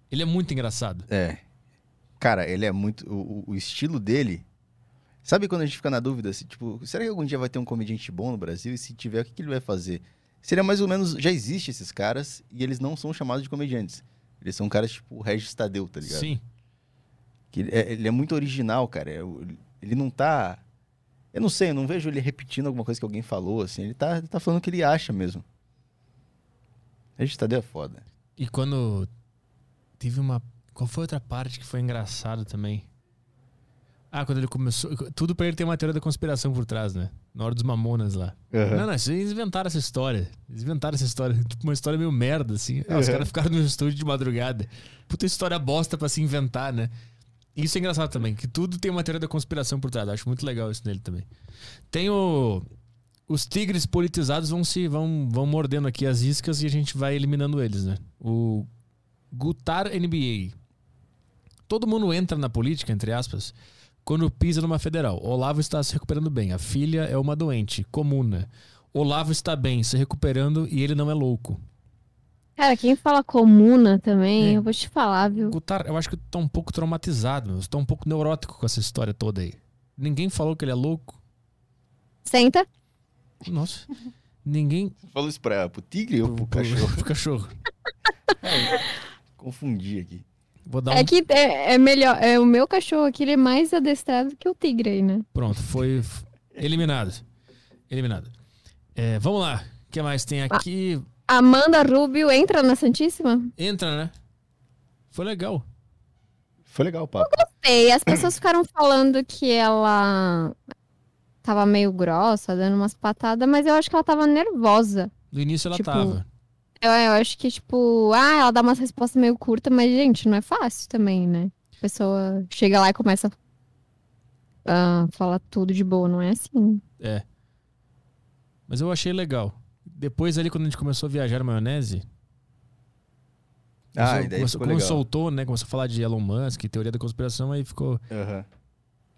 Speaker 1: Ele é muito engraçado.
Speaker 2: É. Cara, ele é muito. O, o- o estilo dele. Sabe quando a gente fica na dúvida? Se, tipo, será que algum dia vai ter um comediante bom no Brasil? E se tiver, o que, que ele vai fazer? Seria mais ou menos. Já existe esses caras e eles não são chamados de comediantes. Eles são caras tipo o Regis Tadeu, tá ligado?
Speaker 1: Sim.
Speaker 2: Que ele, é, ele é muito original, cara. É o- Ele não tá. Eu não sei, eu não vejo ele repetindo alguma coisa que alguém falou, assim. Ele tá, ele tá falando o que ele acha mesmo. Regis Tadeu é foda.
Speaker 1: E quando teve uma. Qual foi a outra parte que foi engraçado também? Ah, quando ele começou. Tudo pra ele tem uma teoria da conspiração por trás, né? Na hora dos mamonas lá.
Speaker 2: Aham.
Speaker 1: Não, não, eles inventaram essa história. Eles inventaram essa história. Tipo, uma história meio merda, assim. Ah, Os
Speaker 2: Aham.
Speaker 1: caras ficaram no estúdio de madrugada. Puta história bosta pra se inventar, né? Isso é engraçado também, que tudo tem uma teoria da conspiração por trás. Eu Acho muito legal isso nele também. Tem o. Os tigres politizados vão se vão, vão mordendo aqui as iscas e a gente vai eliminando eles, né? O Gutar NBA. Todo mundo entra na política, entre aspas, quando pisa numa federal. Olavo está se recuperando bem. A filha é uma doente, né? comuna. Olavo está bem, se recuperando e ele não é louco.
Speaker 3: Cara, quem fala comuna também, eu vou te falar, viu?
Speaker 1: Gutar, eu acho que tá um pouco traumatizado, meu. Tá um pouco neurótico com essa história toda aí. Ninguém falou que ele é louco.
Speaker 3: Senta.
Speaker 1: Nossa. Ninguém.
Speaker 2: Você falou isso pra, pro tigre ou pro, cachorro?
Speaker 1: pro cachorro.
Speaker 2: Confundi aqui.
Speaker 1: Vou dar um.
Speaker 3: É que é, é melhor. É, o meu cachorro aqui ele é mais adestrado que o tigre aí, né?
Speaker 1: Pronto, foi f- eliminado. Eliminado. É, vamos lá. O que mais tem aqui?
Speaker 3: Amanda Rubio entra na Santíssima?
Speaker 1: Entra, né? Foi legal.
Speaker 15: Foi legal o papo.
Speaker 3: Gostei. As pessoas ficaram falando que ela tava meio grossa, dando umas patadas, mas eu acho que ela tava nervosa.
Speaker 1: No início ela
Speaker 3: Tipo,
Speaker 1: tava.
Speaker 3: Eu, eu acho que, tipo, ah, ela dá umas respostas meio curtas, mas, gente, não é fácil também, né? A pessoa chega lá e começa a ah, falar tudo de boa, não é assim.
Speaker 1: É. Mas eu achei legal. Depois ali, quando a gente começou a viajar na maionese. começou-
Speaker 2: Ah, e daí
Speaker 1: começou,
Speaker 2: Ah, ficou
Speaker 1: quando
Speaker 2: legal.
Speaker 1: soltou, né? Começou a falar de Elon Musk, teoria da conspiração, aí ficou.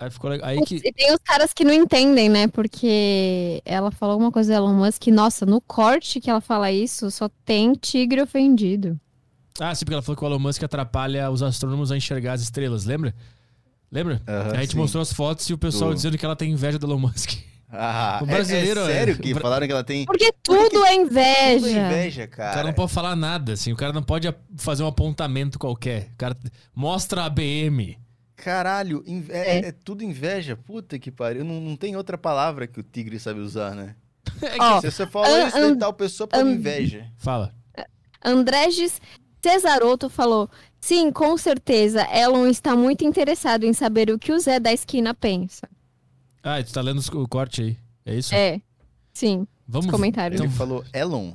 Speaker 1: Aí ficou legal. Aí que.
Speaker 3: E tem os caras que não entendem, né? Porque ela falou alguma coisa do Elon Musk, e, nossa, no corte que ela fala isso, só tem tigre ofendido.
Speaker 1: Ah, sim, porque ela falou que o Elon Musk atrapalha os astrônomos a enxergar as estrelas, lembra? Lembra? Aí a gente
Speaker 2: Ah, sim.
Speaker 1: mostrou as fotos e o pessoal
Speaker 2: Do-
Speaker 1: dizendo que ela tem inveja do Elon Musk.
Speaker 2: Ah,
Speaker 1: O
Speaker 2: é-
Speaker 1: brasileiro,
Speaker 2: é,
Speaker 1: é.
Speaker 2: sério que falaram que ela tem.
Speaker 3: Porque tudo é inveja.
Speaker 2: Tudo inveja,
Speaker 1: O cara
Speaker 2: cara.
Speaker 1: não pode falar nada, assim. O cara não pode a- fazer um apontamento qualquer. O cara mostra a BM.
Speaker 2: Caralho, inve- é, é tudo inveja. Puta que pariu. Não, não tem outra palavra que o tigre sabe usar, né?
Speaker 3: Ó,
Speaker 2: Se você fala
Speaker 3: an-
Speaker 2: isso de
Speaker 3: an-
Speaker 2: tal pessoa por
Speaker 3: an-
Speaker 2: inveja.
Speaker 1: Fala.
Speaker 3: Andrés Cesaroto falou: Sim, com certeza, Elon está muito interessado em saber o que o Zé da esquina pensa.
Speaker 1: Ah, tu tá lendo os- o corte aí. É isso?
Speaker 3: É, sim.
Speaker 1: Vamos
Speaker 3: os comentários.
Speaker 2: Ele falou Elon.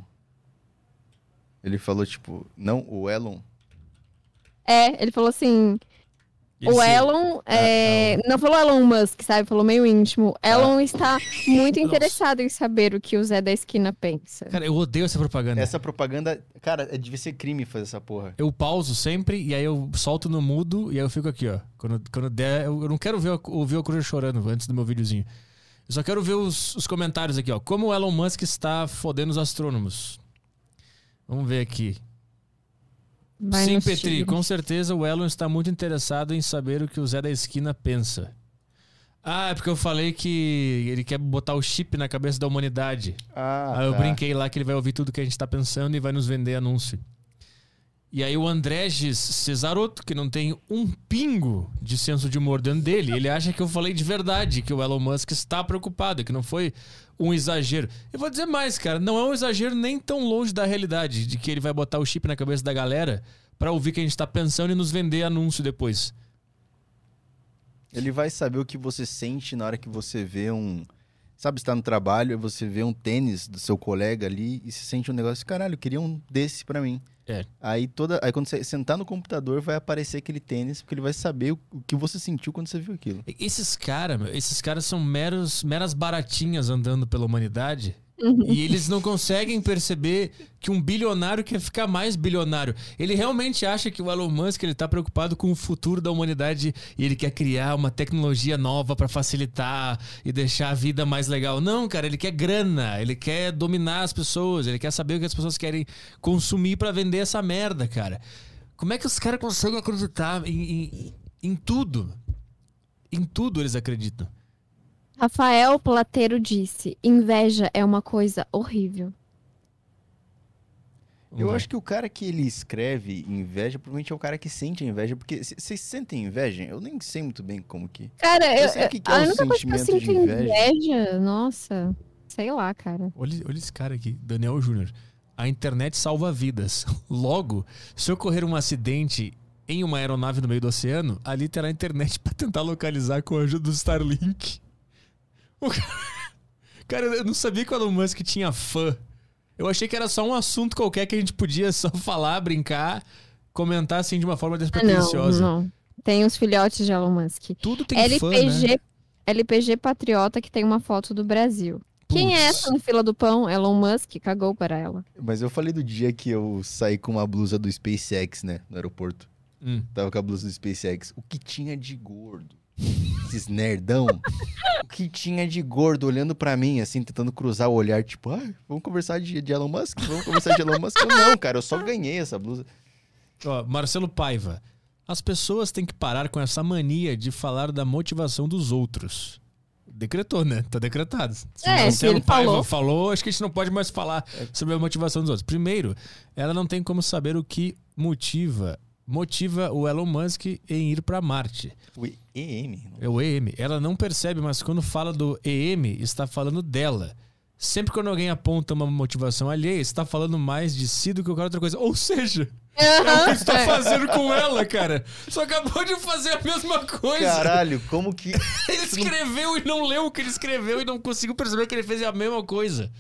Speaker 2: Ele falou, tipo, não, o Elon.
Speaker 3: É, ele falou assim.
Speaker 2: Ele
Speaker 3: o
Speaker 2: se-
Speaker 3: Elon é, não falou Elon Musk, sabe? Falou meio íntimo. Elon está muito interessado em saber o que o Zé da esquina pensa.
Speaker 1: Cara, eu odeio essa propaganda.
Speaker 2: Essa propaganda, cara, é- devia ser crime fazer essa porra.
Speaker 1: Eu pauso sempre e aí eu solto no mudo e aí eu fico aqui, ó. Quando, quando der, eu eu não quero ver, a- ouvir a coruja chorando antes do meu videozinho. Eu só quero ver os, os comentários aqui, ó. Como o Elon Musk está fodendo os astrônomos. Vamos ver aqui.
Speaker 3: Vai
Speaker 1: Sim,
Speaker 3: nos
Speaker 1: Petri,
Speaker 3: tigres.
Speaker 1: com certeza o Elon está muito interessado em saber o que o Zé da Esquina pensa. Ah, é porque eu falei que ele quer botar o chip na cabeça da humanidade.
Speaker 2: Ah,
Speaker 1: Aí eu
Speaker 2: tá.
Speaker 1: brinquei lá que ele vai ouvir tudo que a gente tá pensando e vai nos vender anúncio. E aí o Andrés Cesaroto, que não tem um pingo de senso de humor dentro dele, ele acha que eu falei de verdade, que o Elon Musk está preocupado, que não foi um exagero. Eu vou dizer mais, cara, não é um exagero nem tão longe da realidade, de que ele vai botar o chip na cabeça da galera pra ouvir o que a gente tá pensando e nos vender anúncio depois.
Speaker 2: Ele vai saber o que você sente na hora que você vê um. Sabe, está no trabalho, aí você vê um tênis do seu colega ali e se sente um negócio, caralho, eu queria um desse pra mim.
Speaker 1: É.
Speaker 2: Aí toda, aí quando você sentar no computador vai aparecer aquele tênis, porque ele vai saber o, o que você sentiu quando você viu aquilo.
Speaker 1: Esses caras, esses caras são meros, meras baratinhas andando pela humanidade. E eles não conseguem perceber que um bilionário quer ficar mais bilionário. Ele realmente acha que o Elon Musk ele tá preocupado com o futuro da humanidade e ele quer criar uma tecnologia nova para facilitar e deixar a vida mais legal. Não, cara, ele quer grana, ele quer dominar as pessoas, ele quer saber o que as pessoas querem consumir para vender essa merda, cara. Como é que os caras conseguem acreditar em- em, em tudo? Em tudo eles acreditam.
Speaker 3: Rafael Plateiro disse: Inveja é uma coisa horrível.
Speaker 2: Eu acho que o cara que ele escreve inveja, provavelmente é o cara que sente a inveja, porque c- vocês sentem inveja? Eu nem sei muito bem como que.
Speaker 3: Cara, eu,
Speaker 2: sei o que que é
Speaker 3: a
Speaker 2: um
Speaker 3: única coisa que eu
Speaker 2: sentimento de
Speaker 3: sinto
Speaker 2: inveja.
Speaker 3: inveja, nossa, sei lá, cara.
Speaker 1: Olha, olha esse cara aqui, Daniel Júnior. A internet salva vidas. Logo, se ocorrer um acidente em uma aeronave no meio do oceano, ali terá internet pra tentar localizar com a ajuda do Starlink. O cara, cara, eu não sabia que o Elon Musk tinha fã. Eu achei que era só um assunto qualquer que a gente podia só falar, brincar, comentar assim de uma forma
Speaker 3: Ah, não,
Speaker 1: despretensiosa.
Speaker 3: não. Tem os filhotes de Elon Musk.
Speaker 1: Tudo tem fã,
Speaker 3: LPG,
Speaker 1: né?
Speaker 3: LPG Patriota que tem uma foto do Brasil. Quem é
Speaker 2: Putz.
Speaker 3: essa no fila do pão? Elon Musk cagou para ela.
Speaker 2: Mas eu falei do dia que eu saí com uma blusa do SpaceX, né? No aeroporto.
Speaker 1: Hum.
Speaker 2: Tava com a blusa do SpaceX. O que tinha de gordo? Esses nerdão. o que tinha de gordo olhando pra mim, assim, tentando cruzar o olhar, tipo, ah, vamos conversar de, de Elon Musk? Vamos conversar de Elon Musk? Eu, não, cara, eu só ganhei essa blusa.
Speaker 1: Ó, Marcelo Paiva. As pessoas têm que parar com essa mania de falar da motivação dos outros. Decretou, né? Tá decretado. Se
Speaker 3: É,
Speaker 1: o
Speaker 3: se ele
Speaker 1: Paiva
Speaker 3: falou.
Speaker 1: falou, acho que a gente não pode mais falar sobre a motivação dos outros. Primeiro, ela não tem como saber o que motiva motiva o Elon Musk em ir para Marte.
Speaker 2: O EM.
Speaker 1: É o EM. Ela não percebe, mas quando fala do EM, está falando dela. Sempre quando alguém aponta uma motivação alheia, está falando mais de si do que qualquer outra coisa. Ou seja, É o que você tá fazendo com ela, cara. Só acabou de fazer a mesma coisa.
Speaker 15: Caralho, como que.
Speaker 1: Ele escreveu e não leu o que ele escreveu e não conseguiu perceber que ele fez a mesma coisa.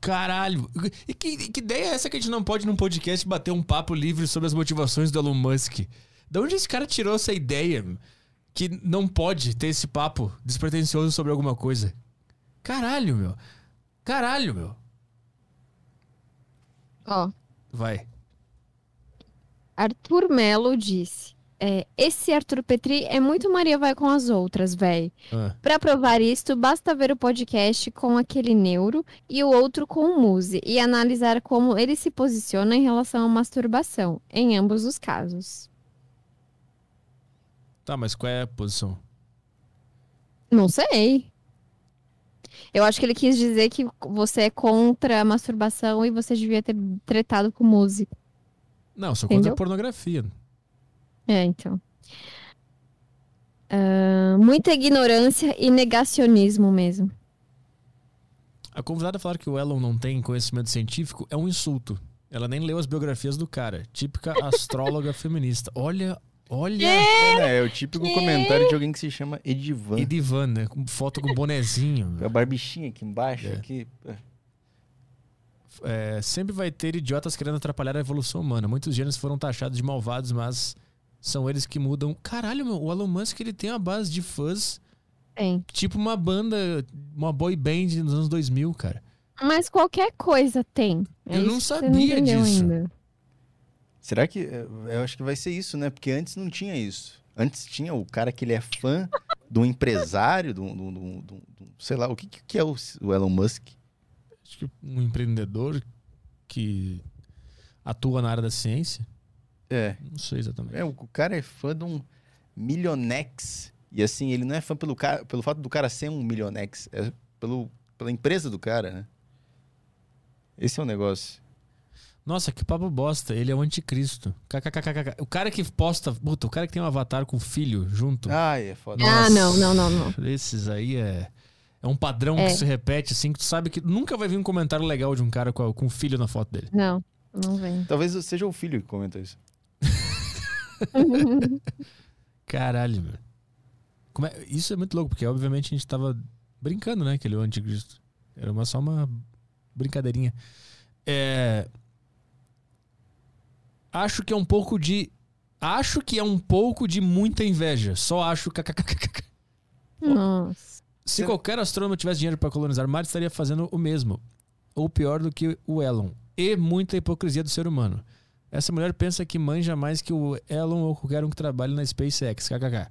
Speaker 1: Caralho. E que, que ideia é essa que a gente não pode num podcast bater um papo livre sobre as motivações do Elon Musk? Da onde esse cara tirou essa ideia que não pode ter esse papo despretensioso sobre alguma coisa? Caralho, meu. Caralho, meu.
Speaker 3: Ó,
Speaker 1: Vai.
Speaker 3: Arthur Melo disse. é, esse Arthur Petri é muito Maria vai com as outras, véi.
Speaker 1: Ah.
Speaker 3: Pra provar isto, basta ver o podcast com aquele neuro e o outro com o Muse e analisar como ele se posiciona em relação à masturbação, em ambos os casos.
Speaker 1: Tá, mas qual é a posição?
Speaker 3: Não sei. Eu acho que ele quis dizer que você é contra a masturbação e você devia ter tretado com o Muse.
Speaker 1: Não, eu sou contra
Speaker 3: Entendeu?
Speaker 1: a pornografia.
Speaker 3: É, então. Ah, muita ignorância e negacionismo mesmo.
Speaker 1: A convidada falar que o Elon não tem conhecimento científico é um insulto. Ela nem leu as biografias do cara. Típica astróloga feminista. Olha, olha.
Speaker 2: É, é o típico comentário de alguém que se chama Edivan. É
Speaker 1: Edivan, né? Com foto com bonezinho.
Speaker 15: A barbichinha aqui embaixo,
Speaker 1: É.
Speaker 15: aqui.
Speaker 2: ah,
Speaker 15: pô.
Speaker 1: É, sempre vai ter idiotas querendo atrapalhar a evolução humana. Muitos gênios foram taxados de malvados, mas são eles que mudam. Caralho, meu, o Elon Musk ele tem uma base de fãs.
Speaker 3: Tem.
Speaker 1: Tipo uma banda, uma boy band nos anos 2000, cara.
Speaker 3: Mas qualquer coisa tem. É
Speaker 1: Eu não
Speaker 3: isso que você
Speaker 1: sabia
Speaker 3: entendeu
Speaker 1: disso.
Speaker 3: ainda.
Speaker 2: Será que. eh, Eu acho que vai ser isso, né? Porque antes não tinha isso. Antes tinha o cara que ele é fã de um empresário, de um. de um- de um- de um- de um- sei lá, o que, que é o, o Elon Musk?
Speaker 1: Acho que um empreendedor que atua na área da ciência.
Speaker 2: É.
Speaker 1: Não sei exatamente.
Speaker 2: É, o o cara é fã de um milionex. E assim, ele não é fã pelo, cara, pelo fato do cara ser um milionex, é pelo, pela empresa do cara, né? Esse é o negócio.
Speaker 1: Nossa, que papo bosta. Ele é o anticristo. KKKKK. O cara que posta. Puta, o cara que tem um avatar com filho junto.
Speaker 2: Ai, é foda.
Speaker 3: Ah, não, não, não, não.
Speaker 1: Esses aí é. É um padrão
Speaker 3: É.
Speaker 1: que se repete, assim, que tu sabe que nunca vai vir um comentário legal de um cara com, a- com um filho na foto dele.
Speaker 3: Não, não vem.
Speaker 2: Talvez seja o filho que comenta isso.
Speaker 1: Caralho, meu. Como é- Isso é muito louco, porque obviamente a gente tava brincando, né? Que ele é o anticristo. Era uma, só uma brincadeirinha. É... Acho que é um pouco de. Acho que é um pouco de muita inveja. Só acho. kkkk.
Speaker 3: Hum. Nossa.
Speaker 1: Se qualquer astrônomo tivesse dinheiro para colonizar Marte, estaria fazendo o mesmo. Ou pior do que o Elon. E muita hipocrisia do ser humano. Essa mulher pensa que manja mais que o Elon ou qualquer um que trabalhe na SpaceX. KKK.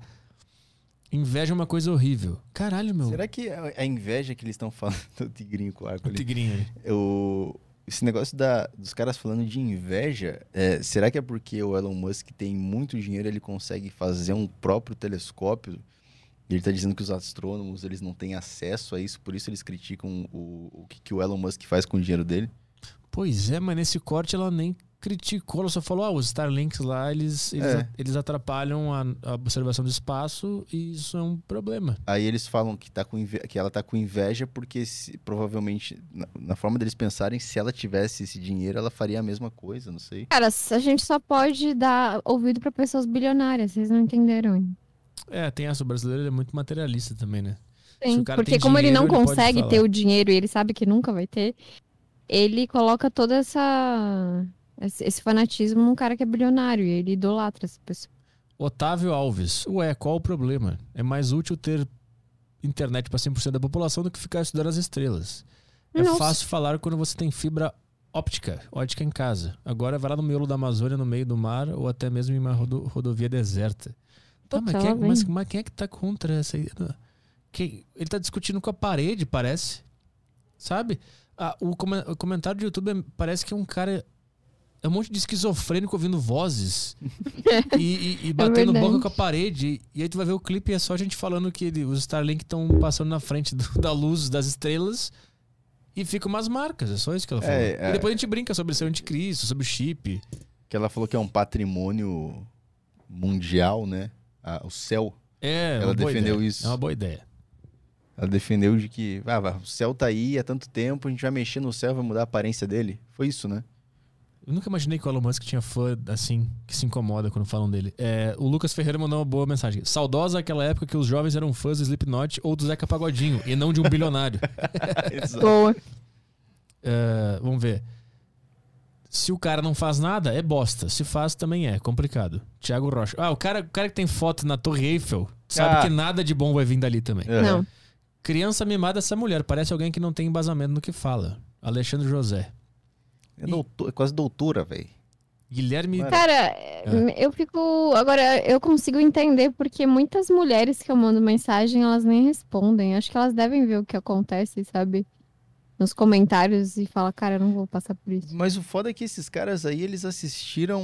Speaker 1: Inveja é uma coisa horrível. Caralho, meu.
Speaker 2: Será que a a inveja que eles estão falando do tigrinho com arco ali?
Speaker 1: Tigrinho ali.
Speaker 2: Eu- Esse negócio da- dos caras falando de inveja, é, será que é porque o Elon Musk tem muito dinheiro ele consegue fazer um próprio telescópio? Ele está dizendo que os astrônomos eles não têm acesso a isso, por isso eles criticam o, o que, que o Elon Musk faz com o dinheiro dele?
Speaker 1: Pois é, mas nesse corte ela nem criticou, ela só falou: ah, os Starlinks lá, eles, eles,
Speaker 2: É.
Speaker 1: eles atrapalham a, a observação do espaço e isso é um problema.
Speaker 2: Aí eles falam que, tá com inve- que ela tá com inveja porque se- provavelmente, na, na forma deles pensarem, se ela tivesse esse dinheiro, ela faria a mesma coisa, não sei.
Speaker 3: Cara, a gente só pode dar ouvido pra pessoas bilionárias, vocês não entenderam. ainda.
Speaker 1: É, tem essa. O brasileiro ele é muito materialista também, né? Se
Speaker 3: Sim,
Speaker 1: o cara
Speaker 3: porque
Speaker 1: tem
Speaker 3: como ele não
Speaker 1: dinheiro, pode
Speaker 3: consegue ter
Speaker 1: falar.
Speaker 3: o dinheiro e ele sabe que nunca vai ter, ele coloca toda essa esse esse fanatismo num cara que é bilionário e ele idolatra essa pessoa.
Speaker 1: Otávio Alves. Ué, qual o problema? É mais útil ter internet para 100% da população do que ficar estudando as estrelas. É
Speaker 3: Nossa.
Speaker 1: fácil falar quando você tem fibra óptica, ótica em casa. Agora vai lá no miolo da Amazônia, no meio do mar, ou até mesmo em uma rodo- rodovia deserta. Tá, mas,
Speaker 3: Puta,
Speaker 1: quem, é-
Speaker 3: lá vem.
Speaker 1: mas- mas quem é que tá contra essa aí? Quem- ele tá discutindo com a parede, parece. Sabe? Ah, o, come- o comentário do YouTube é- parece que é um cara. É um monte de esquizofrênico ouvindo vozes e, e- e batendo
Speaker 3: É. verdade.
Speaker 1: boca com a parede. E aí tu vai ver o clipe e é só a gente falando que ele- os Starlink estão passando na frente do- da luz das estrelas e ficam umas marcas. É só isso que ela falou.
Speaker 2: É, é.
Speaker 1: E depois a gente brinca sobre ser anticristo, sobre o chip.
Speaker 2: Que ela falou que é um patrimônio mundial, né? Ah, o céu.
Speaker 1: É,
Speaker 2: ela
Speaker 1: uma boa
Speaker 2: defendeu
Speaker 1: ideia.
Speaker 2: isso.
Speaker 1: É uma boa ideia.
Speaker 2: Ela defendeu de que ah, vá, o céu tá aí há tanto tempo, a gente vai mexer no céu, vai mudar a aparência dele. Foi isso, né?
Speaker 1: Eu nunca imaginei que o Elon Musk tinha fã, assim, que se incomoda quando falam dele. É, o Lucas Ferreira mandou uma boa mensagem. Saudosa aquela época que os jovens eram fãs do Slipknot ou do Zeca Pagodinho, e não de um bilionário. né?
Speaker 16: Exato.
Speaker 3: Boa.
Speaker 1: É, vamos ver. Se o cara não faz nada, é bosta. Se faz, também é. Complicado. Tiago Rocha. Ah, o cara, o cara que tem foto na Torre Eiffel sabe
Speaker 17: Ah.
Speaker 1: que nada de bom vai vir dali também.
Speaker 2: É.
Speaker 17: Uhum. Não.
Speaker 1: Criança mimada essa mulher. Parece alguém que não tem embasamento no que fala. Alexandre José.
Speaker 2: É, doutor- é quase doutora, velho.
Speaker 1: Guilherme.
Speaker 3: Cara,
Speaker 1: é.
Speaker 3: eu fico. Agora, eu consigo entender porque muitas mulheres que eu mando mensagem, elas nem respondem. Acho que elas devem ver o que acontece, sabe? Nos comentários e falar, cara, eu não vou passar por isso.
Speaker 2: Mas o foda é que esses caras aí, eles assistiram.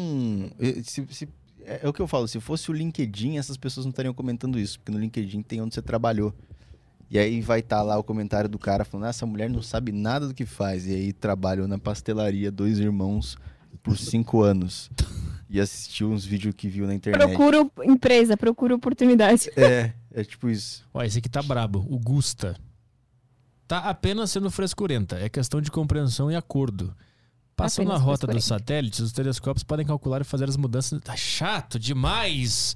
Speaker 2: eh, se- se- é, é o que eu falo, se fosse o LinkedIn, essas pessoas não estariam comentando isso, porque no LinkedIn tem onde você trabalhou. E aí vai estar lá o comentário do cara falando: ah, essa mulher não sabe nada do que faz. E aí trabalhou na pastelaria, dois irmãos, por cinco anos. E assistiu uns vídeos que viu na internet.
Speaker 3: Procuro empresa, procuro oportunidade.
Speaker 2: É, é tipo isso.
Speaker 1: Ó, esse aqui tá brabo. O Gusta. Tá apenas sendo frescurenta. É questão de compreensão e acordo. Passando a
Speaker 17: Apenas
Speaker 1: rota dos
Speaker 17: frescurenta.
Speaker 1: satélites, os telescópios podem calcular e fazer as mudanças. Tá chato demais!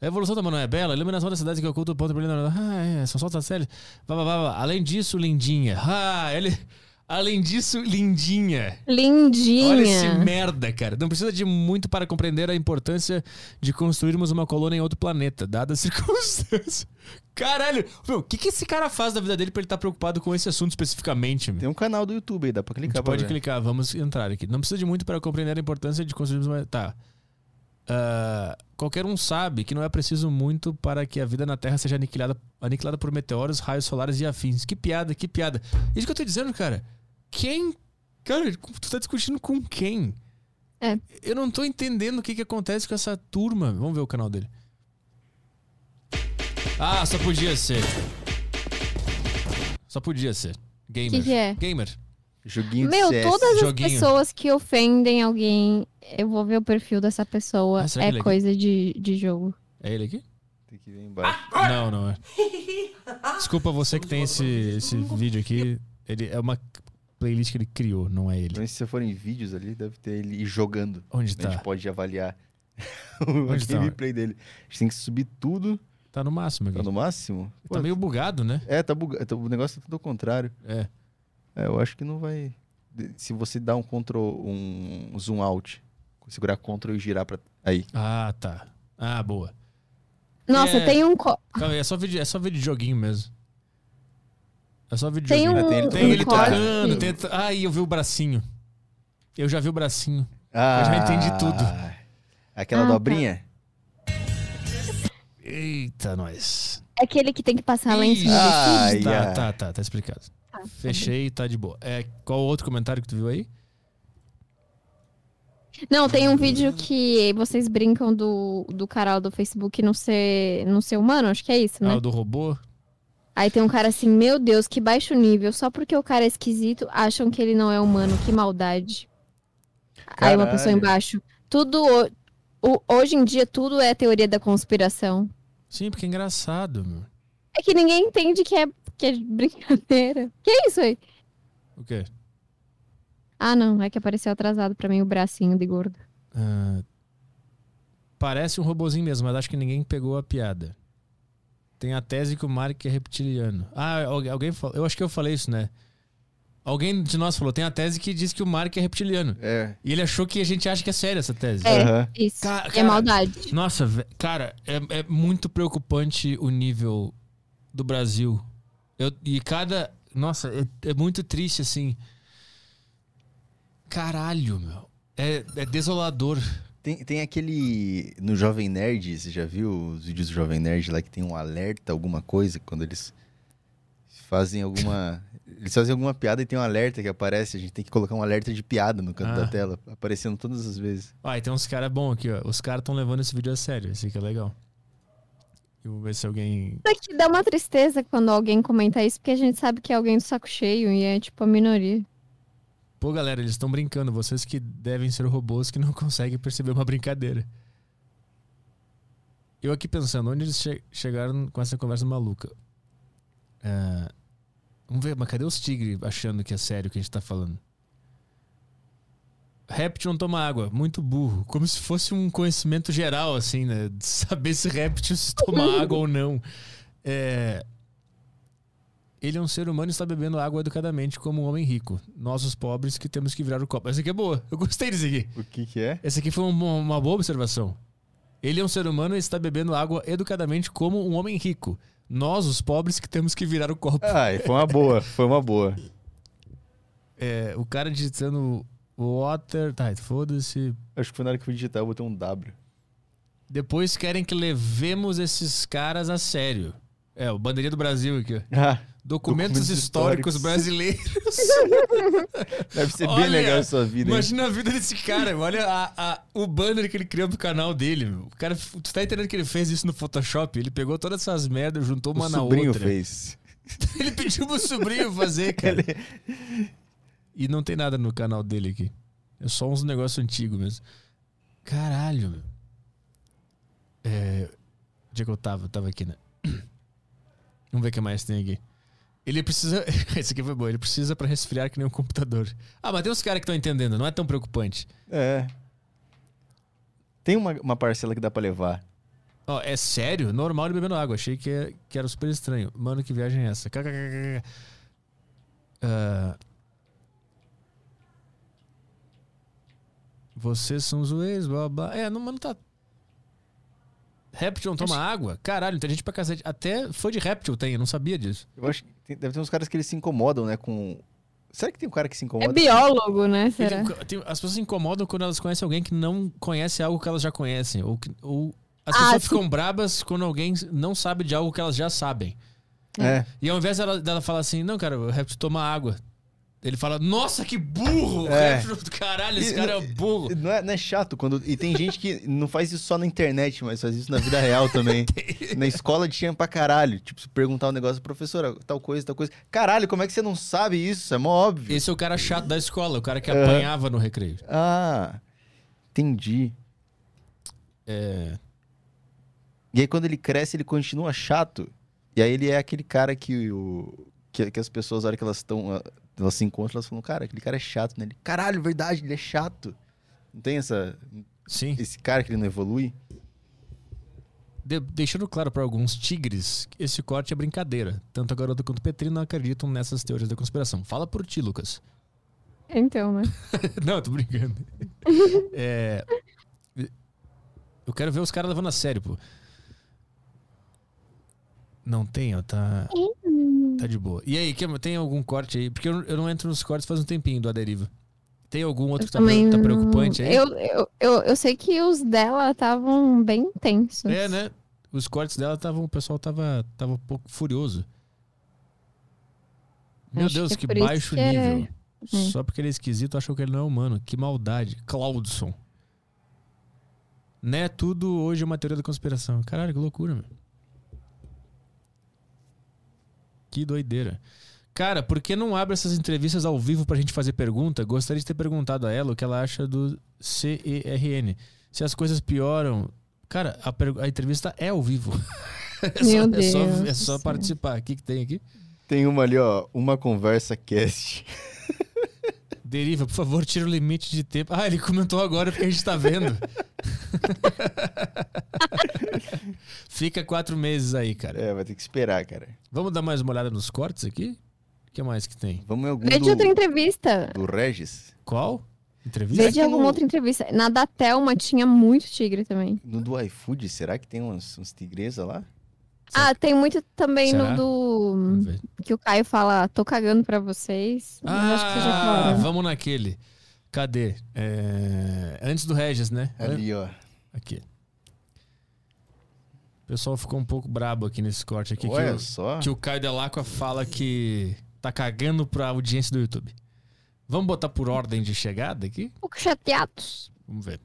Speaker 1: A evolução da Manoel é bela, a iluminação da cidade que oculta o ponto brilhante. Ah, é, são só os satélites. Vá, vá, vá, vá. Além disso, lindinha. Ah, ele. Além disso, lindinha.
Speaker 3: Lindinha.
Speaker 1: Olha esse merda, cara. Não precisa de muito para compreender a importância de construirmos uma colônia em outro planeta, dadas as circunstâncias. Caralho, meu, o que, que esse cara faz da vida dele pra ele estar preocupado com esse assunto especificamente? Meu?
Speaker 2: Tem um canal do YouTube aí, dá pra clicar. pra
Speaker 1: pode
Speaker 2: ver.
Speaker 1: clicar, vamos entrar aqui. Não precisa de muito para compreender a importância de construirmos uma. Tá. Ah, qualquer um sabe que não é preciso muito para que a vida na Terra seja aniquilada, aniquilada por meteoros, raios solares e afins. Que piada, que piada. Isso que eu tô dizendo, cara. Quem. Cara, tu tá discutindo com quem?
Speaker 3: É.
Speaker 1: Eu não tô entendendo o que, que acontece com essa turma. Vamos ver o canal dele. Ah, só podia ser. Só podia ser. Gamer.
Speaker 3: Que que é?
Speaker 1: Gamer.
Speaker 2: Joguinho
Speaker 3: Meu, todas as
Speaker 1: Joguinho.
Speaker 3: pessoas que ofendem alguém, eu vou ver o perfil dessa pessoa.
Speaker 1: Ah, será que ele
Speaker 3: é
Speaker 1: é
Speaker 3: coisa de, de jogo.
Speaker 1: É ele aqui?
Speaker 2: Tem que ver embaixo.
Speaker 1: Não, não é. Desculpa você que tem esse, esse vídeo aqui. Ele é uma playlist que ele criou, não é ele.
Speaker 2: Mas se você for em vídeos ali, deve ter ele jogando.
Speaker 1: Onde
Speaker 2: A
Speaker 1: tá?
Speaker 2: gente pode avaliar o
Speaker 1: Onde tá?
Speaker 2: gameplay dele. A gente tem que subir tudo.
Speaker 1: Tá no máximo aqui.
Speaker 2: Tá no máximo?
Speaker 1: Tá meio bugado, né?
Speaker 2: É, tá bugado. O negócio tá tudo ao contrário.
Speaker 1: É.
Speaker 2: É, eu acho que não vai. de- Se você dá um control, um zoom out, segurar control e girar pra. Aí.
Speaker 1: Ah, tá. Ah, boa.
Speaker 3: Nossa,
Speaker 1: É.
Speaker 3: tem um. co-
Speaker 1: Calma aí, é só vídeo, é só vídeo de joguinho mesmo. É só vídeo de
Speaker 3: Tem
Speaker 1: joguinho.
Speaker 3: um-
Speaker 1: tem ele, tem
Speaker 3: um
Speaker 1: ele
Speaker 3: corte.
Speaker 1: tocando, tem... Ai, eu vi o bracinho. Eu já vi o bracinho.
Speaker 2: Ah,
Speaker 1: Eu já entendi tudo.
Speaker 2: Aquela
Speaker 3: Ah, tá.
Speaker 2: dobrinha?
Speaker 1: Eita, nós.
Speaker 3: É aquele que tem que passar lá em cima
Speaker 1: Ah,
Speaker 3: do
Speaker 1: tá,
Speaker 2: ai.
Speaker 1: tá, tá, tá explicado.
Speaker 3: tá
Speaker 1: Fechei, tá de boa. É, qual outro comentário que tu viu aí?
Speaker 3: Não, tem um vídeo que vocês brincam do, do canal do Facebook não ser, não ser humano, acho que é isso, né?
Speaker 1: Ah, o do robô?
Speaker 3: Aí tem um cara assim, meu Deus, que baixo nível, só porque o cara é esquisito, acham que ele não é humano, que maldade. Aí uma pessoa
Speaker 2: Caralho.
Speaker 3: embaixo, tudo, ho- o- hoje em dia tudo é teoria da conspiração.
Speaker 1: Sim, porque é engraçado, meu.
Speaker 3: É que ninguém entende que é, que é brincadeira. Que é isso aí?
Speaker 1: O quê?
Speaker 3: Ah, não, é que apareceu atrasado pra mim o bracinho de gordo.
Speaker 1: Ah, parece um robozinho mesmo, mas acho que ninguém pegou a piada. Tem a tese que o Mark é reptiliano. Ah, algu- alguém falou. Eu acho que eu falei isso, né? Alguém de nós falou. Tem a tese que diz que o Mark é reptiliano.
Speaker 2: É.
Speaker 1: E ele achou que a gente acha que é séria essa tese.
Speaker 3: É, isso.
Speaker 1: Ca-
Speaker 3: é
Speaker 1: cara,
Speaker 3: maldade.
Speaker 1: Nossa, ve- cara, é, é muito preocupante o nível do Brasil. Eu- e cada. Nossa, é, é muito triste, assim. Caralho, meu. É, é desolador.
Speaker 2: Tem, tem aquele. No Jovem Nerd, você já viu os vídeos do Jovem Nerd lá que tem um alerta, alguma coisa, quando eles fazem alguma. eles fazem alguma piada e tem um alerta que aparece. A gente tem que colocar um alerta de piada no canto
Speaker 1: Ah.
Speaker 2: da tela, aparecendo todas as vezes.
Speaker 1: Ah, e tem uns caras bons aqui, ó. Os caras estão levando esse vídeo a sério. Esse aqui é legal. Eu vou ver se alguém.
Speaker 3: É que dá uma tristeza quando alguém comenta isso, porque a gente sabe que é alguém do saco cheio e é tipo a minoria.
Speaker 1: Pô, galera, eles estão brincando. Vocês que devem ser robôs que não conseguem perceber uma brincadeira. Eu aqui pensando, onde eles che- chegaram com essa conversa maluca? É, Vamos ver, mas cadê os tigres achando que é sério o que a gente tá falando? réptil não toma água. Muito burro. Como se fosse um conhecimento geral, assim, né? De saber se réptil se toma água ou não. É, Ele é um ser humano e está bebendo água educadamente como um homem rico. Nós, os pobres, que temos que virar o copo. Essa aqui é boa. Eu gostei disso aqui.
Speaker 2: O que que é?
Speaker 1: Essa aqui foi uma, uma boa observação. Ele é um ser humano e está bebendo água educadamente como um homem rico. Nós, os pobres, que temos que virar o copo.
Speaker 2: Ai, Ah, foi uma boa, foi uma boa.
Speaker 1: É, o cara digitando water. Tá, foda-se.
Speaker 2: Acho que foi na hora que eu fui digitar, eu botei um W.
Speaker 1: Depois querem que levemos esses caras a sério. É, o bandeirinha do Brasil aqui. ó.
Speaker 2: Ah,
Speaker 1: documentos,
Speaker 2: documentos
Speaker 1: históricos,
Speaker 2: históricos.
Speaker 1: brasileiros.
Speaker 2: Deve ser bem legal a sua vida, hein?
Speaker 1: Imagina a vida desse cara. Olha a- a- o banner que ele criou pro canal dele. meu. O cara, tu tá entendendo que ele fez isso no Photoshop? Ele pegou todas essas merdas, juntou uma
Speaker 2: o
Speaker 1: na
Speaker 2: sobrinho
Speaker 1: outra.
Speaker 2: fez.
Speaker 1: Então, Ele pediu pro sobrinho fazer, cara. E não tem nada no canal dele aqui. É só uns negócios antigos mesmo. Caralho, meu. É... Onde é que eu tava? Eu tava aqui, né? Vamos ver o que mais tem aqui. Ele precisa. Esse aqui foi bom. Ele precisa pra resfriar que nem um computador. Ah, mas tem uns caras que estão entendendo, não é tão preocupante.
Speaker 2: É. Tem uma, uma parcela que dá pra levar.
Speaker 1: Ó, é sério? Normal ele bebendo água. Achei que, é- que era super estranho. Mano, que viagem é essa? KKKKK. Ah. Vocês são zoeiros, blá blá. blá. É, não, mano, tá. Reptil não toma água? Caralho, tem gente pra cacete. Até fã de Reptil tem, eu não sabia disso.
Speaker 2: Eu acho que tem- deve ter uns caras que eles se incomodam, né? Com. Será que tem um cara que se incomoda?
Speaker 3: É né?
Speaker 1: Tem- tem- as pessoas se incomodam quando elas conhecem alguém que não conhece algo que elas já conhecem. Ou, que- ou as
Speaker 3: Ah,
Speaker 1: pessoas
Speaker 3: sim.
Speaker 1: ficam brabas quando alguém não sabe de algo que elas já sabem.
Speaker 2: É.
Speaker 1: E ao invés dela, dela falar assim, não, cara, o réptil toma água. Ele fala, nossa, que burro!
Speaker 2: É.
Speaker 1: Réptil do caralho, esse
Speaker 2: E-
Speaker 1: cara é um burro.
Speaker 2: Não é, não é chato quando. E tem gente que não faz isso só na internet, mas faz isso na vida real também. na escola tinha pra caralho. Tipo, se perguntar um negócio, professora, tal coisa, tal coisa. Caralho, como é que você não sabe isso? É mó óbvio.
Speaker 1: Esse é o cara chato da escola, o cara que
Speaker 2: Aham.
Speaker 1: apanhava no recreio.
Speaker 2: Ah, entendi.
Speaker 1: É.
Speaker 2: E aí quando ele cresce, ele continua chato. E aí ele é aquele cara que o que, que as pessoas, na hora que elas estão, ah, elas se encontram, elas falam, cara, aquele cara é chato, né? Ele, caralho, verdade, ele é chato. Não tem essa
Speaker 1: Sim.
Speaker 2: esse cara que ele não evolui?
Speaker 1: De- deixando claro para alguns tigres, que esse corte é brincadeira. Tanto a garota quanto o Petri não acreditam nessas teorias da conspiração. Fala por ti, Lucas.
Speaker 3: Então, né?
Speaker 1: não, eu tô brincando. É, eu quero ver os caras levando a sério, pô. Não tem, ó, tá.
Speaker 3: Uhum.
Speaker 1: Tá de boa. E aí, que- tem algum corte aí? Porque eu, eu não entro nos cortes faz um tempinho do A Deriva. Tem algum outro que tá,
Speaker 3: Também
Speaker 1: pre- tá
Speaker 3: não-
Speaker 1: preocupante aí?
Speaker 3: Eu, eu, eu, eu sei que os dela estavam bem tensos.
Speaker 1: É, né? Os cortes dela estavam. O pessoal tava, tava um pouco furioso. Meu
Speaker 3: Acho
Speaker 1: Deus,
Speaker 3: que
Speaker 1: que,
Speaker 3: por isso
Speaker 1: baixo
Speaker 3: que é-
Speaker 1: nível.
Speaker 3: Hum.
Speaker 1: Só porque ele é esquisito, achou que ele não é humano. Que maldade. Claudson. Né? Tudo hoje é uma teoria da conspiração. Caralho, que loucura, meu. Que doideira. Cara, por que não abre essas entrevistas ao vivo pra gente fazer pergunta? Gostaria de ter perguntado a ela o que ela acha do CERN. Se as coisas pioram. Cara, a, per- a entrevista é ao vivo. é, só,
Speaker 3: Meu
Speaker 1: é só-
Speaker 3: Deus
Speaker 1: é
Speaker 3: do
Speaker 1: só
Speaker 3: céu.
Speaker 1: participar. O que, que tem aqui?
Speaker 2: Tem uma ali, ó, uma conversa cast.
Speaker 1: Deriva, por favor, tira o limite de tempo. Ah, ele comentou agora porque a gente tá vendo. Fica quatro meses aí, cara.
Speaker 2: É, vai ter que esperar, cara.
Speaker 1: Vamos dar mais uma olhada nos cortes aqui? O que mais que tem?
Speaker 2: Vamos em algum
Speaker 3: Veja outra entrevista.
Speaker 2: do Regis?
Speaker 1: Qual? Entrevista?
Speaker 3: Veja alguma outra entrevista. Na da Thelma tinha muito tigre também.
Speaker 2: No do iFood, será que tem uns, uns tigresa lá?
Speaker 3: Ah, tem muito também
Speaker 2: Será?
Speaker 3: no do. Que o Caio fala, tô cagando pra vocês. Mas Hum, acho que né? vocês já Um
Speaker 1: Ah,
Speaker 3: falaram.
Speaker 1: vamos naquele. Cadê? É, Antes do Regis, né?
Speaker 2: Ali, ó.
Speaker 1: Aqui. O pessoal ficou um pouco brabo aqui nesse corte aqui.
Speaker 2: Olha
Speaker 1: que é? o,
Speaker 2: só.
Speaker 1: Que o Caio Delacqua fala que tá cagando pra audiência do YouTube. Vamos botar por ordem de chegada aqui?
Speaker 3: Pouco chateados.
Speaker 1: Vamos ver.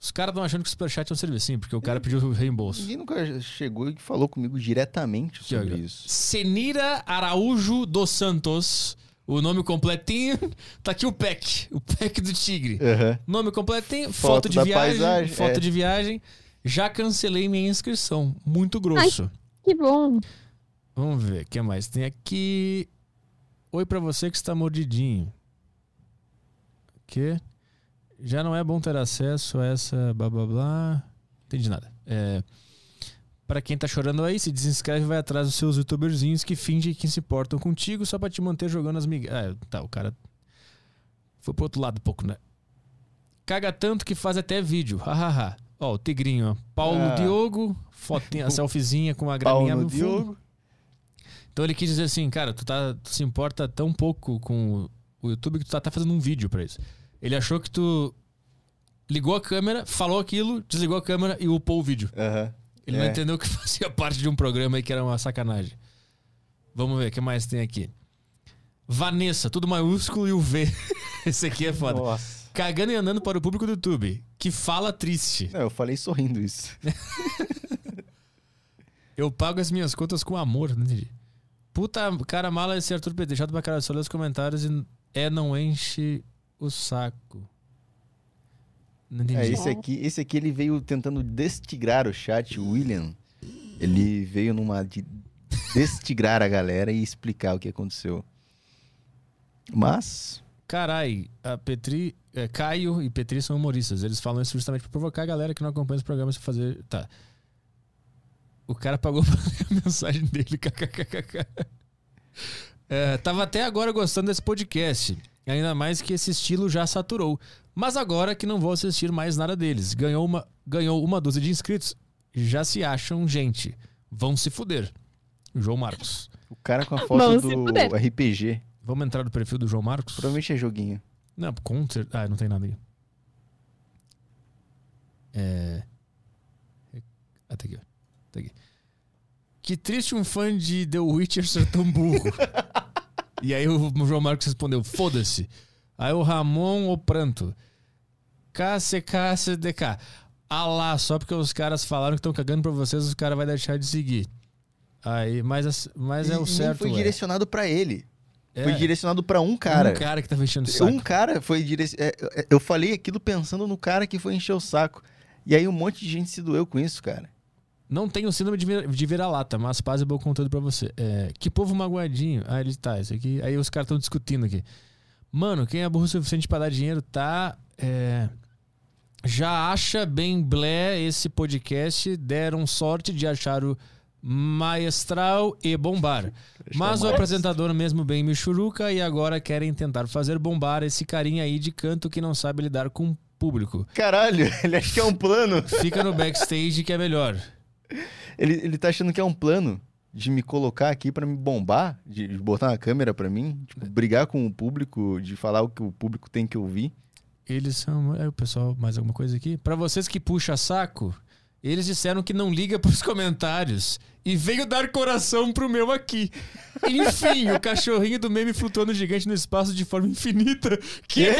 Speaker 1: Os caras estão achando que o Superchat é um servicinho, porque o cara pediu o reembolso.
Speaker 2: Ninguém nunca chegou e falou comigo diretamente sobre isso.
Speaker 1: Senira Araújo dos Santos. O nome completinho. Tá aqui o PEC. O PEC do Tigre.
Speaker 2: Aham.
Speaker 1: Nome completinho, foto,
Speaker 2: É. Foto
Speaker 1: de
Speaker 2: da
Speaker 1: viagem.
Speaker 2: paisagem,
Speaker 1: foto
Speaker 2: é.
Speaker 1: de viagem. Já cancelei minha inscrição. Muito grosso.
Speaker 3: Que bom.
Speaker 1: Vamos ver, o que mais tem aqui? Oi pra você que está mordidinho. quê. Já não é bom ter acesso a essa blá blá blá. Entendi nada. É, para quem tá chorando aí, se desinscreve e vai atrás dos seus youtuberzinhos que fingem que se importam contigo só pra te manter jogando as migas. Ah, tá, o cara foi pro outro lado um pouco, né? Caga tanto que faz até vídeo. Hahaha. Ó, o Tigrinho, ó. Paulo
Speaker 2: Ah.
Speaker 1: Diogo, fotinha, selfiezinha com a
Speaker 2: Paulo
Speaker 1: graminha no fundo.
Speaker 2: Diogo.
Speaker 1: Então ele quis dizer assim, cara, tu, tá, tu se importa tão pouco com o YouTube que tu tá, tá fazendo um vídeo pra isso. Ele achou que tu ligou a câmera, falou aquilo, desligou a câmera e upou o vídeo. Ele não
Speaker 2: É.
Speaker 1: entendeu que fazia parte de um programa aí que era uma sacanagem. Vamos ver, o que mais tem aqui? Vanessa, tudo maiúsculo e o V. Esse aqui é foda. Cagando e andando para o público do YouTube. Que fala triste.
Speaker 2: Não, eu falei sorrindo isso.
Speaker 1: eu pago as minhas contas com amor, não entendi. Puta cara mala esse Arthur Pedro. Chato pra caralho. Só lê os comentários e é não enche o saco. Não entendi.
Speaker 2: É, esse aqui, esse aqui ele veio tentando destigrar o chat, o William. Ele veio numa de destigrar a galera e explicar o que aconteceu. Mas.
Speaker 1: Carai, a Petri, é, Caio e Petri são humoristas. Eles falam isso justamente pra provocar a galera que não acompanha os programas pra fazer. Tá. O cara pagou pra ler a mensagem dele. kkkk. É, tava até agora gostando desse podcast. Ainda mais que esse estilo já saturou. Mas agora que não vou assistir mais nada deles. Ganhou uma, ganhou uma dúzia de inscritos. Já se acham gente. Vão se fuder. João Marcos.
Speaker 2: O cara com a
Speaker 1: Vão
Speaker 2: foto
Speaker 1: se
Speaker 2: do
Speaker 1: fuder.
Speaker 2: RPG.
Speaker 1: Vamos entrar no perfil do João Marcos?
Speaker 2: Provavelmente é joguinho.
Speaker 1: Não, com cer- Ah, não tem nada aí. É. Ah, tá aqui, ó. Tá aqui. Que triste um fã de The Witcher ser tão burro. e aí o João Marcos respondeu: foda-se. Aí o Ramon o pranto. KCKCDK. Ah lá, só porque os caras falaram que estão cagando pra vocês, os caras vão deixar de seguir. Aí, mas, as- mas é
Speaker 2: E
Speaker 1: o
Speaker 2: nem
Speaker 1: certo.
Speaker 2: foi
Speaker 1: ué.
Speaker 2: direcionado pra ele.
Speaker 1: É.
Speaker 2: Foi direcionado pra um cara.
Speaker 1: Um cara que tava enchendo o saco.
Speaker 2: Um cara foi direcionado. é, eu falei aquilo pensando no cara que foi encher o saco. E aí um monte de gente se doeu com isso, cara.
Speaker 1: Não tenho síndrome de vira- de vira-lata, mas paz e bom conteúdo pra você. É, que povo magoadinho. Ah, ele tá, isso aqui. Aí os caras estão discutindo aqui. Mano, quem é burro o suficiente pra dar dinheiro tá. é, já acha bem blé esse podcast. Deram sorte de achar o maestral e bombar. Mas o
Speaker 2: maestro.
Speaker 1: apresentador mesmo bem me churuca e agora querem tentar fazer bombar esse carinha aí de canto que não sabe lidar com o público.
Speaker 2: Caralho, ele acha que é um plano.
Speaker 1: Fica no backstage que é melhor.
Speaker 2: Ele, ele tá achando que é um plano de me colocar aqui pra me bombar, de de botar uma câmera pra mim, tipo, brigar com o público, de falar o que o público tem que ouvir.
Speaker 1: Eles são. É, o pessoal, mais alguma coisa aqui? Pra vocês que puxa saco, eles disseram que não liga pros comentários e veio dar coração pro meu aqui. Enfim, o cachorrinho do meme flutuando gigante no espaço de forma infinita. Que?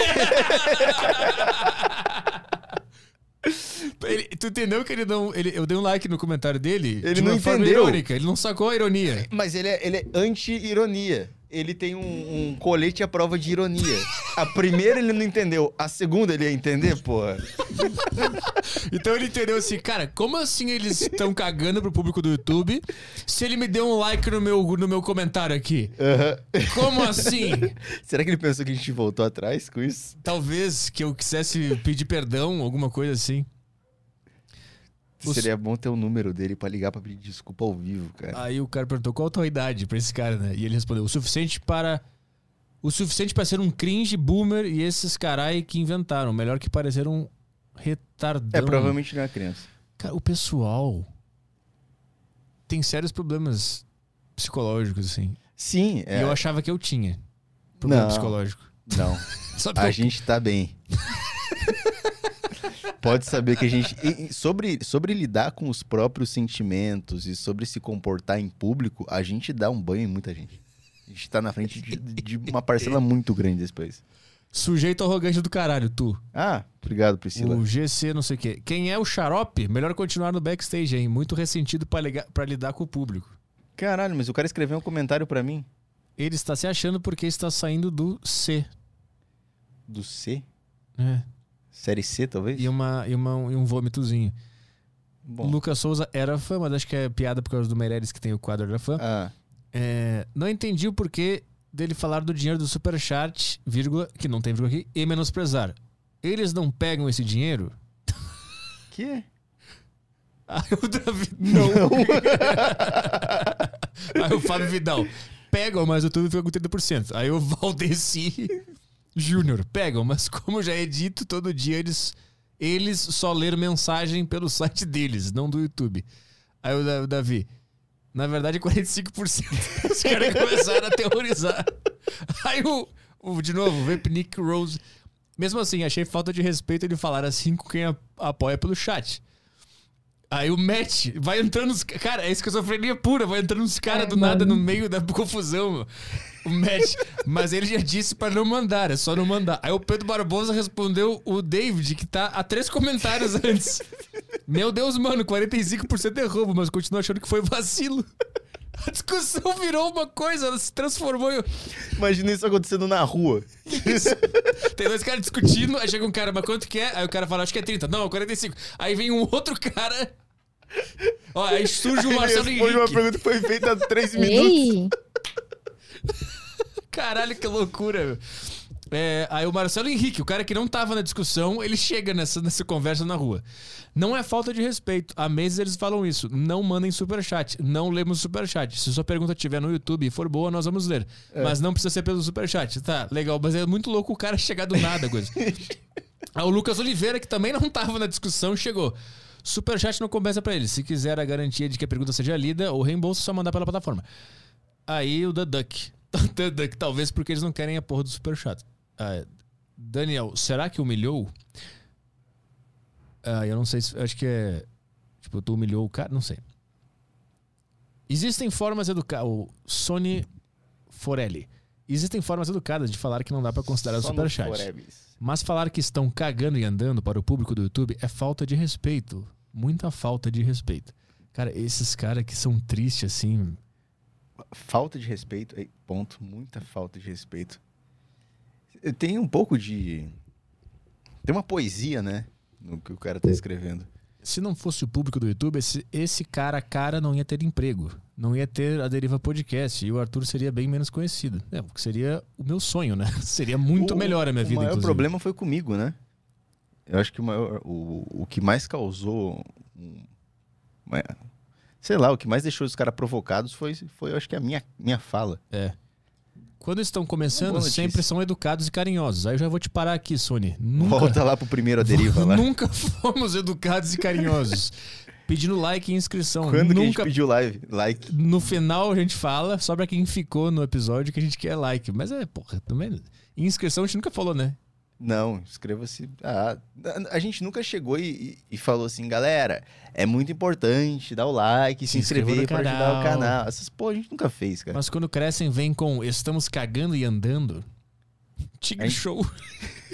Speaker 1: Ele- tu entendeu que ele não. ele- eu dei um like no comentário dele.
Speaker 2: Ele
Speaker 1: de
Speaker 2: não
Speaker 1: uma forma
Speaker 2: entendeu.
Speaker 1: irônica, ele não sacou a ironia.
Speaker 2: Mas ele é, ele é anti-ironia. Ele tem um, um colete à prova de ironia. A primeira ele não entendeu, a segunda ele ia entender, porra.
Speaker 1: Então ele entendeu assim, cara, como assim eles estão cagando pro público do YouTube se ele me deu um like no meu, no meu comentário aqui? Como assim?
Speaker 2: Será que ele pensou que a gente voltou atrás com isso?
Speaker 1: Talvez que eu quisesse pedir perdão, alguma coisa assim. Os-
Speaker 2: Seria bom ter o número dele pra ligar pra pedir desculpa ao vivo, cara.
Speaker 1: Aí o cara perguntou qual a tua idade pra esse cara, né? E ele respondeu: o suficiente para. O suficiente para ser um cringe boomer e esses carai que inventaram. Melhor que parecer um retardão.
Speaker 2: É, provavelmente não é criança.
Speaker 1: Cara, o pessoal tem sérios problemas psicológicos, assim.
Speaker 2: Sim,
Speaker 1: E
Speaker 2: é.
Speaker 1: eu achava que eu tinha problema
Speaker 2: Não.
Speaker 1: psicológico.
Speaker 2: Não.
Speaker 1: Só porque
Speaker 2: a
Speaker 1: eu-
Speaker 2: gente tá bem. Pode saber que a gente. e- e sobre, sobre lidar com os próprios sentimentos e sobre se comportar em público, a gente dá um banho em muita gente. A gente tá na frente de, de uma parcela muito grande desse país.
Speaker 1: Sujeito arrogante do caralho, tu.
Speaker 2: Ah, obrigado, Priscila.
Speaker 1: O GC, não sei o quê. Quem é o xarope? Melhor continuar no backstage, hein? Muito ressentido pra ligar- pra lidar com o público.
Speaker 2: Caralho, mas o cara escreveu um comentário pra mim
Speaker 1: Ele está se achando porque está saindo do C.
Speaker 2: do C.
Speaker 1: É.
Speaker 2: Série C, talvez?
Speaker 1: E, uma, e, uma, e um vômitozinho.
Speaker 2: Bom.
Speaker 1: Lucas Souza era fã, mas acho que é piada por causa do Meirelles que tem o quadro era fã.
Speaker 2: Ah.
Speaker 1: É, não entendi o porquê dele falar do dinheiro do superchat, vírgula, que não tem vírgula aqui, e menosprezar. Eles não pegam esse dinheiro?
Speaker 18: Que?
Speaker 1: Aí o Davi. Não. Aí o Fábio Vidal. Pegam, mas o YouTube fica com 30%. Aí o Valdeci Júnior. Pegam, mas como já é dito, todo dia eles, eles só leram mensagem pelo site deles, não do YouTube. Aí o Da- o Davi. Na verdade, 45%. Os caras começaram a terrorizar. Aí o, o- de novo, o Vepnick Rose. Mesmo assim, achei falta de respeito ele falar assim com quem a- apoia pelo chat. Aí o Matt vai entrando nos. Cara, é esquizofrenia pura, vai entrando uns caras do nada no meio da confusão. meu. O Matt. Mas ele já disse pra não mandar, é só não mandar. Aí o Pedro Barbosa respondeu o David, que tá há três comentários antes. Meu Deus, mano, 45% é roubo, mas continua achando que foi vacilo. A discussão virou uma coisa, ela se transformou. em-
Speaker 18: Imagina isso acontecendo na rua.
Speaker 1: Tem dois caras discutindo, aí chega um cara, mas quanto que é? Aí o cara fala, acho que é 30. Não, 45. Aí vem um outro cara. Ó, aí surge o
Speaker 18: Aí
Speaker 1: Marcelo
Speaker 18: responde
Speaker 1: Henrique.
Speaker 18: uma pergunta que foi feita há três
Speaker 3: Ei!
Speaker 1: Caralho, que loucura, meu. É, aí o Marcelo Henrique, o cara que não tava na discussão, ele chega nessa, nessa conversa na rua. Não é falta de respeito. Há meses eles falam isso. Não mandem superchat. Não lemos superchat. Se sua pergunta estiver no YouTube e for boa, nós vamos ler.
Speaker 18: É.
Speaker 1: Mas não precisa ser pelo superchat. Tá, legal. Mas é muito louco o cara chegar do nada, coisa. Aí Ah, o Lucas Oliveira, que também não tava na discussão, chegou. Superchat não compensa pra ele. Se quiser a garantia de que a pergunta seja lida, ou reembolso, é só mandar pela plataforma. Aí o The Duck. O The Duck, talvez porque eles não querem a porra do Superchat. Ah, Daniel, será que humilhou? Ah, eu não sei se. Acho que é. Tipo, tu humilhou o cara? Não sei. Existem formas educadas. O Sony Forelli. Existem formas educadas de falar que não dá pra considerar o
Speaker 18: Só é, no
Speaker 1: superchat.
Speaker 18: Forebis.
Speaker 1: Mas falar que estão cagando e andando para o público do YouTube é falta de respeito. Muita falta de respeito. Cara, esses caras que são tristes assim.
Speaker 18: Falta de respeito, ei, ponto. Muita falta de respeito. Tem um pouco de. Tem uma poesia, né? No que o cara tá escrevendo.
Speaker 1: Se não fosse o público do YouTube, esse, esse cara a cara não ia ter emprego. Não ia ter a Deriva Podcast. E o Arthur seria bem menos conhecido. É, o que seria o meu sonho, né? Seria muito
Speaker 18: O-
Speaker 1: melhor a minha vida,
Speaker 18: O maior
Speaker 1: inclusive.
Speaker 18: problema foi comigo, né? Eu acho que o, maior, o, o que mais causou. um- uma- sei lá, o que mais deixou os caras provocados foi, foi, eu acho que, a minha, minha fala.
Speaker 1: É. Quando estão começando,
Speaker 18: Boa notícia.
Speaker 1: sempre são educados e carinhosos. Aí eu já vou te parar aqui, Sony. Nunca,
Speaker 18: Volta lá pro primeiro a deriva lá.
Speaker 1: nunca fomos educados e carinhosos. Pedindo like e inscrição.
Speaker 18: Quando que a gente
Speaker 1: nunca
Speaker 18: pediu live? Like.
Speaker 1: No final a gente fala só pra quem ficou no episódio que a gente quer like. Mas é, porra, também. Inscrição a gente nunca falou, né?
Speaker 18: Não, inscreva-se. Ah, a gente nunca chegou e, e- e falou assim, galera, é muito importante dar o like, se,
Speaker 1: Se inscreva
Speaker 18: inscrever
Speaker 1: no
Speaker 18: pra ajudar o
Speaker 1: canal."
Speaker 18: canal. Essas pô, a gente nunca fez, cara.
Speaker 1: Mas quando crescem, vem com estamos cagando e andando. Tigre
Speaker 18: Hein?
Speaker 1: show.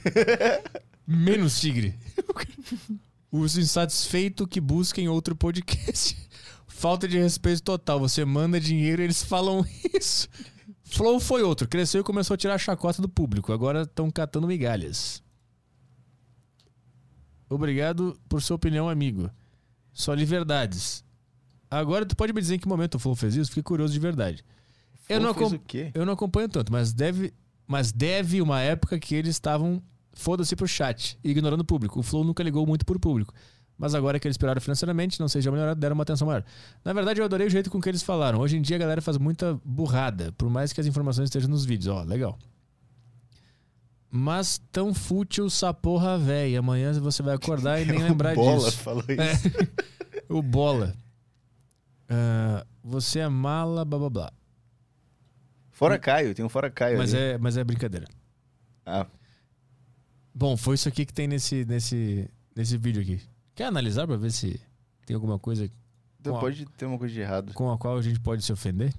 Speaker 1: Menos tigre. Os insatisfeitos que busquem outro podcast. Falta de respeito total. Você manda dinheiro e eles falam isso. Flow foi outro. Cresceu e começou a tirar a chacota do público. Agora estão catando migalhas. Obrigado por sua opinião, amigo. Só lhe verdades. Agora tu pode me dizer em que momento o Flow fez isso? Fiquei curioso de verdade. eu,
Speaker 18: Flow
Speaker 1: não
Speaker 18: fez
Speaker 1: acom-
Speaker 18: o quê?
Speaker 1: eu não acompanho tanto, mas deve, mas deve uma época que eles estavam foda-se pro chat, ignorando o público. O Flow nunca ligou muito por público. Mas agora que eles piraram financeiramente, não seja melhorado, deram uma atenção maior. Na verdade, eu adorei o jeito com que eles falaram. Hoje em dia a galera faz muita burrada, por mais que as informações estejam nos vídeos. Ó, legal. Mas tão fútil essa porra véia. Amanhã você vai acordar e nem
Speaker 18: O
Speaker 1: lembrar
Speaker 18: Bola
Speaker 1: disso.
Speaker 18: falou
Speaker 1: É. o Bola. Ah, você é mala, blá blá blá.
Speaker 18: Fora Caio, tem um Fora Caio.
Speaker 1: Mas
Speaker 18: ali.
Speaker 1: é, mas é brincadeira.
Speaker 18: Ah.
Speaker 1: Bom, foi isso aqui que tem nesse, nesse, nesse vídeo aqui. Quer analisar pra ver se tem alguma coisa
Speaker 18: Então
Speaker 1: com a,
Speaker 18: pode ter uma coisa de errado.
Speaker 1: com a qual a gente pode se ofender?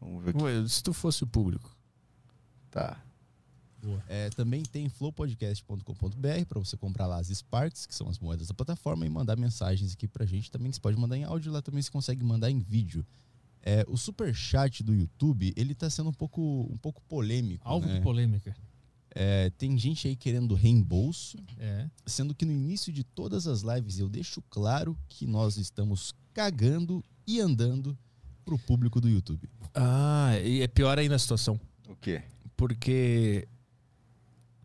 Speaker 18: Vamos ver
Speaker 1: Ué, Se tu fosse o público.
Speaker 18: Tá.
Speaker 19: É, também tem flowpodcast.com.br para você comprar lá as Sparks, que são as moedas da plataforma, e mandar mensagens aqui pra gente também, que você pode mandar em áudio, lá também você consegue mandar em vídeo. É, o superchat do YouTube, ele tá sendo um pouco, um pouco polêmico.
Speaker 1: Alvo
Speaker 19: né?
Speaker 1: de polêmica.
Speaker 19: É, tem gente aí querendo reembolso,
Speaker 1: É.
Speaker 19: sendo que no início de todas as lives eu deixo claro que nós estamos cagando e andando pro público do YouTube.
Speaker 1: Ah, e é pior ainda a situação.
Speaker 2: O quê?
Speaker 1: Porque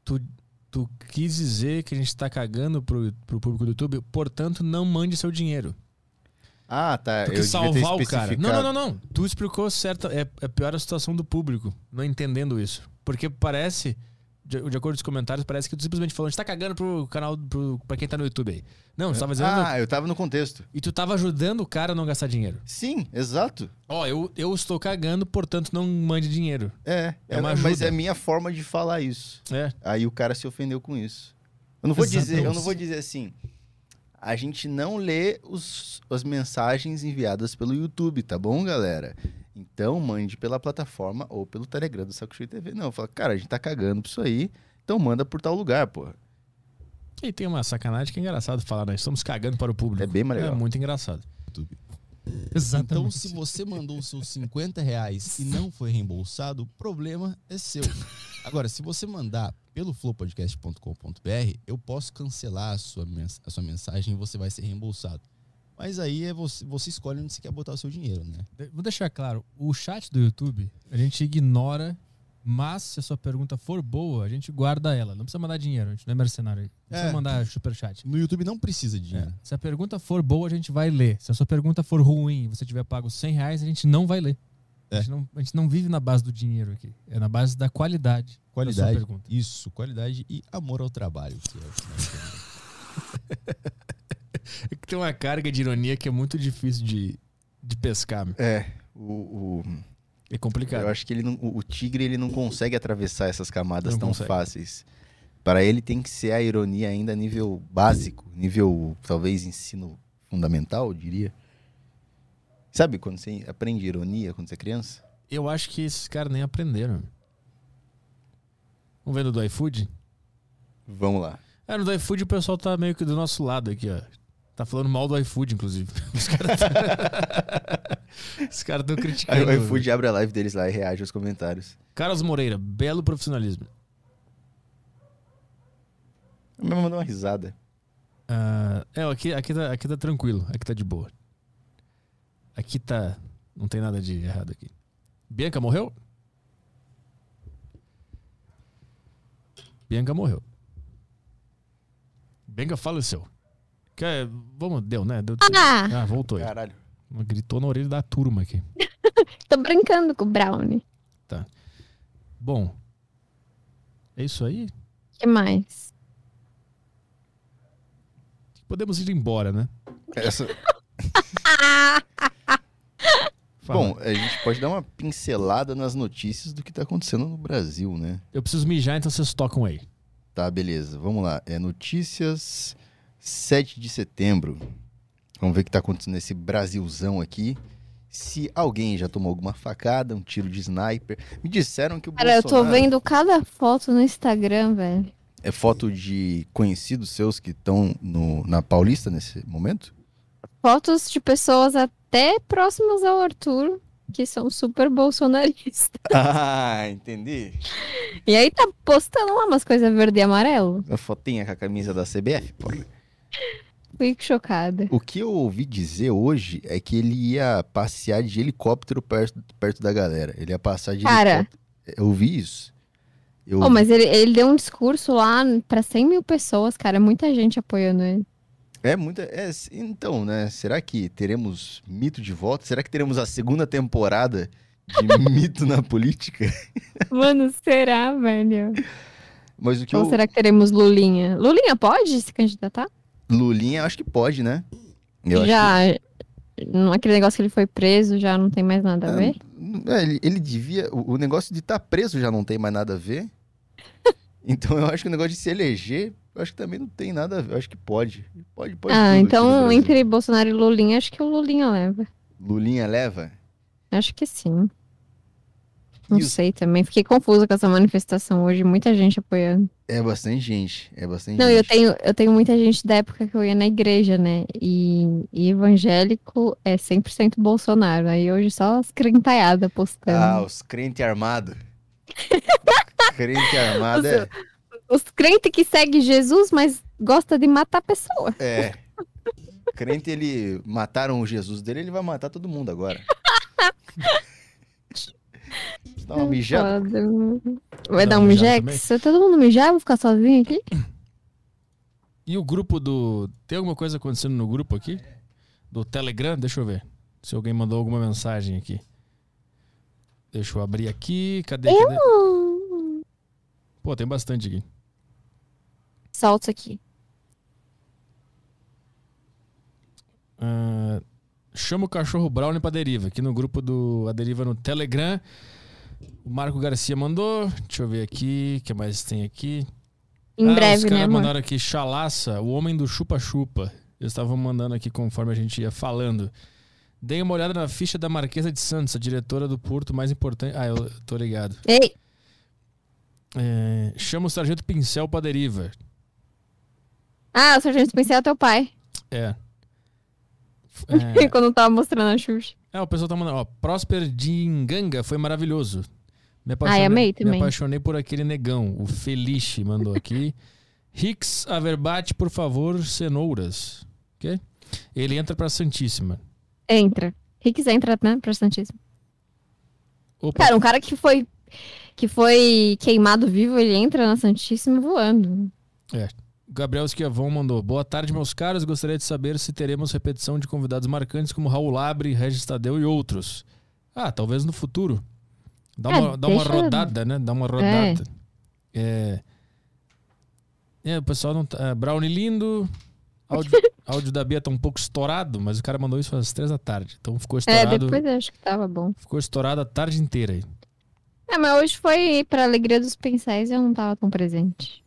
Speaker 1: tu, tu quis dizer que a gente tá cagando pro, pro público do YouTube, portanto, não mande seu dinheiro.
Speaker 2: Ah, tá.
Speaker 1: Porque
Speaker 2: eu devia
Speaker 1: salvar
Speaker 2: ter
Speaker 1: o cara. Não,
Speaker 2: especificado.
Speaker 1: não, não, não. Tu explicou certa. É, é pior a situação do público, não entendendo isso. Porque parece, de, de acordo com os comentários, parece que tu simplesmente falou, a gente tá cagando pro canal, pro, pra quem tá no YouTube aí. Não, tu tava dizendo.
Speaker 2: Ah, eu tava no contexto.
Speaker 1: E tu tava ajudando o cara a não gastar dinheiro.
Speaker 2: Sim, exato.
Speaker 1: Ó, eu, eu estou cagando, portanto não mande dinheiro.
Speaker 2: É,
Speaker 1: É uma
Speaker 2: é- mas
Speaker 1: ajuda.
Speaker 2: é a minha forma de falar isso.
Speaker 1: É.
Speaker 2: Aí o cara se ofendeu com isso. Eu não vou
Speaker 18: Exatamente.
Speaker 2: dizer, eu não vou dizer assim. A gente não lê os, as mensagens enviadas pelo YouTube, tá bom, galera? Então mande pela plataforma ou pelo Telegram do Saco Cheio TV. Não, fala, cara, a gente tá cagando pra isso aí, então manda por tal lugar, porra.
Speaker 1: E tem uma sacanagem que é engraçado falar, né? Estamos cagando para o público. É
Speaker 2: bem mais
Speaker 1: É
Speaker 2: legal.
Speaker 1: muito engraçado. Tá
Speaker 19: Então, se você mandou os seus 50 reais e não foi reembolsado, o problema é seu. Agora, se você mandar pelo flowpodcast.com.br, eu posso cancelar a sua, mens- a sua mensagem e você vai ser reembolsado. Mas aí é você, você escolhe onde você quer botar o seu dinheiro, né?
Speaker 20: De- Vou deixar claro, o chat do YouTube a gente ignora, mas se a sua pergunta for boa, a gente guarda ela. Não precisa mandar dinheiro, a gente não é mercenário. Não precisa
Speaker 19: É.
Speaker 20: mandar superchat. É.
Speaker 19: No YouTube não precisa de dinheiro.
Speaker 20: Se a pergunta for boa, a gente vai ler. Se a sua pergunta for ruim e você tiver pago 100 reais, a gente não vai ler.
Speaker 19: É.
Speaker 20: A, gente não, a gente não vive na base do dinheiro aqui. É na base da qualidade. da sua
Speaker 19: Qualidade.
Speaker 20: pergunta.
Speaker 19: Isso, qualidade e amor ao trabalho. que é o que nós temos.
Speaker 1: É que tem uma carga de ironia que é muito difícil de, de pescar. meu.
Speaker 2: É, o, o-
Speaker 1: É complicado.
Speaker 2: Eu acho que ele não- o o tigre ele não consegue atravessar essas camadas
Speaker 1: Não
Speaker 2: tão
Speaker 1: consegue.
Speaker 2: fáceis. Para ele tem que ser a ironia ainda nível básico, nível talvez ensino fundamental, eu diria. Sabe quando você aprende ironia quando você é criança?
Speaker 1: Eu acho que esses caras nem aprenderam. Vamos ver no do iFood?
Speaker 2: Vamos lá.
Speaker 1: É, no do iFood o pessoal tá meio que do nosso lado aqui, ó. Tá falando mal do iFood, inclusive. Os caras estão tão
Speaker 2: Aí
Speaker 1: criticando.
Speaker 2: o iFood abre a live deles lá e reage aos comentários.
Speaker 1: Carlos Moreira, belo profissionalismo.
Speaker 2: Eu mesmo mandou uma risada.
Speaker 1: Ah, é, aqui, aqui, tá, aqui tá tranquilo, aqui tá de boa. Aqui tá. Não tem nada de errado aqui. Bianca morreu? Bianca morreu. Bianca faleceu. Quer, vamos, deu, né? Deu,
Speaker 3: Ah!
Speaker 1: ah, voltou. aí.
Speaker 2: Caralho.
Speaker 1: Gritou na orelha da turma aqui.
Speaker 3: Tô brincando com o Brownie.
Speaker 1: Tá. Bom. É isso aí?
Speaker 3: que mais?
Speaker 1: Podemos ir embora, né?
Speaker 2: Essa-
Speaker 1: Fala.
Speaker 2: Bom, a gente pode dar uma pincelada nas notícias do que tá acontecendo no Brasil, né?
Speaker 1: Eu preciso mijar, então vocês tocam aí.
Speaker 2: Tá, beleza. Vamos lá. É notícias 7 de setembro. Vamos ver o que tá acontecendo nesse Brasilzão aqui. Se alguém já tomou alguma facada, um tiro de sniper. Me disseram que o
Speaker 3: Cara, eu tô
Speaker 2: Bolsonaro-
Speaker 3: vendo cada foto no Instagram, velho.
Speaker 2: É foto de conhecidos seus que estão na Paulista nesse momento?
Speaker 3: Fotos de pessoas até próximas ao Arthur, que são super bolsonaristas.
Speaker 2: Ah, entendi.
Speaker 3: E aí tá postando lá umas coisas verde e amarelo.
Speaker 2: A fotinha com a camisa da CBF, pô.
Speaker 3: Fico chocada.
Speaker 2: O que eu ouvi dizer hoje é que ele ia passear de helicóptero perto, perto da galera. Ele ia passar de
Speaker 3: Cara.
Speaker 2: helicóptero. Eu ouvi isso. Eu
Speaker 3: Oh,
Speaker 2: ouvi.
Speaker 3: mas ele, ele deu um discurso lá pra 100 mil pessoas, cara. Muita gente apoiando ele.
Speaker 2: É muita. é, s- então, né? Será que teremos mito de volta? Será que teremos a segunda temporada de mito na política?
Speaker 3: Mano, será, velho?
Speaker 2: Mas o que
Speaker 3: Ou
Speaker 2: o
Speaker 3: será que teremos Lulinha? Lulinha pode se candidatar?
Speaker 2: Lulinha, acho que pode, né? Eu acho
Speaker 3: já. Não, aquele negócio que ele foi preso já não tem mais nada a
Speaker 2: É,
Speaker 3: ver?
Speaker 2: É, ele, ele devia. O, o negócio de estar preso já não tem mais nada a ver. Então eu acho que o negócio de se eleger, eu acho que também não tem nada a ver. Eu acho que pode. Pode, pode. tudo
Speaker 3: ah,
Speaker 2: aqui no
Speaker 3: então
Speaker 2: Brasil.
Speaker 3: entre Bolsonaro e Lulinha, acho que o Lulinha leva.
Speaker 2: Lulinha leva?
Speaker 3: Acho que sim. Não sei também. Fiquei confusa com essa manifestação hoje. Muita gente apoiando.
Speaker 2: É bastante gente. É bastante
Speaker 3: Não,
Speaker 2: gente.
Speaker 3: eu tenho, eu tenho muita gente da época que eu ia na igreja, né? E, e evangélico é 100% Bolsonaro. Aí hoje só as crentaiadas postando.
Speaker 2: Ah, os crente armado. crente armado é.
Speaker 3: Os crentes que seguem Jesus, mas gosta de matar pessoa.
Speaker 2: É. Crente, ele mataram o Jesus dele, ele vai matar todo mundo agora. Você dá uma mijada.
Speaker 3: Foda. Vai
Speaker 1: Dá
Speaker 3: dar
Speaker 1: uma
Speaker 3: um
Speaker 1: mijada
Speaker 3: mijex? Se todo mundo mijar, eu vou ficar sozinho aqui?
Speaker 1: E o grupo do. Tem alguma coisa acontecendo no grupo aqui? Do Telegram? Deixa eu ver. Se alguém mandou alguma mensagem aqui. Deixa eu abrir aqui. Cadê?
Speaker 3: Eu
Speaker 1: cadê?
Speaker 3: não.
Speaker 1: Pô, tem bastante aqui.
Speaker 3: Solta isso aqui.
Speaker 1: Ah, chama o cachorro Brownie pra deriva. Aqui no grupo do A Deriva no Telegram. O Marco Garcia mandou. Deixa eu ver aqui. O que mais tem aqui?
Speaker 2: Ah,
Speaker 3: Em breve,
Speaker 1: Ah, os
Speaker 3: né,
Speaker 1: caras
Speaker 3: amor?
Speaker 1: mandaram aqui Chalaça, o homem do chupa-chupa. Eles estavam mandando aqui conforme a gente ia falando. Dei uma olhada na ficha da Marquesa de Santos, a diretora do Porto mais importante. Ah, eu tô ligado.
Speaker 3: Ei!
Speaker 1: É, chama o Sargento Pincel pra deriva.
Speaker 3: Ah, o Sargento Pincel é teu pai.
Speaker 1: É. É.
Speaker 3: Quando eu tava mostrando a Xuxa.
Speaker 1: É, o pessoal tá mandando, ó. Prosper de Nganga foi maravilhoso. Me
Speaker 3: Ai, amei também.
Speaker 1: Me apaixonei por aquele negão. O Felice mandou aqui. Hicks Averbate, por favor, cenouras. Ok? Ele entra pra Santíssima.
Speaker 3: Entra. Quem quiser entrar, né? Pra Santíssimo.
Speaker 1: Opa.
Speaker 3: Cara, um cara que foi. Que foi queimado vivo, ele entra na Santíssima voando.
Speaker 1: É. Gabriel Esquiavon mandou. Boa tarde, meus caros. Gostaria de saber se teremos repetição de convidados marcantes como Raul Labre, Regis Tadeu e outros. Ah, talvez no futuro. Dá,
Speaker 7: É,
Speaker 1: uma, dá uma
Speaker 7: deixa-
Speaker 1: rodada, né? Dá uma rodada. É. É, o pessoal não tá. é, Brownie lindo. Áudio, áudio da Bia tá um pouco estourado, mas o cara mandou isso às três da tarde. Então
Speaker 3: É,
Speaker 1: ficou estourado.
Speaker 3: depois eu acho que tava bom.
Speaker 1: Ficou estourado a tarde inteira aí.
Speaker 3: É, mas hoje foi pra alegria dos pincéis e eu não tava tão presente.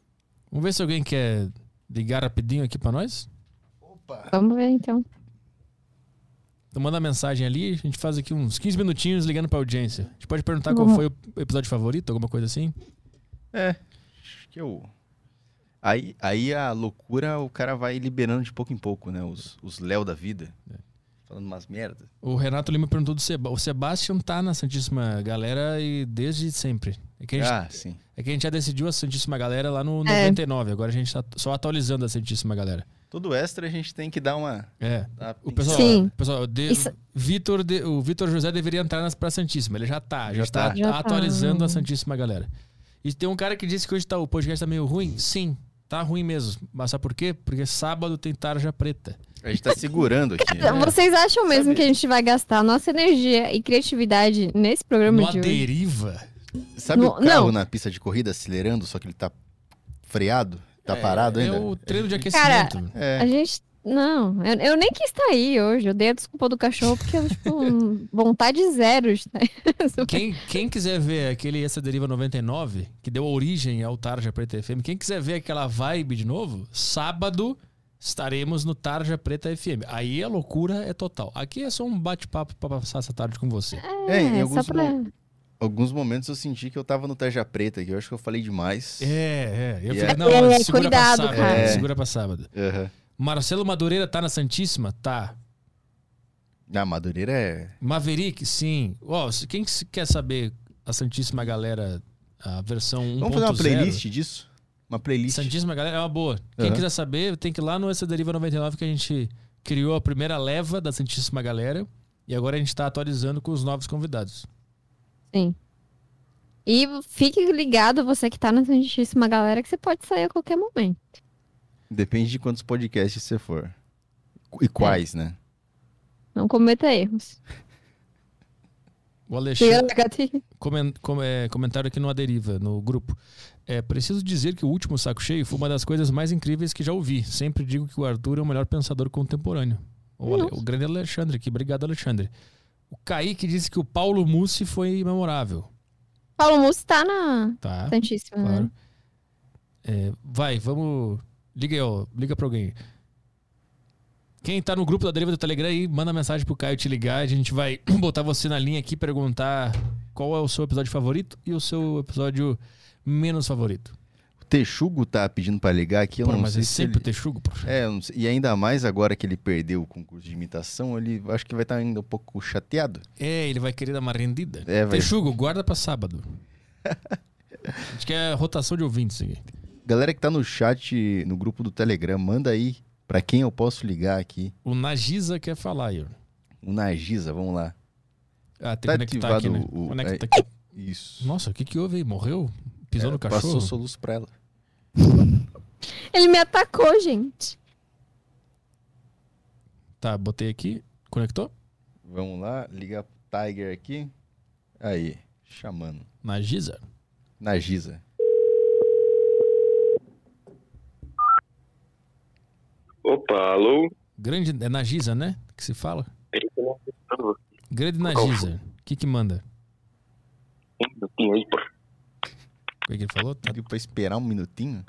Speaker 1: Vamos ver se alguém quer ligar rapidinho aqui pra nós.
Speaker 3: Vamos ver então.
Speaker 1: Então manda mensagem ali, a gente faz aqui uns 15 minutinhos ligando pra audiência. A gente pode perguntar qual
Speaker 21: Vamos.
Speaker 1: foi o episódio favorito, alguma coisa assim.
Speaker 2: É. Acho que eu. Aí, aí a loucura, o cara vai liberando de pouco em pouco, né? Os, os Léo da vida.
Speaker 1: É.
Speaker 2: Falando umas merdas.
Speaker 1: O Renato Lima perguntou do Seba. O Sebastian tá na Santíssima Galera e desde sempre. É que a gente,
Speaker 2: Ah, sim.
Speaker 1: é que a gente já decidiu a Santíssima Galera lá no
Speaker 2: É.
Speaker 1: 99. Agora a gente tá só atualizando a Santíssima Galera.
Speaker 2: Todo extra a gente tem que dar uma.
Speaker 1: É.
Speaker 2: dar
Speaker 1: O pessoal,
Speaker 2: pincelada.
Speaker 1: o pessoal de-
Speaker 2: Isso-
Speaker 1: Vitor de- o Vitor José deveria entrar nas pra Santíssima. Ele já tá, já,
Speaker 2: Já
Speaker 1: tá,
Speaker 2: tá. Já tá.
Speaker 1: atualizando a Santíssima Galera. E tem um cara que disse que hoje tá, o podcast tá meio ruim. Sim, tá ruim mesmo. Mas sabe por quê? Porque sábado tem tarja preta.
Speaker 2: A gente tá segurando aqui.
Speaker 1: É.
Speaker 3: Vocês acham mesmo que a gente vai gastar nossa energia e criatividade nesse programa de hoje?
Speaker 1: deriva.
Speaker 2: Sabe
Speaker 3: No-
Speaker 2: o carro
Speaker 3: não.
Speaker 2: na pista de corrida acelerando, só que ele tá freado? Tá
Speaker 1: É,
Speaker 2: parado
Speaker 1: é
Speaker 2: ainda?
Speaker 1: o treino de
Speaker 3: Cara,
Speaker 1: aquecimento.
Speaker 3: a gente. Não, eu, eu nem quis estar aí hoje. Eu dei a desculpa do cachorro porque eu, tipo, um- vontade zero. de estar aí.
Speaker 1: Quem, quem quiser ver aquele Essa Deriva 99, que deu origem ao Tarja Preta FM, quem quiser ver aquela vibe de novo, sábado estaremos no Tarja Preta FM. Aí a loucura é total. Aqui é só um bate-papo pra passar essa tarde com você.
Speaker 2: É, em alguns, mo- alguns momentos eu senti que eu tava no Tarja Preta, que eu acho que eu falei demais.
Speaker 1: É, é. Eu
Speaker 2: E
Speaker 1: falei,
Speaker 2: aí-
Speaker 1: não, mas segura pra sábado.
Speaker 2: É.
Speaker 1: Segura pra sábado.
Speaker 2: Aham.
Speaker 1: Marcelo Madureira tá na Santíssima? Tá.
Speaker 2: Na Madureira é.
Speaker 1: Maverick, sim. Ó, se- quem se- quer saber a Santíssima Galera, a versão 1.0?
Speaker 2: Vamos fazer uma playlist disso? Uma playlist.
Speaker 1: Santíssima Galera é uma boa. Quem
Speaker 2: Aham.
Speaker 1: quiser saber, tem que ir lá no Essa Deriva 99 que a gente criou a primeira leva da Santíssima Galera e agora a gente está atualizando com os novos convidados.
Speaker 3: Sim. E fique ligado, você que tá na Santíssima Galera, que você pode sair a qualquer momento.
Speaker 2: Depende de quantos podcasts você for. E quais, né?
Speaker 3: Não cometa erros.
Speaker 1: O
Speaker 3: Chega
Speaker 1: Alexandre
Speaker 3: na gatinha.
Speaker 1: comen- com- é, comentário aqui no Aderiva, no grupo. É, preciso dizer que o último Saco Cheio foi uma das coisas mais incríveis que já ouvi. Sempre digo que o Arthur é o melhor pensador contemporâneo. O, Ale-
Speaker 7: Nossa.
Speaker 1: o grande Alexandre aqui. Obrigado, Alexandre. O Kaique disse que o Paulo Mussi foi memorável.
Speaker 3: Paulo Musso tá na
Speaker 1: Tá,
Speaker 3: Santíssima,
Speaker 1: claro.
Speaker 2: Uhum.
Speaker 3: né?
Speaker 1: É, vai, vamos. Liga aí, ó. Liga pra alguém. Quem tá no grupo da Deriva do Telegram aí, manda mensagem pro Caio te ligar. A gente vai botar você na linha aqui perguntar qual é o seu episódio favorito e o seu episódio menos favorito.
Speaker 2: O Texugo tá pedindo pra ligar aqui, eu
Speaker 1: Pô,
Speaker 2: não
Speaker 1: mas
Speaker 2: sei
Speaker 1: é
Speaker 2: se
Speaker 1: sempre
Speaker 2: ele-
Speaker 1: o Texugo, pô.
Speaker 2: É, eu não sei- e ainda mais agora que ele perdeu o concurso de imitação, ele acho que vai estar ainda um pouco chateado.
Speaker 1: É, ele vai querer dar uma rendida.
Speaker 2: É, vai.
Speaker 1: Texugo, guarda pra sábado. A gente quer rotação de ouvintes aqui.
Speaker 2: Galera que tá no chat, no grupo do Telegram, manda aí pra quem eu posso ligar aqui.
Speaker 1: O Nagisa quer falar aí. ó.
Speaker 2: O Nagisa, vamos lá.
Speaker 1: Ah, tem
Speaker 2: Tá
Speaker 1: que conectar aqui,
Speaker 2: ativado
Speaker 1: né?
Speaker 2: o-
Speaker 1: Conecta
Speaker 2: é-
Speaker 1: aqui.
Speaker 2: Isso.
Speaker 1: Nossa, o que, que houve aí? Morreu? Pisou
Speaker 2: É,
Speaker 1: no cachorro?
Speaker 2: Passou soluço pra ela.
Speaker 3: Ele me atacou, gente.
Speaker 1: Tá, botei aqui. Conectou?
Speaker 2: Vamos lá, liga Tiger aqui. Aí, chamando.
Speaker 1: Na Giza?
Speaker 2: Na Giza.
Speaker 6: Opa, alô?
Speaker 1: Grande. É na Giza, né? Que se fala? Grande na
Speaker 6: Qual? é
Speaker 1: Giza. O que que manda?
Speaker 6: Minutinho,
Speaker 1: O que que ele falou? Tá,
Speaker 2: Pediu pra esperar um minutinho?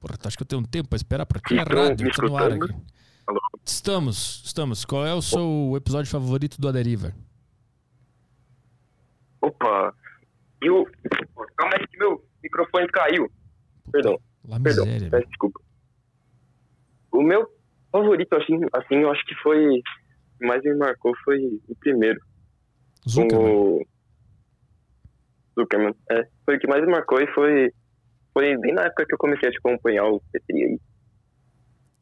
Speaker 1: Porra, tu acha que eu tenho um tempo pra esperar? Pra que é
Speaker 2: Estão
Speaker 1: rádio?
Speaker 2: me
Speaker 1: Tá no ar aqui.
Speaker 2: escutando?
Speaker 1: Estamos, estamos. Qual é o seu episódio favorito do A Deriva?
Speaker 6: Opa, e o. Calma aí que meu microfone caiu. Perdão.
Speaker 1: Lá
Speaker 6: Perdão, É
Speaker 1: miséria.
Speaker 6: peço desculpa. O meu favorito, assim, assim, eu acho que foi. o que mais me marcou foi o primeiro. um-
Speaker 1: Zuckerman.
Speaker 6: O... Zuckerman. É, foi o que mais me marcou e foi. Foi bem na época que eu comecei a te acompanhar o Petri aí.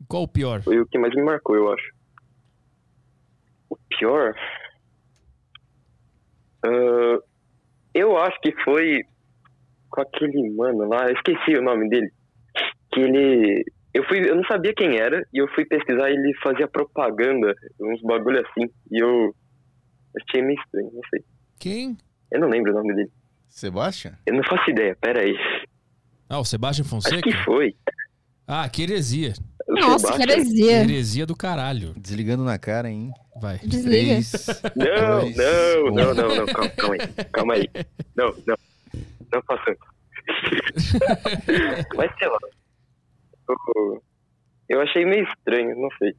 Speaker 1: Qual o pior?
Speaker 6: Foi o que mais me marcou, eu acho. O pior? Ah, eu acho que foi com aquele mano lá, eu esqueci o nome dele. Que ele. Eu, fui, eu não sabia quem era e eu fui pesquisar e ele fazia propaganda, uns bagulho assim. E eu achei meio estranho, não sei.
Speaker 1: Quem?
Speaker 6: Eu não lembro o nome dele.
Speaker 2: Sebastian?
Speaker 6: Eu não faço ideia, peraí.
Speaker 1: Ah, o Sebastião
Speaker 6: Acho
Speaker 1: Fonseca?
Speaker 6: que foi.
Speaker 1: Ah, que heresia.
Speaker 3: Nossa, Sebastian. que heresia.
Speaker 1: Heresia do caralho.
Speaker 2: Desligando na cara, hein?
Speaker 1: Vai.
Speaker 3: Desliga.
Speaker 6: Não,
Speaker 2: dois,
Speaker 6: não,
Speaker 2: um.
Speaker 6: não, não, não, calma, calma aí, calma aí. Não, não, não passando. Mas sei lá, eu, eu achei meio estranho, não sei.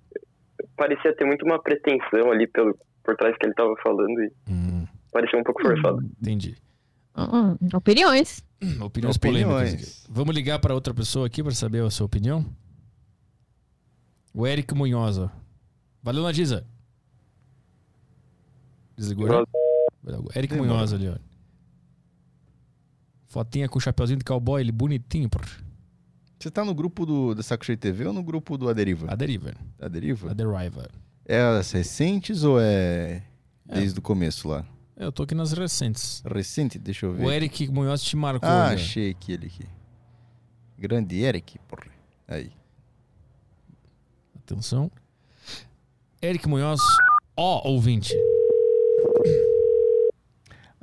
Speaker 6: Parecia ter muito uma pretensão ali pelo, por trás que ele tava falando e
Speaker 2: Hum.
Speaker 6: parecia um pouco forçado.
Speaker 1: Entendi.
Speaker 3: Hum, opiniões.
Speaker 1: Opiniões, polêmicas. Vamos ligar para outra pessoa aqui para saber a sua opinião? O Eric Munhosa. Valeu, Nadiza. Desligou já? Eric
Speaker 2: Demorou.
Speaker 1: Munhosa ali, ó. Fotinha com o chapeuzinho de cowboy, ele bonitinho, por.
Speaker 2: Você tá no grupo do, da Saco Cheio TV ou no grupo do Aderiva?
Speaker 1: Aderiva.
Speaker 2: Aderiva?
Speaker 1: né? A Deriva.
Speaker 2: É as recentes ou é desde o começo lá?
Speaker 1: Eu tô aqui nas recentes.
Speaker 2: Recente? Deixa eu ver.
Speaker 1: O Eric Munhoz te marcou.
Speaker 2: Ah,
Speaker 1: já.
Speaker 2: achei aqui ele aqui. Grande Eric, porra. Aí.
Speaker 1: Atenção. Eric Munhoz, ó ouvinte.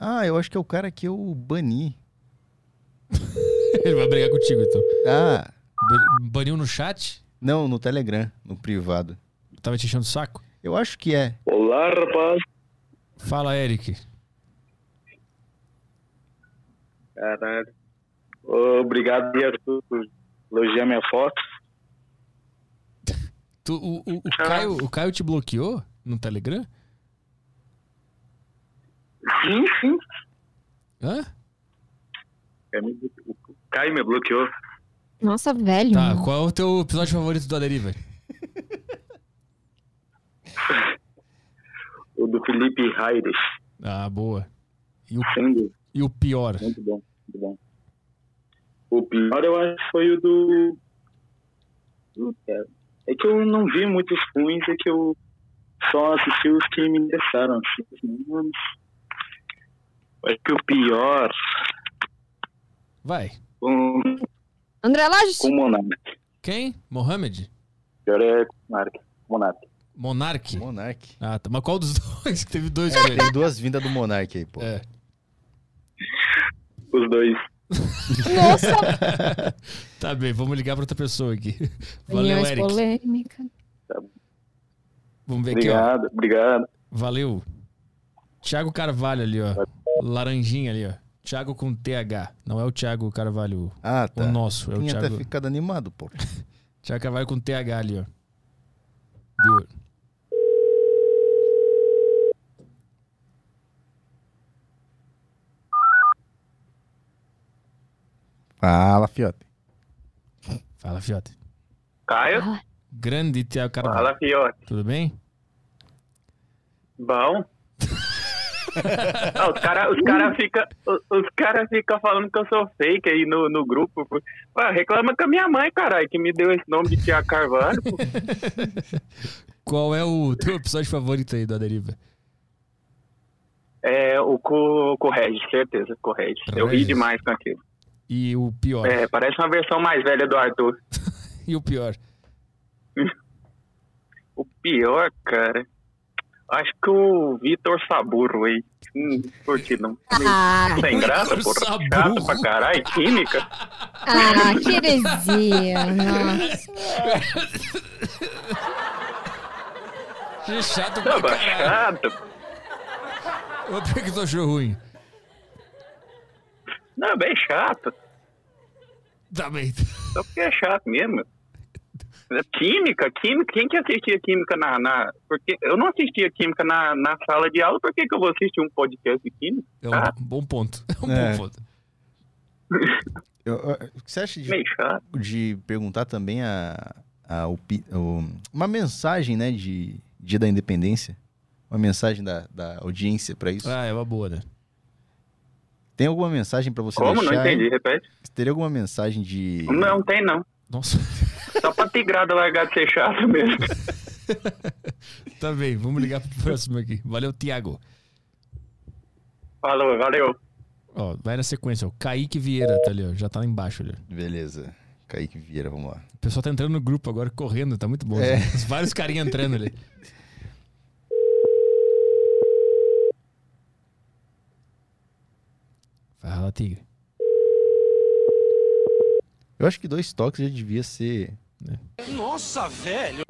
Speaker 2: Ah, eu acho que é o cara que eu bani.
Speaker 1: Ele vai brigar contigo, então.
Speaker 2: Ah.
Speaker 1: Baniu no chat?
Speaker 2: Não, no Telegram, no privado.
Speaker 1: Tava te enchendo o saco?
Speaker 2: Eu acho que é.
Speaker 6: Olá, rapaz.
Speaker 1: Fala, Eric.
Speaker 8: Caralho. Ô, Obrigado, aí, Arthur, por elogiar minha foto.
Speaker 1: Tu, o, o, o Caio, o Caio te bloqueou no Telegram?
Speaker 8: Sim, sim.
Speaker 1: Hã?
Speaker 8: É, me- O Caio me bloqueou.
Speaker 3: Nossa, velho.
Speaker 1: Tá, qual é o teu episódio favorito do A Deriva?
Speaker 8: O do Felipe Raires.
Speaker 1: Ah, boa. E o,
Speaker 8: Sem dúvida.
Speaker 1: e o pior?
Speaker 8: Muito bom, muito bom. O pior eu acho que foi o do. Puta, É que eu não vi muitos ruins, é que eu só assisti os que me interessaram. assim, os menos. Acho que o pior.
Speaker 1: Vai.
Speaker 8: Com,
Speaker 3: André Lages?
Speaker 8: com o Monark.
Speaker 1: Quem? Mohamed?
Speaker 8: O pior é com o Monark. Monark.
Speaker 1: Monark?
Speaker 2: Monark.
Speaker 1: Ah, tá. Mas qual dos dois? Que Teve dois com ele.
Speaker 2: Tem duas vindas do Monark aí, pô.
Speaker 1: É.
Speaker 8: Os dois.
Speaker 1: Nossa! tá bem, vamos ligar pra outra pessoa aqui. Valeu,
Speaker 3: Opiniões
Speaker 1: Eric.
Speaker 3: polêmica.
Speaker 1: Vamos ver aqui,
Speaker 8: Obrigado, obrigado.
Speaker 1: ó. Valeu. Thiago Carvalho ali, ó. Laranjinha ali, ó. Thiago com TH. Não é o Thiago Carvalho.
Speaker 2: Ah, tá.
Speaker 1: O nosso. É o
Speaker 2: Tinha até
Speaker 1: Thiago.
Speaker 2: ficado animado, pô.
Speaker 1: Thiago Carvalho com TH ali, ó. Viu?
Speaker 2: Fala, fiote.
Speaker 1: Fala, Fiote.
Speaker 8: Caio?
Speaker 1: Grande Thiago Carvalho.
Speaker 8: Fala, Fiote.
Speaker 1: Tudo bem?
Speaker 8: Bom. Ah, os caras os cara ficam os cara fica falando que eu sou fake aí no, no grupo. pô. Ué, reclama com a minha mãe, caralho, que me deu esse nome de Tia Carvalho. pô.
Speaker 1: Qual é o teu episódio favorito aí do A Deriva?
Speaker 8: É, o co Correge, certeza, Correge. Eu ri demais com aquilo.
Speaker 1: E o pior.
Speaker 8: É, parece uma versão mais velha do Arthur.
Speaker 1: E o pior.
Speaker 8: O pior, cara, acho que o Vitor Saburo aí. Hum, curti não.
Speaker 3: Ah,
Speaker 8: Sem graça,
Speaker 7: Vitor
Speaker 8: porra.
Speaker 7: Saburo.
Speaker 8: Chato pra caralho, química.
Speaker 7: Ah, que heresia, nossa.
Speaker 1: Que é chato pra
Speaker 8: Tava
Speaker 1: caralho.
Speaker 8: chato.
Speaker 1: O é que que tu achou ruim?
Speaker 8: Não, bem chato.
Speaker 1: Tá bem.
Speaker 8: Só porque é chato mesmo. É Química, química, quem que assistia química na. na porque eu não assistia química na, na sala de aula, por que, que eu vou assistir um podcast de química?
Speaker 1: É um
Speaker 8: Ah,
Speaker 1: bom ponto. É um
Speaker 2: É.
Speaker 1: bom ponto.
Speaker 2: Eu- eu- o que você acha de,
Speaker 8: Meio chato.
Speaker 2: de perguntar também a, a opi- o- uma mensagem, né, de Dia da Independência? Uma mensagem da, da audiência pra isso?
Speaker 1: Ah, é uma boa, né?
Speaker 2: Tem alguma mensagem pra você
Speaker 8: Como?
Speaker 2: deixar?
Speaker 8: Não entendi,
Speaker 2: hein?
Speaker 8: repete.
Speaker 2: Teria alguma mensagem de...
Speaker 8: Não tem, não.
Speaker 1: Nossa.
Speaker 8: Só pra tigrada largar de ser chato mesmo.
Speaker 1: Tá bem, vamos ligar pro próximo aqui. Valeu, Tiago.
Speaker 8: Falou, valeu.
Speaker 1: Ó, vai na sequência, ó. Kaique Vieira tá ali, ó. Já tá lá embaixo ali.
Speaker 2: Beleza. Kaique Vieira, vamos lá.
Speaker 1: O pessoal tá entrando no grupo agora, correndo, tá muito bom.
Speaker 2: É.
Speaker 1: né? Os Vários carinhas entrando ali. Fala, Tigre.
Speaker 2: Eu acho que dois toques já devia ser...
Speaker 7: Nossa, velho.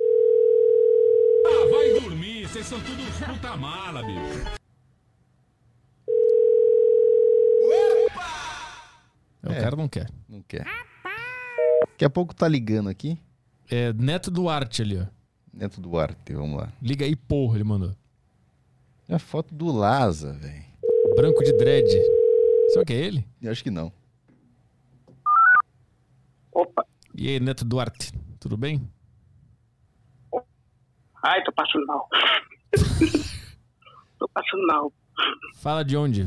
Speaker 7: Ah, vai dormir, vocês são tudo puta mala, bicho.
Speaker 1: É, O cara não quer.
Speaker 2: Não quer. Daqui a pouco tá ligando aqui.
Speaker 1: É Neto Duarte ali, ó.
Speaker 2: Neto Duarte, vamos lá.
Speaker 1: Liga aí, porra, ele mandou.
Speaker 2: É a foto do Laza, velho.
Speaker 1: Branco de dread. Será que é ele?
Speaker 2: Eu acho que não.
Speaker 1: E aí, Neto Duarte, tudo bem?
Speaker 6: Ai, tô passando mal. tô passando mal.
Speaker 1: Fala de onde?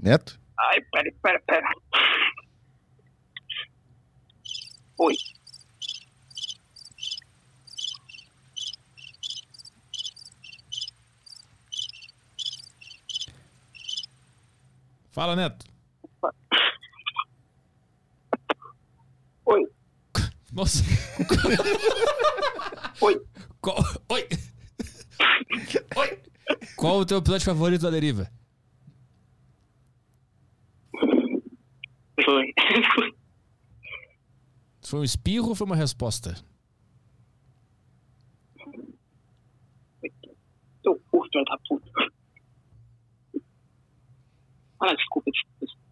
Speaker 2: Neto?
Speaker 6: Ai, pera, pera, pera. Oi.
Speaker 1: Fala, Neto.
Speaker 6: Oi.
Speaker 1: Nossa.
Speaker 6: Oi.
Speaker 1: Qual... Oi. Oi. Qual o teu episódio favorito da deriva?
Speaker 6: Foi.
Speaker 1: Foi um espirro ou foi uma resposta?
Speaker 6: Teu cu, filho da puta. Ah, desculpa, desculpa.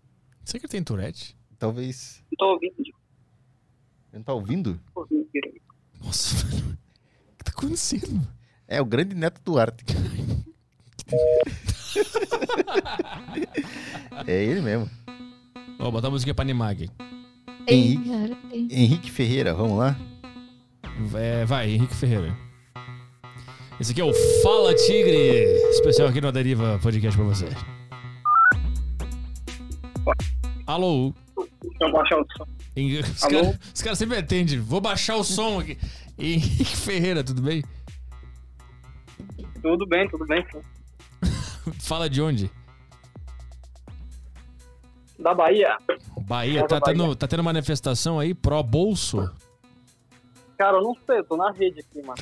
Speaker 1: Será que ele tem Tourette?
Speaker 2: Talvez.
Speaker 6: Não tô ouvindo, não
Speaker 2: Ele não tá ouvindo?
Speaker 6: tô ouvindo direito.
Speaker 1: Nossa, mano. O que tá acontecendo?
Speaker 2: É o grande Neto Duarte. é ele mesmo.
Speaker 1: Ó, botar a musiquinha pra animar aqui.
Speaker 2: Henrique, Henrique Ferreira, vamos lá?
Speaker 1: É, vai, Henrique Ferreira. Esse aqui é o Fala Tigre, especial aqui no A Deriva Podcast pra você. Alô?
Speaker 6: Deixa eu baixar o som.
Speaker 1: Em- Os
Speaker 6: Alô?
Speaker 1: caras cara sempre atendem. Vou baixar o som aqui. Henrique Ferreira, tudo bem?
Speaker 6: Tudo bem, tudo bem. sim.
Speaker 1: Fala de onde?
Speaker 6: Da Bahia.
Speaker 1: Bahia.
Speaker 6: Fala
Speaker 1: Tá,
Speaker 6: da Bahia.
Speaker 1: Tendo, tá tendo manifestação aí pró-bolso?
Speaker 6: Cara, eu não sei, eu tô na rede aqui, mano.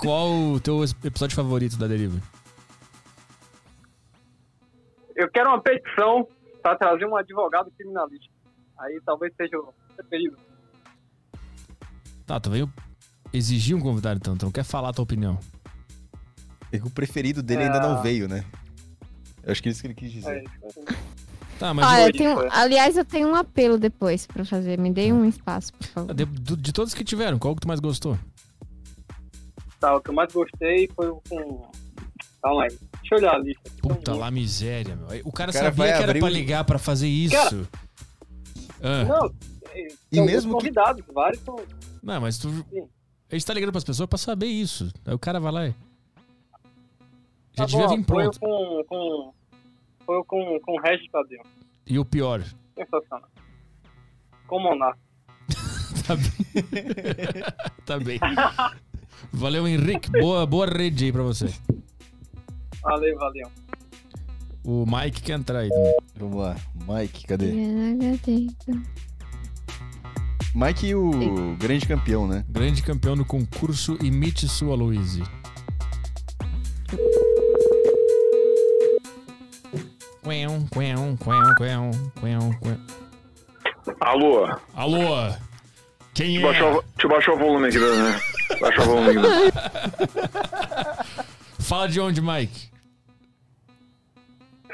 Speaker 1: Qual o teu episódio favorito da Deriva?
Speaker 6: Eu quero uma petição pra trazer um advogado criminalista. Aí talvez seja o preferido.
Speaker 1: Tá, tu veio exigir um convidado então, tu não quer falar a tua opinião.
Speaker 2: É que o preferido dele ainda
Speaker 6: Ah.
Speaker 2: não veio, né? Eu acho que é isso que ele quis dizer.
Speaker 1: Tá,
Speaker 3: Ah, eu tenho- aliás, eu tenho um apelo depois pra fazer. Me dê um espaço, por favor.
Speaker 1: De, do- de todos que tiveram, qual que tu mais gostou?
Speaker 6: Tá, o que eu mais gostei foi o com. Calma aí. Deixa eu olhar a lista.
Speaker 1: Puta lá miséria, meu. Aí O cara,
Speaker 6: O cara vai
Speaker 1: sabia que era
Speaker 6: abrir
Speaker 1: pra
Speaker 6: o-
Speaker 1: ligar pra fazer isso. Ah, não.
Speaker 6: Não, é,
Speaker 10: Então,
Speaker 6: são
Speaker 1: mesmo que-
Speaker 6: convidados, vários são.
Speaker 1: mas tu. A gente tá ligando pras pessoas pra saber isso. Aí o cara vai lá e. Já
Speaker 6: Tá
Speaker 1: devia
Speaker 6: bom,
Speaker 1: vir
Speaker 6: foi o
Speaker 1: pronto.
Speaker 6: com, com. Foi o com, com o Regis Tadeu.
Speaker 1: E o pior.
Speaker 6: Sensacional. Com o Monarca.
Speaker 1: Tá bem. tá bem. Valeu, Henrique. Boa, boa rede aí pra você.
Speaker 22: Valeu, valeu.
Speaker 1: O Mike quer entrar aí também.
Speaker 2: Vamos lá. Mike, cadê?
Speaker 3: Não
Speaker 2: Mike e o grande campeão, né?
Speaker 1: Grande campeão no concurso Imite Sua Louise. Quão, quão, quão, quão, quão, quão.
Speaker 8: Alô?
Speaker 1: Alô? Quem é?
Speaker 8: Deixa eu baixar, o- deixa eu baixar o volume aqui, né? Baixar o volume aqui.
Speaker 1: Fala de onde, Mike?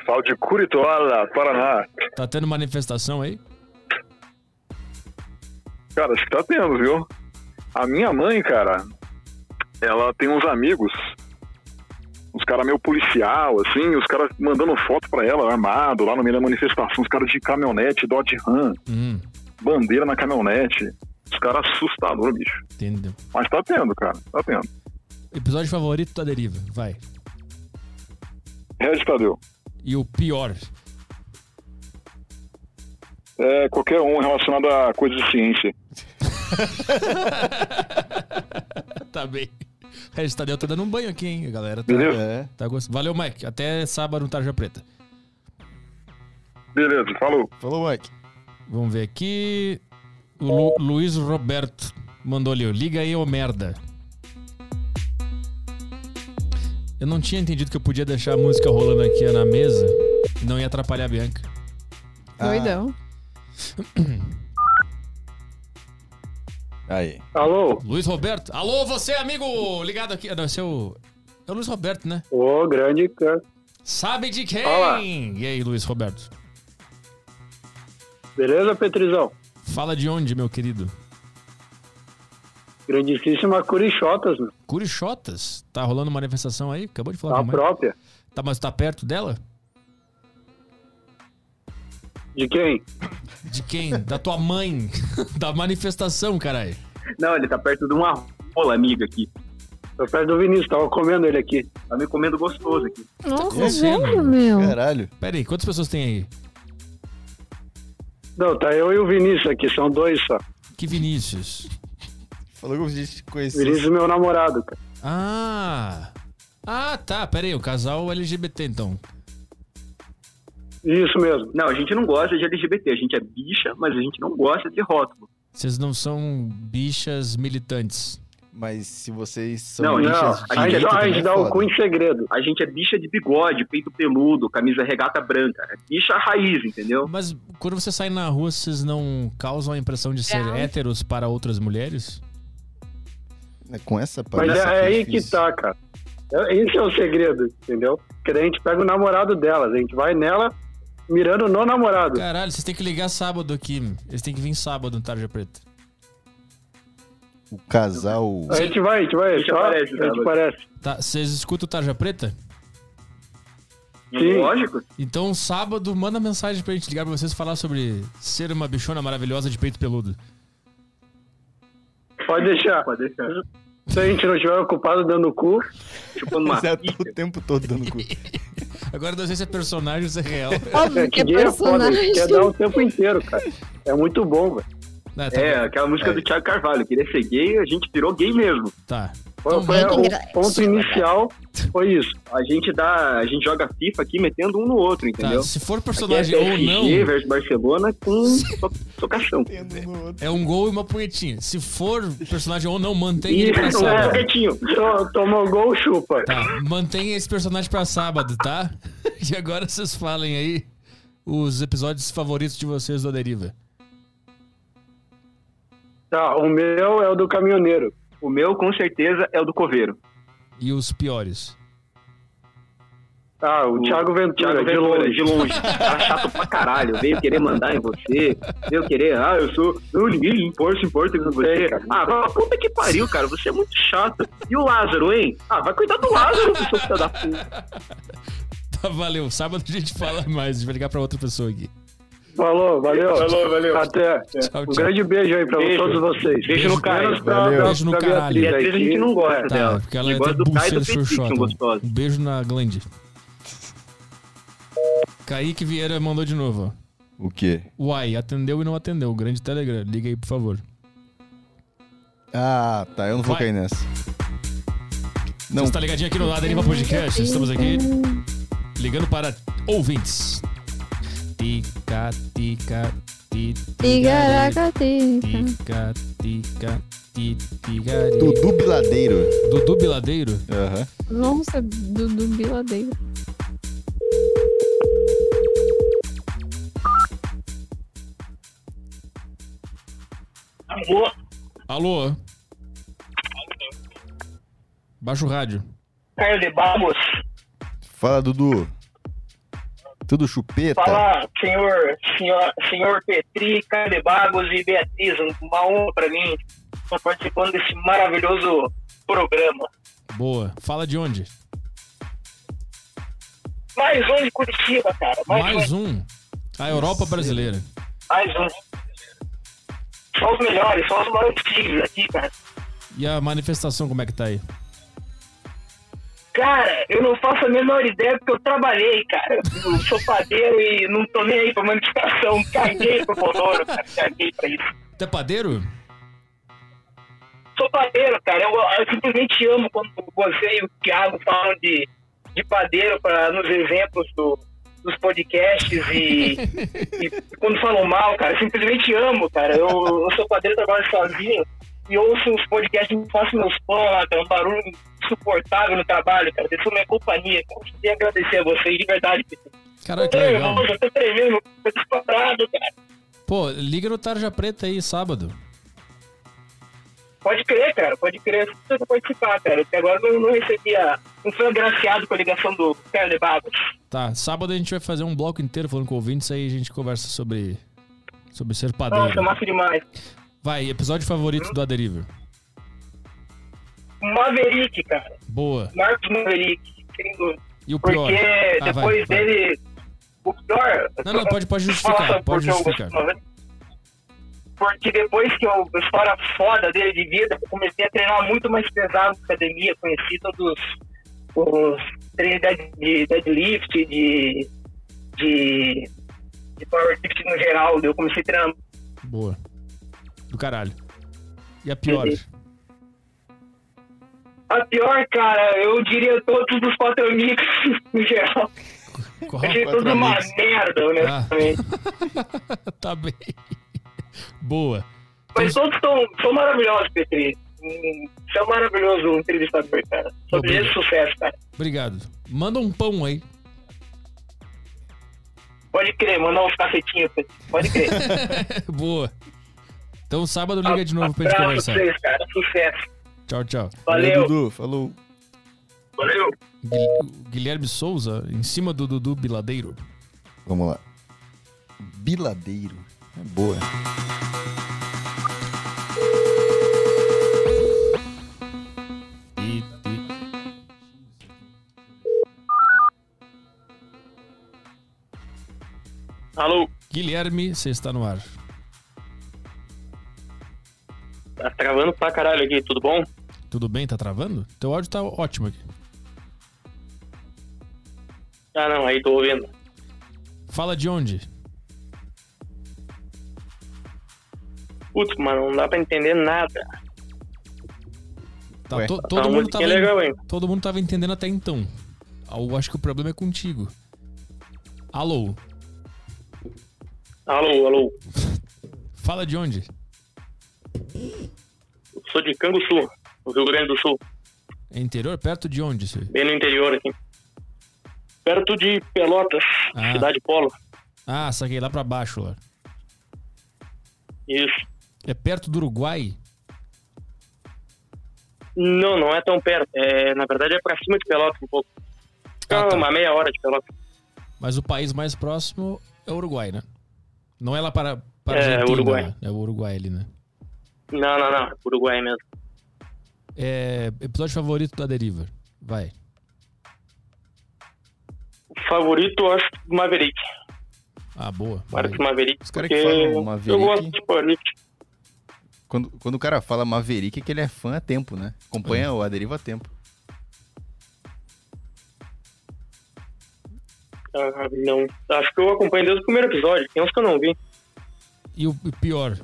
Speaker 8: Falo de Curitola, Paraná.
Speaker 1: Tá tendo manifestação aí?
Speaker 8: Cara, acho que tá tendo, viu? A minha mãe, cara, ela tem uns amigos, uns caras meio policial, assim, os caras mandando foto pra ela, armado, lá no meio da manifestação, os caras de caminhonete, Dodge Ram,
Speaker 1: Hum,
Speaker 8: bandeira na caminhonete. Os caras assustador, bicho.
Speaker 1: entendeu.
Speaker 8: Mas tá tendo, cara, tá tendo.
Speaker 1: Episódio favorito da deriva, vai.
Speaker 8: Regis Tadeu,
Speaker 1: E o pior.
Speaker 8: é qualquer um relacionado a coisa de ciência.
Speaker 1: tá bem. Regis Tadeu tá dando um banho aqui, hein? A galera tá,
Speaker 8: Beleza?
Speaker 1: é, tá gostando. Valeu, Mike. Até sábado no Tarja Preta.
Speaker 8: Beleza, falou.
Speaker 2: Falou, Mike.
Speaker 1: Vamos ver aqui. O Lu- Luiz Roberto mandou ali, ó, liga aí, ô merda. Eu não tinha entendido que eu podia deixar a música rolando aqui ó, na mesa e não ia atrapalhar a Bianca. Ah.
Speaker 3: Doidão.
Speaker 2: Aí.
Speaker 10: Alô?
Speaker 1: Luiz Roberto? Alô, você, amigo! Ligado aqui. Ah, Não, esse é o. É o Luiz Roberto, né?
Speaker 10: Ô, grande cara.
Speaker 1: Sabe de quem?
Speaker 10: Olá.
Speaker 1: E aí, Luiz Roberto?
Speaker 10: Beleza, Petrizão?
Speaker 1: Fala de onde, meu querido?
Speaker 10: Grandíssima Curixotas, meu.
Speaker 1: Curixotas? Tá rolando uma manifestação aí? Acabou de falar
Speaker 10: A
Speaker 1: com a mãe.
Speaker 10: própria.
Speaker 1: Tá, mas tá perto dela?
Speaker 10: De quem?
Speaker 1: De quem? Da tua mãe. da manifestação, caralho.
Speaker 10: Não, ele tá perto de uma rola amiga aqui. Tô perto do Vinícius, tava comendo ele aqui. Tá me comendo gostoso aqui.
Speaker 3: Nossa,
Speaker 1: Você,
Speaker 3: velho,
Speaker 1: mano.
Speaker 3: Tá meu.
Speaker 2: Caralho.
Speaker 1: Pera aí, quantas pessoas tem aí?
Speaker 10: Não, tá eu e o Vinícius aqui, são dois só.
Speaker 1: Que Vinícius?
Speaker 2: Falou que a gente conhecia.
Speaker 10: Vinícius é meu namorado, cara.
Speaker 1: Ah! Ah, tá. Pera aí, o casal LGBT, então.
Speaker 10: Isso mesmo.
Speaker 6: Não, a gente não gosta de LGBT, a gente é bicha, mas a gente não gosta de rótulo.
Speaker 1: Vocês não são bichas militantes.
Speaker 2: Mas se vocês são
Speaker 6: Não,
Speaker 2: de direita, também é foda.
Speaker 10: em segredo.
Speaker 6: A gente é bicha de bigode, peito peludo, camisa regata branca. É bicha raiz, entendeu?
Speaker 1: Mas quando você sai na rua, vocês não causam a impressão de ser
Speaker 6: Não.
Speaker 1: héteros para outras mulheres?
Speaker 2: É Com essa parte.
Speaker 10: Mas é,
Speaker 2: aqui
Speaker 10: aí
Speaker 2: difícil.
Speaker 10: que tá, cara. É- Esse é o segredo, entendeu? Porque daí a gente pega o namorado delas, a gente vai nela mirando no namorado.
Speaker 1: Caralho, vocês têm que ligar sábado aqui. meu. Eles têm que vir sábado no Tarja Preta.
Speaker 2: O casal.
Speaker 10: A gente vai, a gente vai,
Speaker 1: A gente
Speaker 10: só,
Speaker 1: aparece,
Speaker 10: a
Speaker 1: cara.
Speaker 10: gente parece.
Speaker 1: Tá, vocês escutam o Tarja Preta?
Speaker 10: Sim. Lógico.
Speaker 1: Então, sábado, manda mensagem pra gente ligar pra vocês falar sobre ser uma bichona maravilhosa de peito peludo.
Speaker 10: Pode deixar. Pode deixar. Se a gente não estiver ocupado dando cu, tipo, chupando
Speaker 1: uma
Speaker 2: Zé, tá o tempo todo dando cu.
Speaker 1: Agora, não sei se é personagem ou se é real.
Speaker 10: que gay é foda, a gente quer dar o tempo inteiro, cara. É muito bom, velho.
Speaker 1: tá,
Speaker 6: é, aquela música do Thiago Carvalho, queria ser gay, a gente virou gay mesmo.
Speaker 1: Tá.
Speaker 10: Foi, foi
Speaker 3: é
Speaker 10: o ponto inicial foi isso.
Speaker 6: A gente dá, a gente joga FIFA aqui metendo um no outro, entendeu?
Speaker 1: se for Tá. personagem
Speaker 6: Aqui é
Speaker 1: ou
Speaker 6: PSG
Speaker 1: não-
Speaker 6: versus Barcelona com to- tocação.
Speaker 1: É um gol e uma punhetinha. Se for personagem ou não,
Speaker 6: um
Speaker 1: mantém ele pra
Speaker 10: Isso, é,
Speaker 1: sábado.
Speaker 10: quietinho. To- Tomou um gol, chupa.
Speaker 1: Tá, mantém esse personagem pra sábado, tá? E agora vocês falem aí os episódios favoritos de vocês do A Deriva.
Speaker 10: Tá, o meu é o do caminhoneiro.
Speaker 6: O meu, com certeza, é o do coveiro.
Speaker 1: E os piores.
Speaker 10: Ah, o, Thiago Ventura,
Speaker 6: Thiago
Speaker 10: de
Speaker 6: Ventura,
Speaker 10: longe.
Speaker 6: de longe. Tá chato pra caralho. Veio querer mandar em você. Veio querer, ah, eu sou. Não, ninguém importa, se importa com
Speaker 10: É.
Speaker 6: você. Ah, vai pra puta que pariu, cara. Você é muito chato. E o Lázaro, hein? Ah, vai cuidar do Lázaro, seu filho da puta.
Speaker 1: Tá, valeu. Sábado a gente fala mais. A gente vai ligar pra outra pessoa aqui.
Speaker 10: Falou, valeu.
Speaker 1: Falou, valeu.
Speaker 10: Até.
Speaker 1: Tchau,
Speaker 10: um
Speaker 1: tchau.
Speaker 10: grande beijo aí pra
Speaker 1: Beijo.
Speaker 10: todos vocês.
Speaker 1: Beijo no cara.
Speaker 10: Menos pra-
Speaker 1: Valeu.
Speaker 10: pra-
Speaker 1: Beijo no
Speaker 10: pra
Speaker 1: caralho.
Speaker 10: Beatriz
Speaker 1: Beatriz a gente
Speaker 10: aqui.
Speaker 1: não
Speaker 6: gosta
Speaker 1: Tá,
Speaker 6: dela.
Speaker 1: porque ela
Speaker 6: Quem
Speaker 1: é
Speaker 6: gosta
Speaker 1: do
Speaker 6: do Caio
Speaker 1: buceira
Speaker 6: do Petit,
Speaker 1: chuchota.
Speaker 6: são gostosos.
Speaker 1: Um beijo na glande. Kaique Vieira mandou de novo, ó.
Speaker 2: O quê?
Speaker 1: Uai, atendeu e não atendeu. Grande Telegram. Liga aí, por favor.
Speaker 2: Ah, tá. Eu não vou
Speaker 1: Vai.
Speaker 2: cair nessa.
Speaker 1: Você tá- está ligadinho aqui no lado Deriva Podcast. Estamos aqui ligando para ouvintes. Tica, tica, ti,
Speaker 3: Tigaracatica.
Speaker 1: tica, tica, ti, tigari.
Speaker 2: Dudu Biladeiro.
Speaker 1: Dudu Biladeiro?
Speaker 2: Aham.
Speaker 1: Hum.
Speaker 3: Nossa, do, do biladeiro.
Speaker 1: Alô? Alô? Baixa o rádio.
Speaker 6: Caio de Barros.
Speaker 2: Fala, Dudu. Tudo chupeta?
Speaker 6: Fala, senhor, senhor, senhor Petri, Caio de Bagos e Beatriz. Uma honra pra mim estar participando desse maravilhoso programa.
Speaker 1: Boa. Fala de onde?
Speaker 6: Mais um de Curitiba, cara. Mais,
Speaker 1: Mais um. A Europa brasileira.
Speaker 6: Mais um. Só os melhores, só os maiores tigres aqui, cara.
Speaker 1: E a manifestação, como é que tá aí?
Speaker 6: Cara, eu não faço a menor ideia porque eu trabalhei, cara. Eu sou padeiro e não tô nem aí pra manifestação. Caguei pro Bolsonaro, cara. Caguei pra isso.
Speaker 1: Até é padeiro?
Speaker 6: sou padeiro, cara. Eu, eu simplesmente amo quando você e o Thiago falam de, de padeiro pra, nos exemplos do- dos podcasts e, e quando falam mal, cara. eu simplesmente amo, cara. Eu, eu sou padeiro, trabalho sozinho e ouço os podcasts e faço meus pão lá, cara. Um barulho insuportável no trabalho, cara. Vocês são minha companhia. cara. Eu queria agradecer a vocês, de verdade.
Speaker 1: Caraca, que
Speaker 6: eu tô
Speaker 1: legal.
Speaker 6: nervoso, eu tô tremendo, eu tô disparado, cara.
Speaker 1: Pô, liga no Tarja Preta aí, sábado.
Speaker 6: Pode crer, cara, pode crer. Eu preciso participar, cara. Até agora eu não recebi a. Não fui agraciado com a ligação do Carlos de Bagos.
Speaker 1: Tá, sábado a gente vai fazer um bloco inteiro falando com ouvintes, aí a gente conversa sobre, sobre ser
Speaker 6: Nossa,
Speaker 1: padeiro.
Speaker 6: massa demais.
Speaker 1: Vai, episódio favorito do Aderiver.
Speaker 6: Maverick, cara.
Speaker 1: Boa.
Speaker 6: Marcos Maverick. sem dúvida.
Speaker 1: E o pior?
Speaker 6: Porque
Speaker 1: Ah, vai,
Speaker 6: depois
Speaker 1: vai.
Speaker 6: dele. O pior.
Speaker 1: Não, não, pode- pode justificar,
Speaker 6: Fala só
Speaker 1: pode
Speaker 6: porque eu
Speaker 1: justificar.
Speaker 6: gosto do Maverick. Porque depois que eu, a história foda dele de vida, eu comecei a treinar muito mais pesado na academia, conheci todos os treinos de- de deadlift, de, de, de powerlift no geral. Eu comecei a treinar
Speaker 1: Boa. Do caralho. E a pior?
Speaker 6: Uhum. A pior, cara, eu diria todos os quatro amigos no geral.
Speaker 1: Qual
Speaker 6: eu diria
Speaker 1: quatro Ah.
Speaker 6: tudo uma
Speaker 1: amigos?
Speaker 6: merda, honestamente.
Speaker 1: tá bem. Boa.
Speaker 6: Mas todos são, são maravilhosos, Petri. Hum, Você é um maravilhoso entrevistador, cara. Sou de sucesso, cara.
Speaker 1: Obrigado. Manda um pão aí.
Speaker 6: Pode crer, mandar uns cacetinhos, Petri. Pode crer.
Speaker 1: Boa. Então sábado liga de novo pra gente
Speaker 6: Abraço pra
Speaker 1: conversar.
Speaker 6: vocês, cara. Sucesso.
Speaker 1: Tchau, tchau.
Speaker 6: Valeu.
Speaker 1: Dudu. Falou.
Speaker 6: Valeu.
Speaker 1: Guilherme Souza, em cima do Dudu Biladeiro.
Speaker 2: Vamos lá. Biladeiro. É boa.
Speaker 6: Alô?
Speaker 1: Guilherme, você está no ar.
Speaker 6: Tá travando pra caralho aqui, tudo bom?
Speaker 1: Tudo bem? Tá travando? Teu áudio tá ótimo aqui.
Speaker 6: Ah, não, aí tô ouvindo.
Speaker 1: Fala de onde?
Speaker 6: Putz, mano, não dá pra entender nada.
Speaker 1: Tá,
Speaker 6: Ué.
Speaker 1: to-
Speaker 6: Tá
Speaker 1: todo,
Speaker 6: uma
Speaker 1: mundo
Speaker 6: musiquinha
Speaker 1: tava,
Speaker 6: legal, hein?
Speaker 1: todo mundo tava entendendo até então. Ah, Eu acho que o problema é contigo. Alô,
Speaker 6: Alô, alô.
Speaker 1: fala de onde?
Speaker 6: Eu sou de Canguçu, no Rio Grande do Sul.
Speaker 1: É interior? Perto de onde isso aí?
Speaker 6: bem no interior aqui. Perto de Pelotas,
Speaker 1: Ah.
Speaker 6: Cidade Polo.
Speaker 1: Ah, saquei lá pra baixo lá.
Speaker 6: Isso.
Speaker 1: É perto do Uruguai?
Speaker 6: Não, não é tão perto. É, na verdade é pra cima de Pelotas um pouco.
Speaker 2: Ah,
Speaker 6: Fica
Speaker 2: tá.
Speaker 6: uma meia hora de Pelotas.
Speaker 1: Mas o país mais próximo é o Uruguai, né? Não é lá para, para
Speaker 6: É,
Speaker 1: Argentina,
Speaker 6: Uruguai.
Speaker 1: né? É o Uruguai ali, né?
Speaker 6: Não, não, não. Uruguai mesmo.
Speaker 1: É episódio favorito da Deriva. Vai.
Speaker 6: Favorito, eu acho, Maverick.
Speaker 1: Ah, boa.
Speaker 6: Marcos Maverick.
Speaker 2: Os caras que
Speaker 6: porque
Speaker 2: falam
Speaker 6: Eu
Speaker 2: Maverick-
Speaker 6: gosto de Maverick.
Speaker 2: Quando, quando o cara fala Maverick, é que ele é fã a tempo, né? Acompanha o Aderiva a tempo.
Speaker 6: Ah, não. Acho que eu acompanho desde o primeiro episódio. Tem uns que eu não vi.
Speaker 1: E o pior?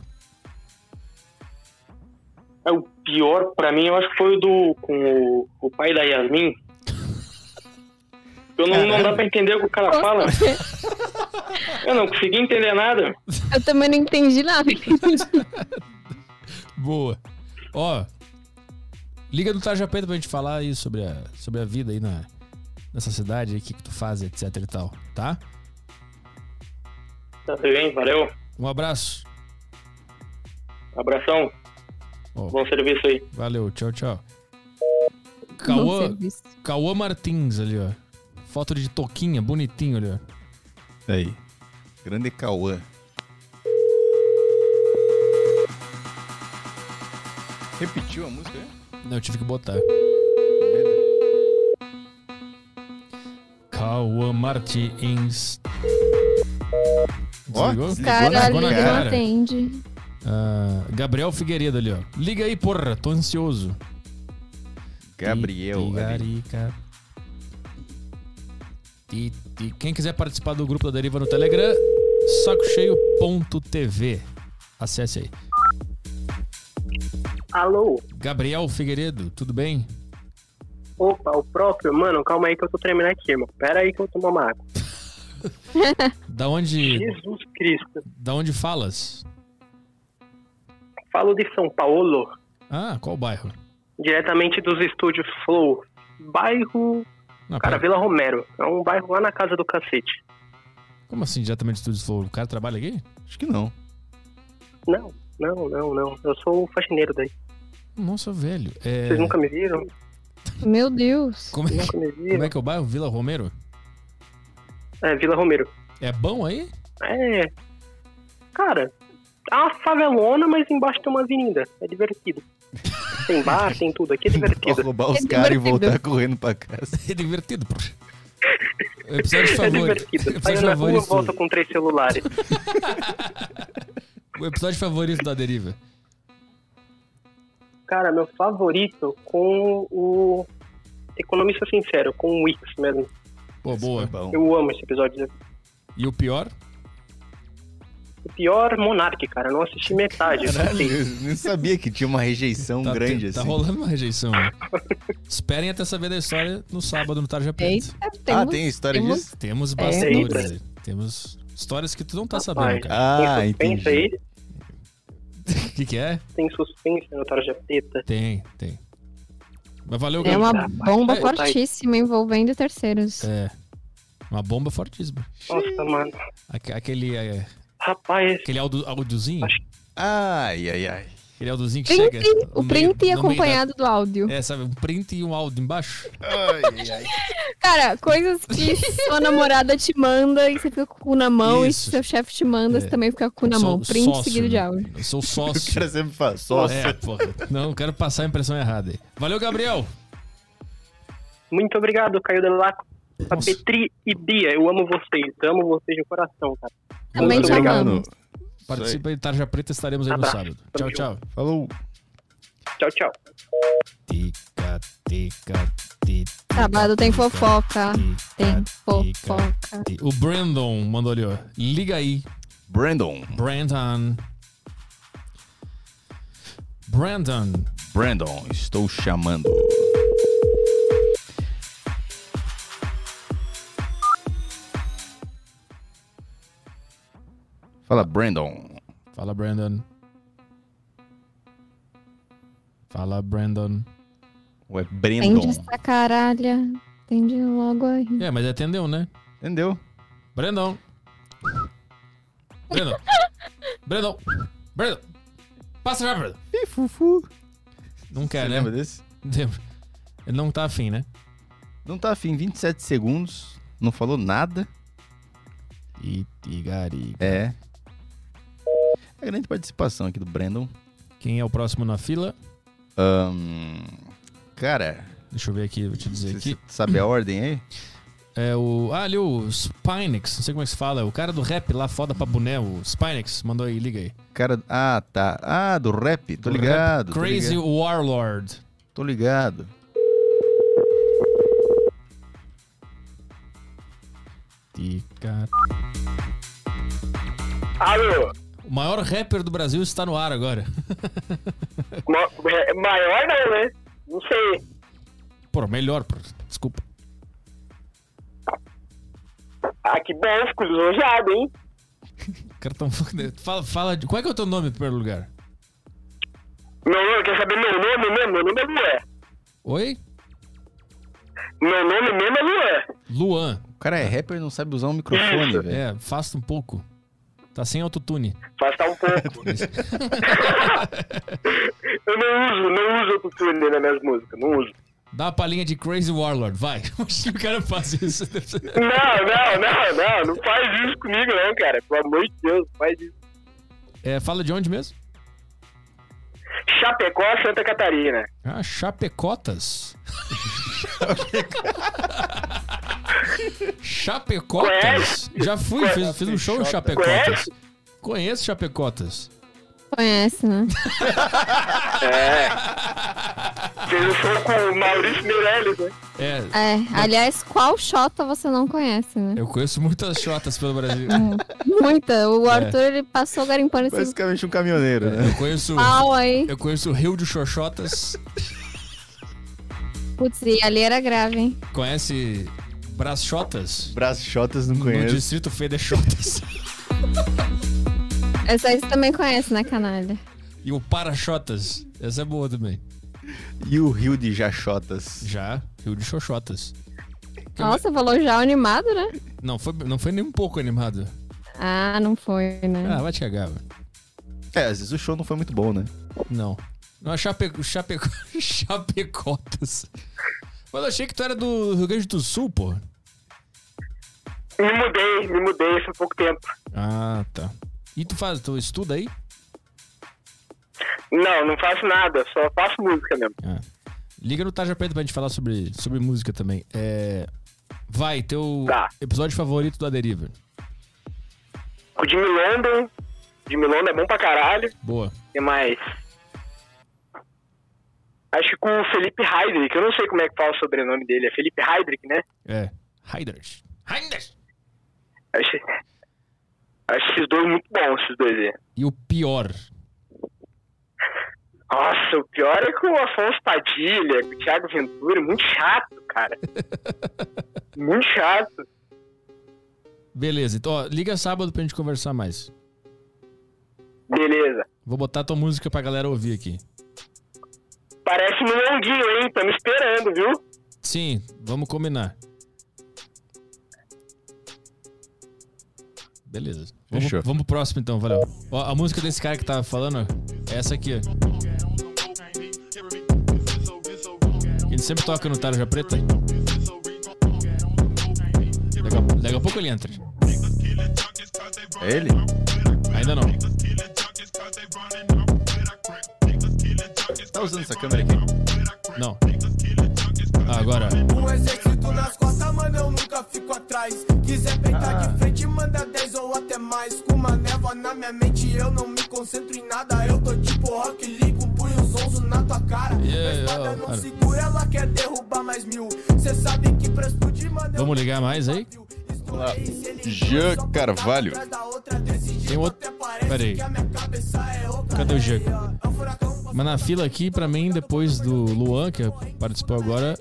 Speaker 6: É o
Speaker 8: pior pra mim, eu acho que foi o do. com o, o pai da Yasmin. Eu não, não dá pra entender o que o cara fala. Eu não consegui entender nada.
Speaker 3: Eu também não entendi nada.
Speaker 1: Boa. Ó, liga do Tarja Preta pra gente falar aí sobre a, sobre a vida aí na, nessa cidade, o que, que tu faz, etc e tal, tá?
Speaker 8: Tá bem, valeu.
Speaker 1: Um abraço.
Speaker 8: Abração.
Speaker 1: Ó.
Speaker 8: Bom serviço aí.
Speaker 1: Valeu, tchau, tchau.
Speaker 8: Bom
Speaker 1: Cauã,
Speaker 8: serviço.
Speaker 1: Cauã Martins ali, ó. Foto de toquinha, bonitinho ali, ó.
Speaker 2: Aí. Grande Cauã. Repetiu a música é? aí?
Speaker 1: Não, eu tive que botar. Cauã Martins. Desligou?
Speaker 3: Caralho,
Speaker 1: Desligou na
Speaker 3: ele não
Speaker 1: cara.
Speaker 3: atende.
Speaker 1: Ah, Gabriel Figueiredo ali, ó. Liga aí, porra, tô ansioso.
Speaker 2: Gabriel, ali.
Speaker 1: Tigarica. E, e quem quiser participar do grupo da Deriva no Telegram, sacocheio.tv. Acesse aí.
Speaker 6: Alô?
Speaker 1: Gabriel Figueiredo, tudo bem?
Speaker 6: Opa, o próprio? Mano, calma aí que eu tô tremendo aqui, mano. Pera aí que eu tomo uma água.
Speaker 1: Da onde,
Speaker 6: Jesus Cristo.
Speaker 1: da onde falas?
Speaker 6: Falo de São Paulo,
Speaker 1: Ah, qual bairro?
Speaker 6: diretamente dos estúdios Flow. Bairro.
Speaker 1: Não,
Speaker 6: cara, Vila Romero. É um bairro lá na casa do cacete.
Speaker 1: Como assim, diretamente do Estúdio Flow? O cara trabalha aqui?
Speaker 2: Acho que não.
Speaker 6: Não, não, não, não. Eu sou o faxineiro daí.
Speaker 1: Nossa, velho. É...
Speaker 6: Vocês nunca me viram?
Speaker 3: Meu Deus.
Speaker 1: Como é, que...
Speaker 6: Nunca me viram.
Speaker 1: Como é que é o bairro? Vila Romero?
Speaker 6: É, Vila Romero.
Speaker 1: É bom aí?
Speaker 6: É. Cara, é uma favelona, mas embaixo tem uma avenida. É divertido. Tem bar, tem tudo. Aqui é divertido.
Speaker 2: Roubar os caras e voltar correndo pra casa.
Speaker 1: É divertido, pô. Eu preciso de
Speaker 6: É
Speaker 1: favor.
Speaker 6: divertido. Saiu na rua, volta com três celulares.
Speaker 1: O episódio favorito da Deriva.
Speaker 6: Cara, meu favorito com o. Economista Sincero, com o Wix mesmo.
Speaker 1: Pô, boa.
Speaker 6: Eu amo esse episódio.
Speaker 1: E o pior?
Speaker 6: O pior Monark, cara. Eu não assisti metade. Assim,
Speaker 2: Caralho, eu nem sabia que tinha uma rejeição
Speaker 1: Tá,
Speaker 2: grande
Speaker 1: tá
Speaker 2: assim.
Speaker 1: rolando uma rejeição. né? Esperem até saber da história no sábado no Tarja Preta.
Speaker 2: temos-
Speaker 3: um
Speaker 2: Ah, tem história temos- disso?
Speaker 1: Temos
Speaker 2: É.
Speaker 1: bastidores.
Speaker 2: Eita.
Speaker 1: Temos histórias que tu não tá
Speaker 6: Rapaz,
Speaker 1: sabendo, cara.
Speaker 2: Ah,
Speaker 6: tem suspense aí?
Speaker 1: O que, que é?
Speaker 6: Tem suspense no Tarja Preta.
Speaker 1: Tem, tem. Mas valeu,
Speaker 6: É
Speaker 1: Gabi.
Speaker 6: uma
Speaker 3: Bomba
Speaker 10: tá
Speaker 1: É,
Speaker 3: fortíssima envolvendo terceiros.
Speaker 1: É. Uma bomba fortíssima.
Speaker 6: Nossa, mano.
Speaker 1: Aque- Aquele. é,
Speaker 6: Rapaz.
Speaker 1: Aquele audio, audiozinho?
Speaker 2: Ai, ai, ai.
Speaker 1: Aquele audiozinho que
Speaker 3: Print,
Speaker 1: chega.
Speaker 3: o
Speaker 1: no
Speaker 3: print
Speaker 1: meio- no meio
Speaker 3: acompanhado do áudio.
Speaker 1: da- É, sabe? Um print e um áudio embaixo.
Speaker 3: Cara, coisas que sua namorada te manda e você fica com o cu na mão, e
Speaker 1: Isso.
Speaker 3: seu chefe te manda, você também fica com o cu na
Speaker 1: Sou
Speaker 3: mão. Print
Speaker 1: sócio,
Speaker 3: seguido de
Speaker 1: né?
Speaker 3: áudio.
Speaker 1: Eu sou sócio.
Speaker 2: O cara sempre fala sócio.
Speaker 1: É, porra. Não, quero passar a impressão errada aí. Valeu, Gabriel.
Speaker 6: Muito obrigado, Caio Delaco. A Petri e Bia, eu amo vocês. Eu amo vocês de coração, cara.
Speaker 3: Também
Speaker 2: tá
Speaker 3: te
Speaker 1: Obrigado.
Speaker 3: amamos.
Speaker 1: Participa aí, Tarja Preta, estaremos aí no
Speaker 6: Abraço.
Speaker 1: sábado. Tchau, tchau.
Speaker 2: Falou.
Speaker 6: Tchau, tchau.
Speaker 1: Tica, tica, tica.
Speaker 3: Sábado tem fofoca. Tem fofoca.
Speaker 1: O Brandon mandou ali, ó. Liga aí.
Speaker 2: Brandon.
Speaker 1: Brandon. Brandon.
Speaker 2: Brandon, estou chamando. Fala, Brandon.
Speaker 1: Fala, Brandon. Fala, Brandon.
Speaker 2: Ué,
Speaker 3: Entende
Speaker 2: Brandon.
Speaker 3: essa caralha. Entende logo aí.
Speaker 1: É, mas atendeu, né?
Speaker 2: Entendeu?
Speaker 1: Brandon. Brandon. Brandon. Brandon. Passa já, Brandon. Não quer,
Speaker 2: Você
Speaker 1: né?
Speaker 2: lembra desse?
Speaker 1: Lembro. Ele não tá afim, né?
Speaker 2: Não tá afim, 27 segundos, não falou nada.
Speaker 1: Itigariga.
Speaker 2: É. A grande participação aqui do Brandon.
Speaker 1: Quem é o próximo na fila?
Speaker 2: Ahn, cara,
Speaker 1: Deixa eu ver aqui, vou te dizer aqui.
Speaker 2: sabe a ordem aí?
Speaker 1: É o. Ah, ali o Spinex, não sei como é que se fala. é O cara do rap lá, foda pra boné, o Spinex, mandou aí, liga aí.
Speaker 2: Cara, ah, tá. Ah, do rap, tô
Speaker 1: Do rap,
Speaker 2: ligado. tô
Speaker 1: Crazy
Speaker 2: ligado.
Speaker 1: Warlord.
Speaker 2: Tô ligado.
Speaker 1: Tica.
Speaker 23: Alô?
Speaker 1: O maior rapper do Brasil está no ar agora.
Speaker 6: Ma- é Maior não, né? Não sei.
Speaker 1: Pô, melhor, pô. Desculpa.
Speaker 6: Ah, que bom, fico lisonjeado, hein?
Speaker 1: O cara tá um pouco de- Fala, fala de... Qual é, que é o teu nome, em primeiro lugar?
Speaker 6: Meu nome, quer saber meu nome mesmo? Meu nome é Luan.
Speaker 1: Oi?
Speaker 6: Meu nome mesmo é Luan.
Speaker 1: Luan.
Speaker 18: O cara é rapper e não sabe usar um microfone, velho.
Speaker 1: É, afasta um pouco. Tá sem autotune.
Speaker 6: Afasta um pouco. Eu não uso, não uso autotune nas minhas músicas, não uso.
Speaker 1: Dá uma palhinha de Crazy Warlord, vai. Acho que o cara faz isso.
Speaker 6: Não, não, não, não, não faz isso comigo não, cara. Pelo amor de Deus, não faz isso.
Speaker 1: É, fala de onde mesmo?
Speaker 6: Chapecó, Santa Catarina.
Speaker 1: Ah, Chapecotas. Chapecotas?
Speaker 6: Conhece?
Speaker 1: Já fui, fiz, fiz um show em Chapecotas.
Speaker 6: Conhece?
Speaker 1: Conheço Chapecotas.
Speaker 3: Conhece, né?
Speaker 6: É. Fez um show com o Maurício Meirelles, né?
Speaker 1: É,
Speaker 3: É, aliás, qual Xota você não conhece, né?
Speaker 1: eu conheço muitas chotas pelo Brasil.
Speaker 3: Muita. O
Speaker 1: É.
Speaker 3: Arthur, ele passou garimpando esses
Speaker 18: Basicamente um caminhoneiro, né?
Speaker 1: Eu conheço,
Speaker 3: pau aí.
Speaker 1: eu conheço o Rio de Xoxotas.
Speaker 3: Putz, e ali era grave, hein?
Speaker 1: Conhece Braschotas?
Speaker 18: Braschotas não
Speaker 1: No
Speaker 18: conheço.
Speaker 1: distrito Fedechotas.
Speaker 3: Essa aí você também conhece, né, canalha?
Speaker 1: e o Parachotas. Essa é boa também.
Speaker 18: E o Rio de Jachotas?
Speaker 1: Já, Rio de Xoxotas.
Speaker 3: Nossa, falou já animado, né?
Speaker 1: Não foi, não foi nem um pouco animado.
Speaker 3: Ah, não foi, né?
Speaker 1: Ah, vai te cagar, velho.
Speaker 18: É, às vezes o show não foi muito bom, né?
Speaker 1: Não. Não, é Chapeco, Chapeco, Chapecotas. Mas eu achei que tu era do Rio Grande do Sul, pô.
Speaker 6: Me mudei, me mudei faz pouco tempo.
Speaker 1: Ah, tá. E tu faz, tu estuda aí?
Speaker 6: Não, não faço nada, só faço música mesmo.
Speaker 1: Liga no Taja Preto pra gente falar sobre, sobre música também. É. Vai, teu episódio favorito do Aderiva.
Speaker 6: O Jimmy London, Jimmy London é bom pra caralho.
Speaker 1: Boa.
Speaker 6: E mais? Acho que com o Felipe Heidrich, eu não sei como é que fala o sobrenome dele, é Felipe Heidrich, né?
Speaker 1: É. Raiders.
Speaker 6: Acho, acho esses dois muito bons, esses dois aí.
Speaker 1: E o pior?
Speaker 6: Nossa, o pior é com o Afonso Padilha, com o Thiago Ventura, muito chato, cara. muito chato.
Speaker 1: Beleza, então, ó, liga sábado pra gente conversar mais.
Speaker 6: Beleza.
Speaker 1: Vou botar tua música pra galera ouvir aqui.
Speaker 6: Parece milonguinho, hein? Tamo esperando, viu?
Speaker 1: Sim, vamos combinar. Beleza. Vamos,
Speaker 18: Fechou.
Speaker 1: vamos pro próximo então, valeu. Ó, a música desse cara que tava falando ó, é essa aqui, ó. Que A gente sempre toca no Tarja Preta. Daqui a, daqui a pouco ele entra.
Speaker 18: É ele?
Speaker 1: Ainda não.
Speaker 18: Tá usando essa câmera aqui?
Speaker 1: Não. Ah, agora.
Speaker 24: O Um exército nas costas, mano, eu nunca fico atrás. Quiser peitar de frente, manda 10 ou até mais. Com uma névoa na minha mente, eu não me concentro em nada. Eu tô tipo Rock Lee com punho zonzo na tua cara.
Speaker 1: Yeah,
Speaker 24: a espada
Speaker 1: yeah,
Speaker 24: não
Speaker 1: cara.
Speaker 24: segura, ela quer derrubar mais mil. Cê sabe que pra explodir, mano, eu
Speaker 1: Vamos ligar mais aí?
Speaker 2: Jean Carvalho.
Speaker 1: Tem outro.
Speaker 24: é
Speaker 1: Pera aí. Cadê o Jeco? Mas na fila aqui, pra mim, depois do Luan, que participou agora,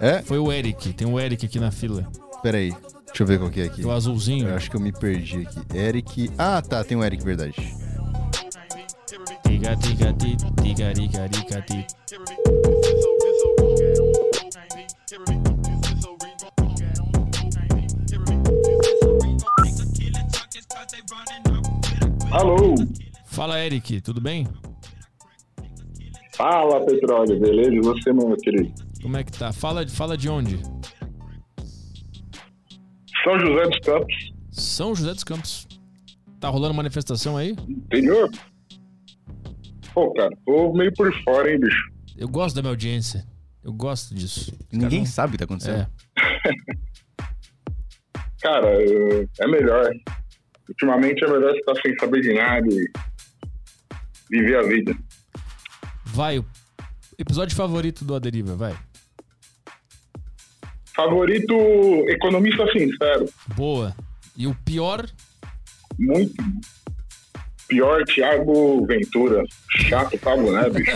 Speaker 18: É?
Speaker 1: foi o Eric. Tem o Eric aqui na fila.
Speaker 18: Pera aí. Deixa eu ver qual que é aqui.
Speaker 1: O azulzinho.
Speaker 18: Eu acho que eu me perdi aqui. Eric. Ah, tá. Tem o Eric, verdade.
Speaker 1: Tiga, tiga, ti, tiga, rica, rica, ti.
Speaker 25: Alô,
Speaker 1: Fala, Eric, tudo bem?
Speaker 25: fala Petróleo, beleza? E você, meu querido?
Speaker 1: Como é que tá? Fala, fala de onde?
Speaker 25: São José dos Campos,
Speaker 1: São José dos Campos. Tá rolando manifestação aí?
Speaker 25: interior? Pô, cara, tô meio por fora, hein, bicho?
Speaker 1: Eu gosto da minha audiência. Eu gosto disso.
Speaker 25: Ninguém
Speaker 18: sabe o que tá acontecendo.
Speaker 1: É.
Speaker 25: Cara, eh, é melhor. Ultimamente é melhor ficar sem saber de nada e viver a vida.
Speaker 1: Vai, o episódio favorito do Aderiva, vai.
Speaker 25: Favorito, economista sincero.
Speaker 1: Boa. E o pior?
Speaker 25: Muito. Pior Thiago Ventura. Chato, Pablo, né, bicho?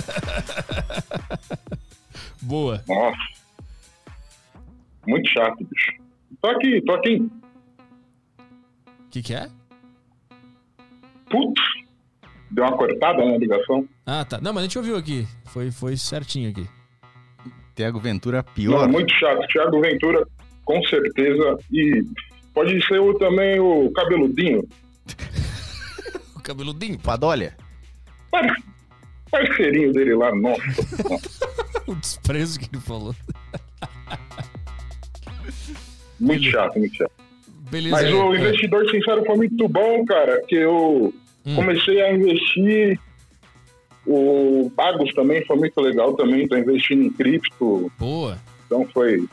Speaker 1: Boa.
Speaker 25: Nossa. Muito chato, bicho. Tô aqui, tô aqui.
Speaker 1: O que, que é?
Speaker 25: Putz. Deu uma cortada na ligação.
Speaker 1: Ah, tá. Não, mas a gente ouviu aqui. Foi, foi certinho aqui.
Speaker 18: Tiago Ventura
Speaker 25: Não,
Speaker 18: pior.
Speaker 25: muito chato. Thiago Ventura, com certeza. E pode ser o, também o Cabeludinho.
Speaker 1: o Cabeludinho?
Speaker 18: Padolha?
Speaker 25: Par- parceirinho dele lá, nossa.
Speaker 1: o desprezo que ele falou.
Speaker 25: Muito chato, muito chato.
Speaker 1: Beleza.
Speaker 25: Mas o
Speaker 1: é.
Speaker 25: investidor sincero foi muito bom, cara, que eu
Speaker 1: Hum.
Speaker 25: comecei a investir. O Pagos também foi muito legal também, tô investindo em cripto.
Speaker 1: Boa.
Speaker 25: Então foi,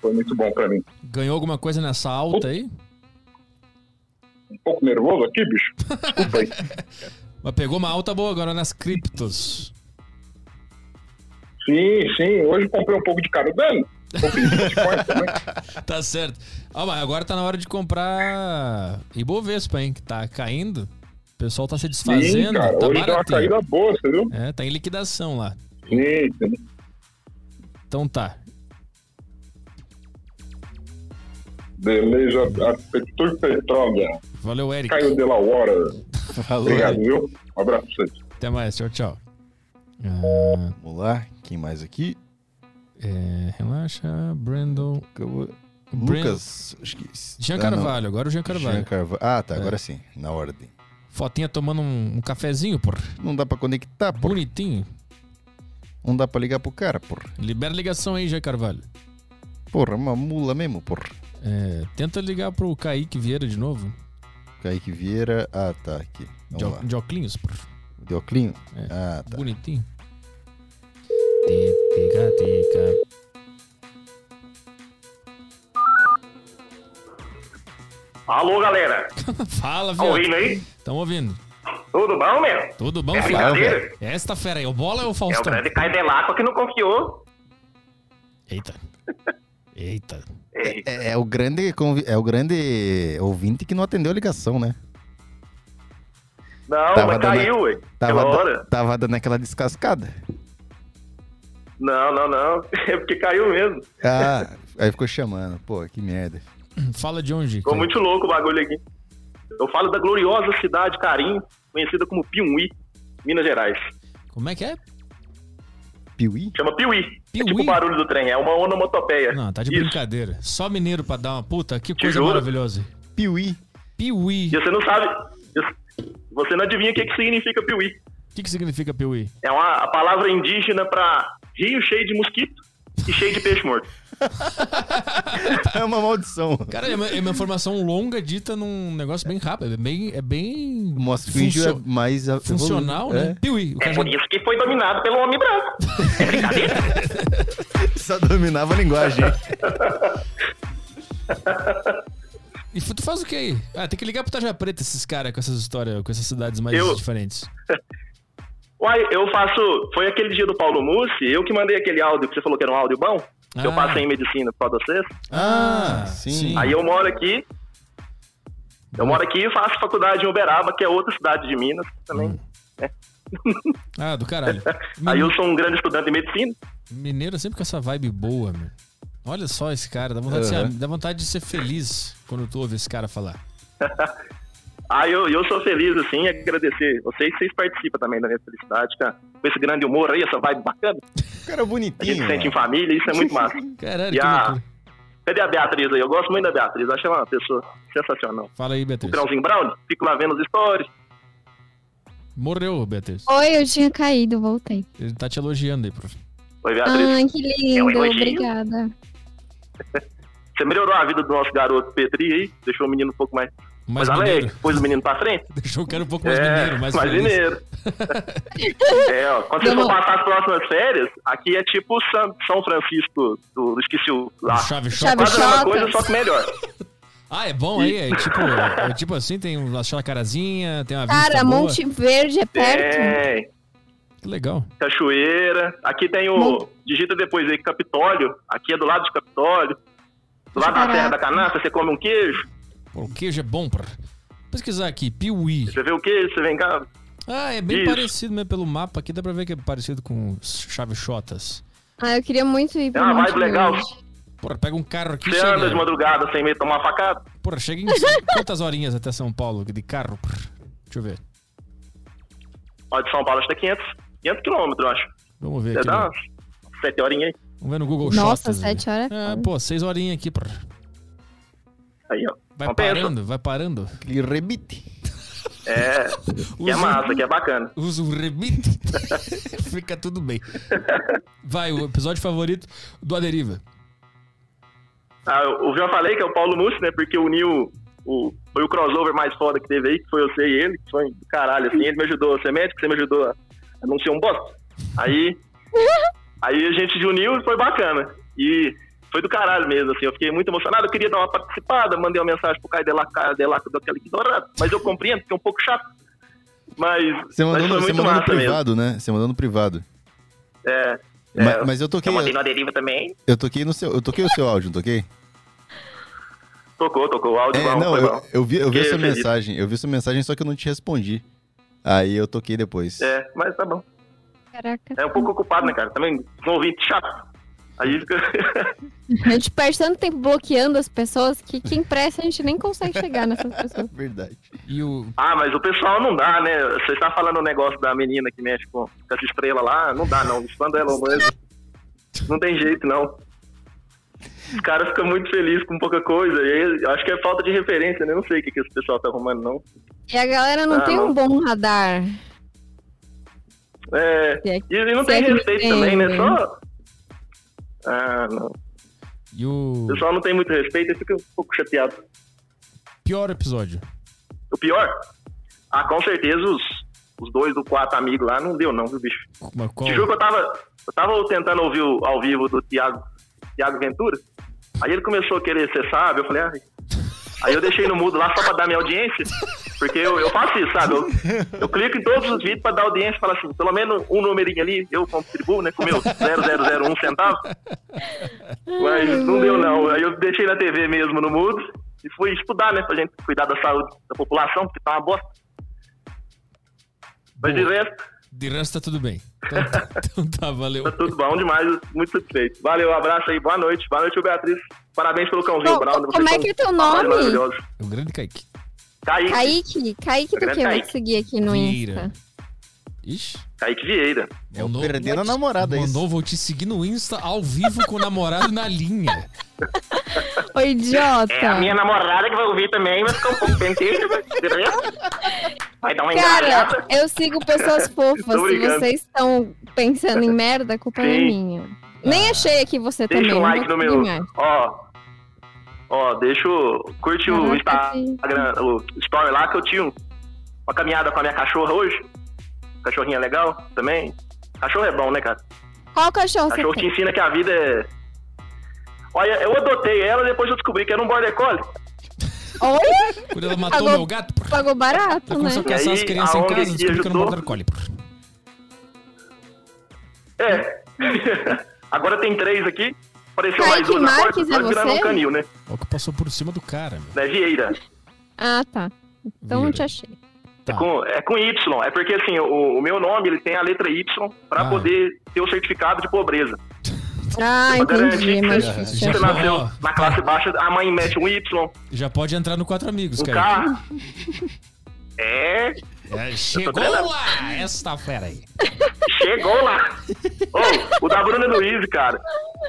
Speaker 25: foi muito bom pra mim.
Speaker 1: Ganhou alguma coisa nessa alta aí?
Speaker 25: Um pouco nervoso aqui, bicho?
Speaker 1: Mas pegou uma alta boa agora nas criptos.
Speaker 25: Sim, sim. Hoje comprei um pouco de Cardano.
Speaker 1: Tá certo. Ah, mas agora tá na hora de comprar Ibovespa, hein? Que tá caindo. O pessoal tá se desfazendo.
Speaker 25: sim, cara.
Speaker 1: tá
Speaker 25: Hoje deu uma
Speaker 1: baratinho.
Speaker 25: caída boa, você viu?
Speaker 1: É, tá em liquidação lá.
Speaker 25: Sim, sim.
Speaker 1: Então tá.
Speaker 25: Beleza, Arquitetura Petrólia.
Speaker 1: Valeu, Eric.
Speaker 25: Caio de la Hora.
Speaker 1: Falou,
Speaker 25: Obrigado,
Speaker 1: Eric.
Speaker 25: viu? Um abraço pra vocês.
Speaker 1: Até mais. Tchau, tchau. Ah,
Speaker 18: Vamos lá, quem mais aqui?
Speaker 1: É, relaxa, Brandon.
Speaker 18: Lucas, acho que.
Speaker 1: Jean
Speaker 18: Ah, não.
Speaker 1: Carvalho, agora o Jean Carvalho.
Speaker 18: Jean Carvalho. Ah, tá,
Speaker 1: É.
Speaker 18: agora sim, na ordem.
Speaker 1: Fotinha tomando um, um cafezinho, por.
Speaker 18: Não dá pra conectar, por.
Speaker 1: Bonitinho.
Speaker 18: Não dá pra ligar pro cara, por.
Speaker 1: Libera a ligação aí, Jean Carvalho.
Speaker 18: Porra, uma mula mesmo, por.
Speaker 1: É, tenta ligar pro Kaique Vieira de novo.
Speaker 18: Kaique Vieira. Ah, tá, aqui.
Speaker 1: De,
Speaker 18: Vamos
Speaker 1: o- de óculos, por.
Speaker 18: lá. Dioclinho?
Speaker 1: É.
Speaker 18: Ah, tá.
Speaker 1: Bonitinho. Tica, tica.
Speaker 8: Alô, galera.
Speaker 1: Fala,
Speaker 8: Tá
Speaker 1: viado.
Speaker 8: ouvindo aí?
Speaker 1: Tamo ouvindo.
Speaker 8: Tudo bom, meu?
Speaker 1: Tudo bom,
Speaker 8: É
Speaker 1: filho?
Speaker 8: brincadeira?
Speaker 1: velho. Esta fera aí, o bola é o
Speaker 8: É o
Speaker 1: Faustão?
Speaker 8: grande Caio Delaco que não confiou.
Speaker 1: Eita. Eita.
Speaker 18: É, é o grande, convi- é o grande ouvinte que não atendeu a ligação, né?
Speaker 8: Não, mas caiu, ué.
Speaker 18: Tava,
Speaker 8: Pela É
Speaker 18: da-
Speaker 8: hora.
Speaker 18: tava dando aquela descascada.
Speaker 8: Não, não, não. É porque caiu mesmo.
Speaker 18: Ah, aí ficou chamando. Pô, que merda.
Speaker 1: Fala de onde?
Speaker 8: Ficou muito louco o bagulho aqui. Eu falo da gloriosa cidade Carim, conhecida como Piumhi, Minas Gerais.
Speaker 1: Como é que é?
Speaker 18: Piuí?
Speaker 8: Chama Piuí. É tipo o barulho do trem, é uma onomatopeia.
Speaker 1: Não, tá de brincadeira. Só mineiro pra dar uma puta. Que
Speaker 8: Te
Speaker 1: coisa
Speaker 8: juro.
Speaker 1: maravilhosa.
Speaker 18: Piuí.
Speaker 1: Piuí.
Speaker 8: E você não sabe. Você não adivinha o que, que significa Piuí.
Speaker 1: O que, que significa Piuí?
Speaker 8: É uma a palavra indígena pra rio cheio de mosquito e cheio de peixe morto.
Speaker 18: É uma maldição.
Speaker 1: Cara, é uma, é uma informação longa dita num negócio bem rápido. É bem. É bem
Speaker 18: Mostra que o índio é
Speaker 1: funcio-
Speaker 18: mais a-
Speaker 1: Funcional,
Speaker 18: evolu-
Speaker 1: né? Piuí. O cara
Speaker 8: É
Speaker 1: já-
Speaker 8: por isso que foi dominado pelo homem branco.
Speaker 18: é. Só dominava a linguagem.
Speaker 1: E fu- tu faz o que aí? Ah, tem que ligar pro Taja Preta esses caras com essas histórias, com essas cidades mais
Speaker 8: Eu-
Speaker 1: diferentes.
Speaker 8: Uai, eu faço. Foi aquele dia do Paulo Mussi, eu que mandei aquele áudio que você falou que era um áudio bom. que Eu
Speaker 1: Ah.
Speaker 8: passei em medicina por causa de vocês.
Speaker 18: Ah, sim.
Speaker 8: Aí eu moro aqui. Eu moro aqui e faço faculdade em Uberaba, que é outra cidade de Minas também.
Speaker 1: Ah, do caralho.
Speaker 8: Aí eu sou um grande estudante de medicina.
Speaker 1: Mineiro é sempre com essa vibe boa, meu. Olha só esse cara, dá vontade, de,
Speaker 8: Aham.
Speaker 1: ser, dá vontade de ser feliz quando tu ouve esse cara falar.
Speaker 8: Aí eu, eu sou feliz, assim, em agradecer vocês. Vocês participam também da minha felicidade, cara. Com esse grande humor aí, essa vibe bacana.
Speaker 18: Cara é
Speaker 8: A gente
Speaker 18: bonitinho. né?
Speaker 8: se sente em família, isso é muito massa.
Speaker 1: Caralho,
Speaker 8: e
Speaker 1: que
Speaker 8: a...
Speaker 1: loucura.
Speaker 8: Cadê a Beatriz aí? Eu gosto muito da Beatriz, acho ela uma pessoa sensacional.
Speaker 1: Fala aí,
Speaker 8: O
Speaker 1: Beatriz.
Speaker 8: Grãozinho Brown, fico lá vendo os stories.
Speaker 1: Morreu, Beatriz.
Speaker 3: Oi, eu tinha caído, voltei.
Speaker 1: Ele tá te elogiando aí, prof.
Speaker 8: Oi, Beatriz.
Speaker 3: Ai, que lindo,
Speaker 8: um elogio.
Speaker 3: obrigada.
Speaker 8: Você melhorou a vida do nosso garoto Petri aí, deixou o menino um pouco mais,
Speaker 1: Mais
Speaker 8: mais, alegre,
Speaker 1: mineiro.
Speaker 8: pôs o menino pra frente.
Speaker 1: Deixou o cara um pouco mais
Speaker 8: é,
Speaker 1: mineiro, mais, feliz.
Speaker 8: mineiro. é, ó, quando você for passar as próximas férias, aqui é tipo São, São Francisco, do, esqueci o lá.
Speaker 1: Chave
Speaker 8: É Quase a mesma coisa, só que melhor.
Speaker 1: Ah, é bom aí? É tipo, é tipo assim, tem uma chacarazinha, tem uma vista
Speaker 3: Cara,
Speaker 1: boa.
Speaker 3: Monte Verde é perto.
Speaker 8: É,
Speaker 1: Que legal.
Speaker 8: Cachoeira. Aqui tem o. Digita depois aí Capitólio. Aqui é do lado de Capitólio. Do lado da Serra da Canastra, você come um queijo.
Speaker 1: Pô, o queijo é bom, pra... Pesquisar aqui, Piuí.
Speaker 8: Você vê o que? Você vem cá.
Speaker 1: Ah, é bem
Speaker 8: Isso.
Speaker 1: parecido mesmo pelo mapa aqui, dá pra ver que é parecido com Chavechotas.
Speaker 3: Ah, eu queria muito ir pra
Speaker 8: É uma
Speaker 3: Monte
Speaker 8: vibe legal.
Speaker 3: Grande.
Speaker 1: Porra, pega um carro aqui e
Speaker 8: Você anda de
Speaker 1: chega.
Speaker 8: madrugada sem medo de tomar facada.
Speaker 1: Porra, chega em quantas horinhas até São Paulo de carro? Prr, Deixa eu ver.
Speaker 8: Ó, de São Paulo acho que é 500, 500 quilômetros, eu acho.
Speaker 1: Vamos ver
Speaker 8: Você
Speaker 1: aqui.
Speaker 8: dá
Speaker 1: no-
Speaker 8: umas 7 horinhas aí.
Speaker 1: Vamos ver no Google
Speaker 3: Nossa,
Speaker 1: Shots.
Speaker 3: sete horas. é
Speaker 1: Ah, pô, seis horinhas aqui, prr.
Speaker 8: Aí, ó.
Speaker 1: Vai
Speaker 8: Uma peça.
Speaker 1: parando, vai parando.
Speaker 18: Ele rebite.
Speaker 8: É, que é
Speaker 1: Usa-
Speaker 8: massa, que é bacana.
Speaker 1: Usa um rebite. Fica tudo bem. Vai, o episódio favorito do Aderiva.
Speaker 8: Ah, eu eu já falei que é o Paulo Mussi, né? Porque uniu o, foi o crossover mais foda que teve aí, que foi eu sei e ele, que foi do caralho, assim, ele me ajudou a ser médico, você me ajudou a a não ser um bosta. Aí, aí a gente se uniu e foi bacana. E foi do caralho mesmo, assim, eu fiquei muito emocionado, eu queria dar uma participada, mandei uma mensagem pro Caio Delac, Caio Delac deu aquela ignorada, mas eu compreendo, porque é um pouco chato. Mas,
Speaker 2: Você mandou,
Speaker 8: mas foi
Speaker 2: no, você
Speaker 8: muito
Speaker 2: mandou no
Speaker 8: massa mesmo.
Speaker 2: privado, né? Você mandou no privado.
Speaker 8: É,
Speaker 2: Ma-
Speaker 8: é,
Speaker 2: mas eu toquei-
Speaker 8: Eu mandei na deriva também.
Speaker 2: Eu toquei no seu. Eu toquei o seu áudio, não toquei?
Speaker 8: Tocou, tocou, o áudio
Speaker 2: É,
Speaker 8: bom,
Speaker 2: não,
Speaker 8: foi
Speaker 2: eu,
Speaker 8: bom.
Speaker 2: eu vi, eu vi
Speaker 8: Fiquei
Speaker 2: essa
Speaker 8: feliz.
Speaker 2: mensagem. Eu vi essa mensagem, só que eu não te respondi. Aí eu toquei depois.
Speaker 8: É, mas tá bom.
Speaker 3: Caraca.
Speaker 8: É um pouco ocupado, né, cara? Também um ouvinte chato. Aí fica.
Speaker 3: A gente perde tanto tempo bloqueando as pessoas que quem pressa a gente nem consegue chegar nessas pessoas.
Speaker 2: Verdade.
Speaker 1: E o.
Speaker 8: ah, mas o pessoal não dá, né? Você tá falando o negócio da menina que mexe com, com essa estrela lá? Não dá, não. Os fãs do Elon Musk. Não tem jeito, não. Os caras ficam muito felizes com pouca coisa. E aí, eu acho que é falta de referência, né? Eu Não sei o que, que esse pessoal tá arrumando, não.
Speaker 3: E a galera não
Speaker 8: Ah,
Speaker 3: tem um
Speaker 8: não.
Speaker 3: bom radar.
Speaker 8: É.
Speaker 3: Se é-
Speaker 8: E, e não
Speaker 3: se é
Speaker 8: tem
Speaker 3: que
Speaker 8: respeito
Speaker 3: tem,
Speaker 8: também, né?
Speaker 3: né?
Speaker 8: Só. Ah, não.
Speaker 1: E o.
Speaker 8: O pessoal não tem muito respeito e fica um pouco chateado.
Speaker 1: Pior episódio.
Speaker 8: O pior? Ah, com certeza os, os dois do quatro amigos lá não deu, não, viu, bicho?
Speaker 1: Mas qual?
Speaker 8: Te juro que eu tava, eu tava tentando ouvir o- ao vivo do Thiago, Thiago Ventura. Aí ele começou a querer, você sabe? Eu falei, ai. Aí eu deixei no mudo lá só pra dar minha audiência. Porque eu, eu faço isso, sabe? Eu, eu clico em todos os vídeos pra dar audiência e falar assim, pelo menos um numerinho ali, eu contribuo, né? Com meu 0001 centavo. Mas não deu, não. Aí eu deixei na TV mesmo no mudo e fui estudar, né? Pra gente cuidar da saúde da população, porque tá uma bosta. Mas de resto,
Speaker 1: De resto tá tudo bem. Então tá, então tá, valeu.
Speaker 8: Tá tudo bom demais, muito satisfeito. Valeu, abraço aí, boa noite. Boa noite, Beatriz. Parabéns pelo cãozinho
Speaker 3: Bom,
Speaker 8: Brown.
Speaker 3: como é que é teu nome?
Speaker 1: É O grande Kaique.
Speaker 8: Kaique.
Speaker 3: Kaique, Kaique do
Speaker 8: Grande
Speaker 3: que? Eu vou
Speaker 8: Kaique.
Speaker 3: te seguir aqui no
Speaker 1: Vieira.
Speaker 3: Insta.
Speaker 1: Ixi.
Speaker 8: Kaique Vieira.
Speaker 1: É o
Speaker 18: perdendo a
Speaker 2: é
Speaker 18: namorada,
Speaker 1: Mandou, um
Speaker 18: isso.
Speaker 1: vou te seguir no Insta ao vivo com o namorado na linha.
Speaker 3: Ô, idiota.
Speaker 8: É a minha namorada que vai ouvir também, mas ficou um pouco penteiro, mas de resto, Vai dar uma engraçada.
Speaker 3: Cara, eu sigo pessoas fofas.
Speaker 8: Tô
Speaker 3: Se
Speaker 8: brincando.
Speaker 3: vocês estão pensando em merda, a culpa não é
Speaker 8: Sim. Ah.
Speaker 3: minha. Nem achei aqui você também.
Speaker 8: Deixa o
Speaker 3: não
Speaker 8: like
Speaker 3: vou
Speaker 8: no meu.
Speaker 3: seguir mais.
Speaker 8: Ó. Ó, deixa o. Curte o
Speaker 3: Caraca,
Speaker 8: Instagram, o story lá que eu tinha um- uma caminhada com a minha cachorra hoje. Cachorrinha legal também. Cachorro é bom, né, cara?
Speaker 3: Qual cachorro
Speaker 8: Cachorro te
Speaker 3: você tem?
Speaker 8: ensina que a vida é. Olha, eu adotei ela depois eu descobri que era um border collie.
Speaker 3: Olha!
Speaker 1: Quando ela matou
Speaker 3: Pagou-
Speaker 1: meu gato,
Speaker 3: Pagou barato,
Speaker 1: ela
Speaker 3: né?
Speaker 1: começou a caçar
Speaker 8: E
Speaker 1: as
Speaker 8: aí,
Speaker 1: crianças em
Speaker 8: aonde
Speaker 1: casa,
Speaker 8: que
Speaker 1: descobriu que era um
Speaker 8: ajudou?
Speaker 1: border collie.
Speaker 8: É. Agora tem três aqui. Apareceu mais
Speaker 3: Kaique
Speaker 8: duas agora,
Speaker 3: Marques é
Speaker 8: vai virar
Speaker 3: você?
Speaker 8: um canil, né?
Speaker 1: Olha que passou por cima do cara, meu.
Speaker 8: Né, Vieira.
Speaker 3: Ah, tá. Então não te achei.
Speaker 8: É, com, é com Y. É porque, assim, o, o meu nome ele tem a letra Y pra poder ter o certificado de pobreza.
Speaker 3: Ah,
Speaker 8: Pra
Speaker 3: entendi.
Speaker 8: garantir
Speaker 3: é mais
Speaker 8: que
Speaker 3: difícil.
Speaker 8: se
Speaker 1: Já-
Speaker 8: você nasceu
Speaker 1: ó.
Speaker 8: na classe baixa, a mãe mete um Y,
Speaker 1: Já pode entrar no Quatro Amigos,
Speaker 8: um
Speaker 1: cara.
Speaker 8: K. É.
Speaker 1: É,
Speaker 8: Eu tô
Speaker 1: chegou
Speaker 8: treinando.
Speaker 1: lá! Esta fera aí.
Speaker 8: Chegou lá. Ô, o da Bruna Luiz, cara.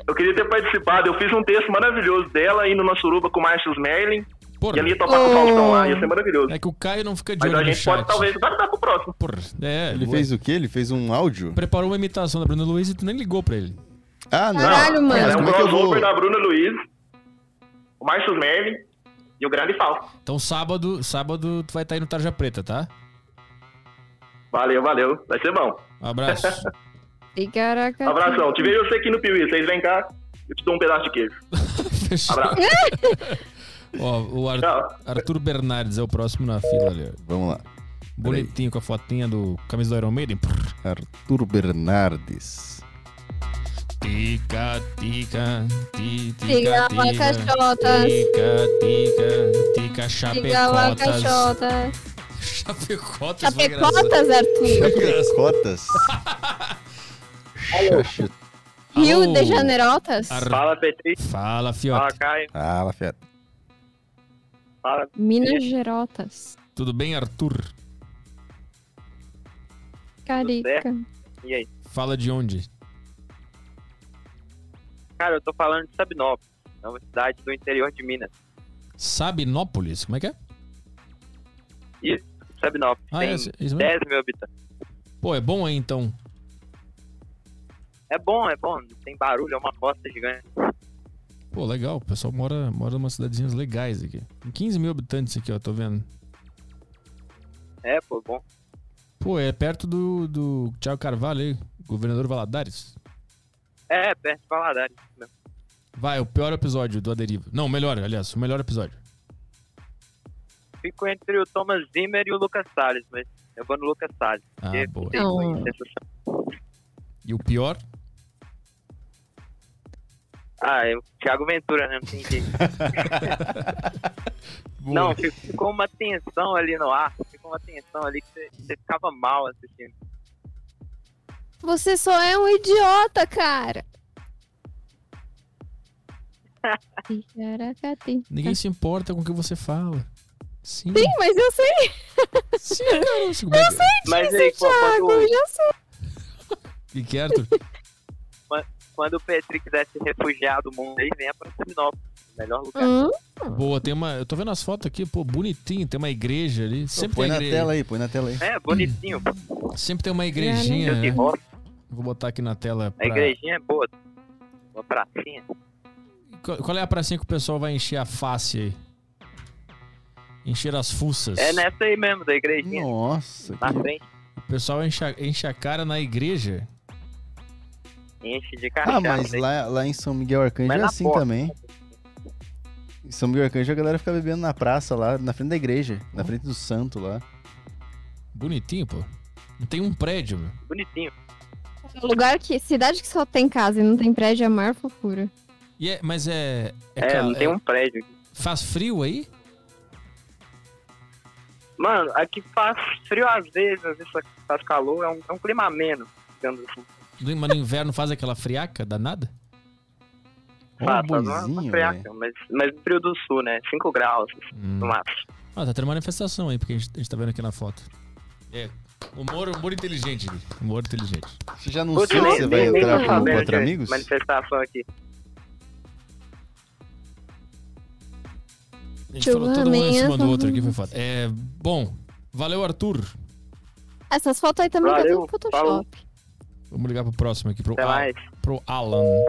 Speaker 8: Eu queria ter participado. Eu fiz um texto maravilhoso dela indo na suruba com o Marcos Merlin.
Speaker 1: Porra.
Speaker 8: E ali ia topar com o Faustão lá. Ia ser maravilhoso.
Speaker 1: É que o Caio não fica de
Speaker 8: Mas
Speaker 1: olho
Speaker 8: a
Speaker 1: no
Speaker 8: gente
Speaker 1: chat.
Speaker 8: pode, talvez, guardar pro próximo.
Speaker 1: É,
Speaker 2: Ele
Speaker 1: boa.
Speaker 2: fez o quê? Ele fez um áudio?
Speaker 1: Preparou uma imitação da Bruna Luiz e tu nem ligou pra ele.
Speaker 2: Ah, não.
Speaker 3: Caralho, mano.
Speaker 2: Mas
Speaker 8: É um
Speaker 2: como é que eu
Speaker 8: crossover
Speaker 2: vou.
Speaker 8: da Bruna Luiz, o Marcos Merlin e o Grande Falso.
Speaker 1: Então sábado, sábado tu vai estar aí no Tarja Preta, tá?
Speaker 8: Valeu, valeu. Vai ser bom.
Speaker 1: Um abraço.
Speaker 3: E
Speaker 1: É,
Speaker 3: caraca.
Speaker 8: Abração. Te vejo você aqui no Piuí. Vocês vêm cá, eu te dou um pedaço de queijo. Abraço.
Speaker 1: Ó, o Ar-
Speaker 8: Tchau.
Speaker 1: Arthur Bernardes é o próximo na fila ali. ó.
Speaker 2: Vamos lá.
Speaker 1: Boletinho com a fotinha do camisa do Iron Maiden. Prr.
Speaker 2: Arthur Bernardes.
Speaker 1: Tica, tica, ti, tica,
Speaker 3: Siga a
Speaker 1: tica.
Speaker 3: Cachotas.
Speaker 1: Tica, tica, tica. Fica
Speaker 3: Liga lá,
Speaker 1: chapecotas.
Speaker 3: caixota.
Speaker 1: Chapecotas, foi
Speaker 3: Chapecotas,
Speaker 1: engraçado.
Speaker 3: Arthur.
Speaker 2: Chapecotas. Chacha-
Speaker 3: Rio
Speaker 1: Alô.
Speaker 3: de Janeirotas.
Speaker 1: Ar-
Speaker 6: Fala, Petri.
Speaker 1: Fala, Fiote.
Speaker 6: Fala, Caio.
Speaker 2: Fala, Fiat.
Speaker 6: Fala.
Speaker 3: Minas Gerotas.
Speaker 1: Tudo bem, Arthur?
Speaker 3: Carica.
Speaker 6: E aí?
Speaker 1: Fala de onde?
Speaker 6: Cara, eu tô falando de Sabinópolis. É uma cidade do interior de Minas.
Speaker 1: Sabinópolis, como é que é?
Speaker 6: Isso, Sabinópolis.
Speaker 1: Ah,
Speaker 6: Tem
Speaker 1: é isso- isso mesmo?
Speaker 6: 10 mil habitantes.
Speaker 1: Pô, é bom aí então.
Speaker 6: É bom, é bom. não Tem barulho, é uma costa gigante.
Speaker 1: Pô, legal. O pessoal mora, mora em umas cidadezinhas legais aqui. Tem 15 mil habitantes aqui, ó, tô vendo.
Speaker 6: É, pô, bom.
Speaker 1: Pô, é perto do, do Thiago Carvalho aí, governador Valadares.
Speaker 6: É, perto de Valadares. mesmo.
Speaker 1: Vai, o pior episódio do Aderiva. Não, o melhor, aliás, o melhor episódio.
Speaker 6: Fico entre o Thomas Zimmer e o Lucas Salles, mas eu vou no Lucas Salles.
Speaker 1: Ah,
Speaker 6: porque
Speaker 1: boa.
Speaker 6: tem uma
Speaker 1: Não.
Speaker 6: sensação.
Speaker 1: E o pior?
Speaker 6: Ah, é o Thiago Ventura, né? Não tem jeito.
Speaker 1: Boa.
Speaker 6: Não, fi- ficou uma tensão ali no ar. Ficou uma tensão ali que você- você ficava mal assistindo.
Speaker 3: Você só é um idiota, cara. Ticaracati.
Speaker 1: Ninguém se importa com o que você fala. Sim.
Speaker 3: Sim, mas eu sei.
Speaker 1: Sim, cara,
Speaker 3: Eu
Speaker 1: eu sei.
Speaker 3: sei disso,
Speaker 6: Mas aí, pô,
Speaker 3: Thiago,
Speaker 6: quando-
Speaker 3: eu já sei.
Speaker 1: E que é, Arthur?
Speaker 6: Quan- Quando o Petri quiser se refugiar do mundo aí, venha pra Seminópolis. Melhor lugar.
Speaker 3: Hum?
Speaker 1: Boa, tem uma. Eu tô vendo as fotos aqui, pô, bonitinho, tem uma igreja ali. Sempre
Speaker 2: põe
Speaker 1: tem
Speaker 2: na
Speaker 1: igreja.
Speaker 2: tela aí, põe na tela aí.
Speaker 6: É, bonitinho.
Speaker 1: Hum.
Speaker 6: pô.
Speaker 1: Sempre tem uma igrejinha.
Speaker 6: Eu que
Speaker 1: né?
Speaker 6: gosto.
Speaker 1: Vou botar aqui na tela.
Speaker 6: A
Speaker 1: pra-
Speaker 6: igrejinha é boa. Uma pracinha.
Speaker 1: Qual qual é a pracinha que o pessoal vai encher a face aí? Encher as fuças.
Speaker 6: É
Speaker 2: né?
Speaker 6: nessa aí mesmo, da
Speaker 8: é.
Speaker 6: igrejinha.
Speaker 2: Nossa.
Speaker 6: Na frente,
Speaker 1: O pessoal enche a, enche a cara na igreja.
Speaker 6: enche de cachaça.
Speaker 2: Ah, mas lá, lá em São Miguel Arcanjo
Speaker 6: Mas
Speaker 2: é
Speaker 6: na
Speaker 2: assim
Speaker 6: porta.
Speaker 2: também. Em São Miguel Arcanjo a galera fica bebendo na praça lá, na frente da igreja, na frente do santo lá.
Speaker 1: Bonitinho, pô. Não tem um prédio, meu.
Speaker 6: Bonitinho.
Speaker 3: O Um Lugar que. Cidade que só tem casa e não tem prédio é a maior fofura.
Speaker 1: E é, mas é.
Speaker 6: É, não tem um prédio.
Speaker 1: Faz frio aí?
Speaker 6: Mano, aqui faz frio às vezes, às vezes faz calor, é um, é um clima ameno, digamos assim.
Speaker 1: No- Mas no inverno faz aquela friaca danada?
Speaker 6: Faz, faz Ah, tá uma- uma friaca, mas, mas no frio do sul, né? 5 graus
Speaker 2: Hum.
Speaker 6: no máximo.
Speaker 1: Ah, tá tendo manifestação aí, porque a gente, a gente tá vendo aqui na foto. É. Humor, humor inteligente. Gui. Humor inteligente.
Speaker 2: Você já
Speaker 6: Putz, nem- nem- nem tô sabendo de Manifestação aqui.
Speaker 1: A gente falou todo mundo em
Speaker 3: Chulamento.
Speaker 1: cima do outro aqui, foi foda. É, bom, valeu, Arthur.
Speaker 3: Essas fotos aí também
Speaker 1: Valeu,
Speaker 3: tá tudo Photoshop.
Speaker 1: falou. Vamos ligar pro próximo aqui, pro,
Speaker 6: Até
Speaker 1: Al-
Speaker 6: mais.
Speaker 1: pro Alan.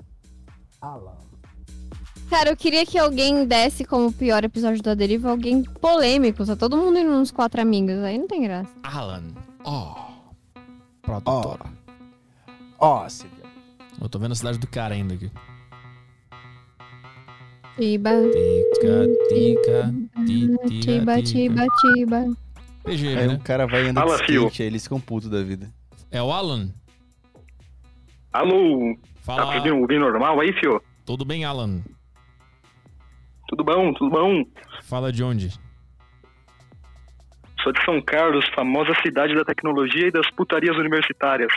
Speaker 3: Cara, eu queria que alguém desse como pior episódio da deriva alguém polêmico. Só todo mundo indo nos quatro amigos. Aí não tem graça.
Speaker 1: Alan. Ó. Produtor. Ó, Eu tô vendo a cidade do cara ainda aqui.
Speaker 3: Tiba.
Speaker 1: Tica, tica, ti,
Speaker 3: Tiba,
Speaker 1: tira, tica.
Speaker 3: tiba, tiba.
Speaker 1: PG,
Speaker 6: É
Speaker 2: Aí
Speaker 1: né?
Speaker 2: um cara vai andando
Speaker 1: Fala,
Speaker 2: de
Speaker 1: fio.
Speaker 2: skate, aí eles ficam putos da vida.
Speaker 1: É o Alan?
Speaker 10: Alô?
Speaker 1: Fala.
Speaker 10: Tá conseguindo ouvir normal aí, fio?
Speaker 1: Tudo bem, Alan?
Speaker 10: Tudo bom, tudo bom?
Speaker 1: Fala de onde?
Speaker 10: Sou de São Carlos, famosa cidade da tecnologia e das putarias universitárias.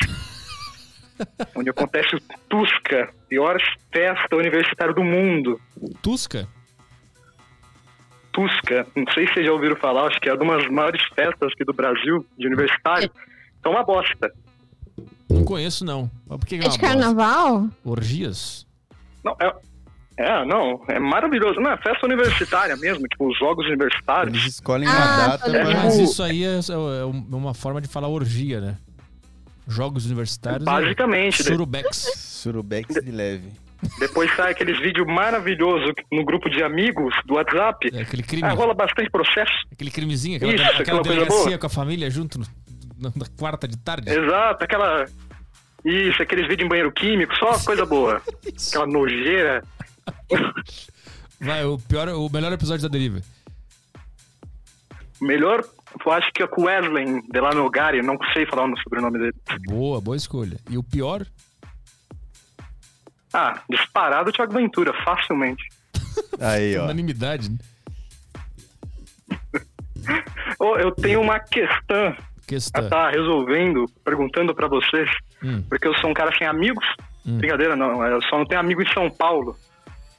Speaker 10: onde acontece o Tusca, pior festa universitária do mundo.
Speaker 1: Tusca?
Speaker 10: Tusca. Não sei se vocês já ouviram falar, acho que é uma das maiores festas aqui do Brasil, de universitário. Então, uma bosta.
Speaker 1: Não conheço, não. Mas por que que
Speaker 3: É
Speaker 1: uma
Speaker 3: de
Speaker 1: bosta?
Speaker 3: carnaval?
Speaker 1: Orgias?
Speaker 10: Não, é... É, não, é maravilhoso. Não, é festa universitária mesmo, tipo, os jogos universitários.
Speaker 2: Eles escolhem
Speaker 1: uma
Speaker 3: Ah, tá
Speaker 2: data
Speaker 10: é,
Speaker 1: Mas
Speaker 10: tipo,
Speaker 1: isso aí é, é uma forma de falar orgia, né? Jogos universitários.
Speaker 10: Basicamente,
Speaker 1: É
Speaker 10: né?
Speaker 1: surubex.
Speaker 2: Surubex de leve.
Speaker 10: Depois sai aqueles vídeos maravilhosos no grupo de amigos do WhatsApp.
Speaker 1: É aquele crime.
Speaker 10: Ah, rola bastante processo.
Speaker 1: Aquele crimezinho, aquela,
Speaker 10: Isso,
Speaker 1: aquela
Speaker 10: aquela coisa
Speaker 1: delegacia
Speaker 10: boa. É.
Speaker 1: com a família junto no- na, na quarta de tarde.
Speaker 10: Exato, aquela. Isso, aqueles vídeos em banheiro químico, só coisa boa. aquela nojeira.
Speaker 1: Vai, o, pior, o melhor episódio da deriva.
Speaker 10: Melhor, eu acho que é com o Wesley de lá no Hogari, não sei falar o sobrenome dele.
Speaker 1: Boa, boa escolha. E o pior?
Speaker 10: Ah, disparado o Thiago Ventura, facilmente.
Speaker 2: Aí, ó.
Speaker 1: Unanimidade, né?
Speaker 10: Ô, eu tenho uma questão
Speaker 1: Questão.
Speaker 10: pra tá resolvendo, perguntando pra vocês, porque eu sou um cara sem amigos. Brincadeira, não. Eu só não tenho amigo em São Paulo.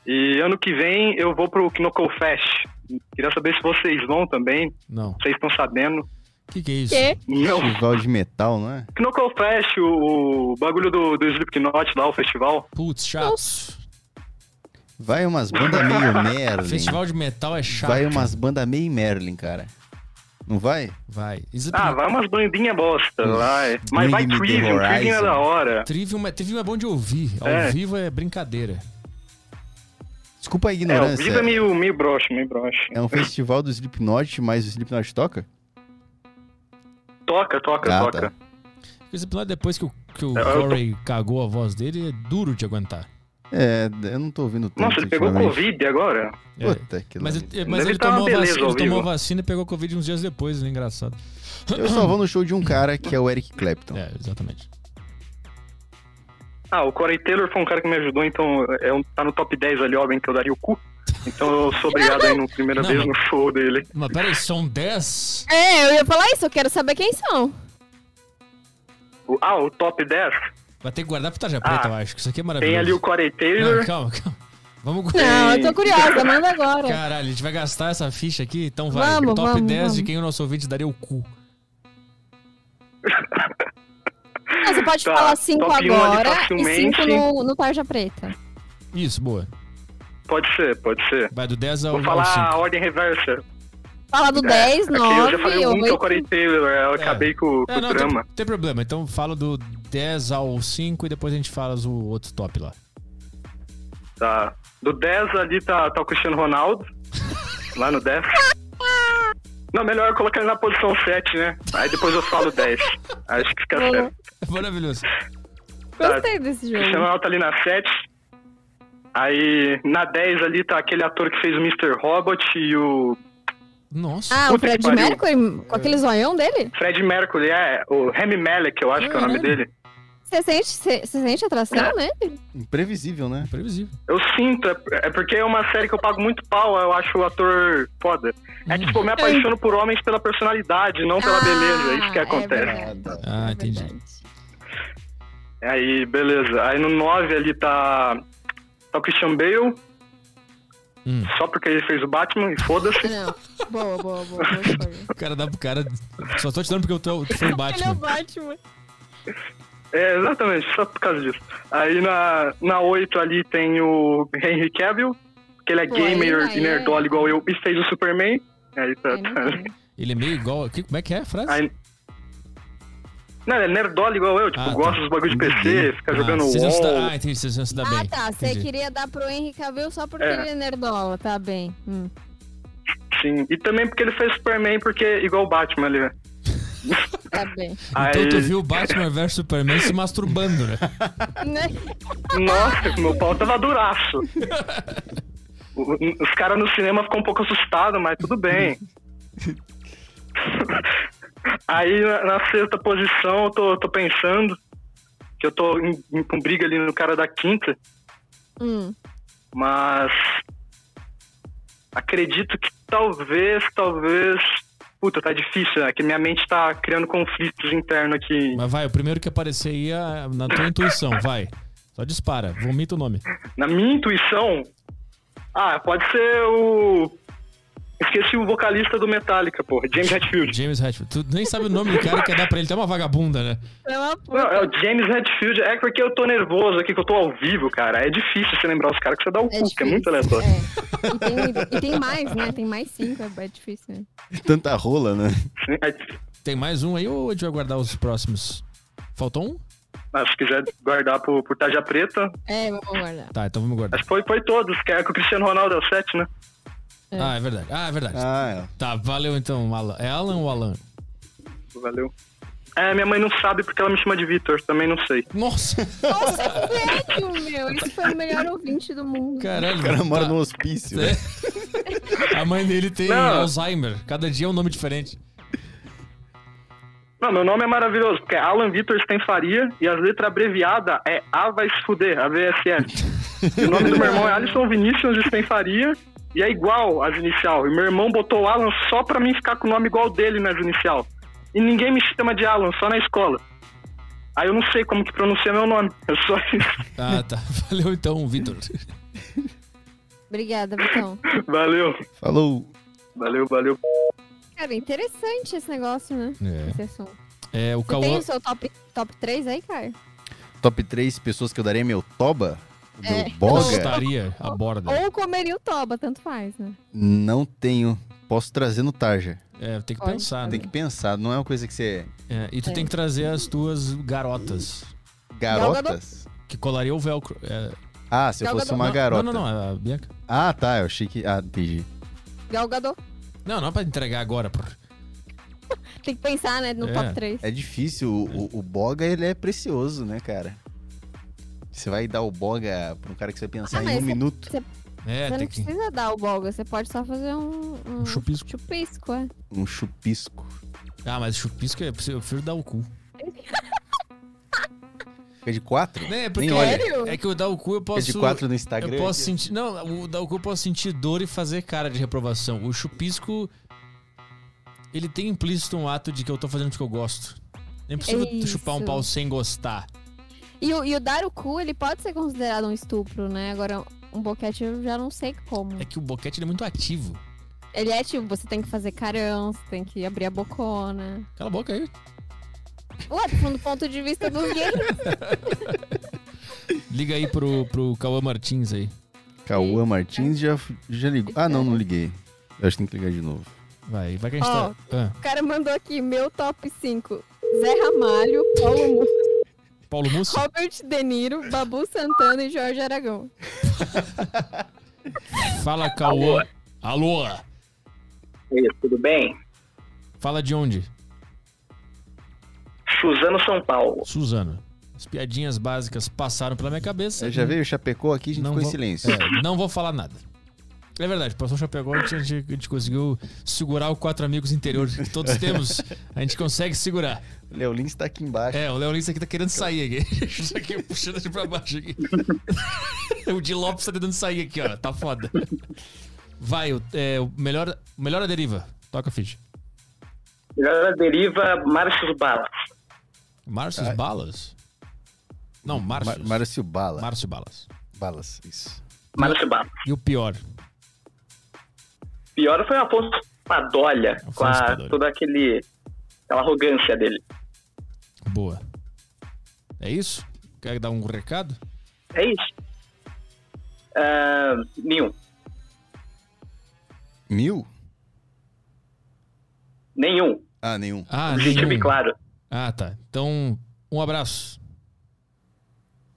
Speaker 10: E ano que vem eu vou pro Knuckle Fest. Queria saber se vocês vão também.
Speaker 1: Não.
Speaker 10: Vocês estão sabendo.
Speaker 1: Que que é isso?
Speaker 10: Quê? Não.
Speaker 18: Festival de metal, não é?
Speaker 10: Knuckle Fest, o, o bagulho do, do Slipknot lá, o festival.
Speaker 1: Putz, chato.
Speaker 18: Vai umas bandas meio Merlin.
Speaker 1: Festival de metal é chato.
Speaker 18: Vai umas bandas meio Merlin, cara. Não vai?
Speaker 1: Vai.
Speaker 10: Ah, vai umas bandinhas bosta lá. é. Mas vai
Speaker 18: Bring Me the
Speaker 10: Trivium, Trivium é
Speaker 18: Horizon.
Speaker 10: da hora.
Speaker 1: Trivium é, Trivium é bom de ouvir. Ao
Speaker 10: É.
Speaker 1: vivo é brincadeira.
Speaker 18: Desculpa a
Speaker 10: É, o
Speaker 18: ignorância.
Speaker 10: Viva é meio, meio broxa, meio broxa.
Speaker 18: É um festival do Slipknot, mas o Slipknot toca?
Speaker 10: Toca, toca,
Speaker 18: Ah,
Speaker 10: toca.
Speaker 18: tá.
Speaker 1: Porque esse episódio, depois que o, que o
Speaker 10: É, eu tô-
Speaker 1: Corey cagou a voz dele, é duro de aguentar.
Speaker 18: É, eu não tô ouvindo tanto.
Speaker 10: Nossa, ele pegou
Speaker 18: ultimamente.
Speaker 10: Covid agora?
Speaker 18: Puta que
Speaker 1: É. Mas,
Speaker 18: larica.
Speaker 1: ele, mas
Speaker 10: Deve
Speaker 1: ele,
Speaker 10: tá uma
Speaker 1: tomou, a
Speaker 10: beleza
Speaker 1: vacina,
Speaker 10: ao
Speaker 1: ele tomou a
Speaker 10: vivo.
Speaker 1: vacina e pegou Covid uns dias depois, né? Engraçado.
Speaker 18: Eu só vou no show de um cara que é o Eric Clapton.
Speaker 1: É, exatamente.
Speaker 10: Ah, o Corey Taylor foi um cara que me ajudou, então é um, tá no top 10 ali, óbvio, que eu daria o cu. Então eu sou obrigado aí, no primeira
Speaker 1: Não,
Speaker 10: vez,
Speaker 1: mas-
Speaker 10: no show dele.
Speaker 1: Mas peraí, são 10?
Speaker 3: É, eu ia falar isso, eu quero saber quem são.
Speaker 10: O- Ah, o top 10?
Speaker 1: Vai ter que guardar pro Tarja Preta,
Speaker 10: Ah,
Speaker 1: eu acho. que Isso aqui é maravilhoso.
Speaker 10: Tem ali o Corey Taylor.
Speaker 1: Não, calma, calma. Vamos
Speaker 10: Não, eu tô curiosa,
Speaker 3: manda agora.
Speaker 1: Caralho, a gente vai gastar essa ficha aqui, então vai.
Speaker 3: Vamos,
Speaker 1: Top
Speaker 3: vamos,
Speaker 1: 10 de
Speaker 3: vamos.
Speaker 1: quem o nosso ouvinte daria o cu.
Speaker 3: Não, você pode
Speaker 1: Tá,
Speaker 3: falar cinco
Speaker 10: top um ali
Speaker 3: agora e
Speaker 10: facilmente.
Speaker 3: cinco no, no Tarja Preta.
Speaker 1: Isso, boa.
Speaker 10: Pode ser, pode ser.
Speaker 1: Vai do 10 ao
Speaker 10: Vou
Speaker 1: ao
Speaker 10: falar a
Speaker 1: 5.
Speaker 10: ordem reversa.
Speaker 3: Fala do 10,
Speaker 10: é, aqui Eu já falei
Speaker 3: 9,
Speaker 10: um que é o
Speaker 3: 8.
Speaker 10: Corey Taylor, eu acabei com, com
Speaker 1: É,
Speaker 10: o
Speaker 1: não,
Speaker 10: drama.
Speaker 1: Tem, tem problema. Então fala do 10 ao 5 e depois a gente fala o outro top lá.
Speaker 10: Tá. Do 10 ali tá, tá o Cristiano Ronaldo. lá no 10. Não, melhor eu colocar ele na posição 7, né? Aí depois eu falo 10. Acho que fica
Speaker 3: Boa.
Speaker 10: certo.
Speaker 1: Maravilhoso.
Speaker 3: Gostei desse jogo.
Speaker 10: Cristiano Ronaldo tá ali na 7. Aí na 10 ali tá aquele ator que fez o Mr. Robot e o
Speaker 1: Nossa.
Speaker 3: Ah, o
Speaker 10: Puta que
Speaker 3: Fred
Speaker 10: pariu. É.
Speaker 3: Mercury, com aquele zoião dele?
Speaker 10: Fred Mercury, é, o Remy Malek, eu acho que é o nome dele.
Speaker 3: Você sente, você você sente atração
Speaker 10: É.
Speaker 3: nele?
Speaker 18: Imprevisível,
Speaker 3: Ah.
Speaker 18: né?
Speaker 1: Imprevisível.
Speaker 10: Eu sinto, é, é porque é uma série que eu pago muito pau, eu acho o ator foda. É tipo, eu me apaixono por homens pela personalidade, não
Speaker 3: Ah,
Speaker 10: pela beleza, é isso que acontece.
Speaker 3: É
Speaker 1: Ah, entendi.
Speaker 10: Aí, beleza. Aí no 9 ali tá, tá o Christian Bale. Só porque ele fez o Batman, e foda-se.
Speaker 3: Boa, boa, boa.
Speaker 1: O cara dá pro cara. Só tô te dando porque eu tô,
Speaker 3: é
Speaker 1: tu foi o Batman.
Speaker 3: Batman.
Speaker 1: Tá
Speaker 10: É, exatamente, só por causa disso. Aí na, na 8 ali tem o Henry Cavill, que ele é
Speaker 1: Pô,
Speaker 10: gamer
Speaker 1: aí, aí,
Speaker 10: e nerdola
Speaker 1: aí.
Speaker 10: igual eu, e fez o Superman. Aí tá. tá.
Speaker 1: Ele é meio igual. que- como é que é a frase?
Speaker 10: Não, ele é nerdola igual eu, tipo,
Speaker 1: Ah,
Speaker 10: gosta dos bagulhos de PC, fica tá jogando
Speaker 1: tá. vocês não se dá-
Speaker 10: WoW.
Speaker 1: Ah, entendi, vocês não se dá bem.
Speaker 3: Ah, tá. Você
Speaker 1: Entendi.
Speaker 3: queria dar pro Henry Cavill só porque
Speaker 10: É.
Speaker 3: ele é nerdola, tá bem. Hum.
Speaker 10: Sim, assim. e também porque ele fez Superman, porque é igual o Batman ali. né?
Speaker 3: Tá bem.
Speaker 1: Então tu
Speaker 10: Aí-
Speaker 1: viu o Batman vs Superman se masturbando, né?
Speaker 10: Nossa, meu pau tava duraço. O- o- Os caras no cinema ficam um pouco assustados, mas tudo bem. Aí na, na sexta posição eu tô, tô pensando que eu tô em- em- com briga ali no cara da quinta,
Speaker 3: Hum.
Speaker 10: mas acredito que talvez, talvez. Puta, tá difícil, né? Que minha mente tá criando conflitos internos aqui.
Speaker 1: Mas vai, o primeiro que aparecer aí é na tua intuição, vai. Só dispara, vomita o nome.
Speaker 10: Na minha intuição. Ah, pode ser o. Esqueci o vocalista do Metallica, porra. James Hetfield.
Speaker 1: James Hetfield. Tu nem sabe o nome do cara que dá pra ele. Tu é uma vagabunda, né?
Speaker 10: Não, é o James Hetfield. É porque eu tô nervoso aqui, que eu tô ao vivo, cara. É difícil você lembrar os caras que você dá o cu, que é muito aleatório.
Speaker 3: É. E tem, e tem mais, né? Tem mais cinco, é, é difícil mesmo.
Speaker 18: Tanta rola, né?
Speaker 10: é.
Speaker 1: Tem mais um aí ou a gente vai guardar os próximos? Faltou um?
Speaker 10: Ah, se quiser guardar pro, pro Taja Preta.
Speaker 3: É, vamos guardar.
Speaker 1: Tá, então vamos guardar.
Speaker 10: Acho que foi, foi todos, que é que o Cristiano Ronaldo é o 7, né?
Speaker 1: Ah, é verdade. Ah, é verdade.
Speaker 18: Ah,
Speaker 1: é. Tá, valeu então, Alan. É Alan ou Alan?
Speaker 10: Valeu. É, minha mãe não sabe porque ela me chama de Vitor, também não sei.
Speaker 1: Nossa!
Speaker 3: Nossa, velho, meu. Esse foi o melhor ouvinte do mundo.
Speaker 1: Caralho.
Speaker 18: O cara mora
Speaker 1: tá.
Speaker 18: num hospício.
Speaker 1: É. A mãe dele tem
Speaker 10: Não.
Speaker 1: Alzheimer. Cada dia é um nome diferente.
Speaker 10: Não, meu nome é maravilhoso, porque é Alan Vitor Stenfaria e as letras abreviadas é A vai se fuder, AVSF. e o nome do meu irmão é Alisson Vinícius Stenfaria E é igual as inicial. E meu irmão botou o Alan só pra mim ficar com o nome igual dele nas inicial. E ninguém me chama de Alan, só na escola. Aí eu não sei como que pronuncia meu nome. É só isso.
Speaker 1: Ah, tá. Valeu então, Vitor.
Speaker 3: Obrigada, Vitão.
Speaker 10: Valeu.
Speaker 2: Falou.
Speaker 10: Valeu, valeu.
Speaker 3: Cara, interessante esse negócio, né?
Speaker 1: É.
Speaker 3: Esse assunto.
Speaker 1: É, o
Speaker 3: Você tem
Speaker 1: Cauã.
Speaker 3: o seu top, top 3 aí, cara?
Speaker 2: Top 3 pessoas que eu daria meu toba? Meu
Speaker 3: É.
Speaker 2: boga?
Speaker 1: Gostaria a borda.
Speaker 3: Ou comeria o toba, tanto faz, né?
Speaker 2: Não tenho. Posso trazer no Tarja.
Speaker 1: É, tem que
Speaker 3: Pode.
Speaker 1: pensar, né?
Speaker 2: Tem que pensar, não é uma coisa que você.
Speaker 1: É, e tu
Speaker 3: É.
Speaker 1: tem que trazer as tuas garotas.
Speaker 2: Garotas?
Speaker 1: Que colaria o velcro. É.
Speaker 2: Ah, se eu fosse uma
Speaker 1: Não,
Speaker 2: garota.
Speaker 1: Não, não, não, a Bianca.
Speaker 2: Ah, tá, eu achei que. Ah, entendi.
Speaker 3: Galgador.
Speaker 1: Não, não é pra entregar agora, porra.
Speaker 3: Tem que pensar, né, no top 3.
Speaker 2: É difícil, o, o- o boga ele é precioso, né, cara? Você vai dar o boga pra um cara que você vai
Speaker 1: Ah,
Speaker 2: pensar em um
Speaker 3: você-
Speaker 2: minuto.
Speaker 3: Você,
Speaker 1: É,
Speaker 3: você não
Speaker 2: tem que-
Speaker 3: precisa dar o bolga, você pode só fazer um, um,
Speaker 1: chupisco.
Speaker 3: chupisco, é.
Speaker 2: Um chupisco.
Speaker 1: Ah, mas chupisco é. Eu prefiro dar o cu.
Speaker 2: Fica de quatro?
Speaker 1: É, porque
Speaker 2: Nem olha.
Speaker 1: é que o dar o cu eu posso.
Speaker 2: Fica de quatro no Instagram.
Speaker 1: Eu posso sentir. Não, o dar o cu eu posso sentir dor e fazer cara de reprovação. O chupisco. Ele tem implícito um ato de que eu tô fazendo porque eu gosto. É impossível tu chupar um
Speaker 3: Isso.
Speaker 1: pau sem gostar.
Speaker 3: E, o- e o dar o cu, ele pode ser considerado um estupro, né? Agora, um boquete eu já não sei como.
Speaker 1: É que o boquete ele é muito ativo.
Speaker 3: Ele é tipo, você tem que fazer carão, você tem que abrir a bocona.
Speaker 1: Cala a boca aí.
Speaker 3: Ué, tô falando do ponto de vista do gay.
Speaker 1: Liga aí pro, pro Cauã Martins aí.
Speaker 2: Cauã Martins já, já ligou. Ah, não, não liguei. Eu acho que tem que ligar de novo.
Speaker 1: Vai, vai que
Speaker 3: a gente Ó. tá-
Speaker 1: Ah,
Speaker 3: O cara mandou aqui, meu top 5. Zé Ramalho, Paulo Musso,
Speaker 1: Paulo Musso?
Speaker 3: Robert De Niro, Babu Santana e Jorge Aragão.
Speaker 1: Fala, Cauã. Alô?
Speaker 10: Isso, tudo bem?
Speaker 1: Fala de onde?
Speaker 10: Suzano, São Paulo.
Speaker 1: Suzano. As piadinhas básicas passaram pela minha cabeça.
Speaker 2: Eu já veio, chapecou aqui, a gente ficou
Speaker 1: vou-
Speaker 2: em silêncio.
Speaker 1: é, não vou falar nada. É verdade, passou o Chapecó, a gente, a gente- a gente conseguiu segurar o Quatro Amigos Interior que todos temos. A gente consegue segurar.
Speaker 2: O Leolins tá aqui embaixo.
Speaker 1: É, o Leolins aqui tá querendo sair aqui. Isso aqui puxando ele pra baixo aqui. o de Lopes tá tentando sair aqui, ó. Tá foda. Vai, o, é, o melhor, o melhor a deriva. Toca, Fitch.
Speaker 10: Melhor deriva, Márcio Balas.
Speaker 1: Márcio Balas? Não, Márcio.
Speaker 2: Márcio Bala.
Speaker 1: Márcio Balas.
Speaker 2: Balas, isso.
Speaker 10: Márcio Balas.
Speaker 1: E o pior?
Speaker 10: Pior foi o Afonso Padolha, com a- toda aquele, aquela arrogância dele.
Speaker 1: Boa. É isso? Quer dar um recado?
Speaker 10: É isso. Ah, nenhum.
Speaker 2: Mil?
Speaker 10: Nenhum.
Speaker 2: Ah, nenhum.
Speaker 1: Ah,
Speaker 10: Deixa bem claro.
Speaker 1: Ah, tá. Então, um abraço.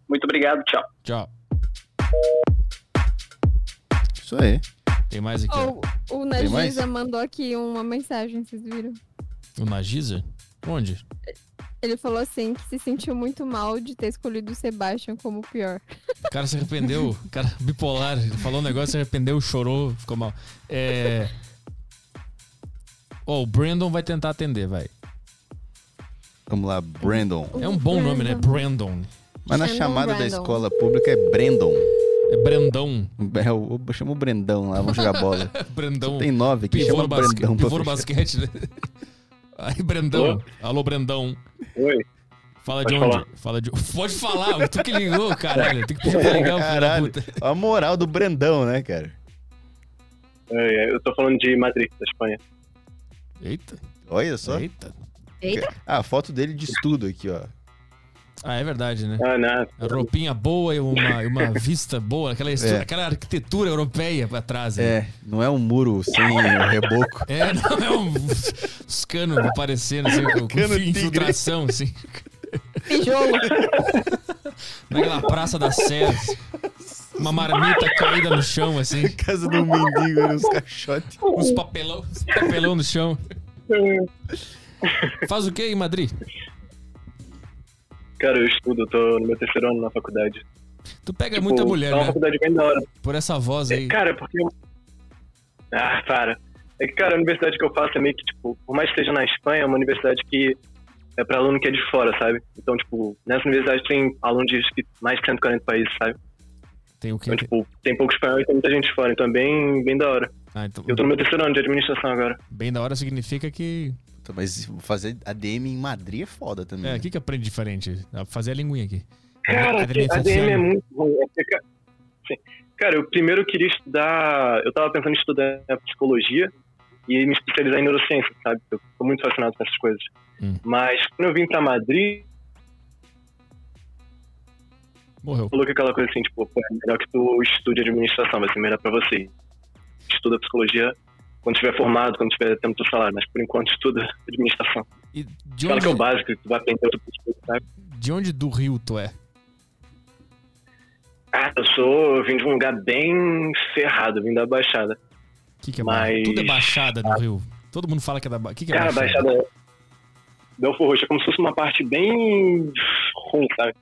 Speaker 10: Muito obrigado, tchau.
Speaker 1: Tchau.
Speaker 2: Isso aí.
Speaker 1: Tem mais aqui. ó.
Speaker 3: Ô, o
Speaker 1: Tem mais?
Speaker 3: Nagisa mandou aqui uma mensagem, vocês viram?
Speaker 1: O Nagisa? Onde?
Speaker 3: Ele falou assim que se sentiu muito mal de ter escolhido o Sebastian como o pior.
Speaker 1: O cara se arrependeu. O cara é bipolar. Ele falou um negócio, se arrependeu, chorou, ficou mal. É. Ó, o Brandon vai tentar atender, vai.
Speaker 2: Vamos lá, Brandon.
Speaker 1: É um bom nome, né? Brandon.
Speaker 2: Mas na
Speaker 1: Brandon,
Speaker 2: chamada da
Speaker 1: Brandon.
Speaker 2: escola pública é Brandon.
Speaker 1: É Brandão.
Speaker 2: É, o- o- chama o Brandão lá, vamos jogar bola.
Speaker 1: Brandão.
Speaker 2: Só tem nove aqui,
Speaker 1: Então, Pivô
Speaker 2: chama
Speaker 1: no basque-
Speaker 2: Brandão pra
Speaker 1: Pivô no
Speaker 2: fechar.
Speaker 1: basquete, né? Aí, Brandão. Alô, Brandão.
Speaker 11: Oi.
Speaker 1: Fala
Speaker 11: Pode
Speaker 1: de onde?
Speaker 11: falar.
Speaker 1: Fala de Pode falar, tu que ligou, caralho. Tem que pedir pra ligar o filho da
Speaker 2: Caralho,
Speaker 1: puta.
Speaker 2: a moral do Brandão, né, cara?
Speaker 11: É, Eu tô falando de Madrid, da Espanha.
Speaker 1: Eita.
Speaker 2: Olha só.
Speaker 1: Eita.
Speaker 11: Eita.
Speaker 2: Ah, a foto dele de estudo aqui, ó.
Speaker 1: Ah, é verdade, né?
Speaker 11: Ah, nada.
Speaker 1: A roupinha boa e uma, e uma vista boa, aquela, estu-
Speaker 2: É.
Speaker 1: aquela arquitetura europeia pra trás. né?
Speaker 2: É, não é um muro sem o reboco.
Speaker 1: É, não, é um, os canos aparecendo, assim, com, com
Speaker 2: Cano tigre.
Speaker 1: infiltração, assim.
Speaker 3: Tijolo.
Speaker 1: Naquela praça da Sé, assim, uma marmita caída no chão, assim.
Speaker 2: Casa do mendigo, uns caixotes.
Speaker 1: Uns papelão, uns papelão no chão. Faz o que em Madrid?
Speaker 11: Cara, eu estudo, eu tô no meu terceiro ano na faculdade.
Speaker 1: Tu pega muita mulher,
Speaker 11: É uma
Speaker 1: né?
Speaker 11: faculdade bem da hora.
Speaker 1: Por essa voz aí.
Speaker 11: Cara, porque. Ah, para. É que, cara, a universidade que eu faço é meio que, tipo, por mais que esteja na Espanha, é uma universidade que é pra aluno que é de fora, sabe? Então, tipo, nessa universidade tem aluno de acho que mais de 140 países, sabe?
Speaker 1: Tem o quê?
Speaker 11: Então, tipo, tem pouco espanhol e tem muita gente fora, então é bem, bem da hora.
Speaker 1: Ah, então-
Speaker 11: Eu tô no meu terceiro ano de administração agora.
Speaker 1: Bem da hora significa que.
Speaker 2: mas fazer ADM em Madrid é foda também.
Speaker 1: É, o que, que aprende diferente? Dá pra Fazer a linguinha aqui.
Speaker 11: Cara, a DM é muito ruim. É que- assim, Cara, eu primeiro queria estudar. Eu tava pensando em estudar psicologia e me especializar em neurociência, sabe? Eu tô muito fascinado com essas coisas. Mas quando eu vim pra Madrid,
Speaker 1: Morreu.
Speaker 11: falou que aquela coisa assim, tipo, pô, é melhor que tu estude administração, vai ser melhor pra você. Estuda psicologia quando tiver formado, quando tiver tempo do salário, mas por enquanto estuda administração.
Speaker 1: de
Speaker 11: Fala que é o
Speaker 1: onde-
Speaker 11: básico, que tu vai aprender outro tipo, sabe?
Speaker 1: De onde do Rio tu é?
Speaker 11: Ah, eu sou. Eu vim de um lugar bem ferrado, eu vim da Baixada.
Speaker 1: O que, que é
Speaker 11: Mas- Ah.
Speaker 1: Tudo é baixada no Rio. Todo mundo fala que é da ba... que, que é
Speaker 11: Cara,
Speaker 1: baixada?
Speaker 11: Baixada. Belfor Roxo é como se fosse uma parte bem ruim, sabe?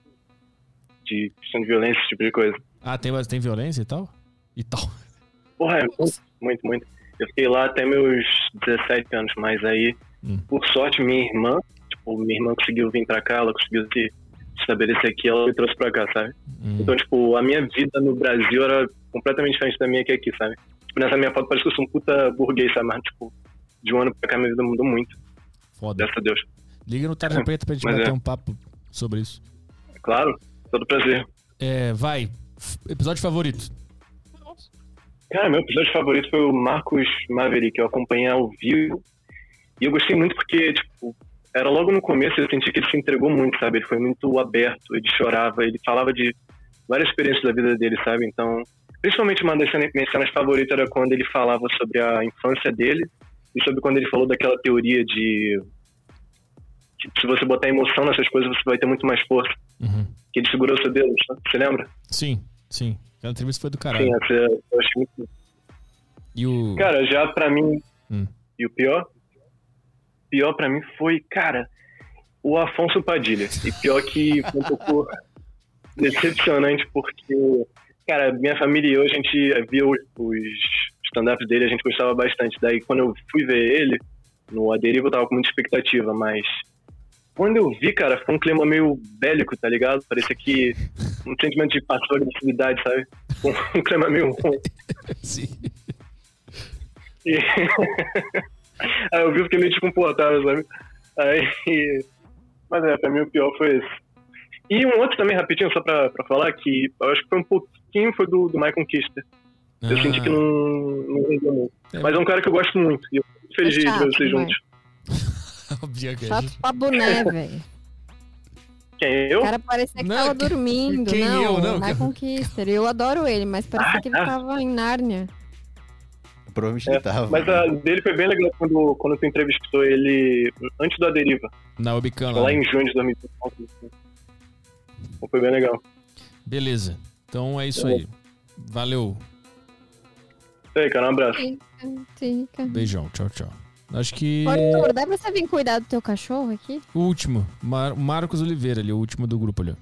Speaker 11: De questão de violência, esse tipo de coisa.
Speaker 1: Ah, tem, tem violência e tal? E tal.
Speaker 11: Porra, é muito, muito, muito. Eu fiquei lá até meus 17 anos, mas aí, por sorte, minha irmã, tipo, minha irmã conseguiu vir pra cá, ela conseguiu se estabelecer aqui, ela me trouxe pra cá, sabe?
Speaker 1: Hum,
Speaker 11: Então, tipo, a minha vida no Brasil era completamente diferente da minha que aqui, sabe? Tipo, nessa minha foto parece que eu sou um puta burguês, sabe? Mas, tipo, de um ano pra cá minha vida mudou muito.
Speaker 1: Foda.
Speaker 11: Graças a Deus.
Speaker 1: Liga no Tarja Preta pra gente
Speaker 11: Mas
Speaker 1: bater
Speaker 11: é.
Speaker 1: um papo sobre isso.
Speaker 11: Claro, todo prazer.
Speaker 1: É, vai. F- Episódio favorito.
Speaker 11: Cara, meu episódio favorito foi o Marcos Maverick, eu acompanhei ao vivo. E eu gostei muito porque, tipo, era logo no começo, eu senti que ele se entregou muito, sabe? Ele foi muito aberto, ele chorava, ele falava de várias experiências da vida dele, sabe? Então, principalmente uma das cenas- minhas cenas favoritas era quando ele falava sobre a infância dele e sobre quando ele falou daquela teoria de que se você botar emoção nessas coisas, você vai ter muito mais força. Que ele segurou seu dedo, sabe? você lembra?
Speaker 1: Sim, sim. Aquela entrevista foi do caralho.
Speaker 11: Sim, essa, eu acho muito
Speaker 1: E o.
Speaker 11: Cara, já pra mim.
Speaker 1: Hum.
Speaker 11: E o pior? Pior pra mim foi, cara, o Afonso Padilha. E pior que foi um pouco decepcionante, porque, cara, minha família e eu, a gente via os, os stand-ups dele, a gente gostava bastante. Daí, quando eu fui ver ele, no Aderiva, eu tava com muita expectativa, mas. Quando eu vi, cara, foi um clima meio bélico, tá ligado? Parecia que um sentimento de passou agressividade, sabe? Foi Um clima meio ruim.
Speaker 1: Sim.
Speaker 11: E... aí eu vi, eu fiquei meio desconfortável, sabe? Aí... Mas é, pra mim o pior foi esse. E um outro também, rapidinho, só pra, pra falar, que eu acho que foi um pouquinho foi do, do Michael Kister. Eu
Speaker 1: Ah.
Speaker 11: senti que não, não rendeu muito. Mas é um cara que eu gosto muito. E eu fico feliz
Speaker 1: É
Speaker 11: de ver
Speaker 1: né?
Speaker 11: vocês juntos.
Speaker 1: Ah,
Speaker 3: Chato pra boné, né, velho.
Speaker 11: Quem?
Speaker 3: O
Speaker 11: é Eu?
Speaker 3: cara parecia que tava dormindo.
Speaker 11: quem
Speaker 3: não,
Speaker 11: eu, não,
Speaker 3: não é Conquister. Eu adoro ele, mas parecia
Speaker 1: Ah,
Speaker 3: que ele
Speaker 1: tá.
Speaker 3: tava em Nárnia.
Speaker 2: Provavelmente
Speaker 11: É, mas a dele foi bem legal quando, quando tu entrevistou ele antes da deriva.
Speaker 1: Na Webcam.
Speaker 11: Foi lá
Speaker 1: né?
Speaker 11: em junho de 2019. Então né? Foi bem legal.
Speaker 1: Beleza. Então é isso aí. Valeu.
Speaker 11: Isso aí, cara. Um abraço.
Speaker 3: Tica, tica.
Speaker 1: Beijão. Tchau, tchau. Acho que.
Speaker 3: Ô, Arthur, dá pra você vir cuidar do teu cachorro aqui?
Speaker 1: O último. Mar Marcos Oliveira ali, o último do grupo ali.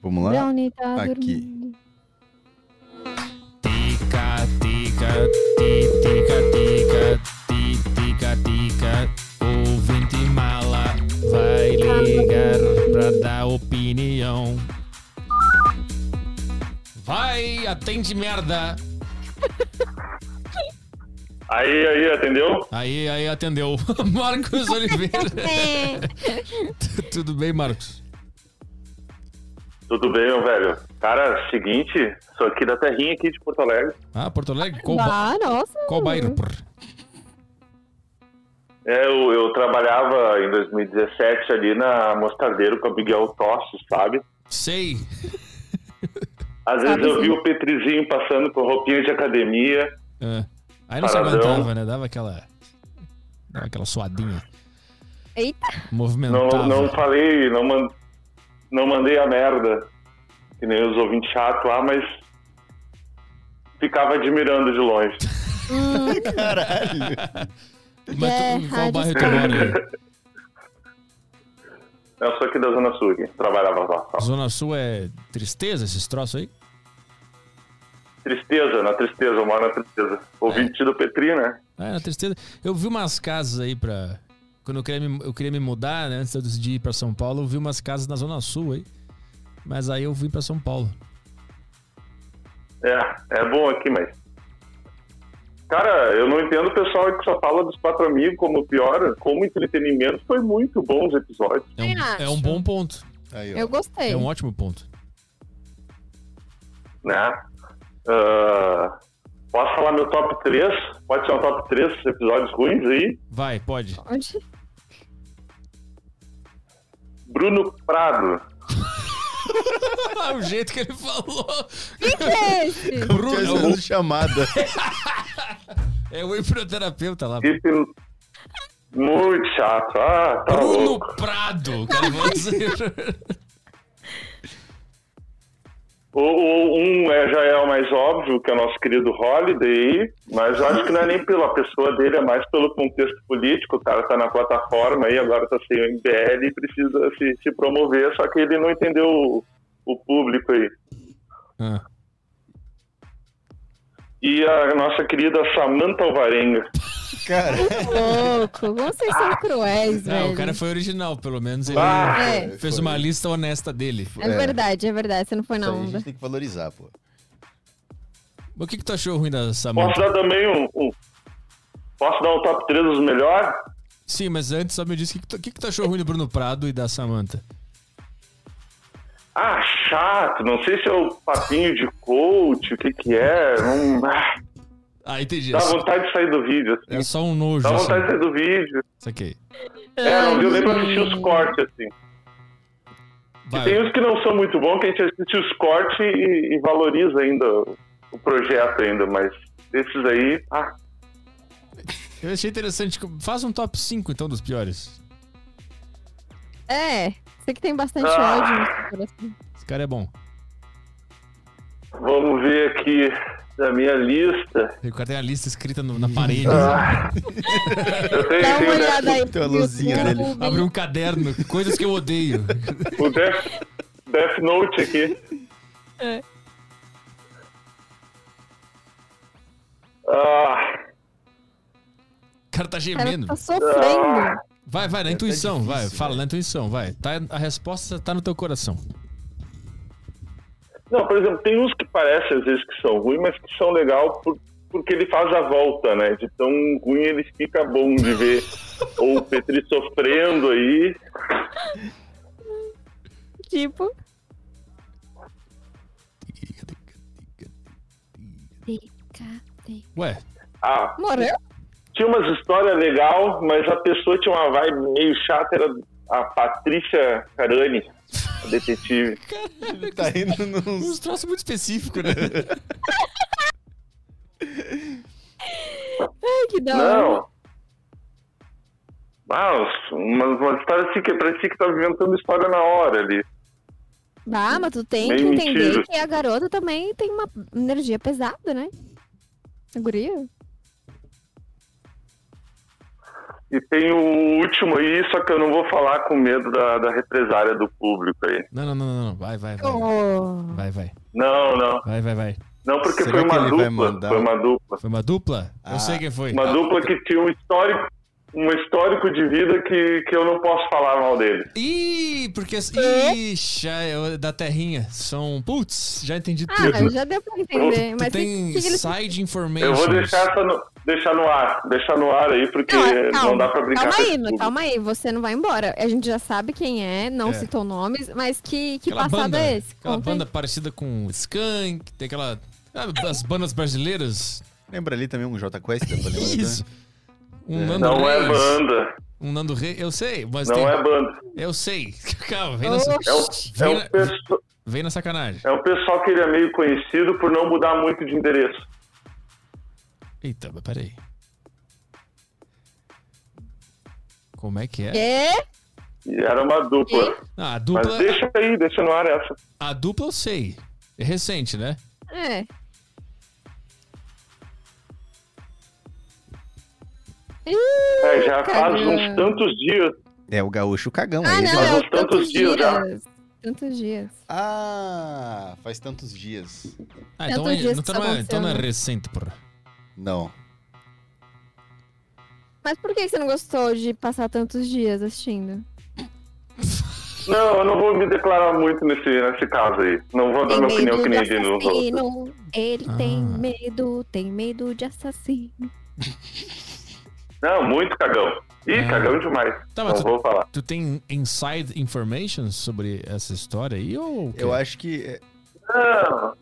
Speaker 2: Vamos
Speaker 1: lá?
Speaker 3: Brownie tá dormindo.
Speaker 1: Tica, tica, ti, tica, tica, ti, tica, tica. Ouvinte mala vai ligar pra dar opinião. Vai, atende merda.
Speaker 4: Aí, aí, atendeu?
Speaker 1: Aí, aí, atendeu. Marcos Oliveira. Tudo bem, Marcos?
Speaker 4: Tudo bem, meu velho. Cara, seguinte, sou aqui da terrinha aqui de Porto Alegre.
Speaker 1: Ah, Porto Alegre? Qual,
Speaker 3: Ah, nossa.
Speaker 1: qual bairro? Prr.
Speaker 4: É, eu, eu trabalhava em 2017 ali na Mostardeiro com a Miguel Tostes, sabe?
Speaker 1: Sei.
Speaker 4: Às vezes
Speaker 1: Sabe
Speaker 4: eu
Speaker 1: sim.
Speaker 4: vi o Petrizinho passando com roupinha de academia.
Speaker 1: É. Aí não se
Speaker 4: Paradão.
Speaker 1: aguentava, né? Dava aquela. Dava aquela suadinha.
Speaker 3: Eita!
Speaker 4: Não,
Speaker 1: Movimentava.
Speaker 4: não falei, não, man- não mandei a merda, que nem os ouvintes chatos lá, mas ficava admirando de longe.
Speaker 2: Caralho.
Speaker 1: Mas tu, qual bairro tu
Speaker 4: escravo.
Speaker 1: mora? aí?
Speaker 4: Eu sou aqui da Zona Sul, aqui, trabalhava lá.
Speaker 1: Zona Sul é tristeza esses troços aí?
Speaker 4: Tristeza, na tristeza, eu moro na tristeza. Ouvinte do Petri, né?
Speaker 1: Ah, na tristeza. Eu vi umas casas aí pra. Quando eu queria me, eu queria me mudar, né? Antes de eu decidir ir pra São Paulo, eu vi umas casas na Zona Sul aí. Mas aí eu vim pra São Paulo.
Speaker 13: É, é bom aqui, mas. Cara, eu não entendo o pessoal que só fala dos quatro amigos como piora. Como entretenimento, foi muito bom os episódios.
Speaker 1: É um, é um bom ponto.
Speaker 3: Aí, ó. Eu gostei.
Speaker 1: É um ótimo ponto.
Speaker 13: Né? Ah, posso falar meu top 3? Pode ser um top 3 episódios ruins aí?
Speaker 1: Vai, pode.
Speaker 3: Pode.
Speaker 13: Bruno Prado.
Speaker 1: Ah, o jeito que ele falou.
Speaker 3: Gente!
Speaker 18: Bruno é o... chamada.
Speaker 1: É o hipnoterapeuta lá.
Speaker 13: Hipno- Muito chato. Ah, tá
Speaker 1: Bruno
Speaker 13: louco.
Speaker 1: Prado, o cara vai dizer.
Speaker 13: O, o- um é, já é o mais óbvio, que é o nosso querido Holiday, mas eu acho que não é nem pela pessoa dele, é mais pelo contexto político. O cara tá na plataforma aí, agora tá sem o MBL e precisa se, se promover, só que ele não entendeu o, o público aí.
Speaker 1: Ah.
Speaker 13: E a nossa querida Samantha Alvarenga.
Speaker 18: Cara.
Speaker 3: Louco, vocês são cruéis,
Speaker 1: Não,
Speaker 3: velho.
Speaker 1: É, o cara foi original, pelo menos. Ele
Speaker 13: Ah,
Speaker 3: É.
Speaker 1: fez uma lista honesta dele.
Speaker 3: É verdade, é verdade. Você não foi na onda.
Speaker 18: tem que valorizar, pô.
Speaker 1: O que, que tu achou ruim da
Speaker 13: Posso
Speaker 1: Samantha?
Speaker 13: dar também um, um- Posso dar um top 3 dos melhores?
Speaker 1: Sim, mas antes só me diz o que, que, tu- o que, que tu achou ruim do Bruno Prado e da Samantha.
Speaker 13: Ah, chato, não sei se é o papinho de coach, o que que é. Não... Ah,
Speaker 1: Ah, entendi.
Speaker 13: Dá vontade de sair do vídeo.
Speaker 1: É só um nojo.
Speaker 13: Dá
Speaker 1: assim.
Speaker 13: vontade de sair do vídeo.
Speaker 1: Saquei.
Speaker 13: É, não deu nem pra assistir os cortes, assim. E tem um uns que não são muito bons, que a gente assiste os cortes e, e valoriza ainda o o projeto ainda, mas esses aí, ah,
Speaker 1: Eu achei interessante. Faz um top 5, então, dos piores.
Speaker 3: É, você que tem bastante
Speaker 13: Ah.
Speaker 3: ódio no seu coração.
Speaker 1: Esse cara é bom.
Speaker 13: vamos ver aqui da minha lista.
Speaker 1: O cara tem a lista escrita no- na parede.
Speaker 13: Ah. Eu tenho,
Speaker 1: né?
Speaker 13: né?
Speaker 3: Dá uma
Speaker 13: tenho
Speaker 3: olhada aí. né?
Speaker 1: Tem uma
Speaker 3: luzinha dele.
Speaker 1: Abre um caderno, coisas que eu odeio.
Speaker 13: o Death, Death Note aqui.
Speaker 3: É.
Speaker 13: Ah,
Speaker 1: O cara tá
Speaker 3: O cara
Speaker 1: gemendo.
Speaker 3: tá sofrendo.
Speaker 13: Ah.
Speaker 1: Vai,
Speaker 13: É
Speaker 1: vai, na intuição,
Speaker 13: né?
Speaker 1: vai. Fala, na intuição, vai. Tá, a resposta tá no teu coração.
Speaker 13: Não, por exemplo, tem uns que parecem às vezes que são ruins, mas que são legal por- porque ele faz a volta, né? De tão ruim ele fica bom de ver ou o Petri sofrendo aí.
Speaker 3: Tipo.
Speaker 1: Ué.
Speaker 13: Ah,
Speaker 3: Morreu?
Speaker 13: tinha umas histórias legal, mas a pessoa tinha uma vibe meio chata, era a Patrícia Carani, a detetive.
Speaker 18: Tá indo nos...
Speaker 1: Uns troços um muito específicos, né?
Speaker 3: Ai, que da hora.
Speaker 13: Não. Ah, uma, uma história assim que parecia que tava inventando história na hora ali.
Speaker 3: Ah, mas tu tem que
Speaker 13: Meio
Speaker 3: entender
Speaker 13: mentira.
Speaker 3: que a garota também tem uma energia pesada, né? A guria.
Speaker 13: E tem o último aí, só que eu não vou falar com medo da, da represária do público aí.
Speaker 1: Não, não, não, não, não. Vai, vai, vai.
Speaker 3: Oh.
Speaker 1: Vai, vai.
Speaker 13: Não, não.
Speaker 1: Vai, vai, vai.
Speaker 13: Não, porque
Speaker 1: Será
Speaker 13: foi
Speaker 1: que
Speaker 13: uma,
Speaker 1: ele vai
Speaker 13: dupla,
Speaker 1: mandar? Tá.
Speaker 13: foi uma dupla.
Speaker 1: Foi uma dupla? Eu sei quem foi.
Speaker 13: Ah. Uma dupla que tinha um histórico, um histórico de vida que, que eu não posso falar mal dele.
Speaker 1: Ih, porque. Ixi, é da terrinha. São. Putz, já entendi
Speaker 3: Ah,
Speaker 1: tudo.
Speaker 3: já deu pra entender.
Speaker 1: Tu
Speaker 3: Mas
Speaker 1: tem
Speaker 3: que, que ele...
Speaker 1: side information.
Speaker 13: Eu vou deixar, essa no, deixar no ar, deixar no ar aí, porque É, não, dá pra brincar
Speaker 3: é, calma
Speaker 13: com
Speaker 3: aí,
Speaker 13: esse público.
Speaker 3: calma aí, você não vai embora. A gente já sabe quem é, não
Speaker 1: É.
Speaker 3: citou nomes, mas que, que
Speaker 1: Aquela
Speaker 3: passado
Speaker 1: banda, né?
Speaker 3: é esse?
Speaker 1: Aquela
Speaker 3: Conta aí.
Speaker 1: banda parecida com Skank, tem aquela. sabe, As bandas brasileiras.
Speaker 18: Lembra ali também um J Quest?
Speaker 2: né?
Speaker 1: Isso. Um Nando
Speaker 13: Não é
Speaker 1: Reis.
Speaker 13: banda.
Speaker 1: Um Nando Reis. Eu sei, mas
Speaker 13: Não
Speaker 1: tem-
Speaker 13: é banda.
Speaker 1: Eu sei. Calma, vem na,
Speaker 13: É um- é
Speaker 1: vem
Speaker 13: um
Speaker 1: na-
Speaker 13: perso-
Speaker 1: vem na sacanagem.
Speaker 13: É um pessoal que ele é meio conhecido por não mudar muito de endereço.
Speaker 1: Eita, mas peraí. Como é que é?
Speaker 3: Quê?
Speaker 13: E era uma dupla.
Speaker 1: Ah, a dupla.
Speaker 13: Mas deixa aí, deixa no ar essa.
Speaker 1: A dupla eu sei. É recente, né?
Speaker 3: É. Ih,
Speaker 13: É, já faz
Speaker 3: cagão.
Speaker 13: uns tantos dias.
Speaker 18: É o gaúcho cagão.
Speaker 3: Ah,
Speaker 18: aí né?
Speaker 3: não,
Speaker 18: ele-
Speaker 3: é
Speaker 13: uns
Speaker 3: o tantos
Speaker 13: tantos dias
Speaker 3: dias.
Speaker 13: já.
Speaker 3: Tantos dias.
Speaker 18: Ah, faz tantos dias.
Speaker 1: Ah,
Speaker 3: É
Speaker 1: então,
Speaker 3: outro
Speaker 1: é-
Speaker 3: dia que
Speaker 1: então
Speaker 3: isso
Speaker 1: não é, então não é
Speaker 3: aconteceu, né?
Speaker 1: recente, porra.
Speaker 18: Não.
Speaker 3: Mas por que você não gostou de passar tantos dias assistindo?
Speaker 13: Não, eu não vou me declarar muito nesse, nesse caso aí. Não vou dar
Speaker 3: Tem
Speaker 13: minha opinião
Speaker 3: medo
Speaker 13: que
Speaker 3: de
Speaker 13: nem de nos outros.
Speaker 3: assassino. Ele tem
Speaker 1: Ah.
Speaker 3: medo, tem medo de assassino.
Speaker 13: Não, muito cagão. Ih, cagão demais.
Speaker 1: Tá,
Speaker 13: não
Speaker 1: mas
Speaker 13: vou falar.
Speaker 1: tu, tu tem inside information sobre essa história aí? Ou
Speaker 18: Eu acho que. é.
Speaker 13: Não,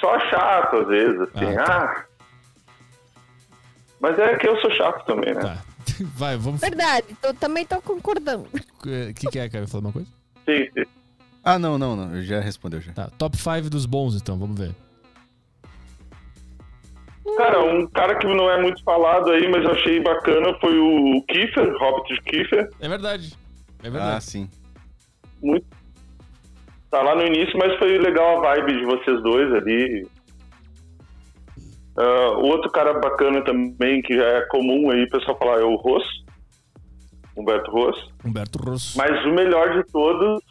Speaker 13: só chato às vezes, assim. Ah, Mas é que eu sou chato também,
Speaker 1: Tá.
Speaker 13: né?
Speaker 1: Vai, vamos.
Speaker 3: Verdade, tô- também tô concordando.
Speaker 1: O que, que é, cara? Falou uma coisa?
Speaker 13: Sim, sim.
Speaker 18: Ah, não, não, não. Já respondeu já.
Speaker 1: Tá, top 5 dos bons, então, vamos ver.
Speaker 13: Cara, um cara que não é muito falado aí, mas eu achei bacana foi o Kiefer, Robert Kiefer.
Speaker 1: É verdade. É
Speaker 13: verdade.
Speaker 18: Ah, sim.
Speaker 13: Muito. Tá lá no início, mas foi legal a vibe de vocês dois ali. Ah, o outro cara bacana também, que já é comum aí o pessoal falar, é o Rosso. Humberto Rosso.
Speaker 1: Humberto Rosso.
Speaker 13: Mas o melhor de todos.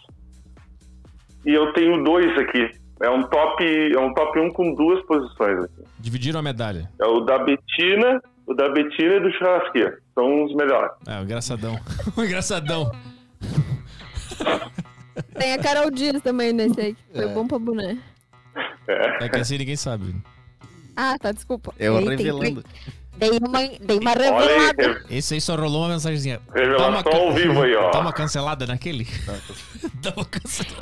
Speaker 13: E eu tenho dois aqui. É um top. É um top 1 com duas posições. Aqui.
Speaker 1: Dividiram a medalha.
Speaker 13: É o da Betina, o da Betina e do churrasqueiro. São os melhores.
Speaker 1: É, o engraçadão. o engraçadão.
Speaker 3: Tem a Carol Dias também nesse aí, que foi
Speaker 1: É.
Speaker 3: bom pra boné.
Speaker 1: É que assim ninguém sabe.
Speaker 3: Ah, tá, desculpa.
Speaker 1: É o
Speaker 3: Eita,
Speaker 1: revelando.
Speaker 3: Dei dei uma, dei uma revelada.
Speaker 1: Esse aí só rolou uma mensagenzinha.
Speaker 13: Revelação
Speaker 1: Dá uma can-
Speaker 13: ao vivo aí, ó.
Speaker 1: Dá uma cancelada naquele?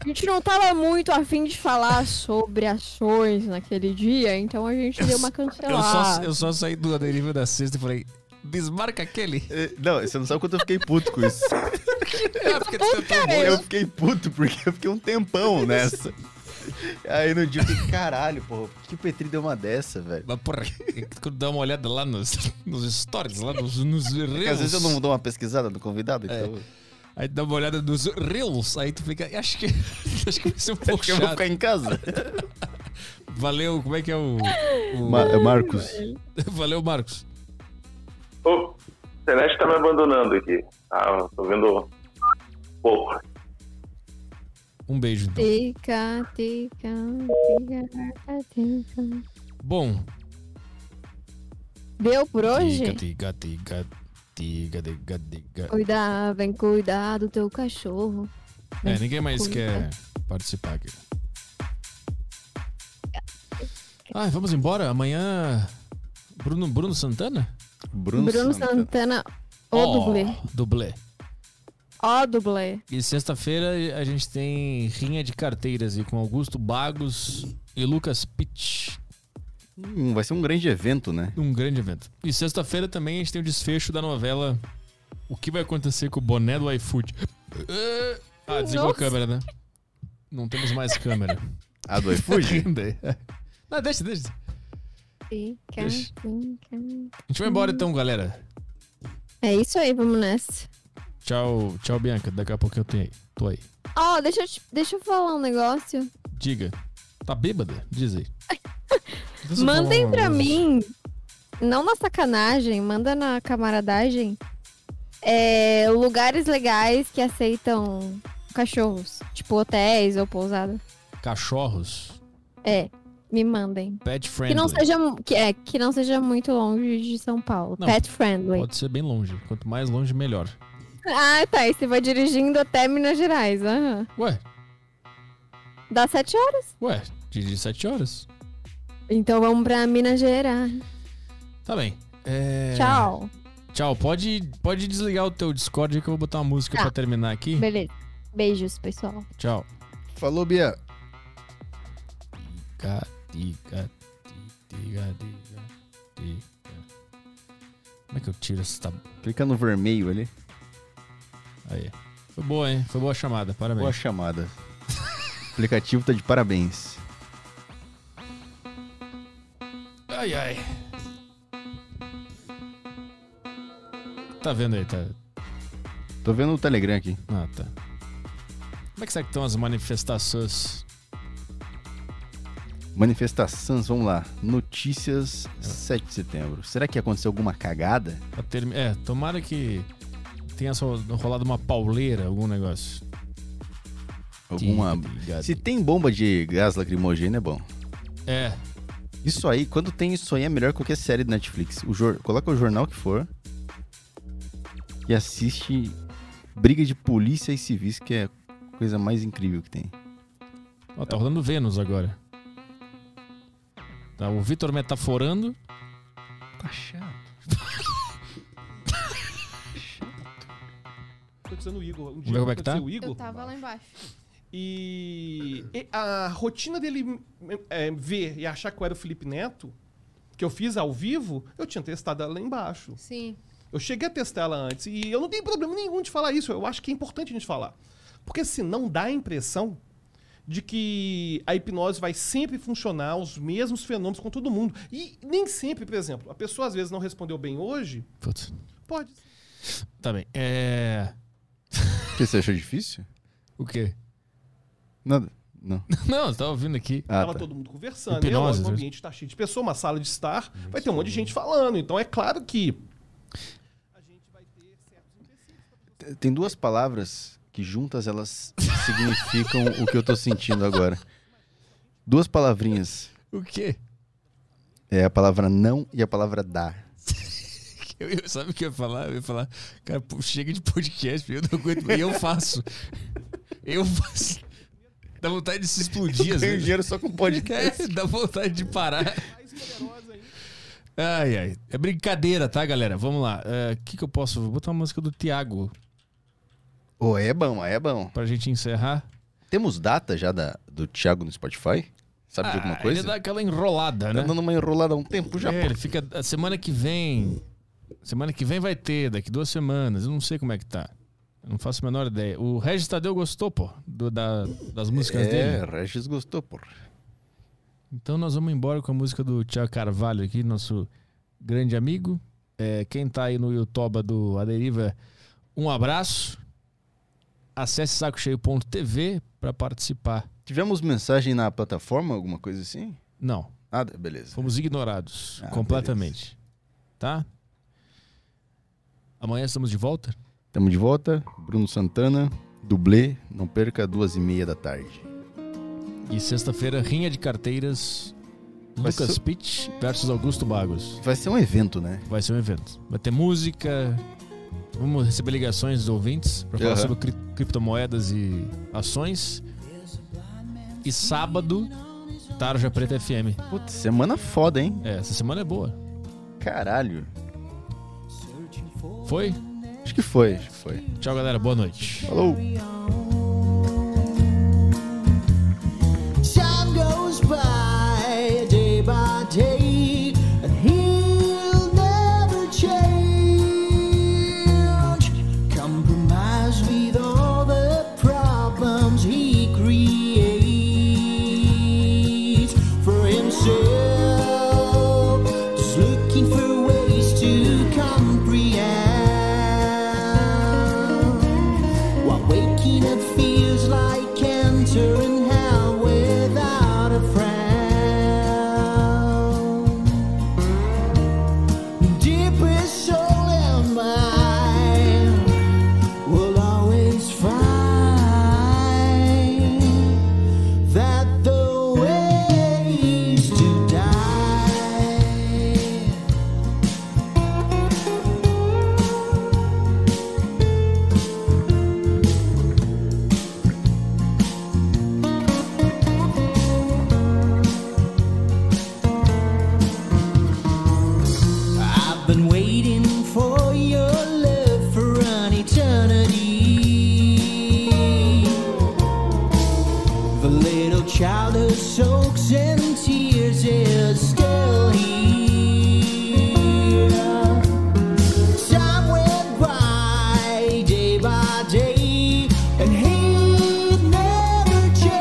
Speaker 3: A gente não tava muito afim de falar sobre ações naquele dia, então a gente deu uma
Speaker 1: Eu só,
Speaker 3: cancelada.
Speaker 1: eu só saí do aderiva da sexta e falei, desmarca aquele.
Speaker 18: É, Não, você não sabe o quanto eu fiquei puto com isso.
Speaker 1: É,
Speaker 18: Eu fiquei puto porque eu fiquei um tempão nessa. Aí no dia eu fiquei, caralho, pô, por que o Petri deu uma dessa, velho?
Speaker 1: Mas porra, quando dá uma olhada lá nos, nos stories, lá nos, nos reels.
Speaker 18: Porque É às vezes eu não dou uma pesquisada no convidado, então.
Speaker 1: Aí tu dá uma olhada nos reels, aí tu fica. Acho que. Acho que vai ser um pouco
Speaker 18: que eu vou ficar em casa.
Speaker 1: Valeu, como é que é o. o-
Speaker 18: Ma- é Marcos.
Speaker 1: Valeu, Marcos.
Speaker 13: Ô, a internet oh, tá me abandonando aqui. Ah, eu tô vendo pouco.
Speaker 1: Um beijo.
Speaker 3: Tica, tica, tica, tica.
Speaker 1: Bom.
Speaker 3: Deu por hoje?
Speaker 1: Tiga, tiga, tiga, tiga, tiga.
Speaker 3: Cuidado, vem cuidar do teu cachorro.
Speaker 1: É, ninguém mais quer participar aqui. É. Ah, vamos embora? Amanhã. Bruno, Bruno Santana?
Speaker 18: Bruno,
Speaker 3: Bruno Santana, o dublê.
Speaker 1: Oh, Dublê.
Speaker 3: Ó dublê.
Speaker 1: E sexta-feira a gente tem Rinha de Carteiras e com Augusto Bagos e Lucas Pitt.
Speaker 18: Hum, vai ser um grande evento, né?
Speaker 1: Um grande evento. E sexta-feira também a gente tem o desfecho da novela O que vai acontecer com o boné do iFood. Ah, desligou a
Speaker 7: Nossa.
Speaker 1: câmera, né? Não temos mais câmera.
Speaker 18: Ah, do iFood?
Speaker 1: Ainda. Não, deixa, deixa.
Speaker 3: Tica,
Speaker 1: Deixa.
Speaker 3: tica.
Speaker 1: A gente vai embora então, galera.
Speaker 3: É isso aí, vamos nessa.
Speaker 1: Tchau, tchau, Bianca. Daqui a pouco eu tenho aí. Tô aí.
Speaker 3: Ó, deixa, eu te- deixa eu falar um negócio.
Speaker 1: Diga. Tá bêbada? Diz aí. Deixa eu
Speaker 3: Mandem
Speaker 1: falar um
Speaker 3: pra
Speaker 1: uma-
Speaker 3: mim, não na sacanagem, manda na camaradagem, é, lugares legais que aceitam cachorros, tipo hotéis ou pousada.
Speaker 1: Cachorros.
Speaker 3: É, me mandem.
Speaker 1: Pet friendly.
Speaker 3: Que não, seja, mu- que, é, que não seja muito longe de São Paulo.
Speaker 1: Não,
Speaker 3: Pet friendly.
Speaker 1: Pode ser bem longe. Quanto mais longe, melhor.
Speaker 3: Ah, tá. E você vai dirigindo até Minas Gerais. aham.
Speaker 1: Ué,
Speaker 3: Dá sete horas.
Speaker 1: ué, dirige sete horas.
Speaker 3: Então vamos pra Minas Gerais.
Speaker 1: Tá bem. É,
Speaker 3: Tchau.
Speaker 1: Tchau. Pode, pode desligar o teu Discord aí que eu vou botar uma música
Speaker 3: Tá.
Speaker 1: pra terminar aqui.
Speaker 3: Beleza. Beijos, pessoal.
Speaker 1: Tchau.
Speaker 18: Falou, Bia.
Speaker 1: Tica, tica, tica, tica, tica. Como é que eu tiro essa tab...
Speaker 18: Clica no vermelho ali.
Speaker 1: Aí. Foi boa, hein? Foi boa a chamada. Parabéns.
Speaker 18: Boa chamada. o aplicativo tá de parabéns.
Speaker 1: Ai, ai. Tá vendo aí, tá?
Speaker 18: Tô vendo o Telegram aqui.
Speaker 1: Ah, tá. Como é que será que estão as manifestações?
Speaker 18: Manifestações, vamos lá. Notícias 7 de setembro. Será que aconteceu alguma cagada?
Speaker 1: Pra termi- É, tomara que tenha só rolado uma pauleira, algum negócio.
Speaker 18: Alguma. Se tem bomba de gás lacrimogêneo, é bom.
Speaker 1: É,
Speaker 18: Isso aí, quando tem isso aí, é melhor que qualquer série do Netflix. O jor... Coloca o jornal que for e assiste briga de polícia e civis, que é a coisa mais incrível que tem.
Speaker 1: Ó, tá rodando Vênus agora. Tá, o Vitor metaforando.
Speaker 18: Tá chato.
Speaker 5: Tô dizendo o Igor. Um
Speaker 1: Vamos ver como é que tá?
Speaker 5: aconteceu o Igor.
Speaker 14: Eu tava lá embaixo.
Speaker 5: E, e a rotina dele é, ver e achar que eu era o Felipe Neto, que eu fiz ao vivo, eu tinha testado ela lá embaixo.
Speaker 14: Sim.
Speaker 5: Eu cheguei a testar ela antes e eu não tenho problema nenhum de falar isso. Eu acho que é importante a gente falar. Porque senão dá a impressão de que a hipnose vai sempre funcionar os mesmos fenômenos com todo mundo. E nem sempre, por exemplo, a pessoa às vezes não respondeu bem hoje.
Speaker 1: Putz.
Speaker 5: Pode.
Speaker 1: Tá bem. É.
Speaker 18: O que você achou difícil?
Speaker 1: O quê?
Speaker 18: Nada. Não. Ah, tá.
Speaker 1: Não, eu tava ouvindo aqui.
Speaker 5: Tava todo mundo conversando. e
Speaker 1: Hipnose,
Speaker 5: é lógico, o
Speaker 1: tá. às vezes.
Speaker 5: ambiente está cheio de pessoa, uma sala de estar, vai ter um monte de gente falando. Então é claro que.
Speaker 18: Tem duas palavras que juntas elas significam o que eu tô sentindo agora. Duas palavrinhas.
Speaker 1: O quê?
Speaker 18: É a palavra não e a palavra dar.
Speaker 1: Eu, eu- sabe o que eu ia falar? Eu ia falar, cara, pô, chega de podcast, eu não aguento. E eu faço. Eu faço. Dá vontade de se explodir.
Speaker 18: Eu
Speaker 1: às
Speaker 18: ganho
Speaker 1: vezes.
Speaker 18: dinheiro só com podcast.
Speaker 1: É, dá vontade de parar. Ai, ai. É brincadeira, tá, galera? Vamos lá. É, O que, que eu posso. Vou botar uma música do Thiago.
Speaker 18: Ô, é bom, é bom.
Speaker 1: Pra gente encerrar.
Speaker 18: Temos data já da, do Thiago no Spotify? Sabe de alguma
Speaker 1: Ah,
Speaker 18: coisa? Tá
Speaker 1: Ele dá aquela enrolada, né?
Speaker 18: dando uma enrolada há um tempo já,
Speaker 1: É,
Speaker 18: pô.
Speaker 1: ele fica. A semana que vem. Semana que vem vai ter, daqui duas semanas. Eu não sei como é que tá. Eu não faço a menor ideia. O Regis Tadeu gostou, pô, do- da- das músicas
Speaker 18: é,
Speaker 1: dele.
Speaker 18: Regis gostou, pô.
Speaker 1: Então nós vamos embora com a música do Tiago Carvalho aqui, nosso grande amigo. É, quem tá aí no Yotoba do A Deriva, um abraço. Acesse sacocheio.tv para participar.
Speaker 18: Tivemos mensagem na plataforma, alguma coisa assim?
Speaker 1: Não.
Speaker 18: Nada, beleza.
Speaker 1: Fomos ignorados
Speaker 18: Ah,
Speaker 1: completamente. Tá? Amanhã estamos de volta?
Speaker 18: Tamo de volta, Bruno Santana, dublê, não perca, duas e meia da tarde.
Speaker 1: E sexta-feira, Rinha de Carteiras,
Speaker 18: Vai
Speaker 1: Lucas
Speaker 18: ser-
Speaker 1: Pitt versus Augusto Bagos.
Speaker 18: Vai ser um evento, né?
Speaker 1: Vai ser um evento. Vai ter música, vamos receber ligações dos ouvintes para falar
Speaker 18: Aham.
Speaker 1: sobre cri- criptomoedas e ações. E sábado, Tarja Preta FM.
Speaker 18: Putz, semana foda, hein?
Speaker 1: É, essa semana é boa.
Speaker 18: Caralho.
Speaker 1: Foi?
Speaker 18: Acho que foi, acho que foi.
Speaker 1: Tchau, galera. Boa noite.
Speaker 18: Falou.
Speaker 24: Time goes by day by day, and he'll never change. Compromise with all the problems he creates for himself. Just looking for ways to comprehend. While waking up feels like entering hell without a friend. Deepest soul in mine will always find that the way is to die. I've been waiting for your love for an eternity. The little child who soaks in tears is still here. Time went by day by day, and he never changed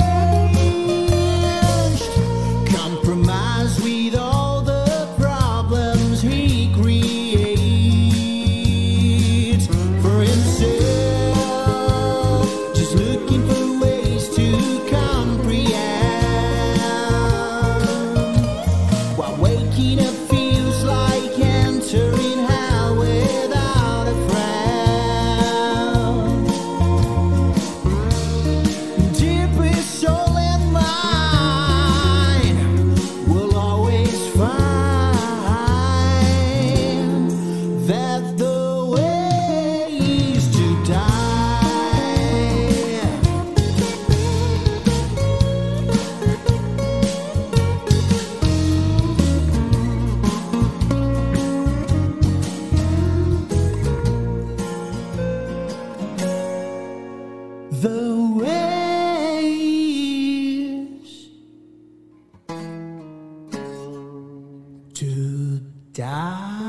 Speaker 24: compromise with all the problems he creates The ways to die.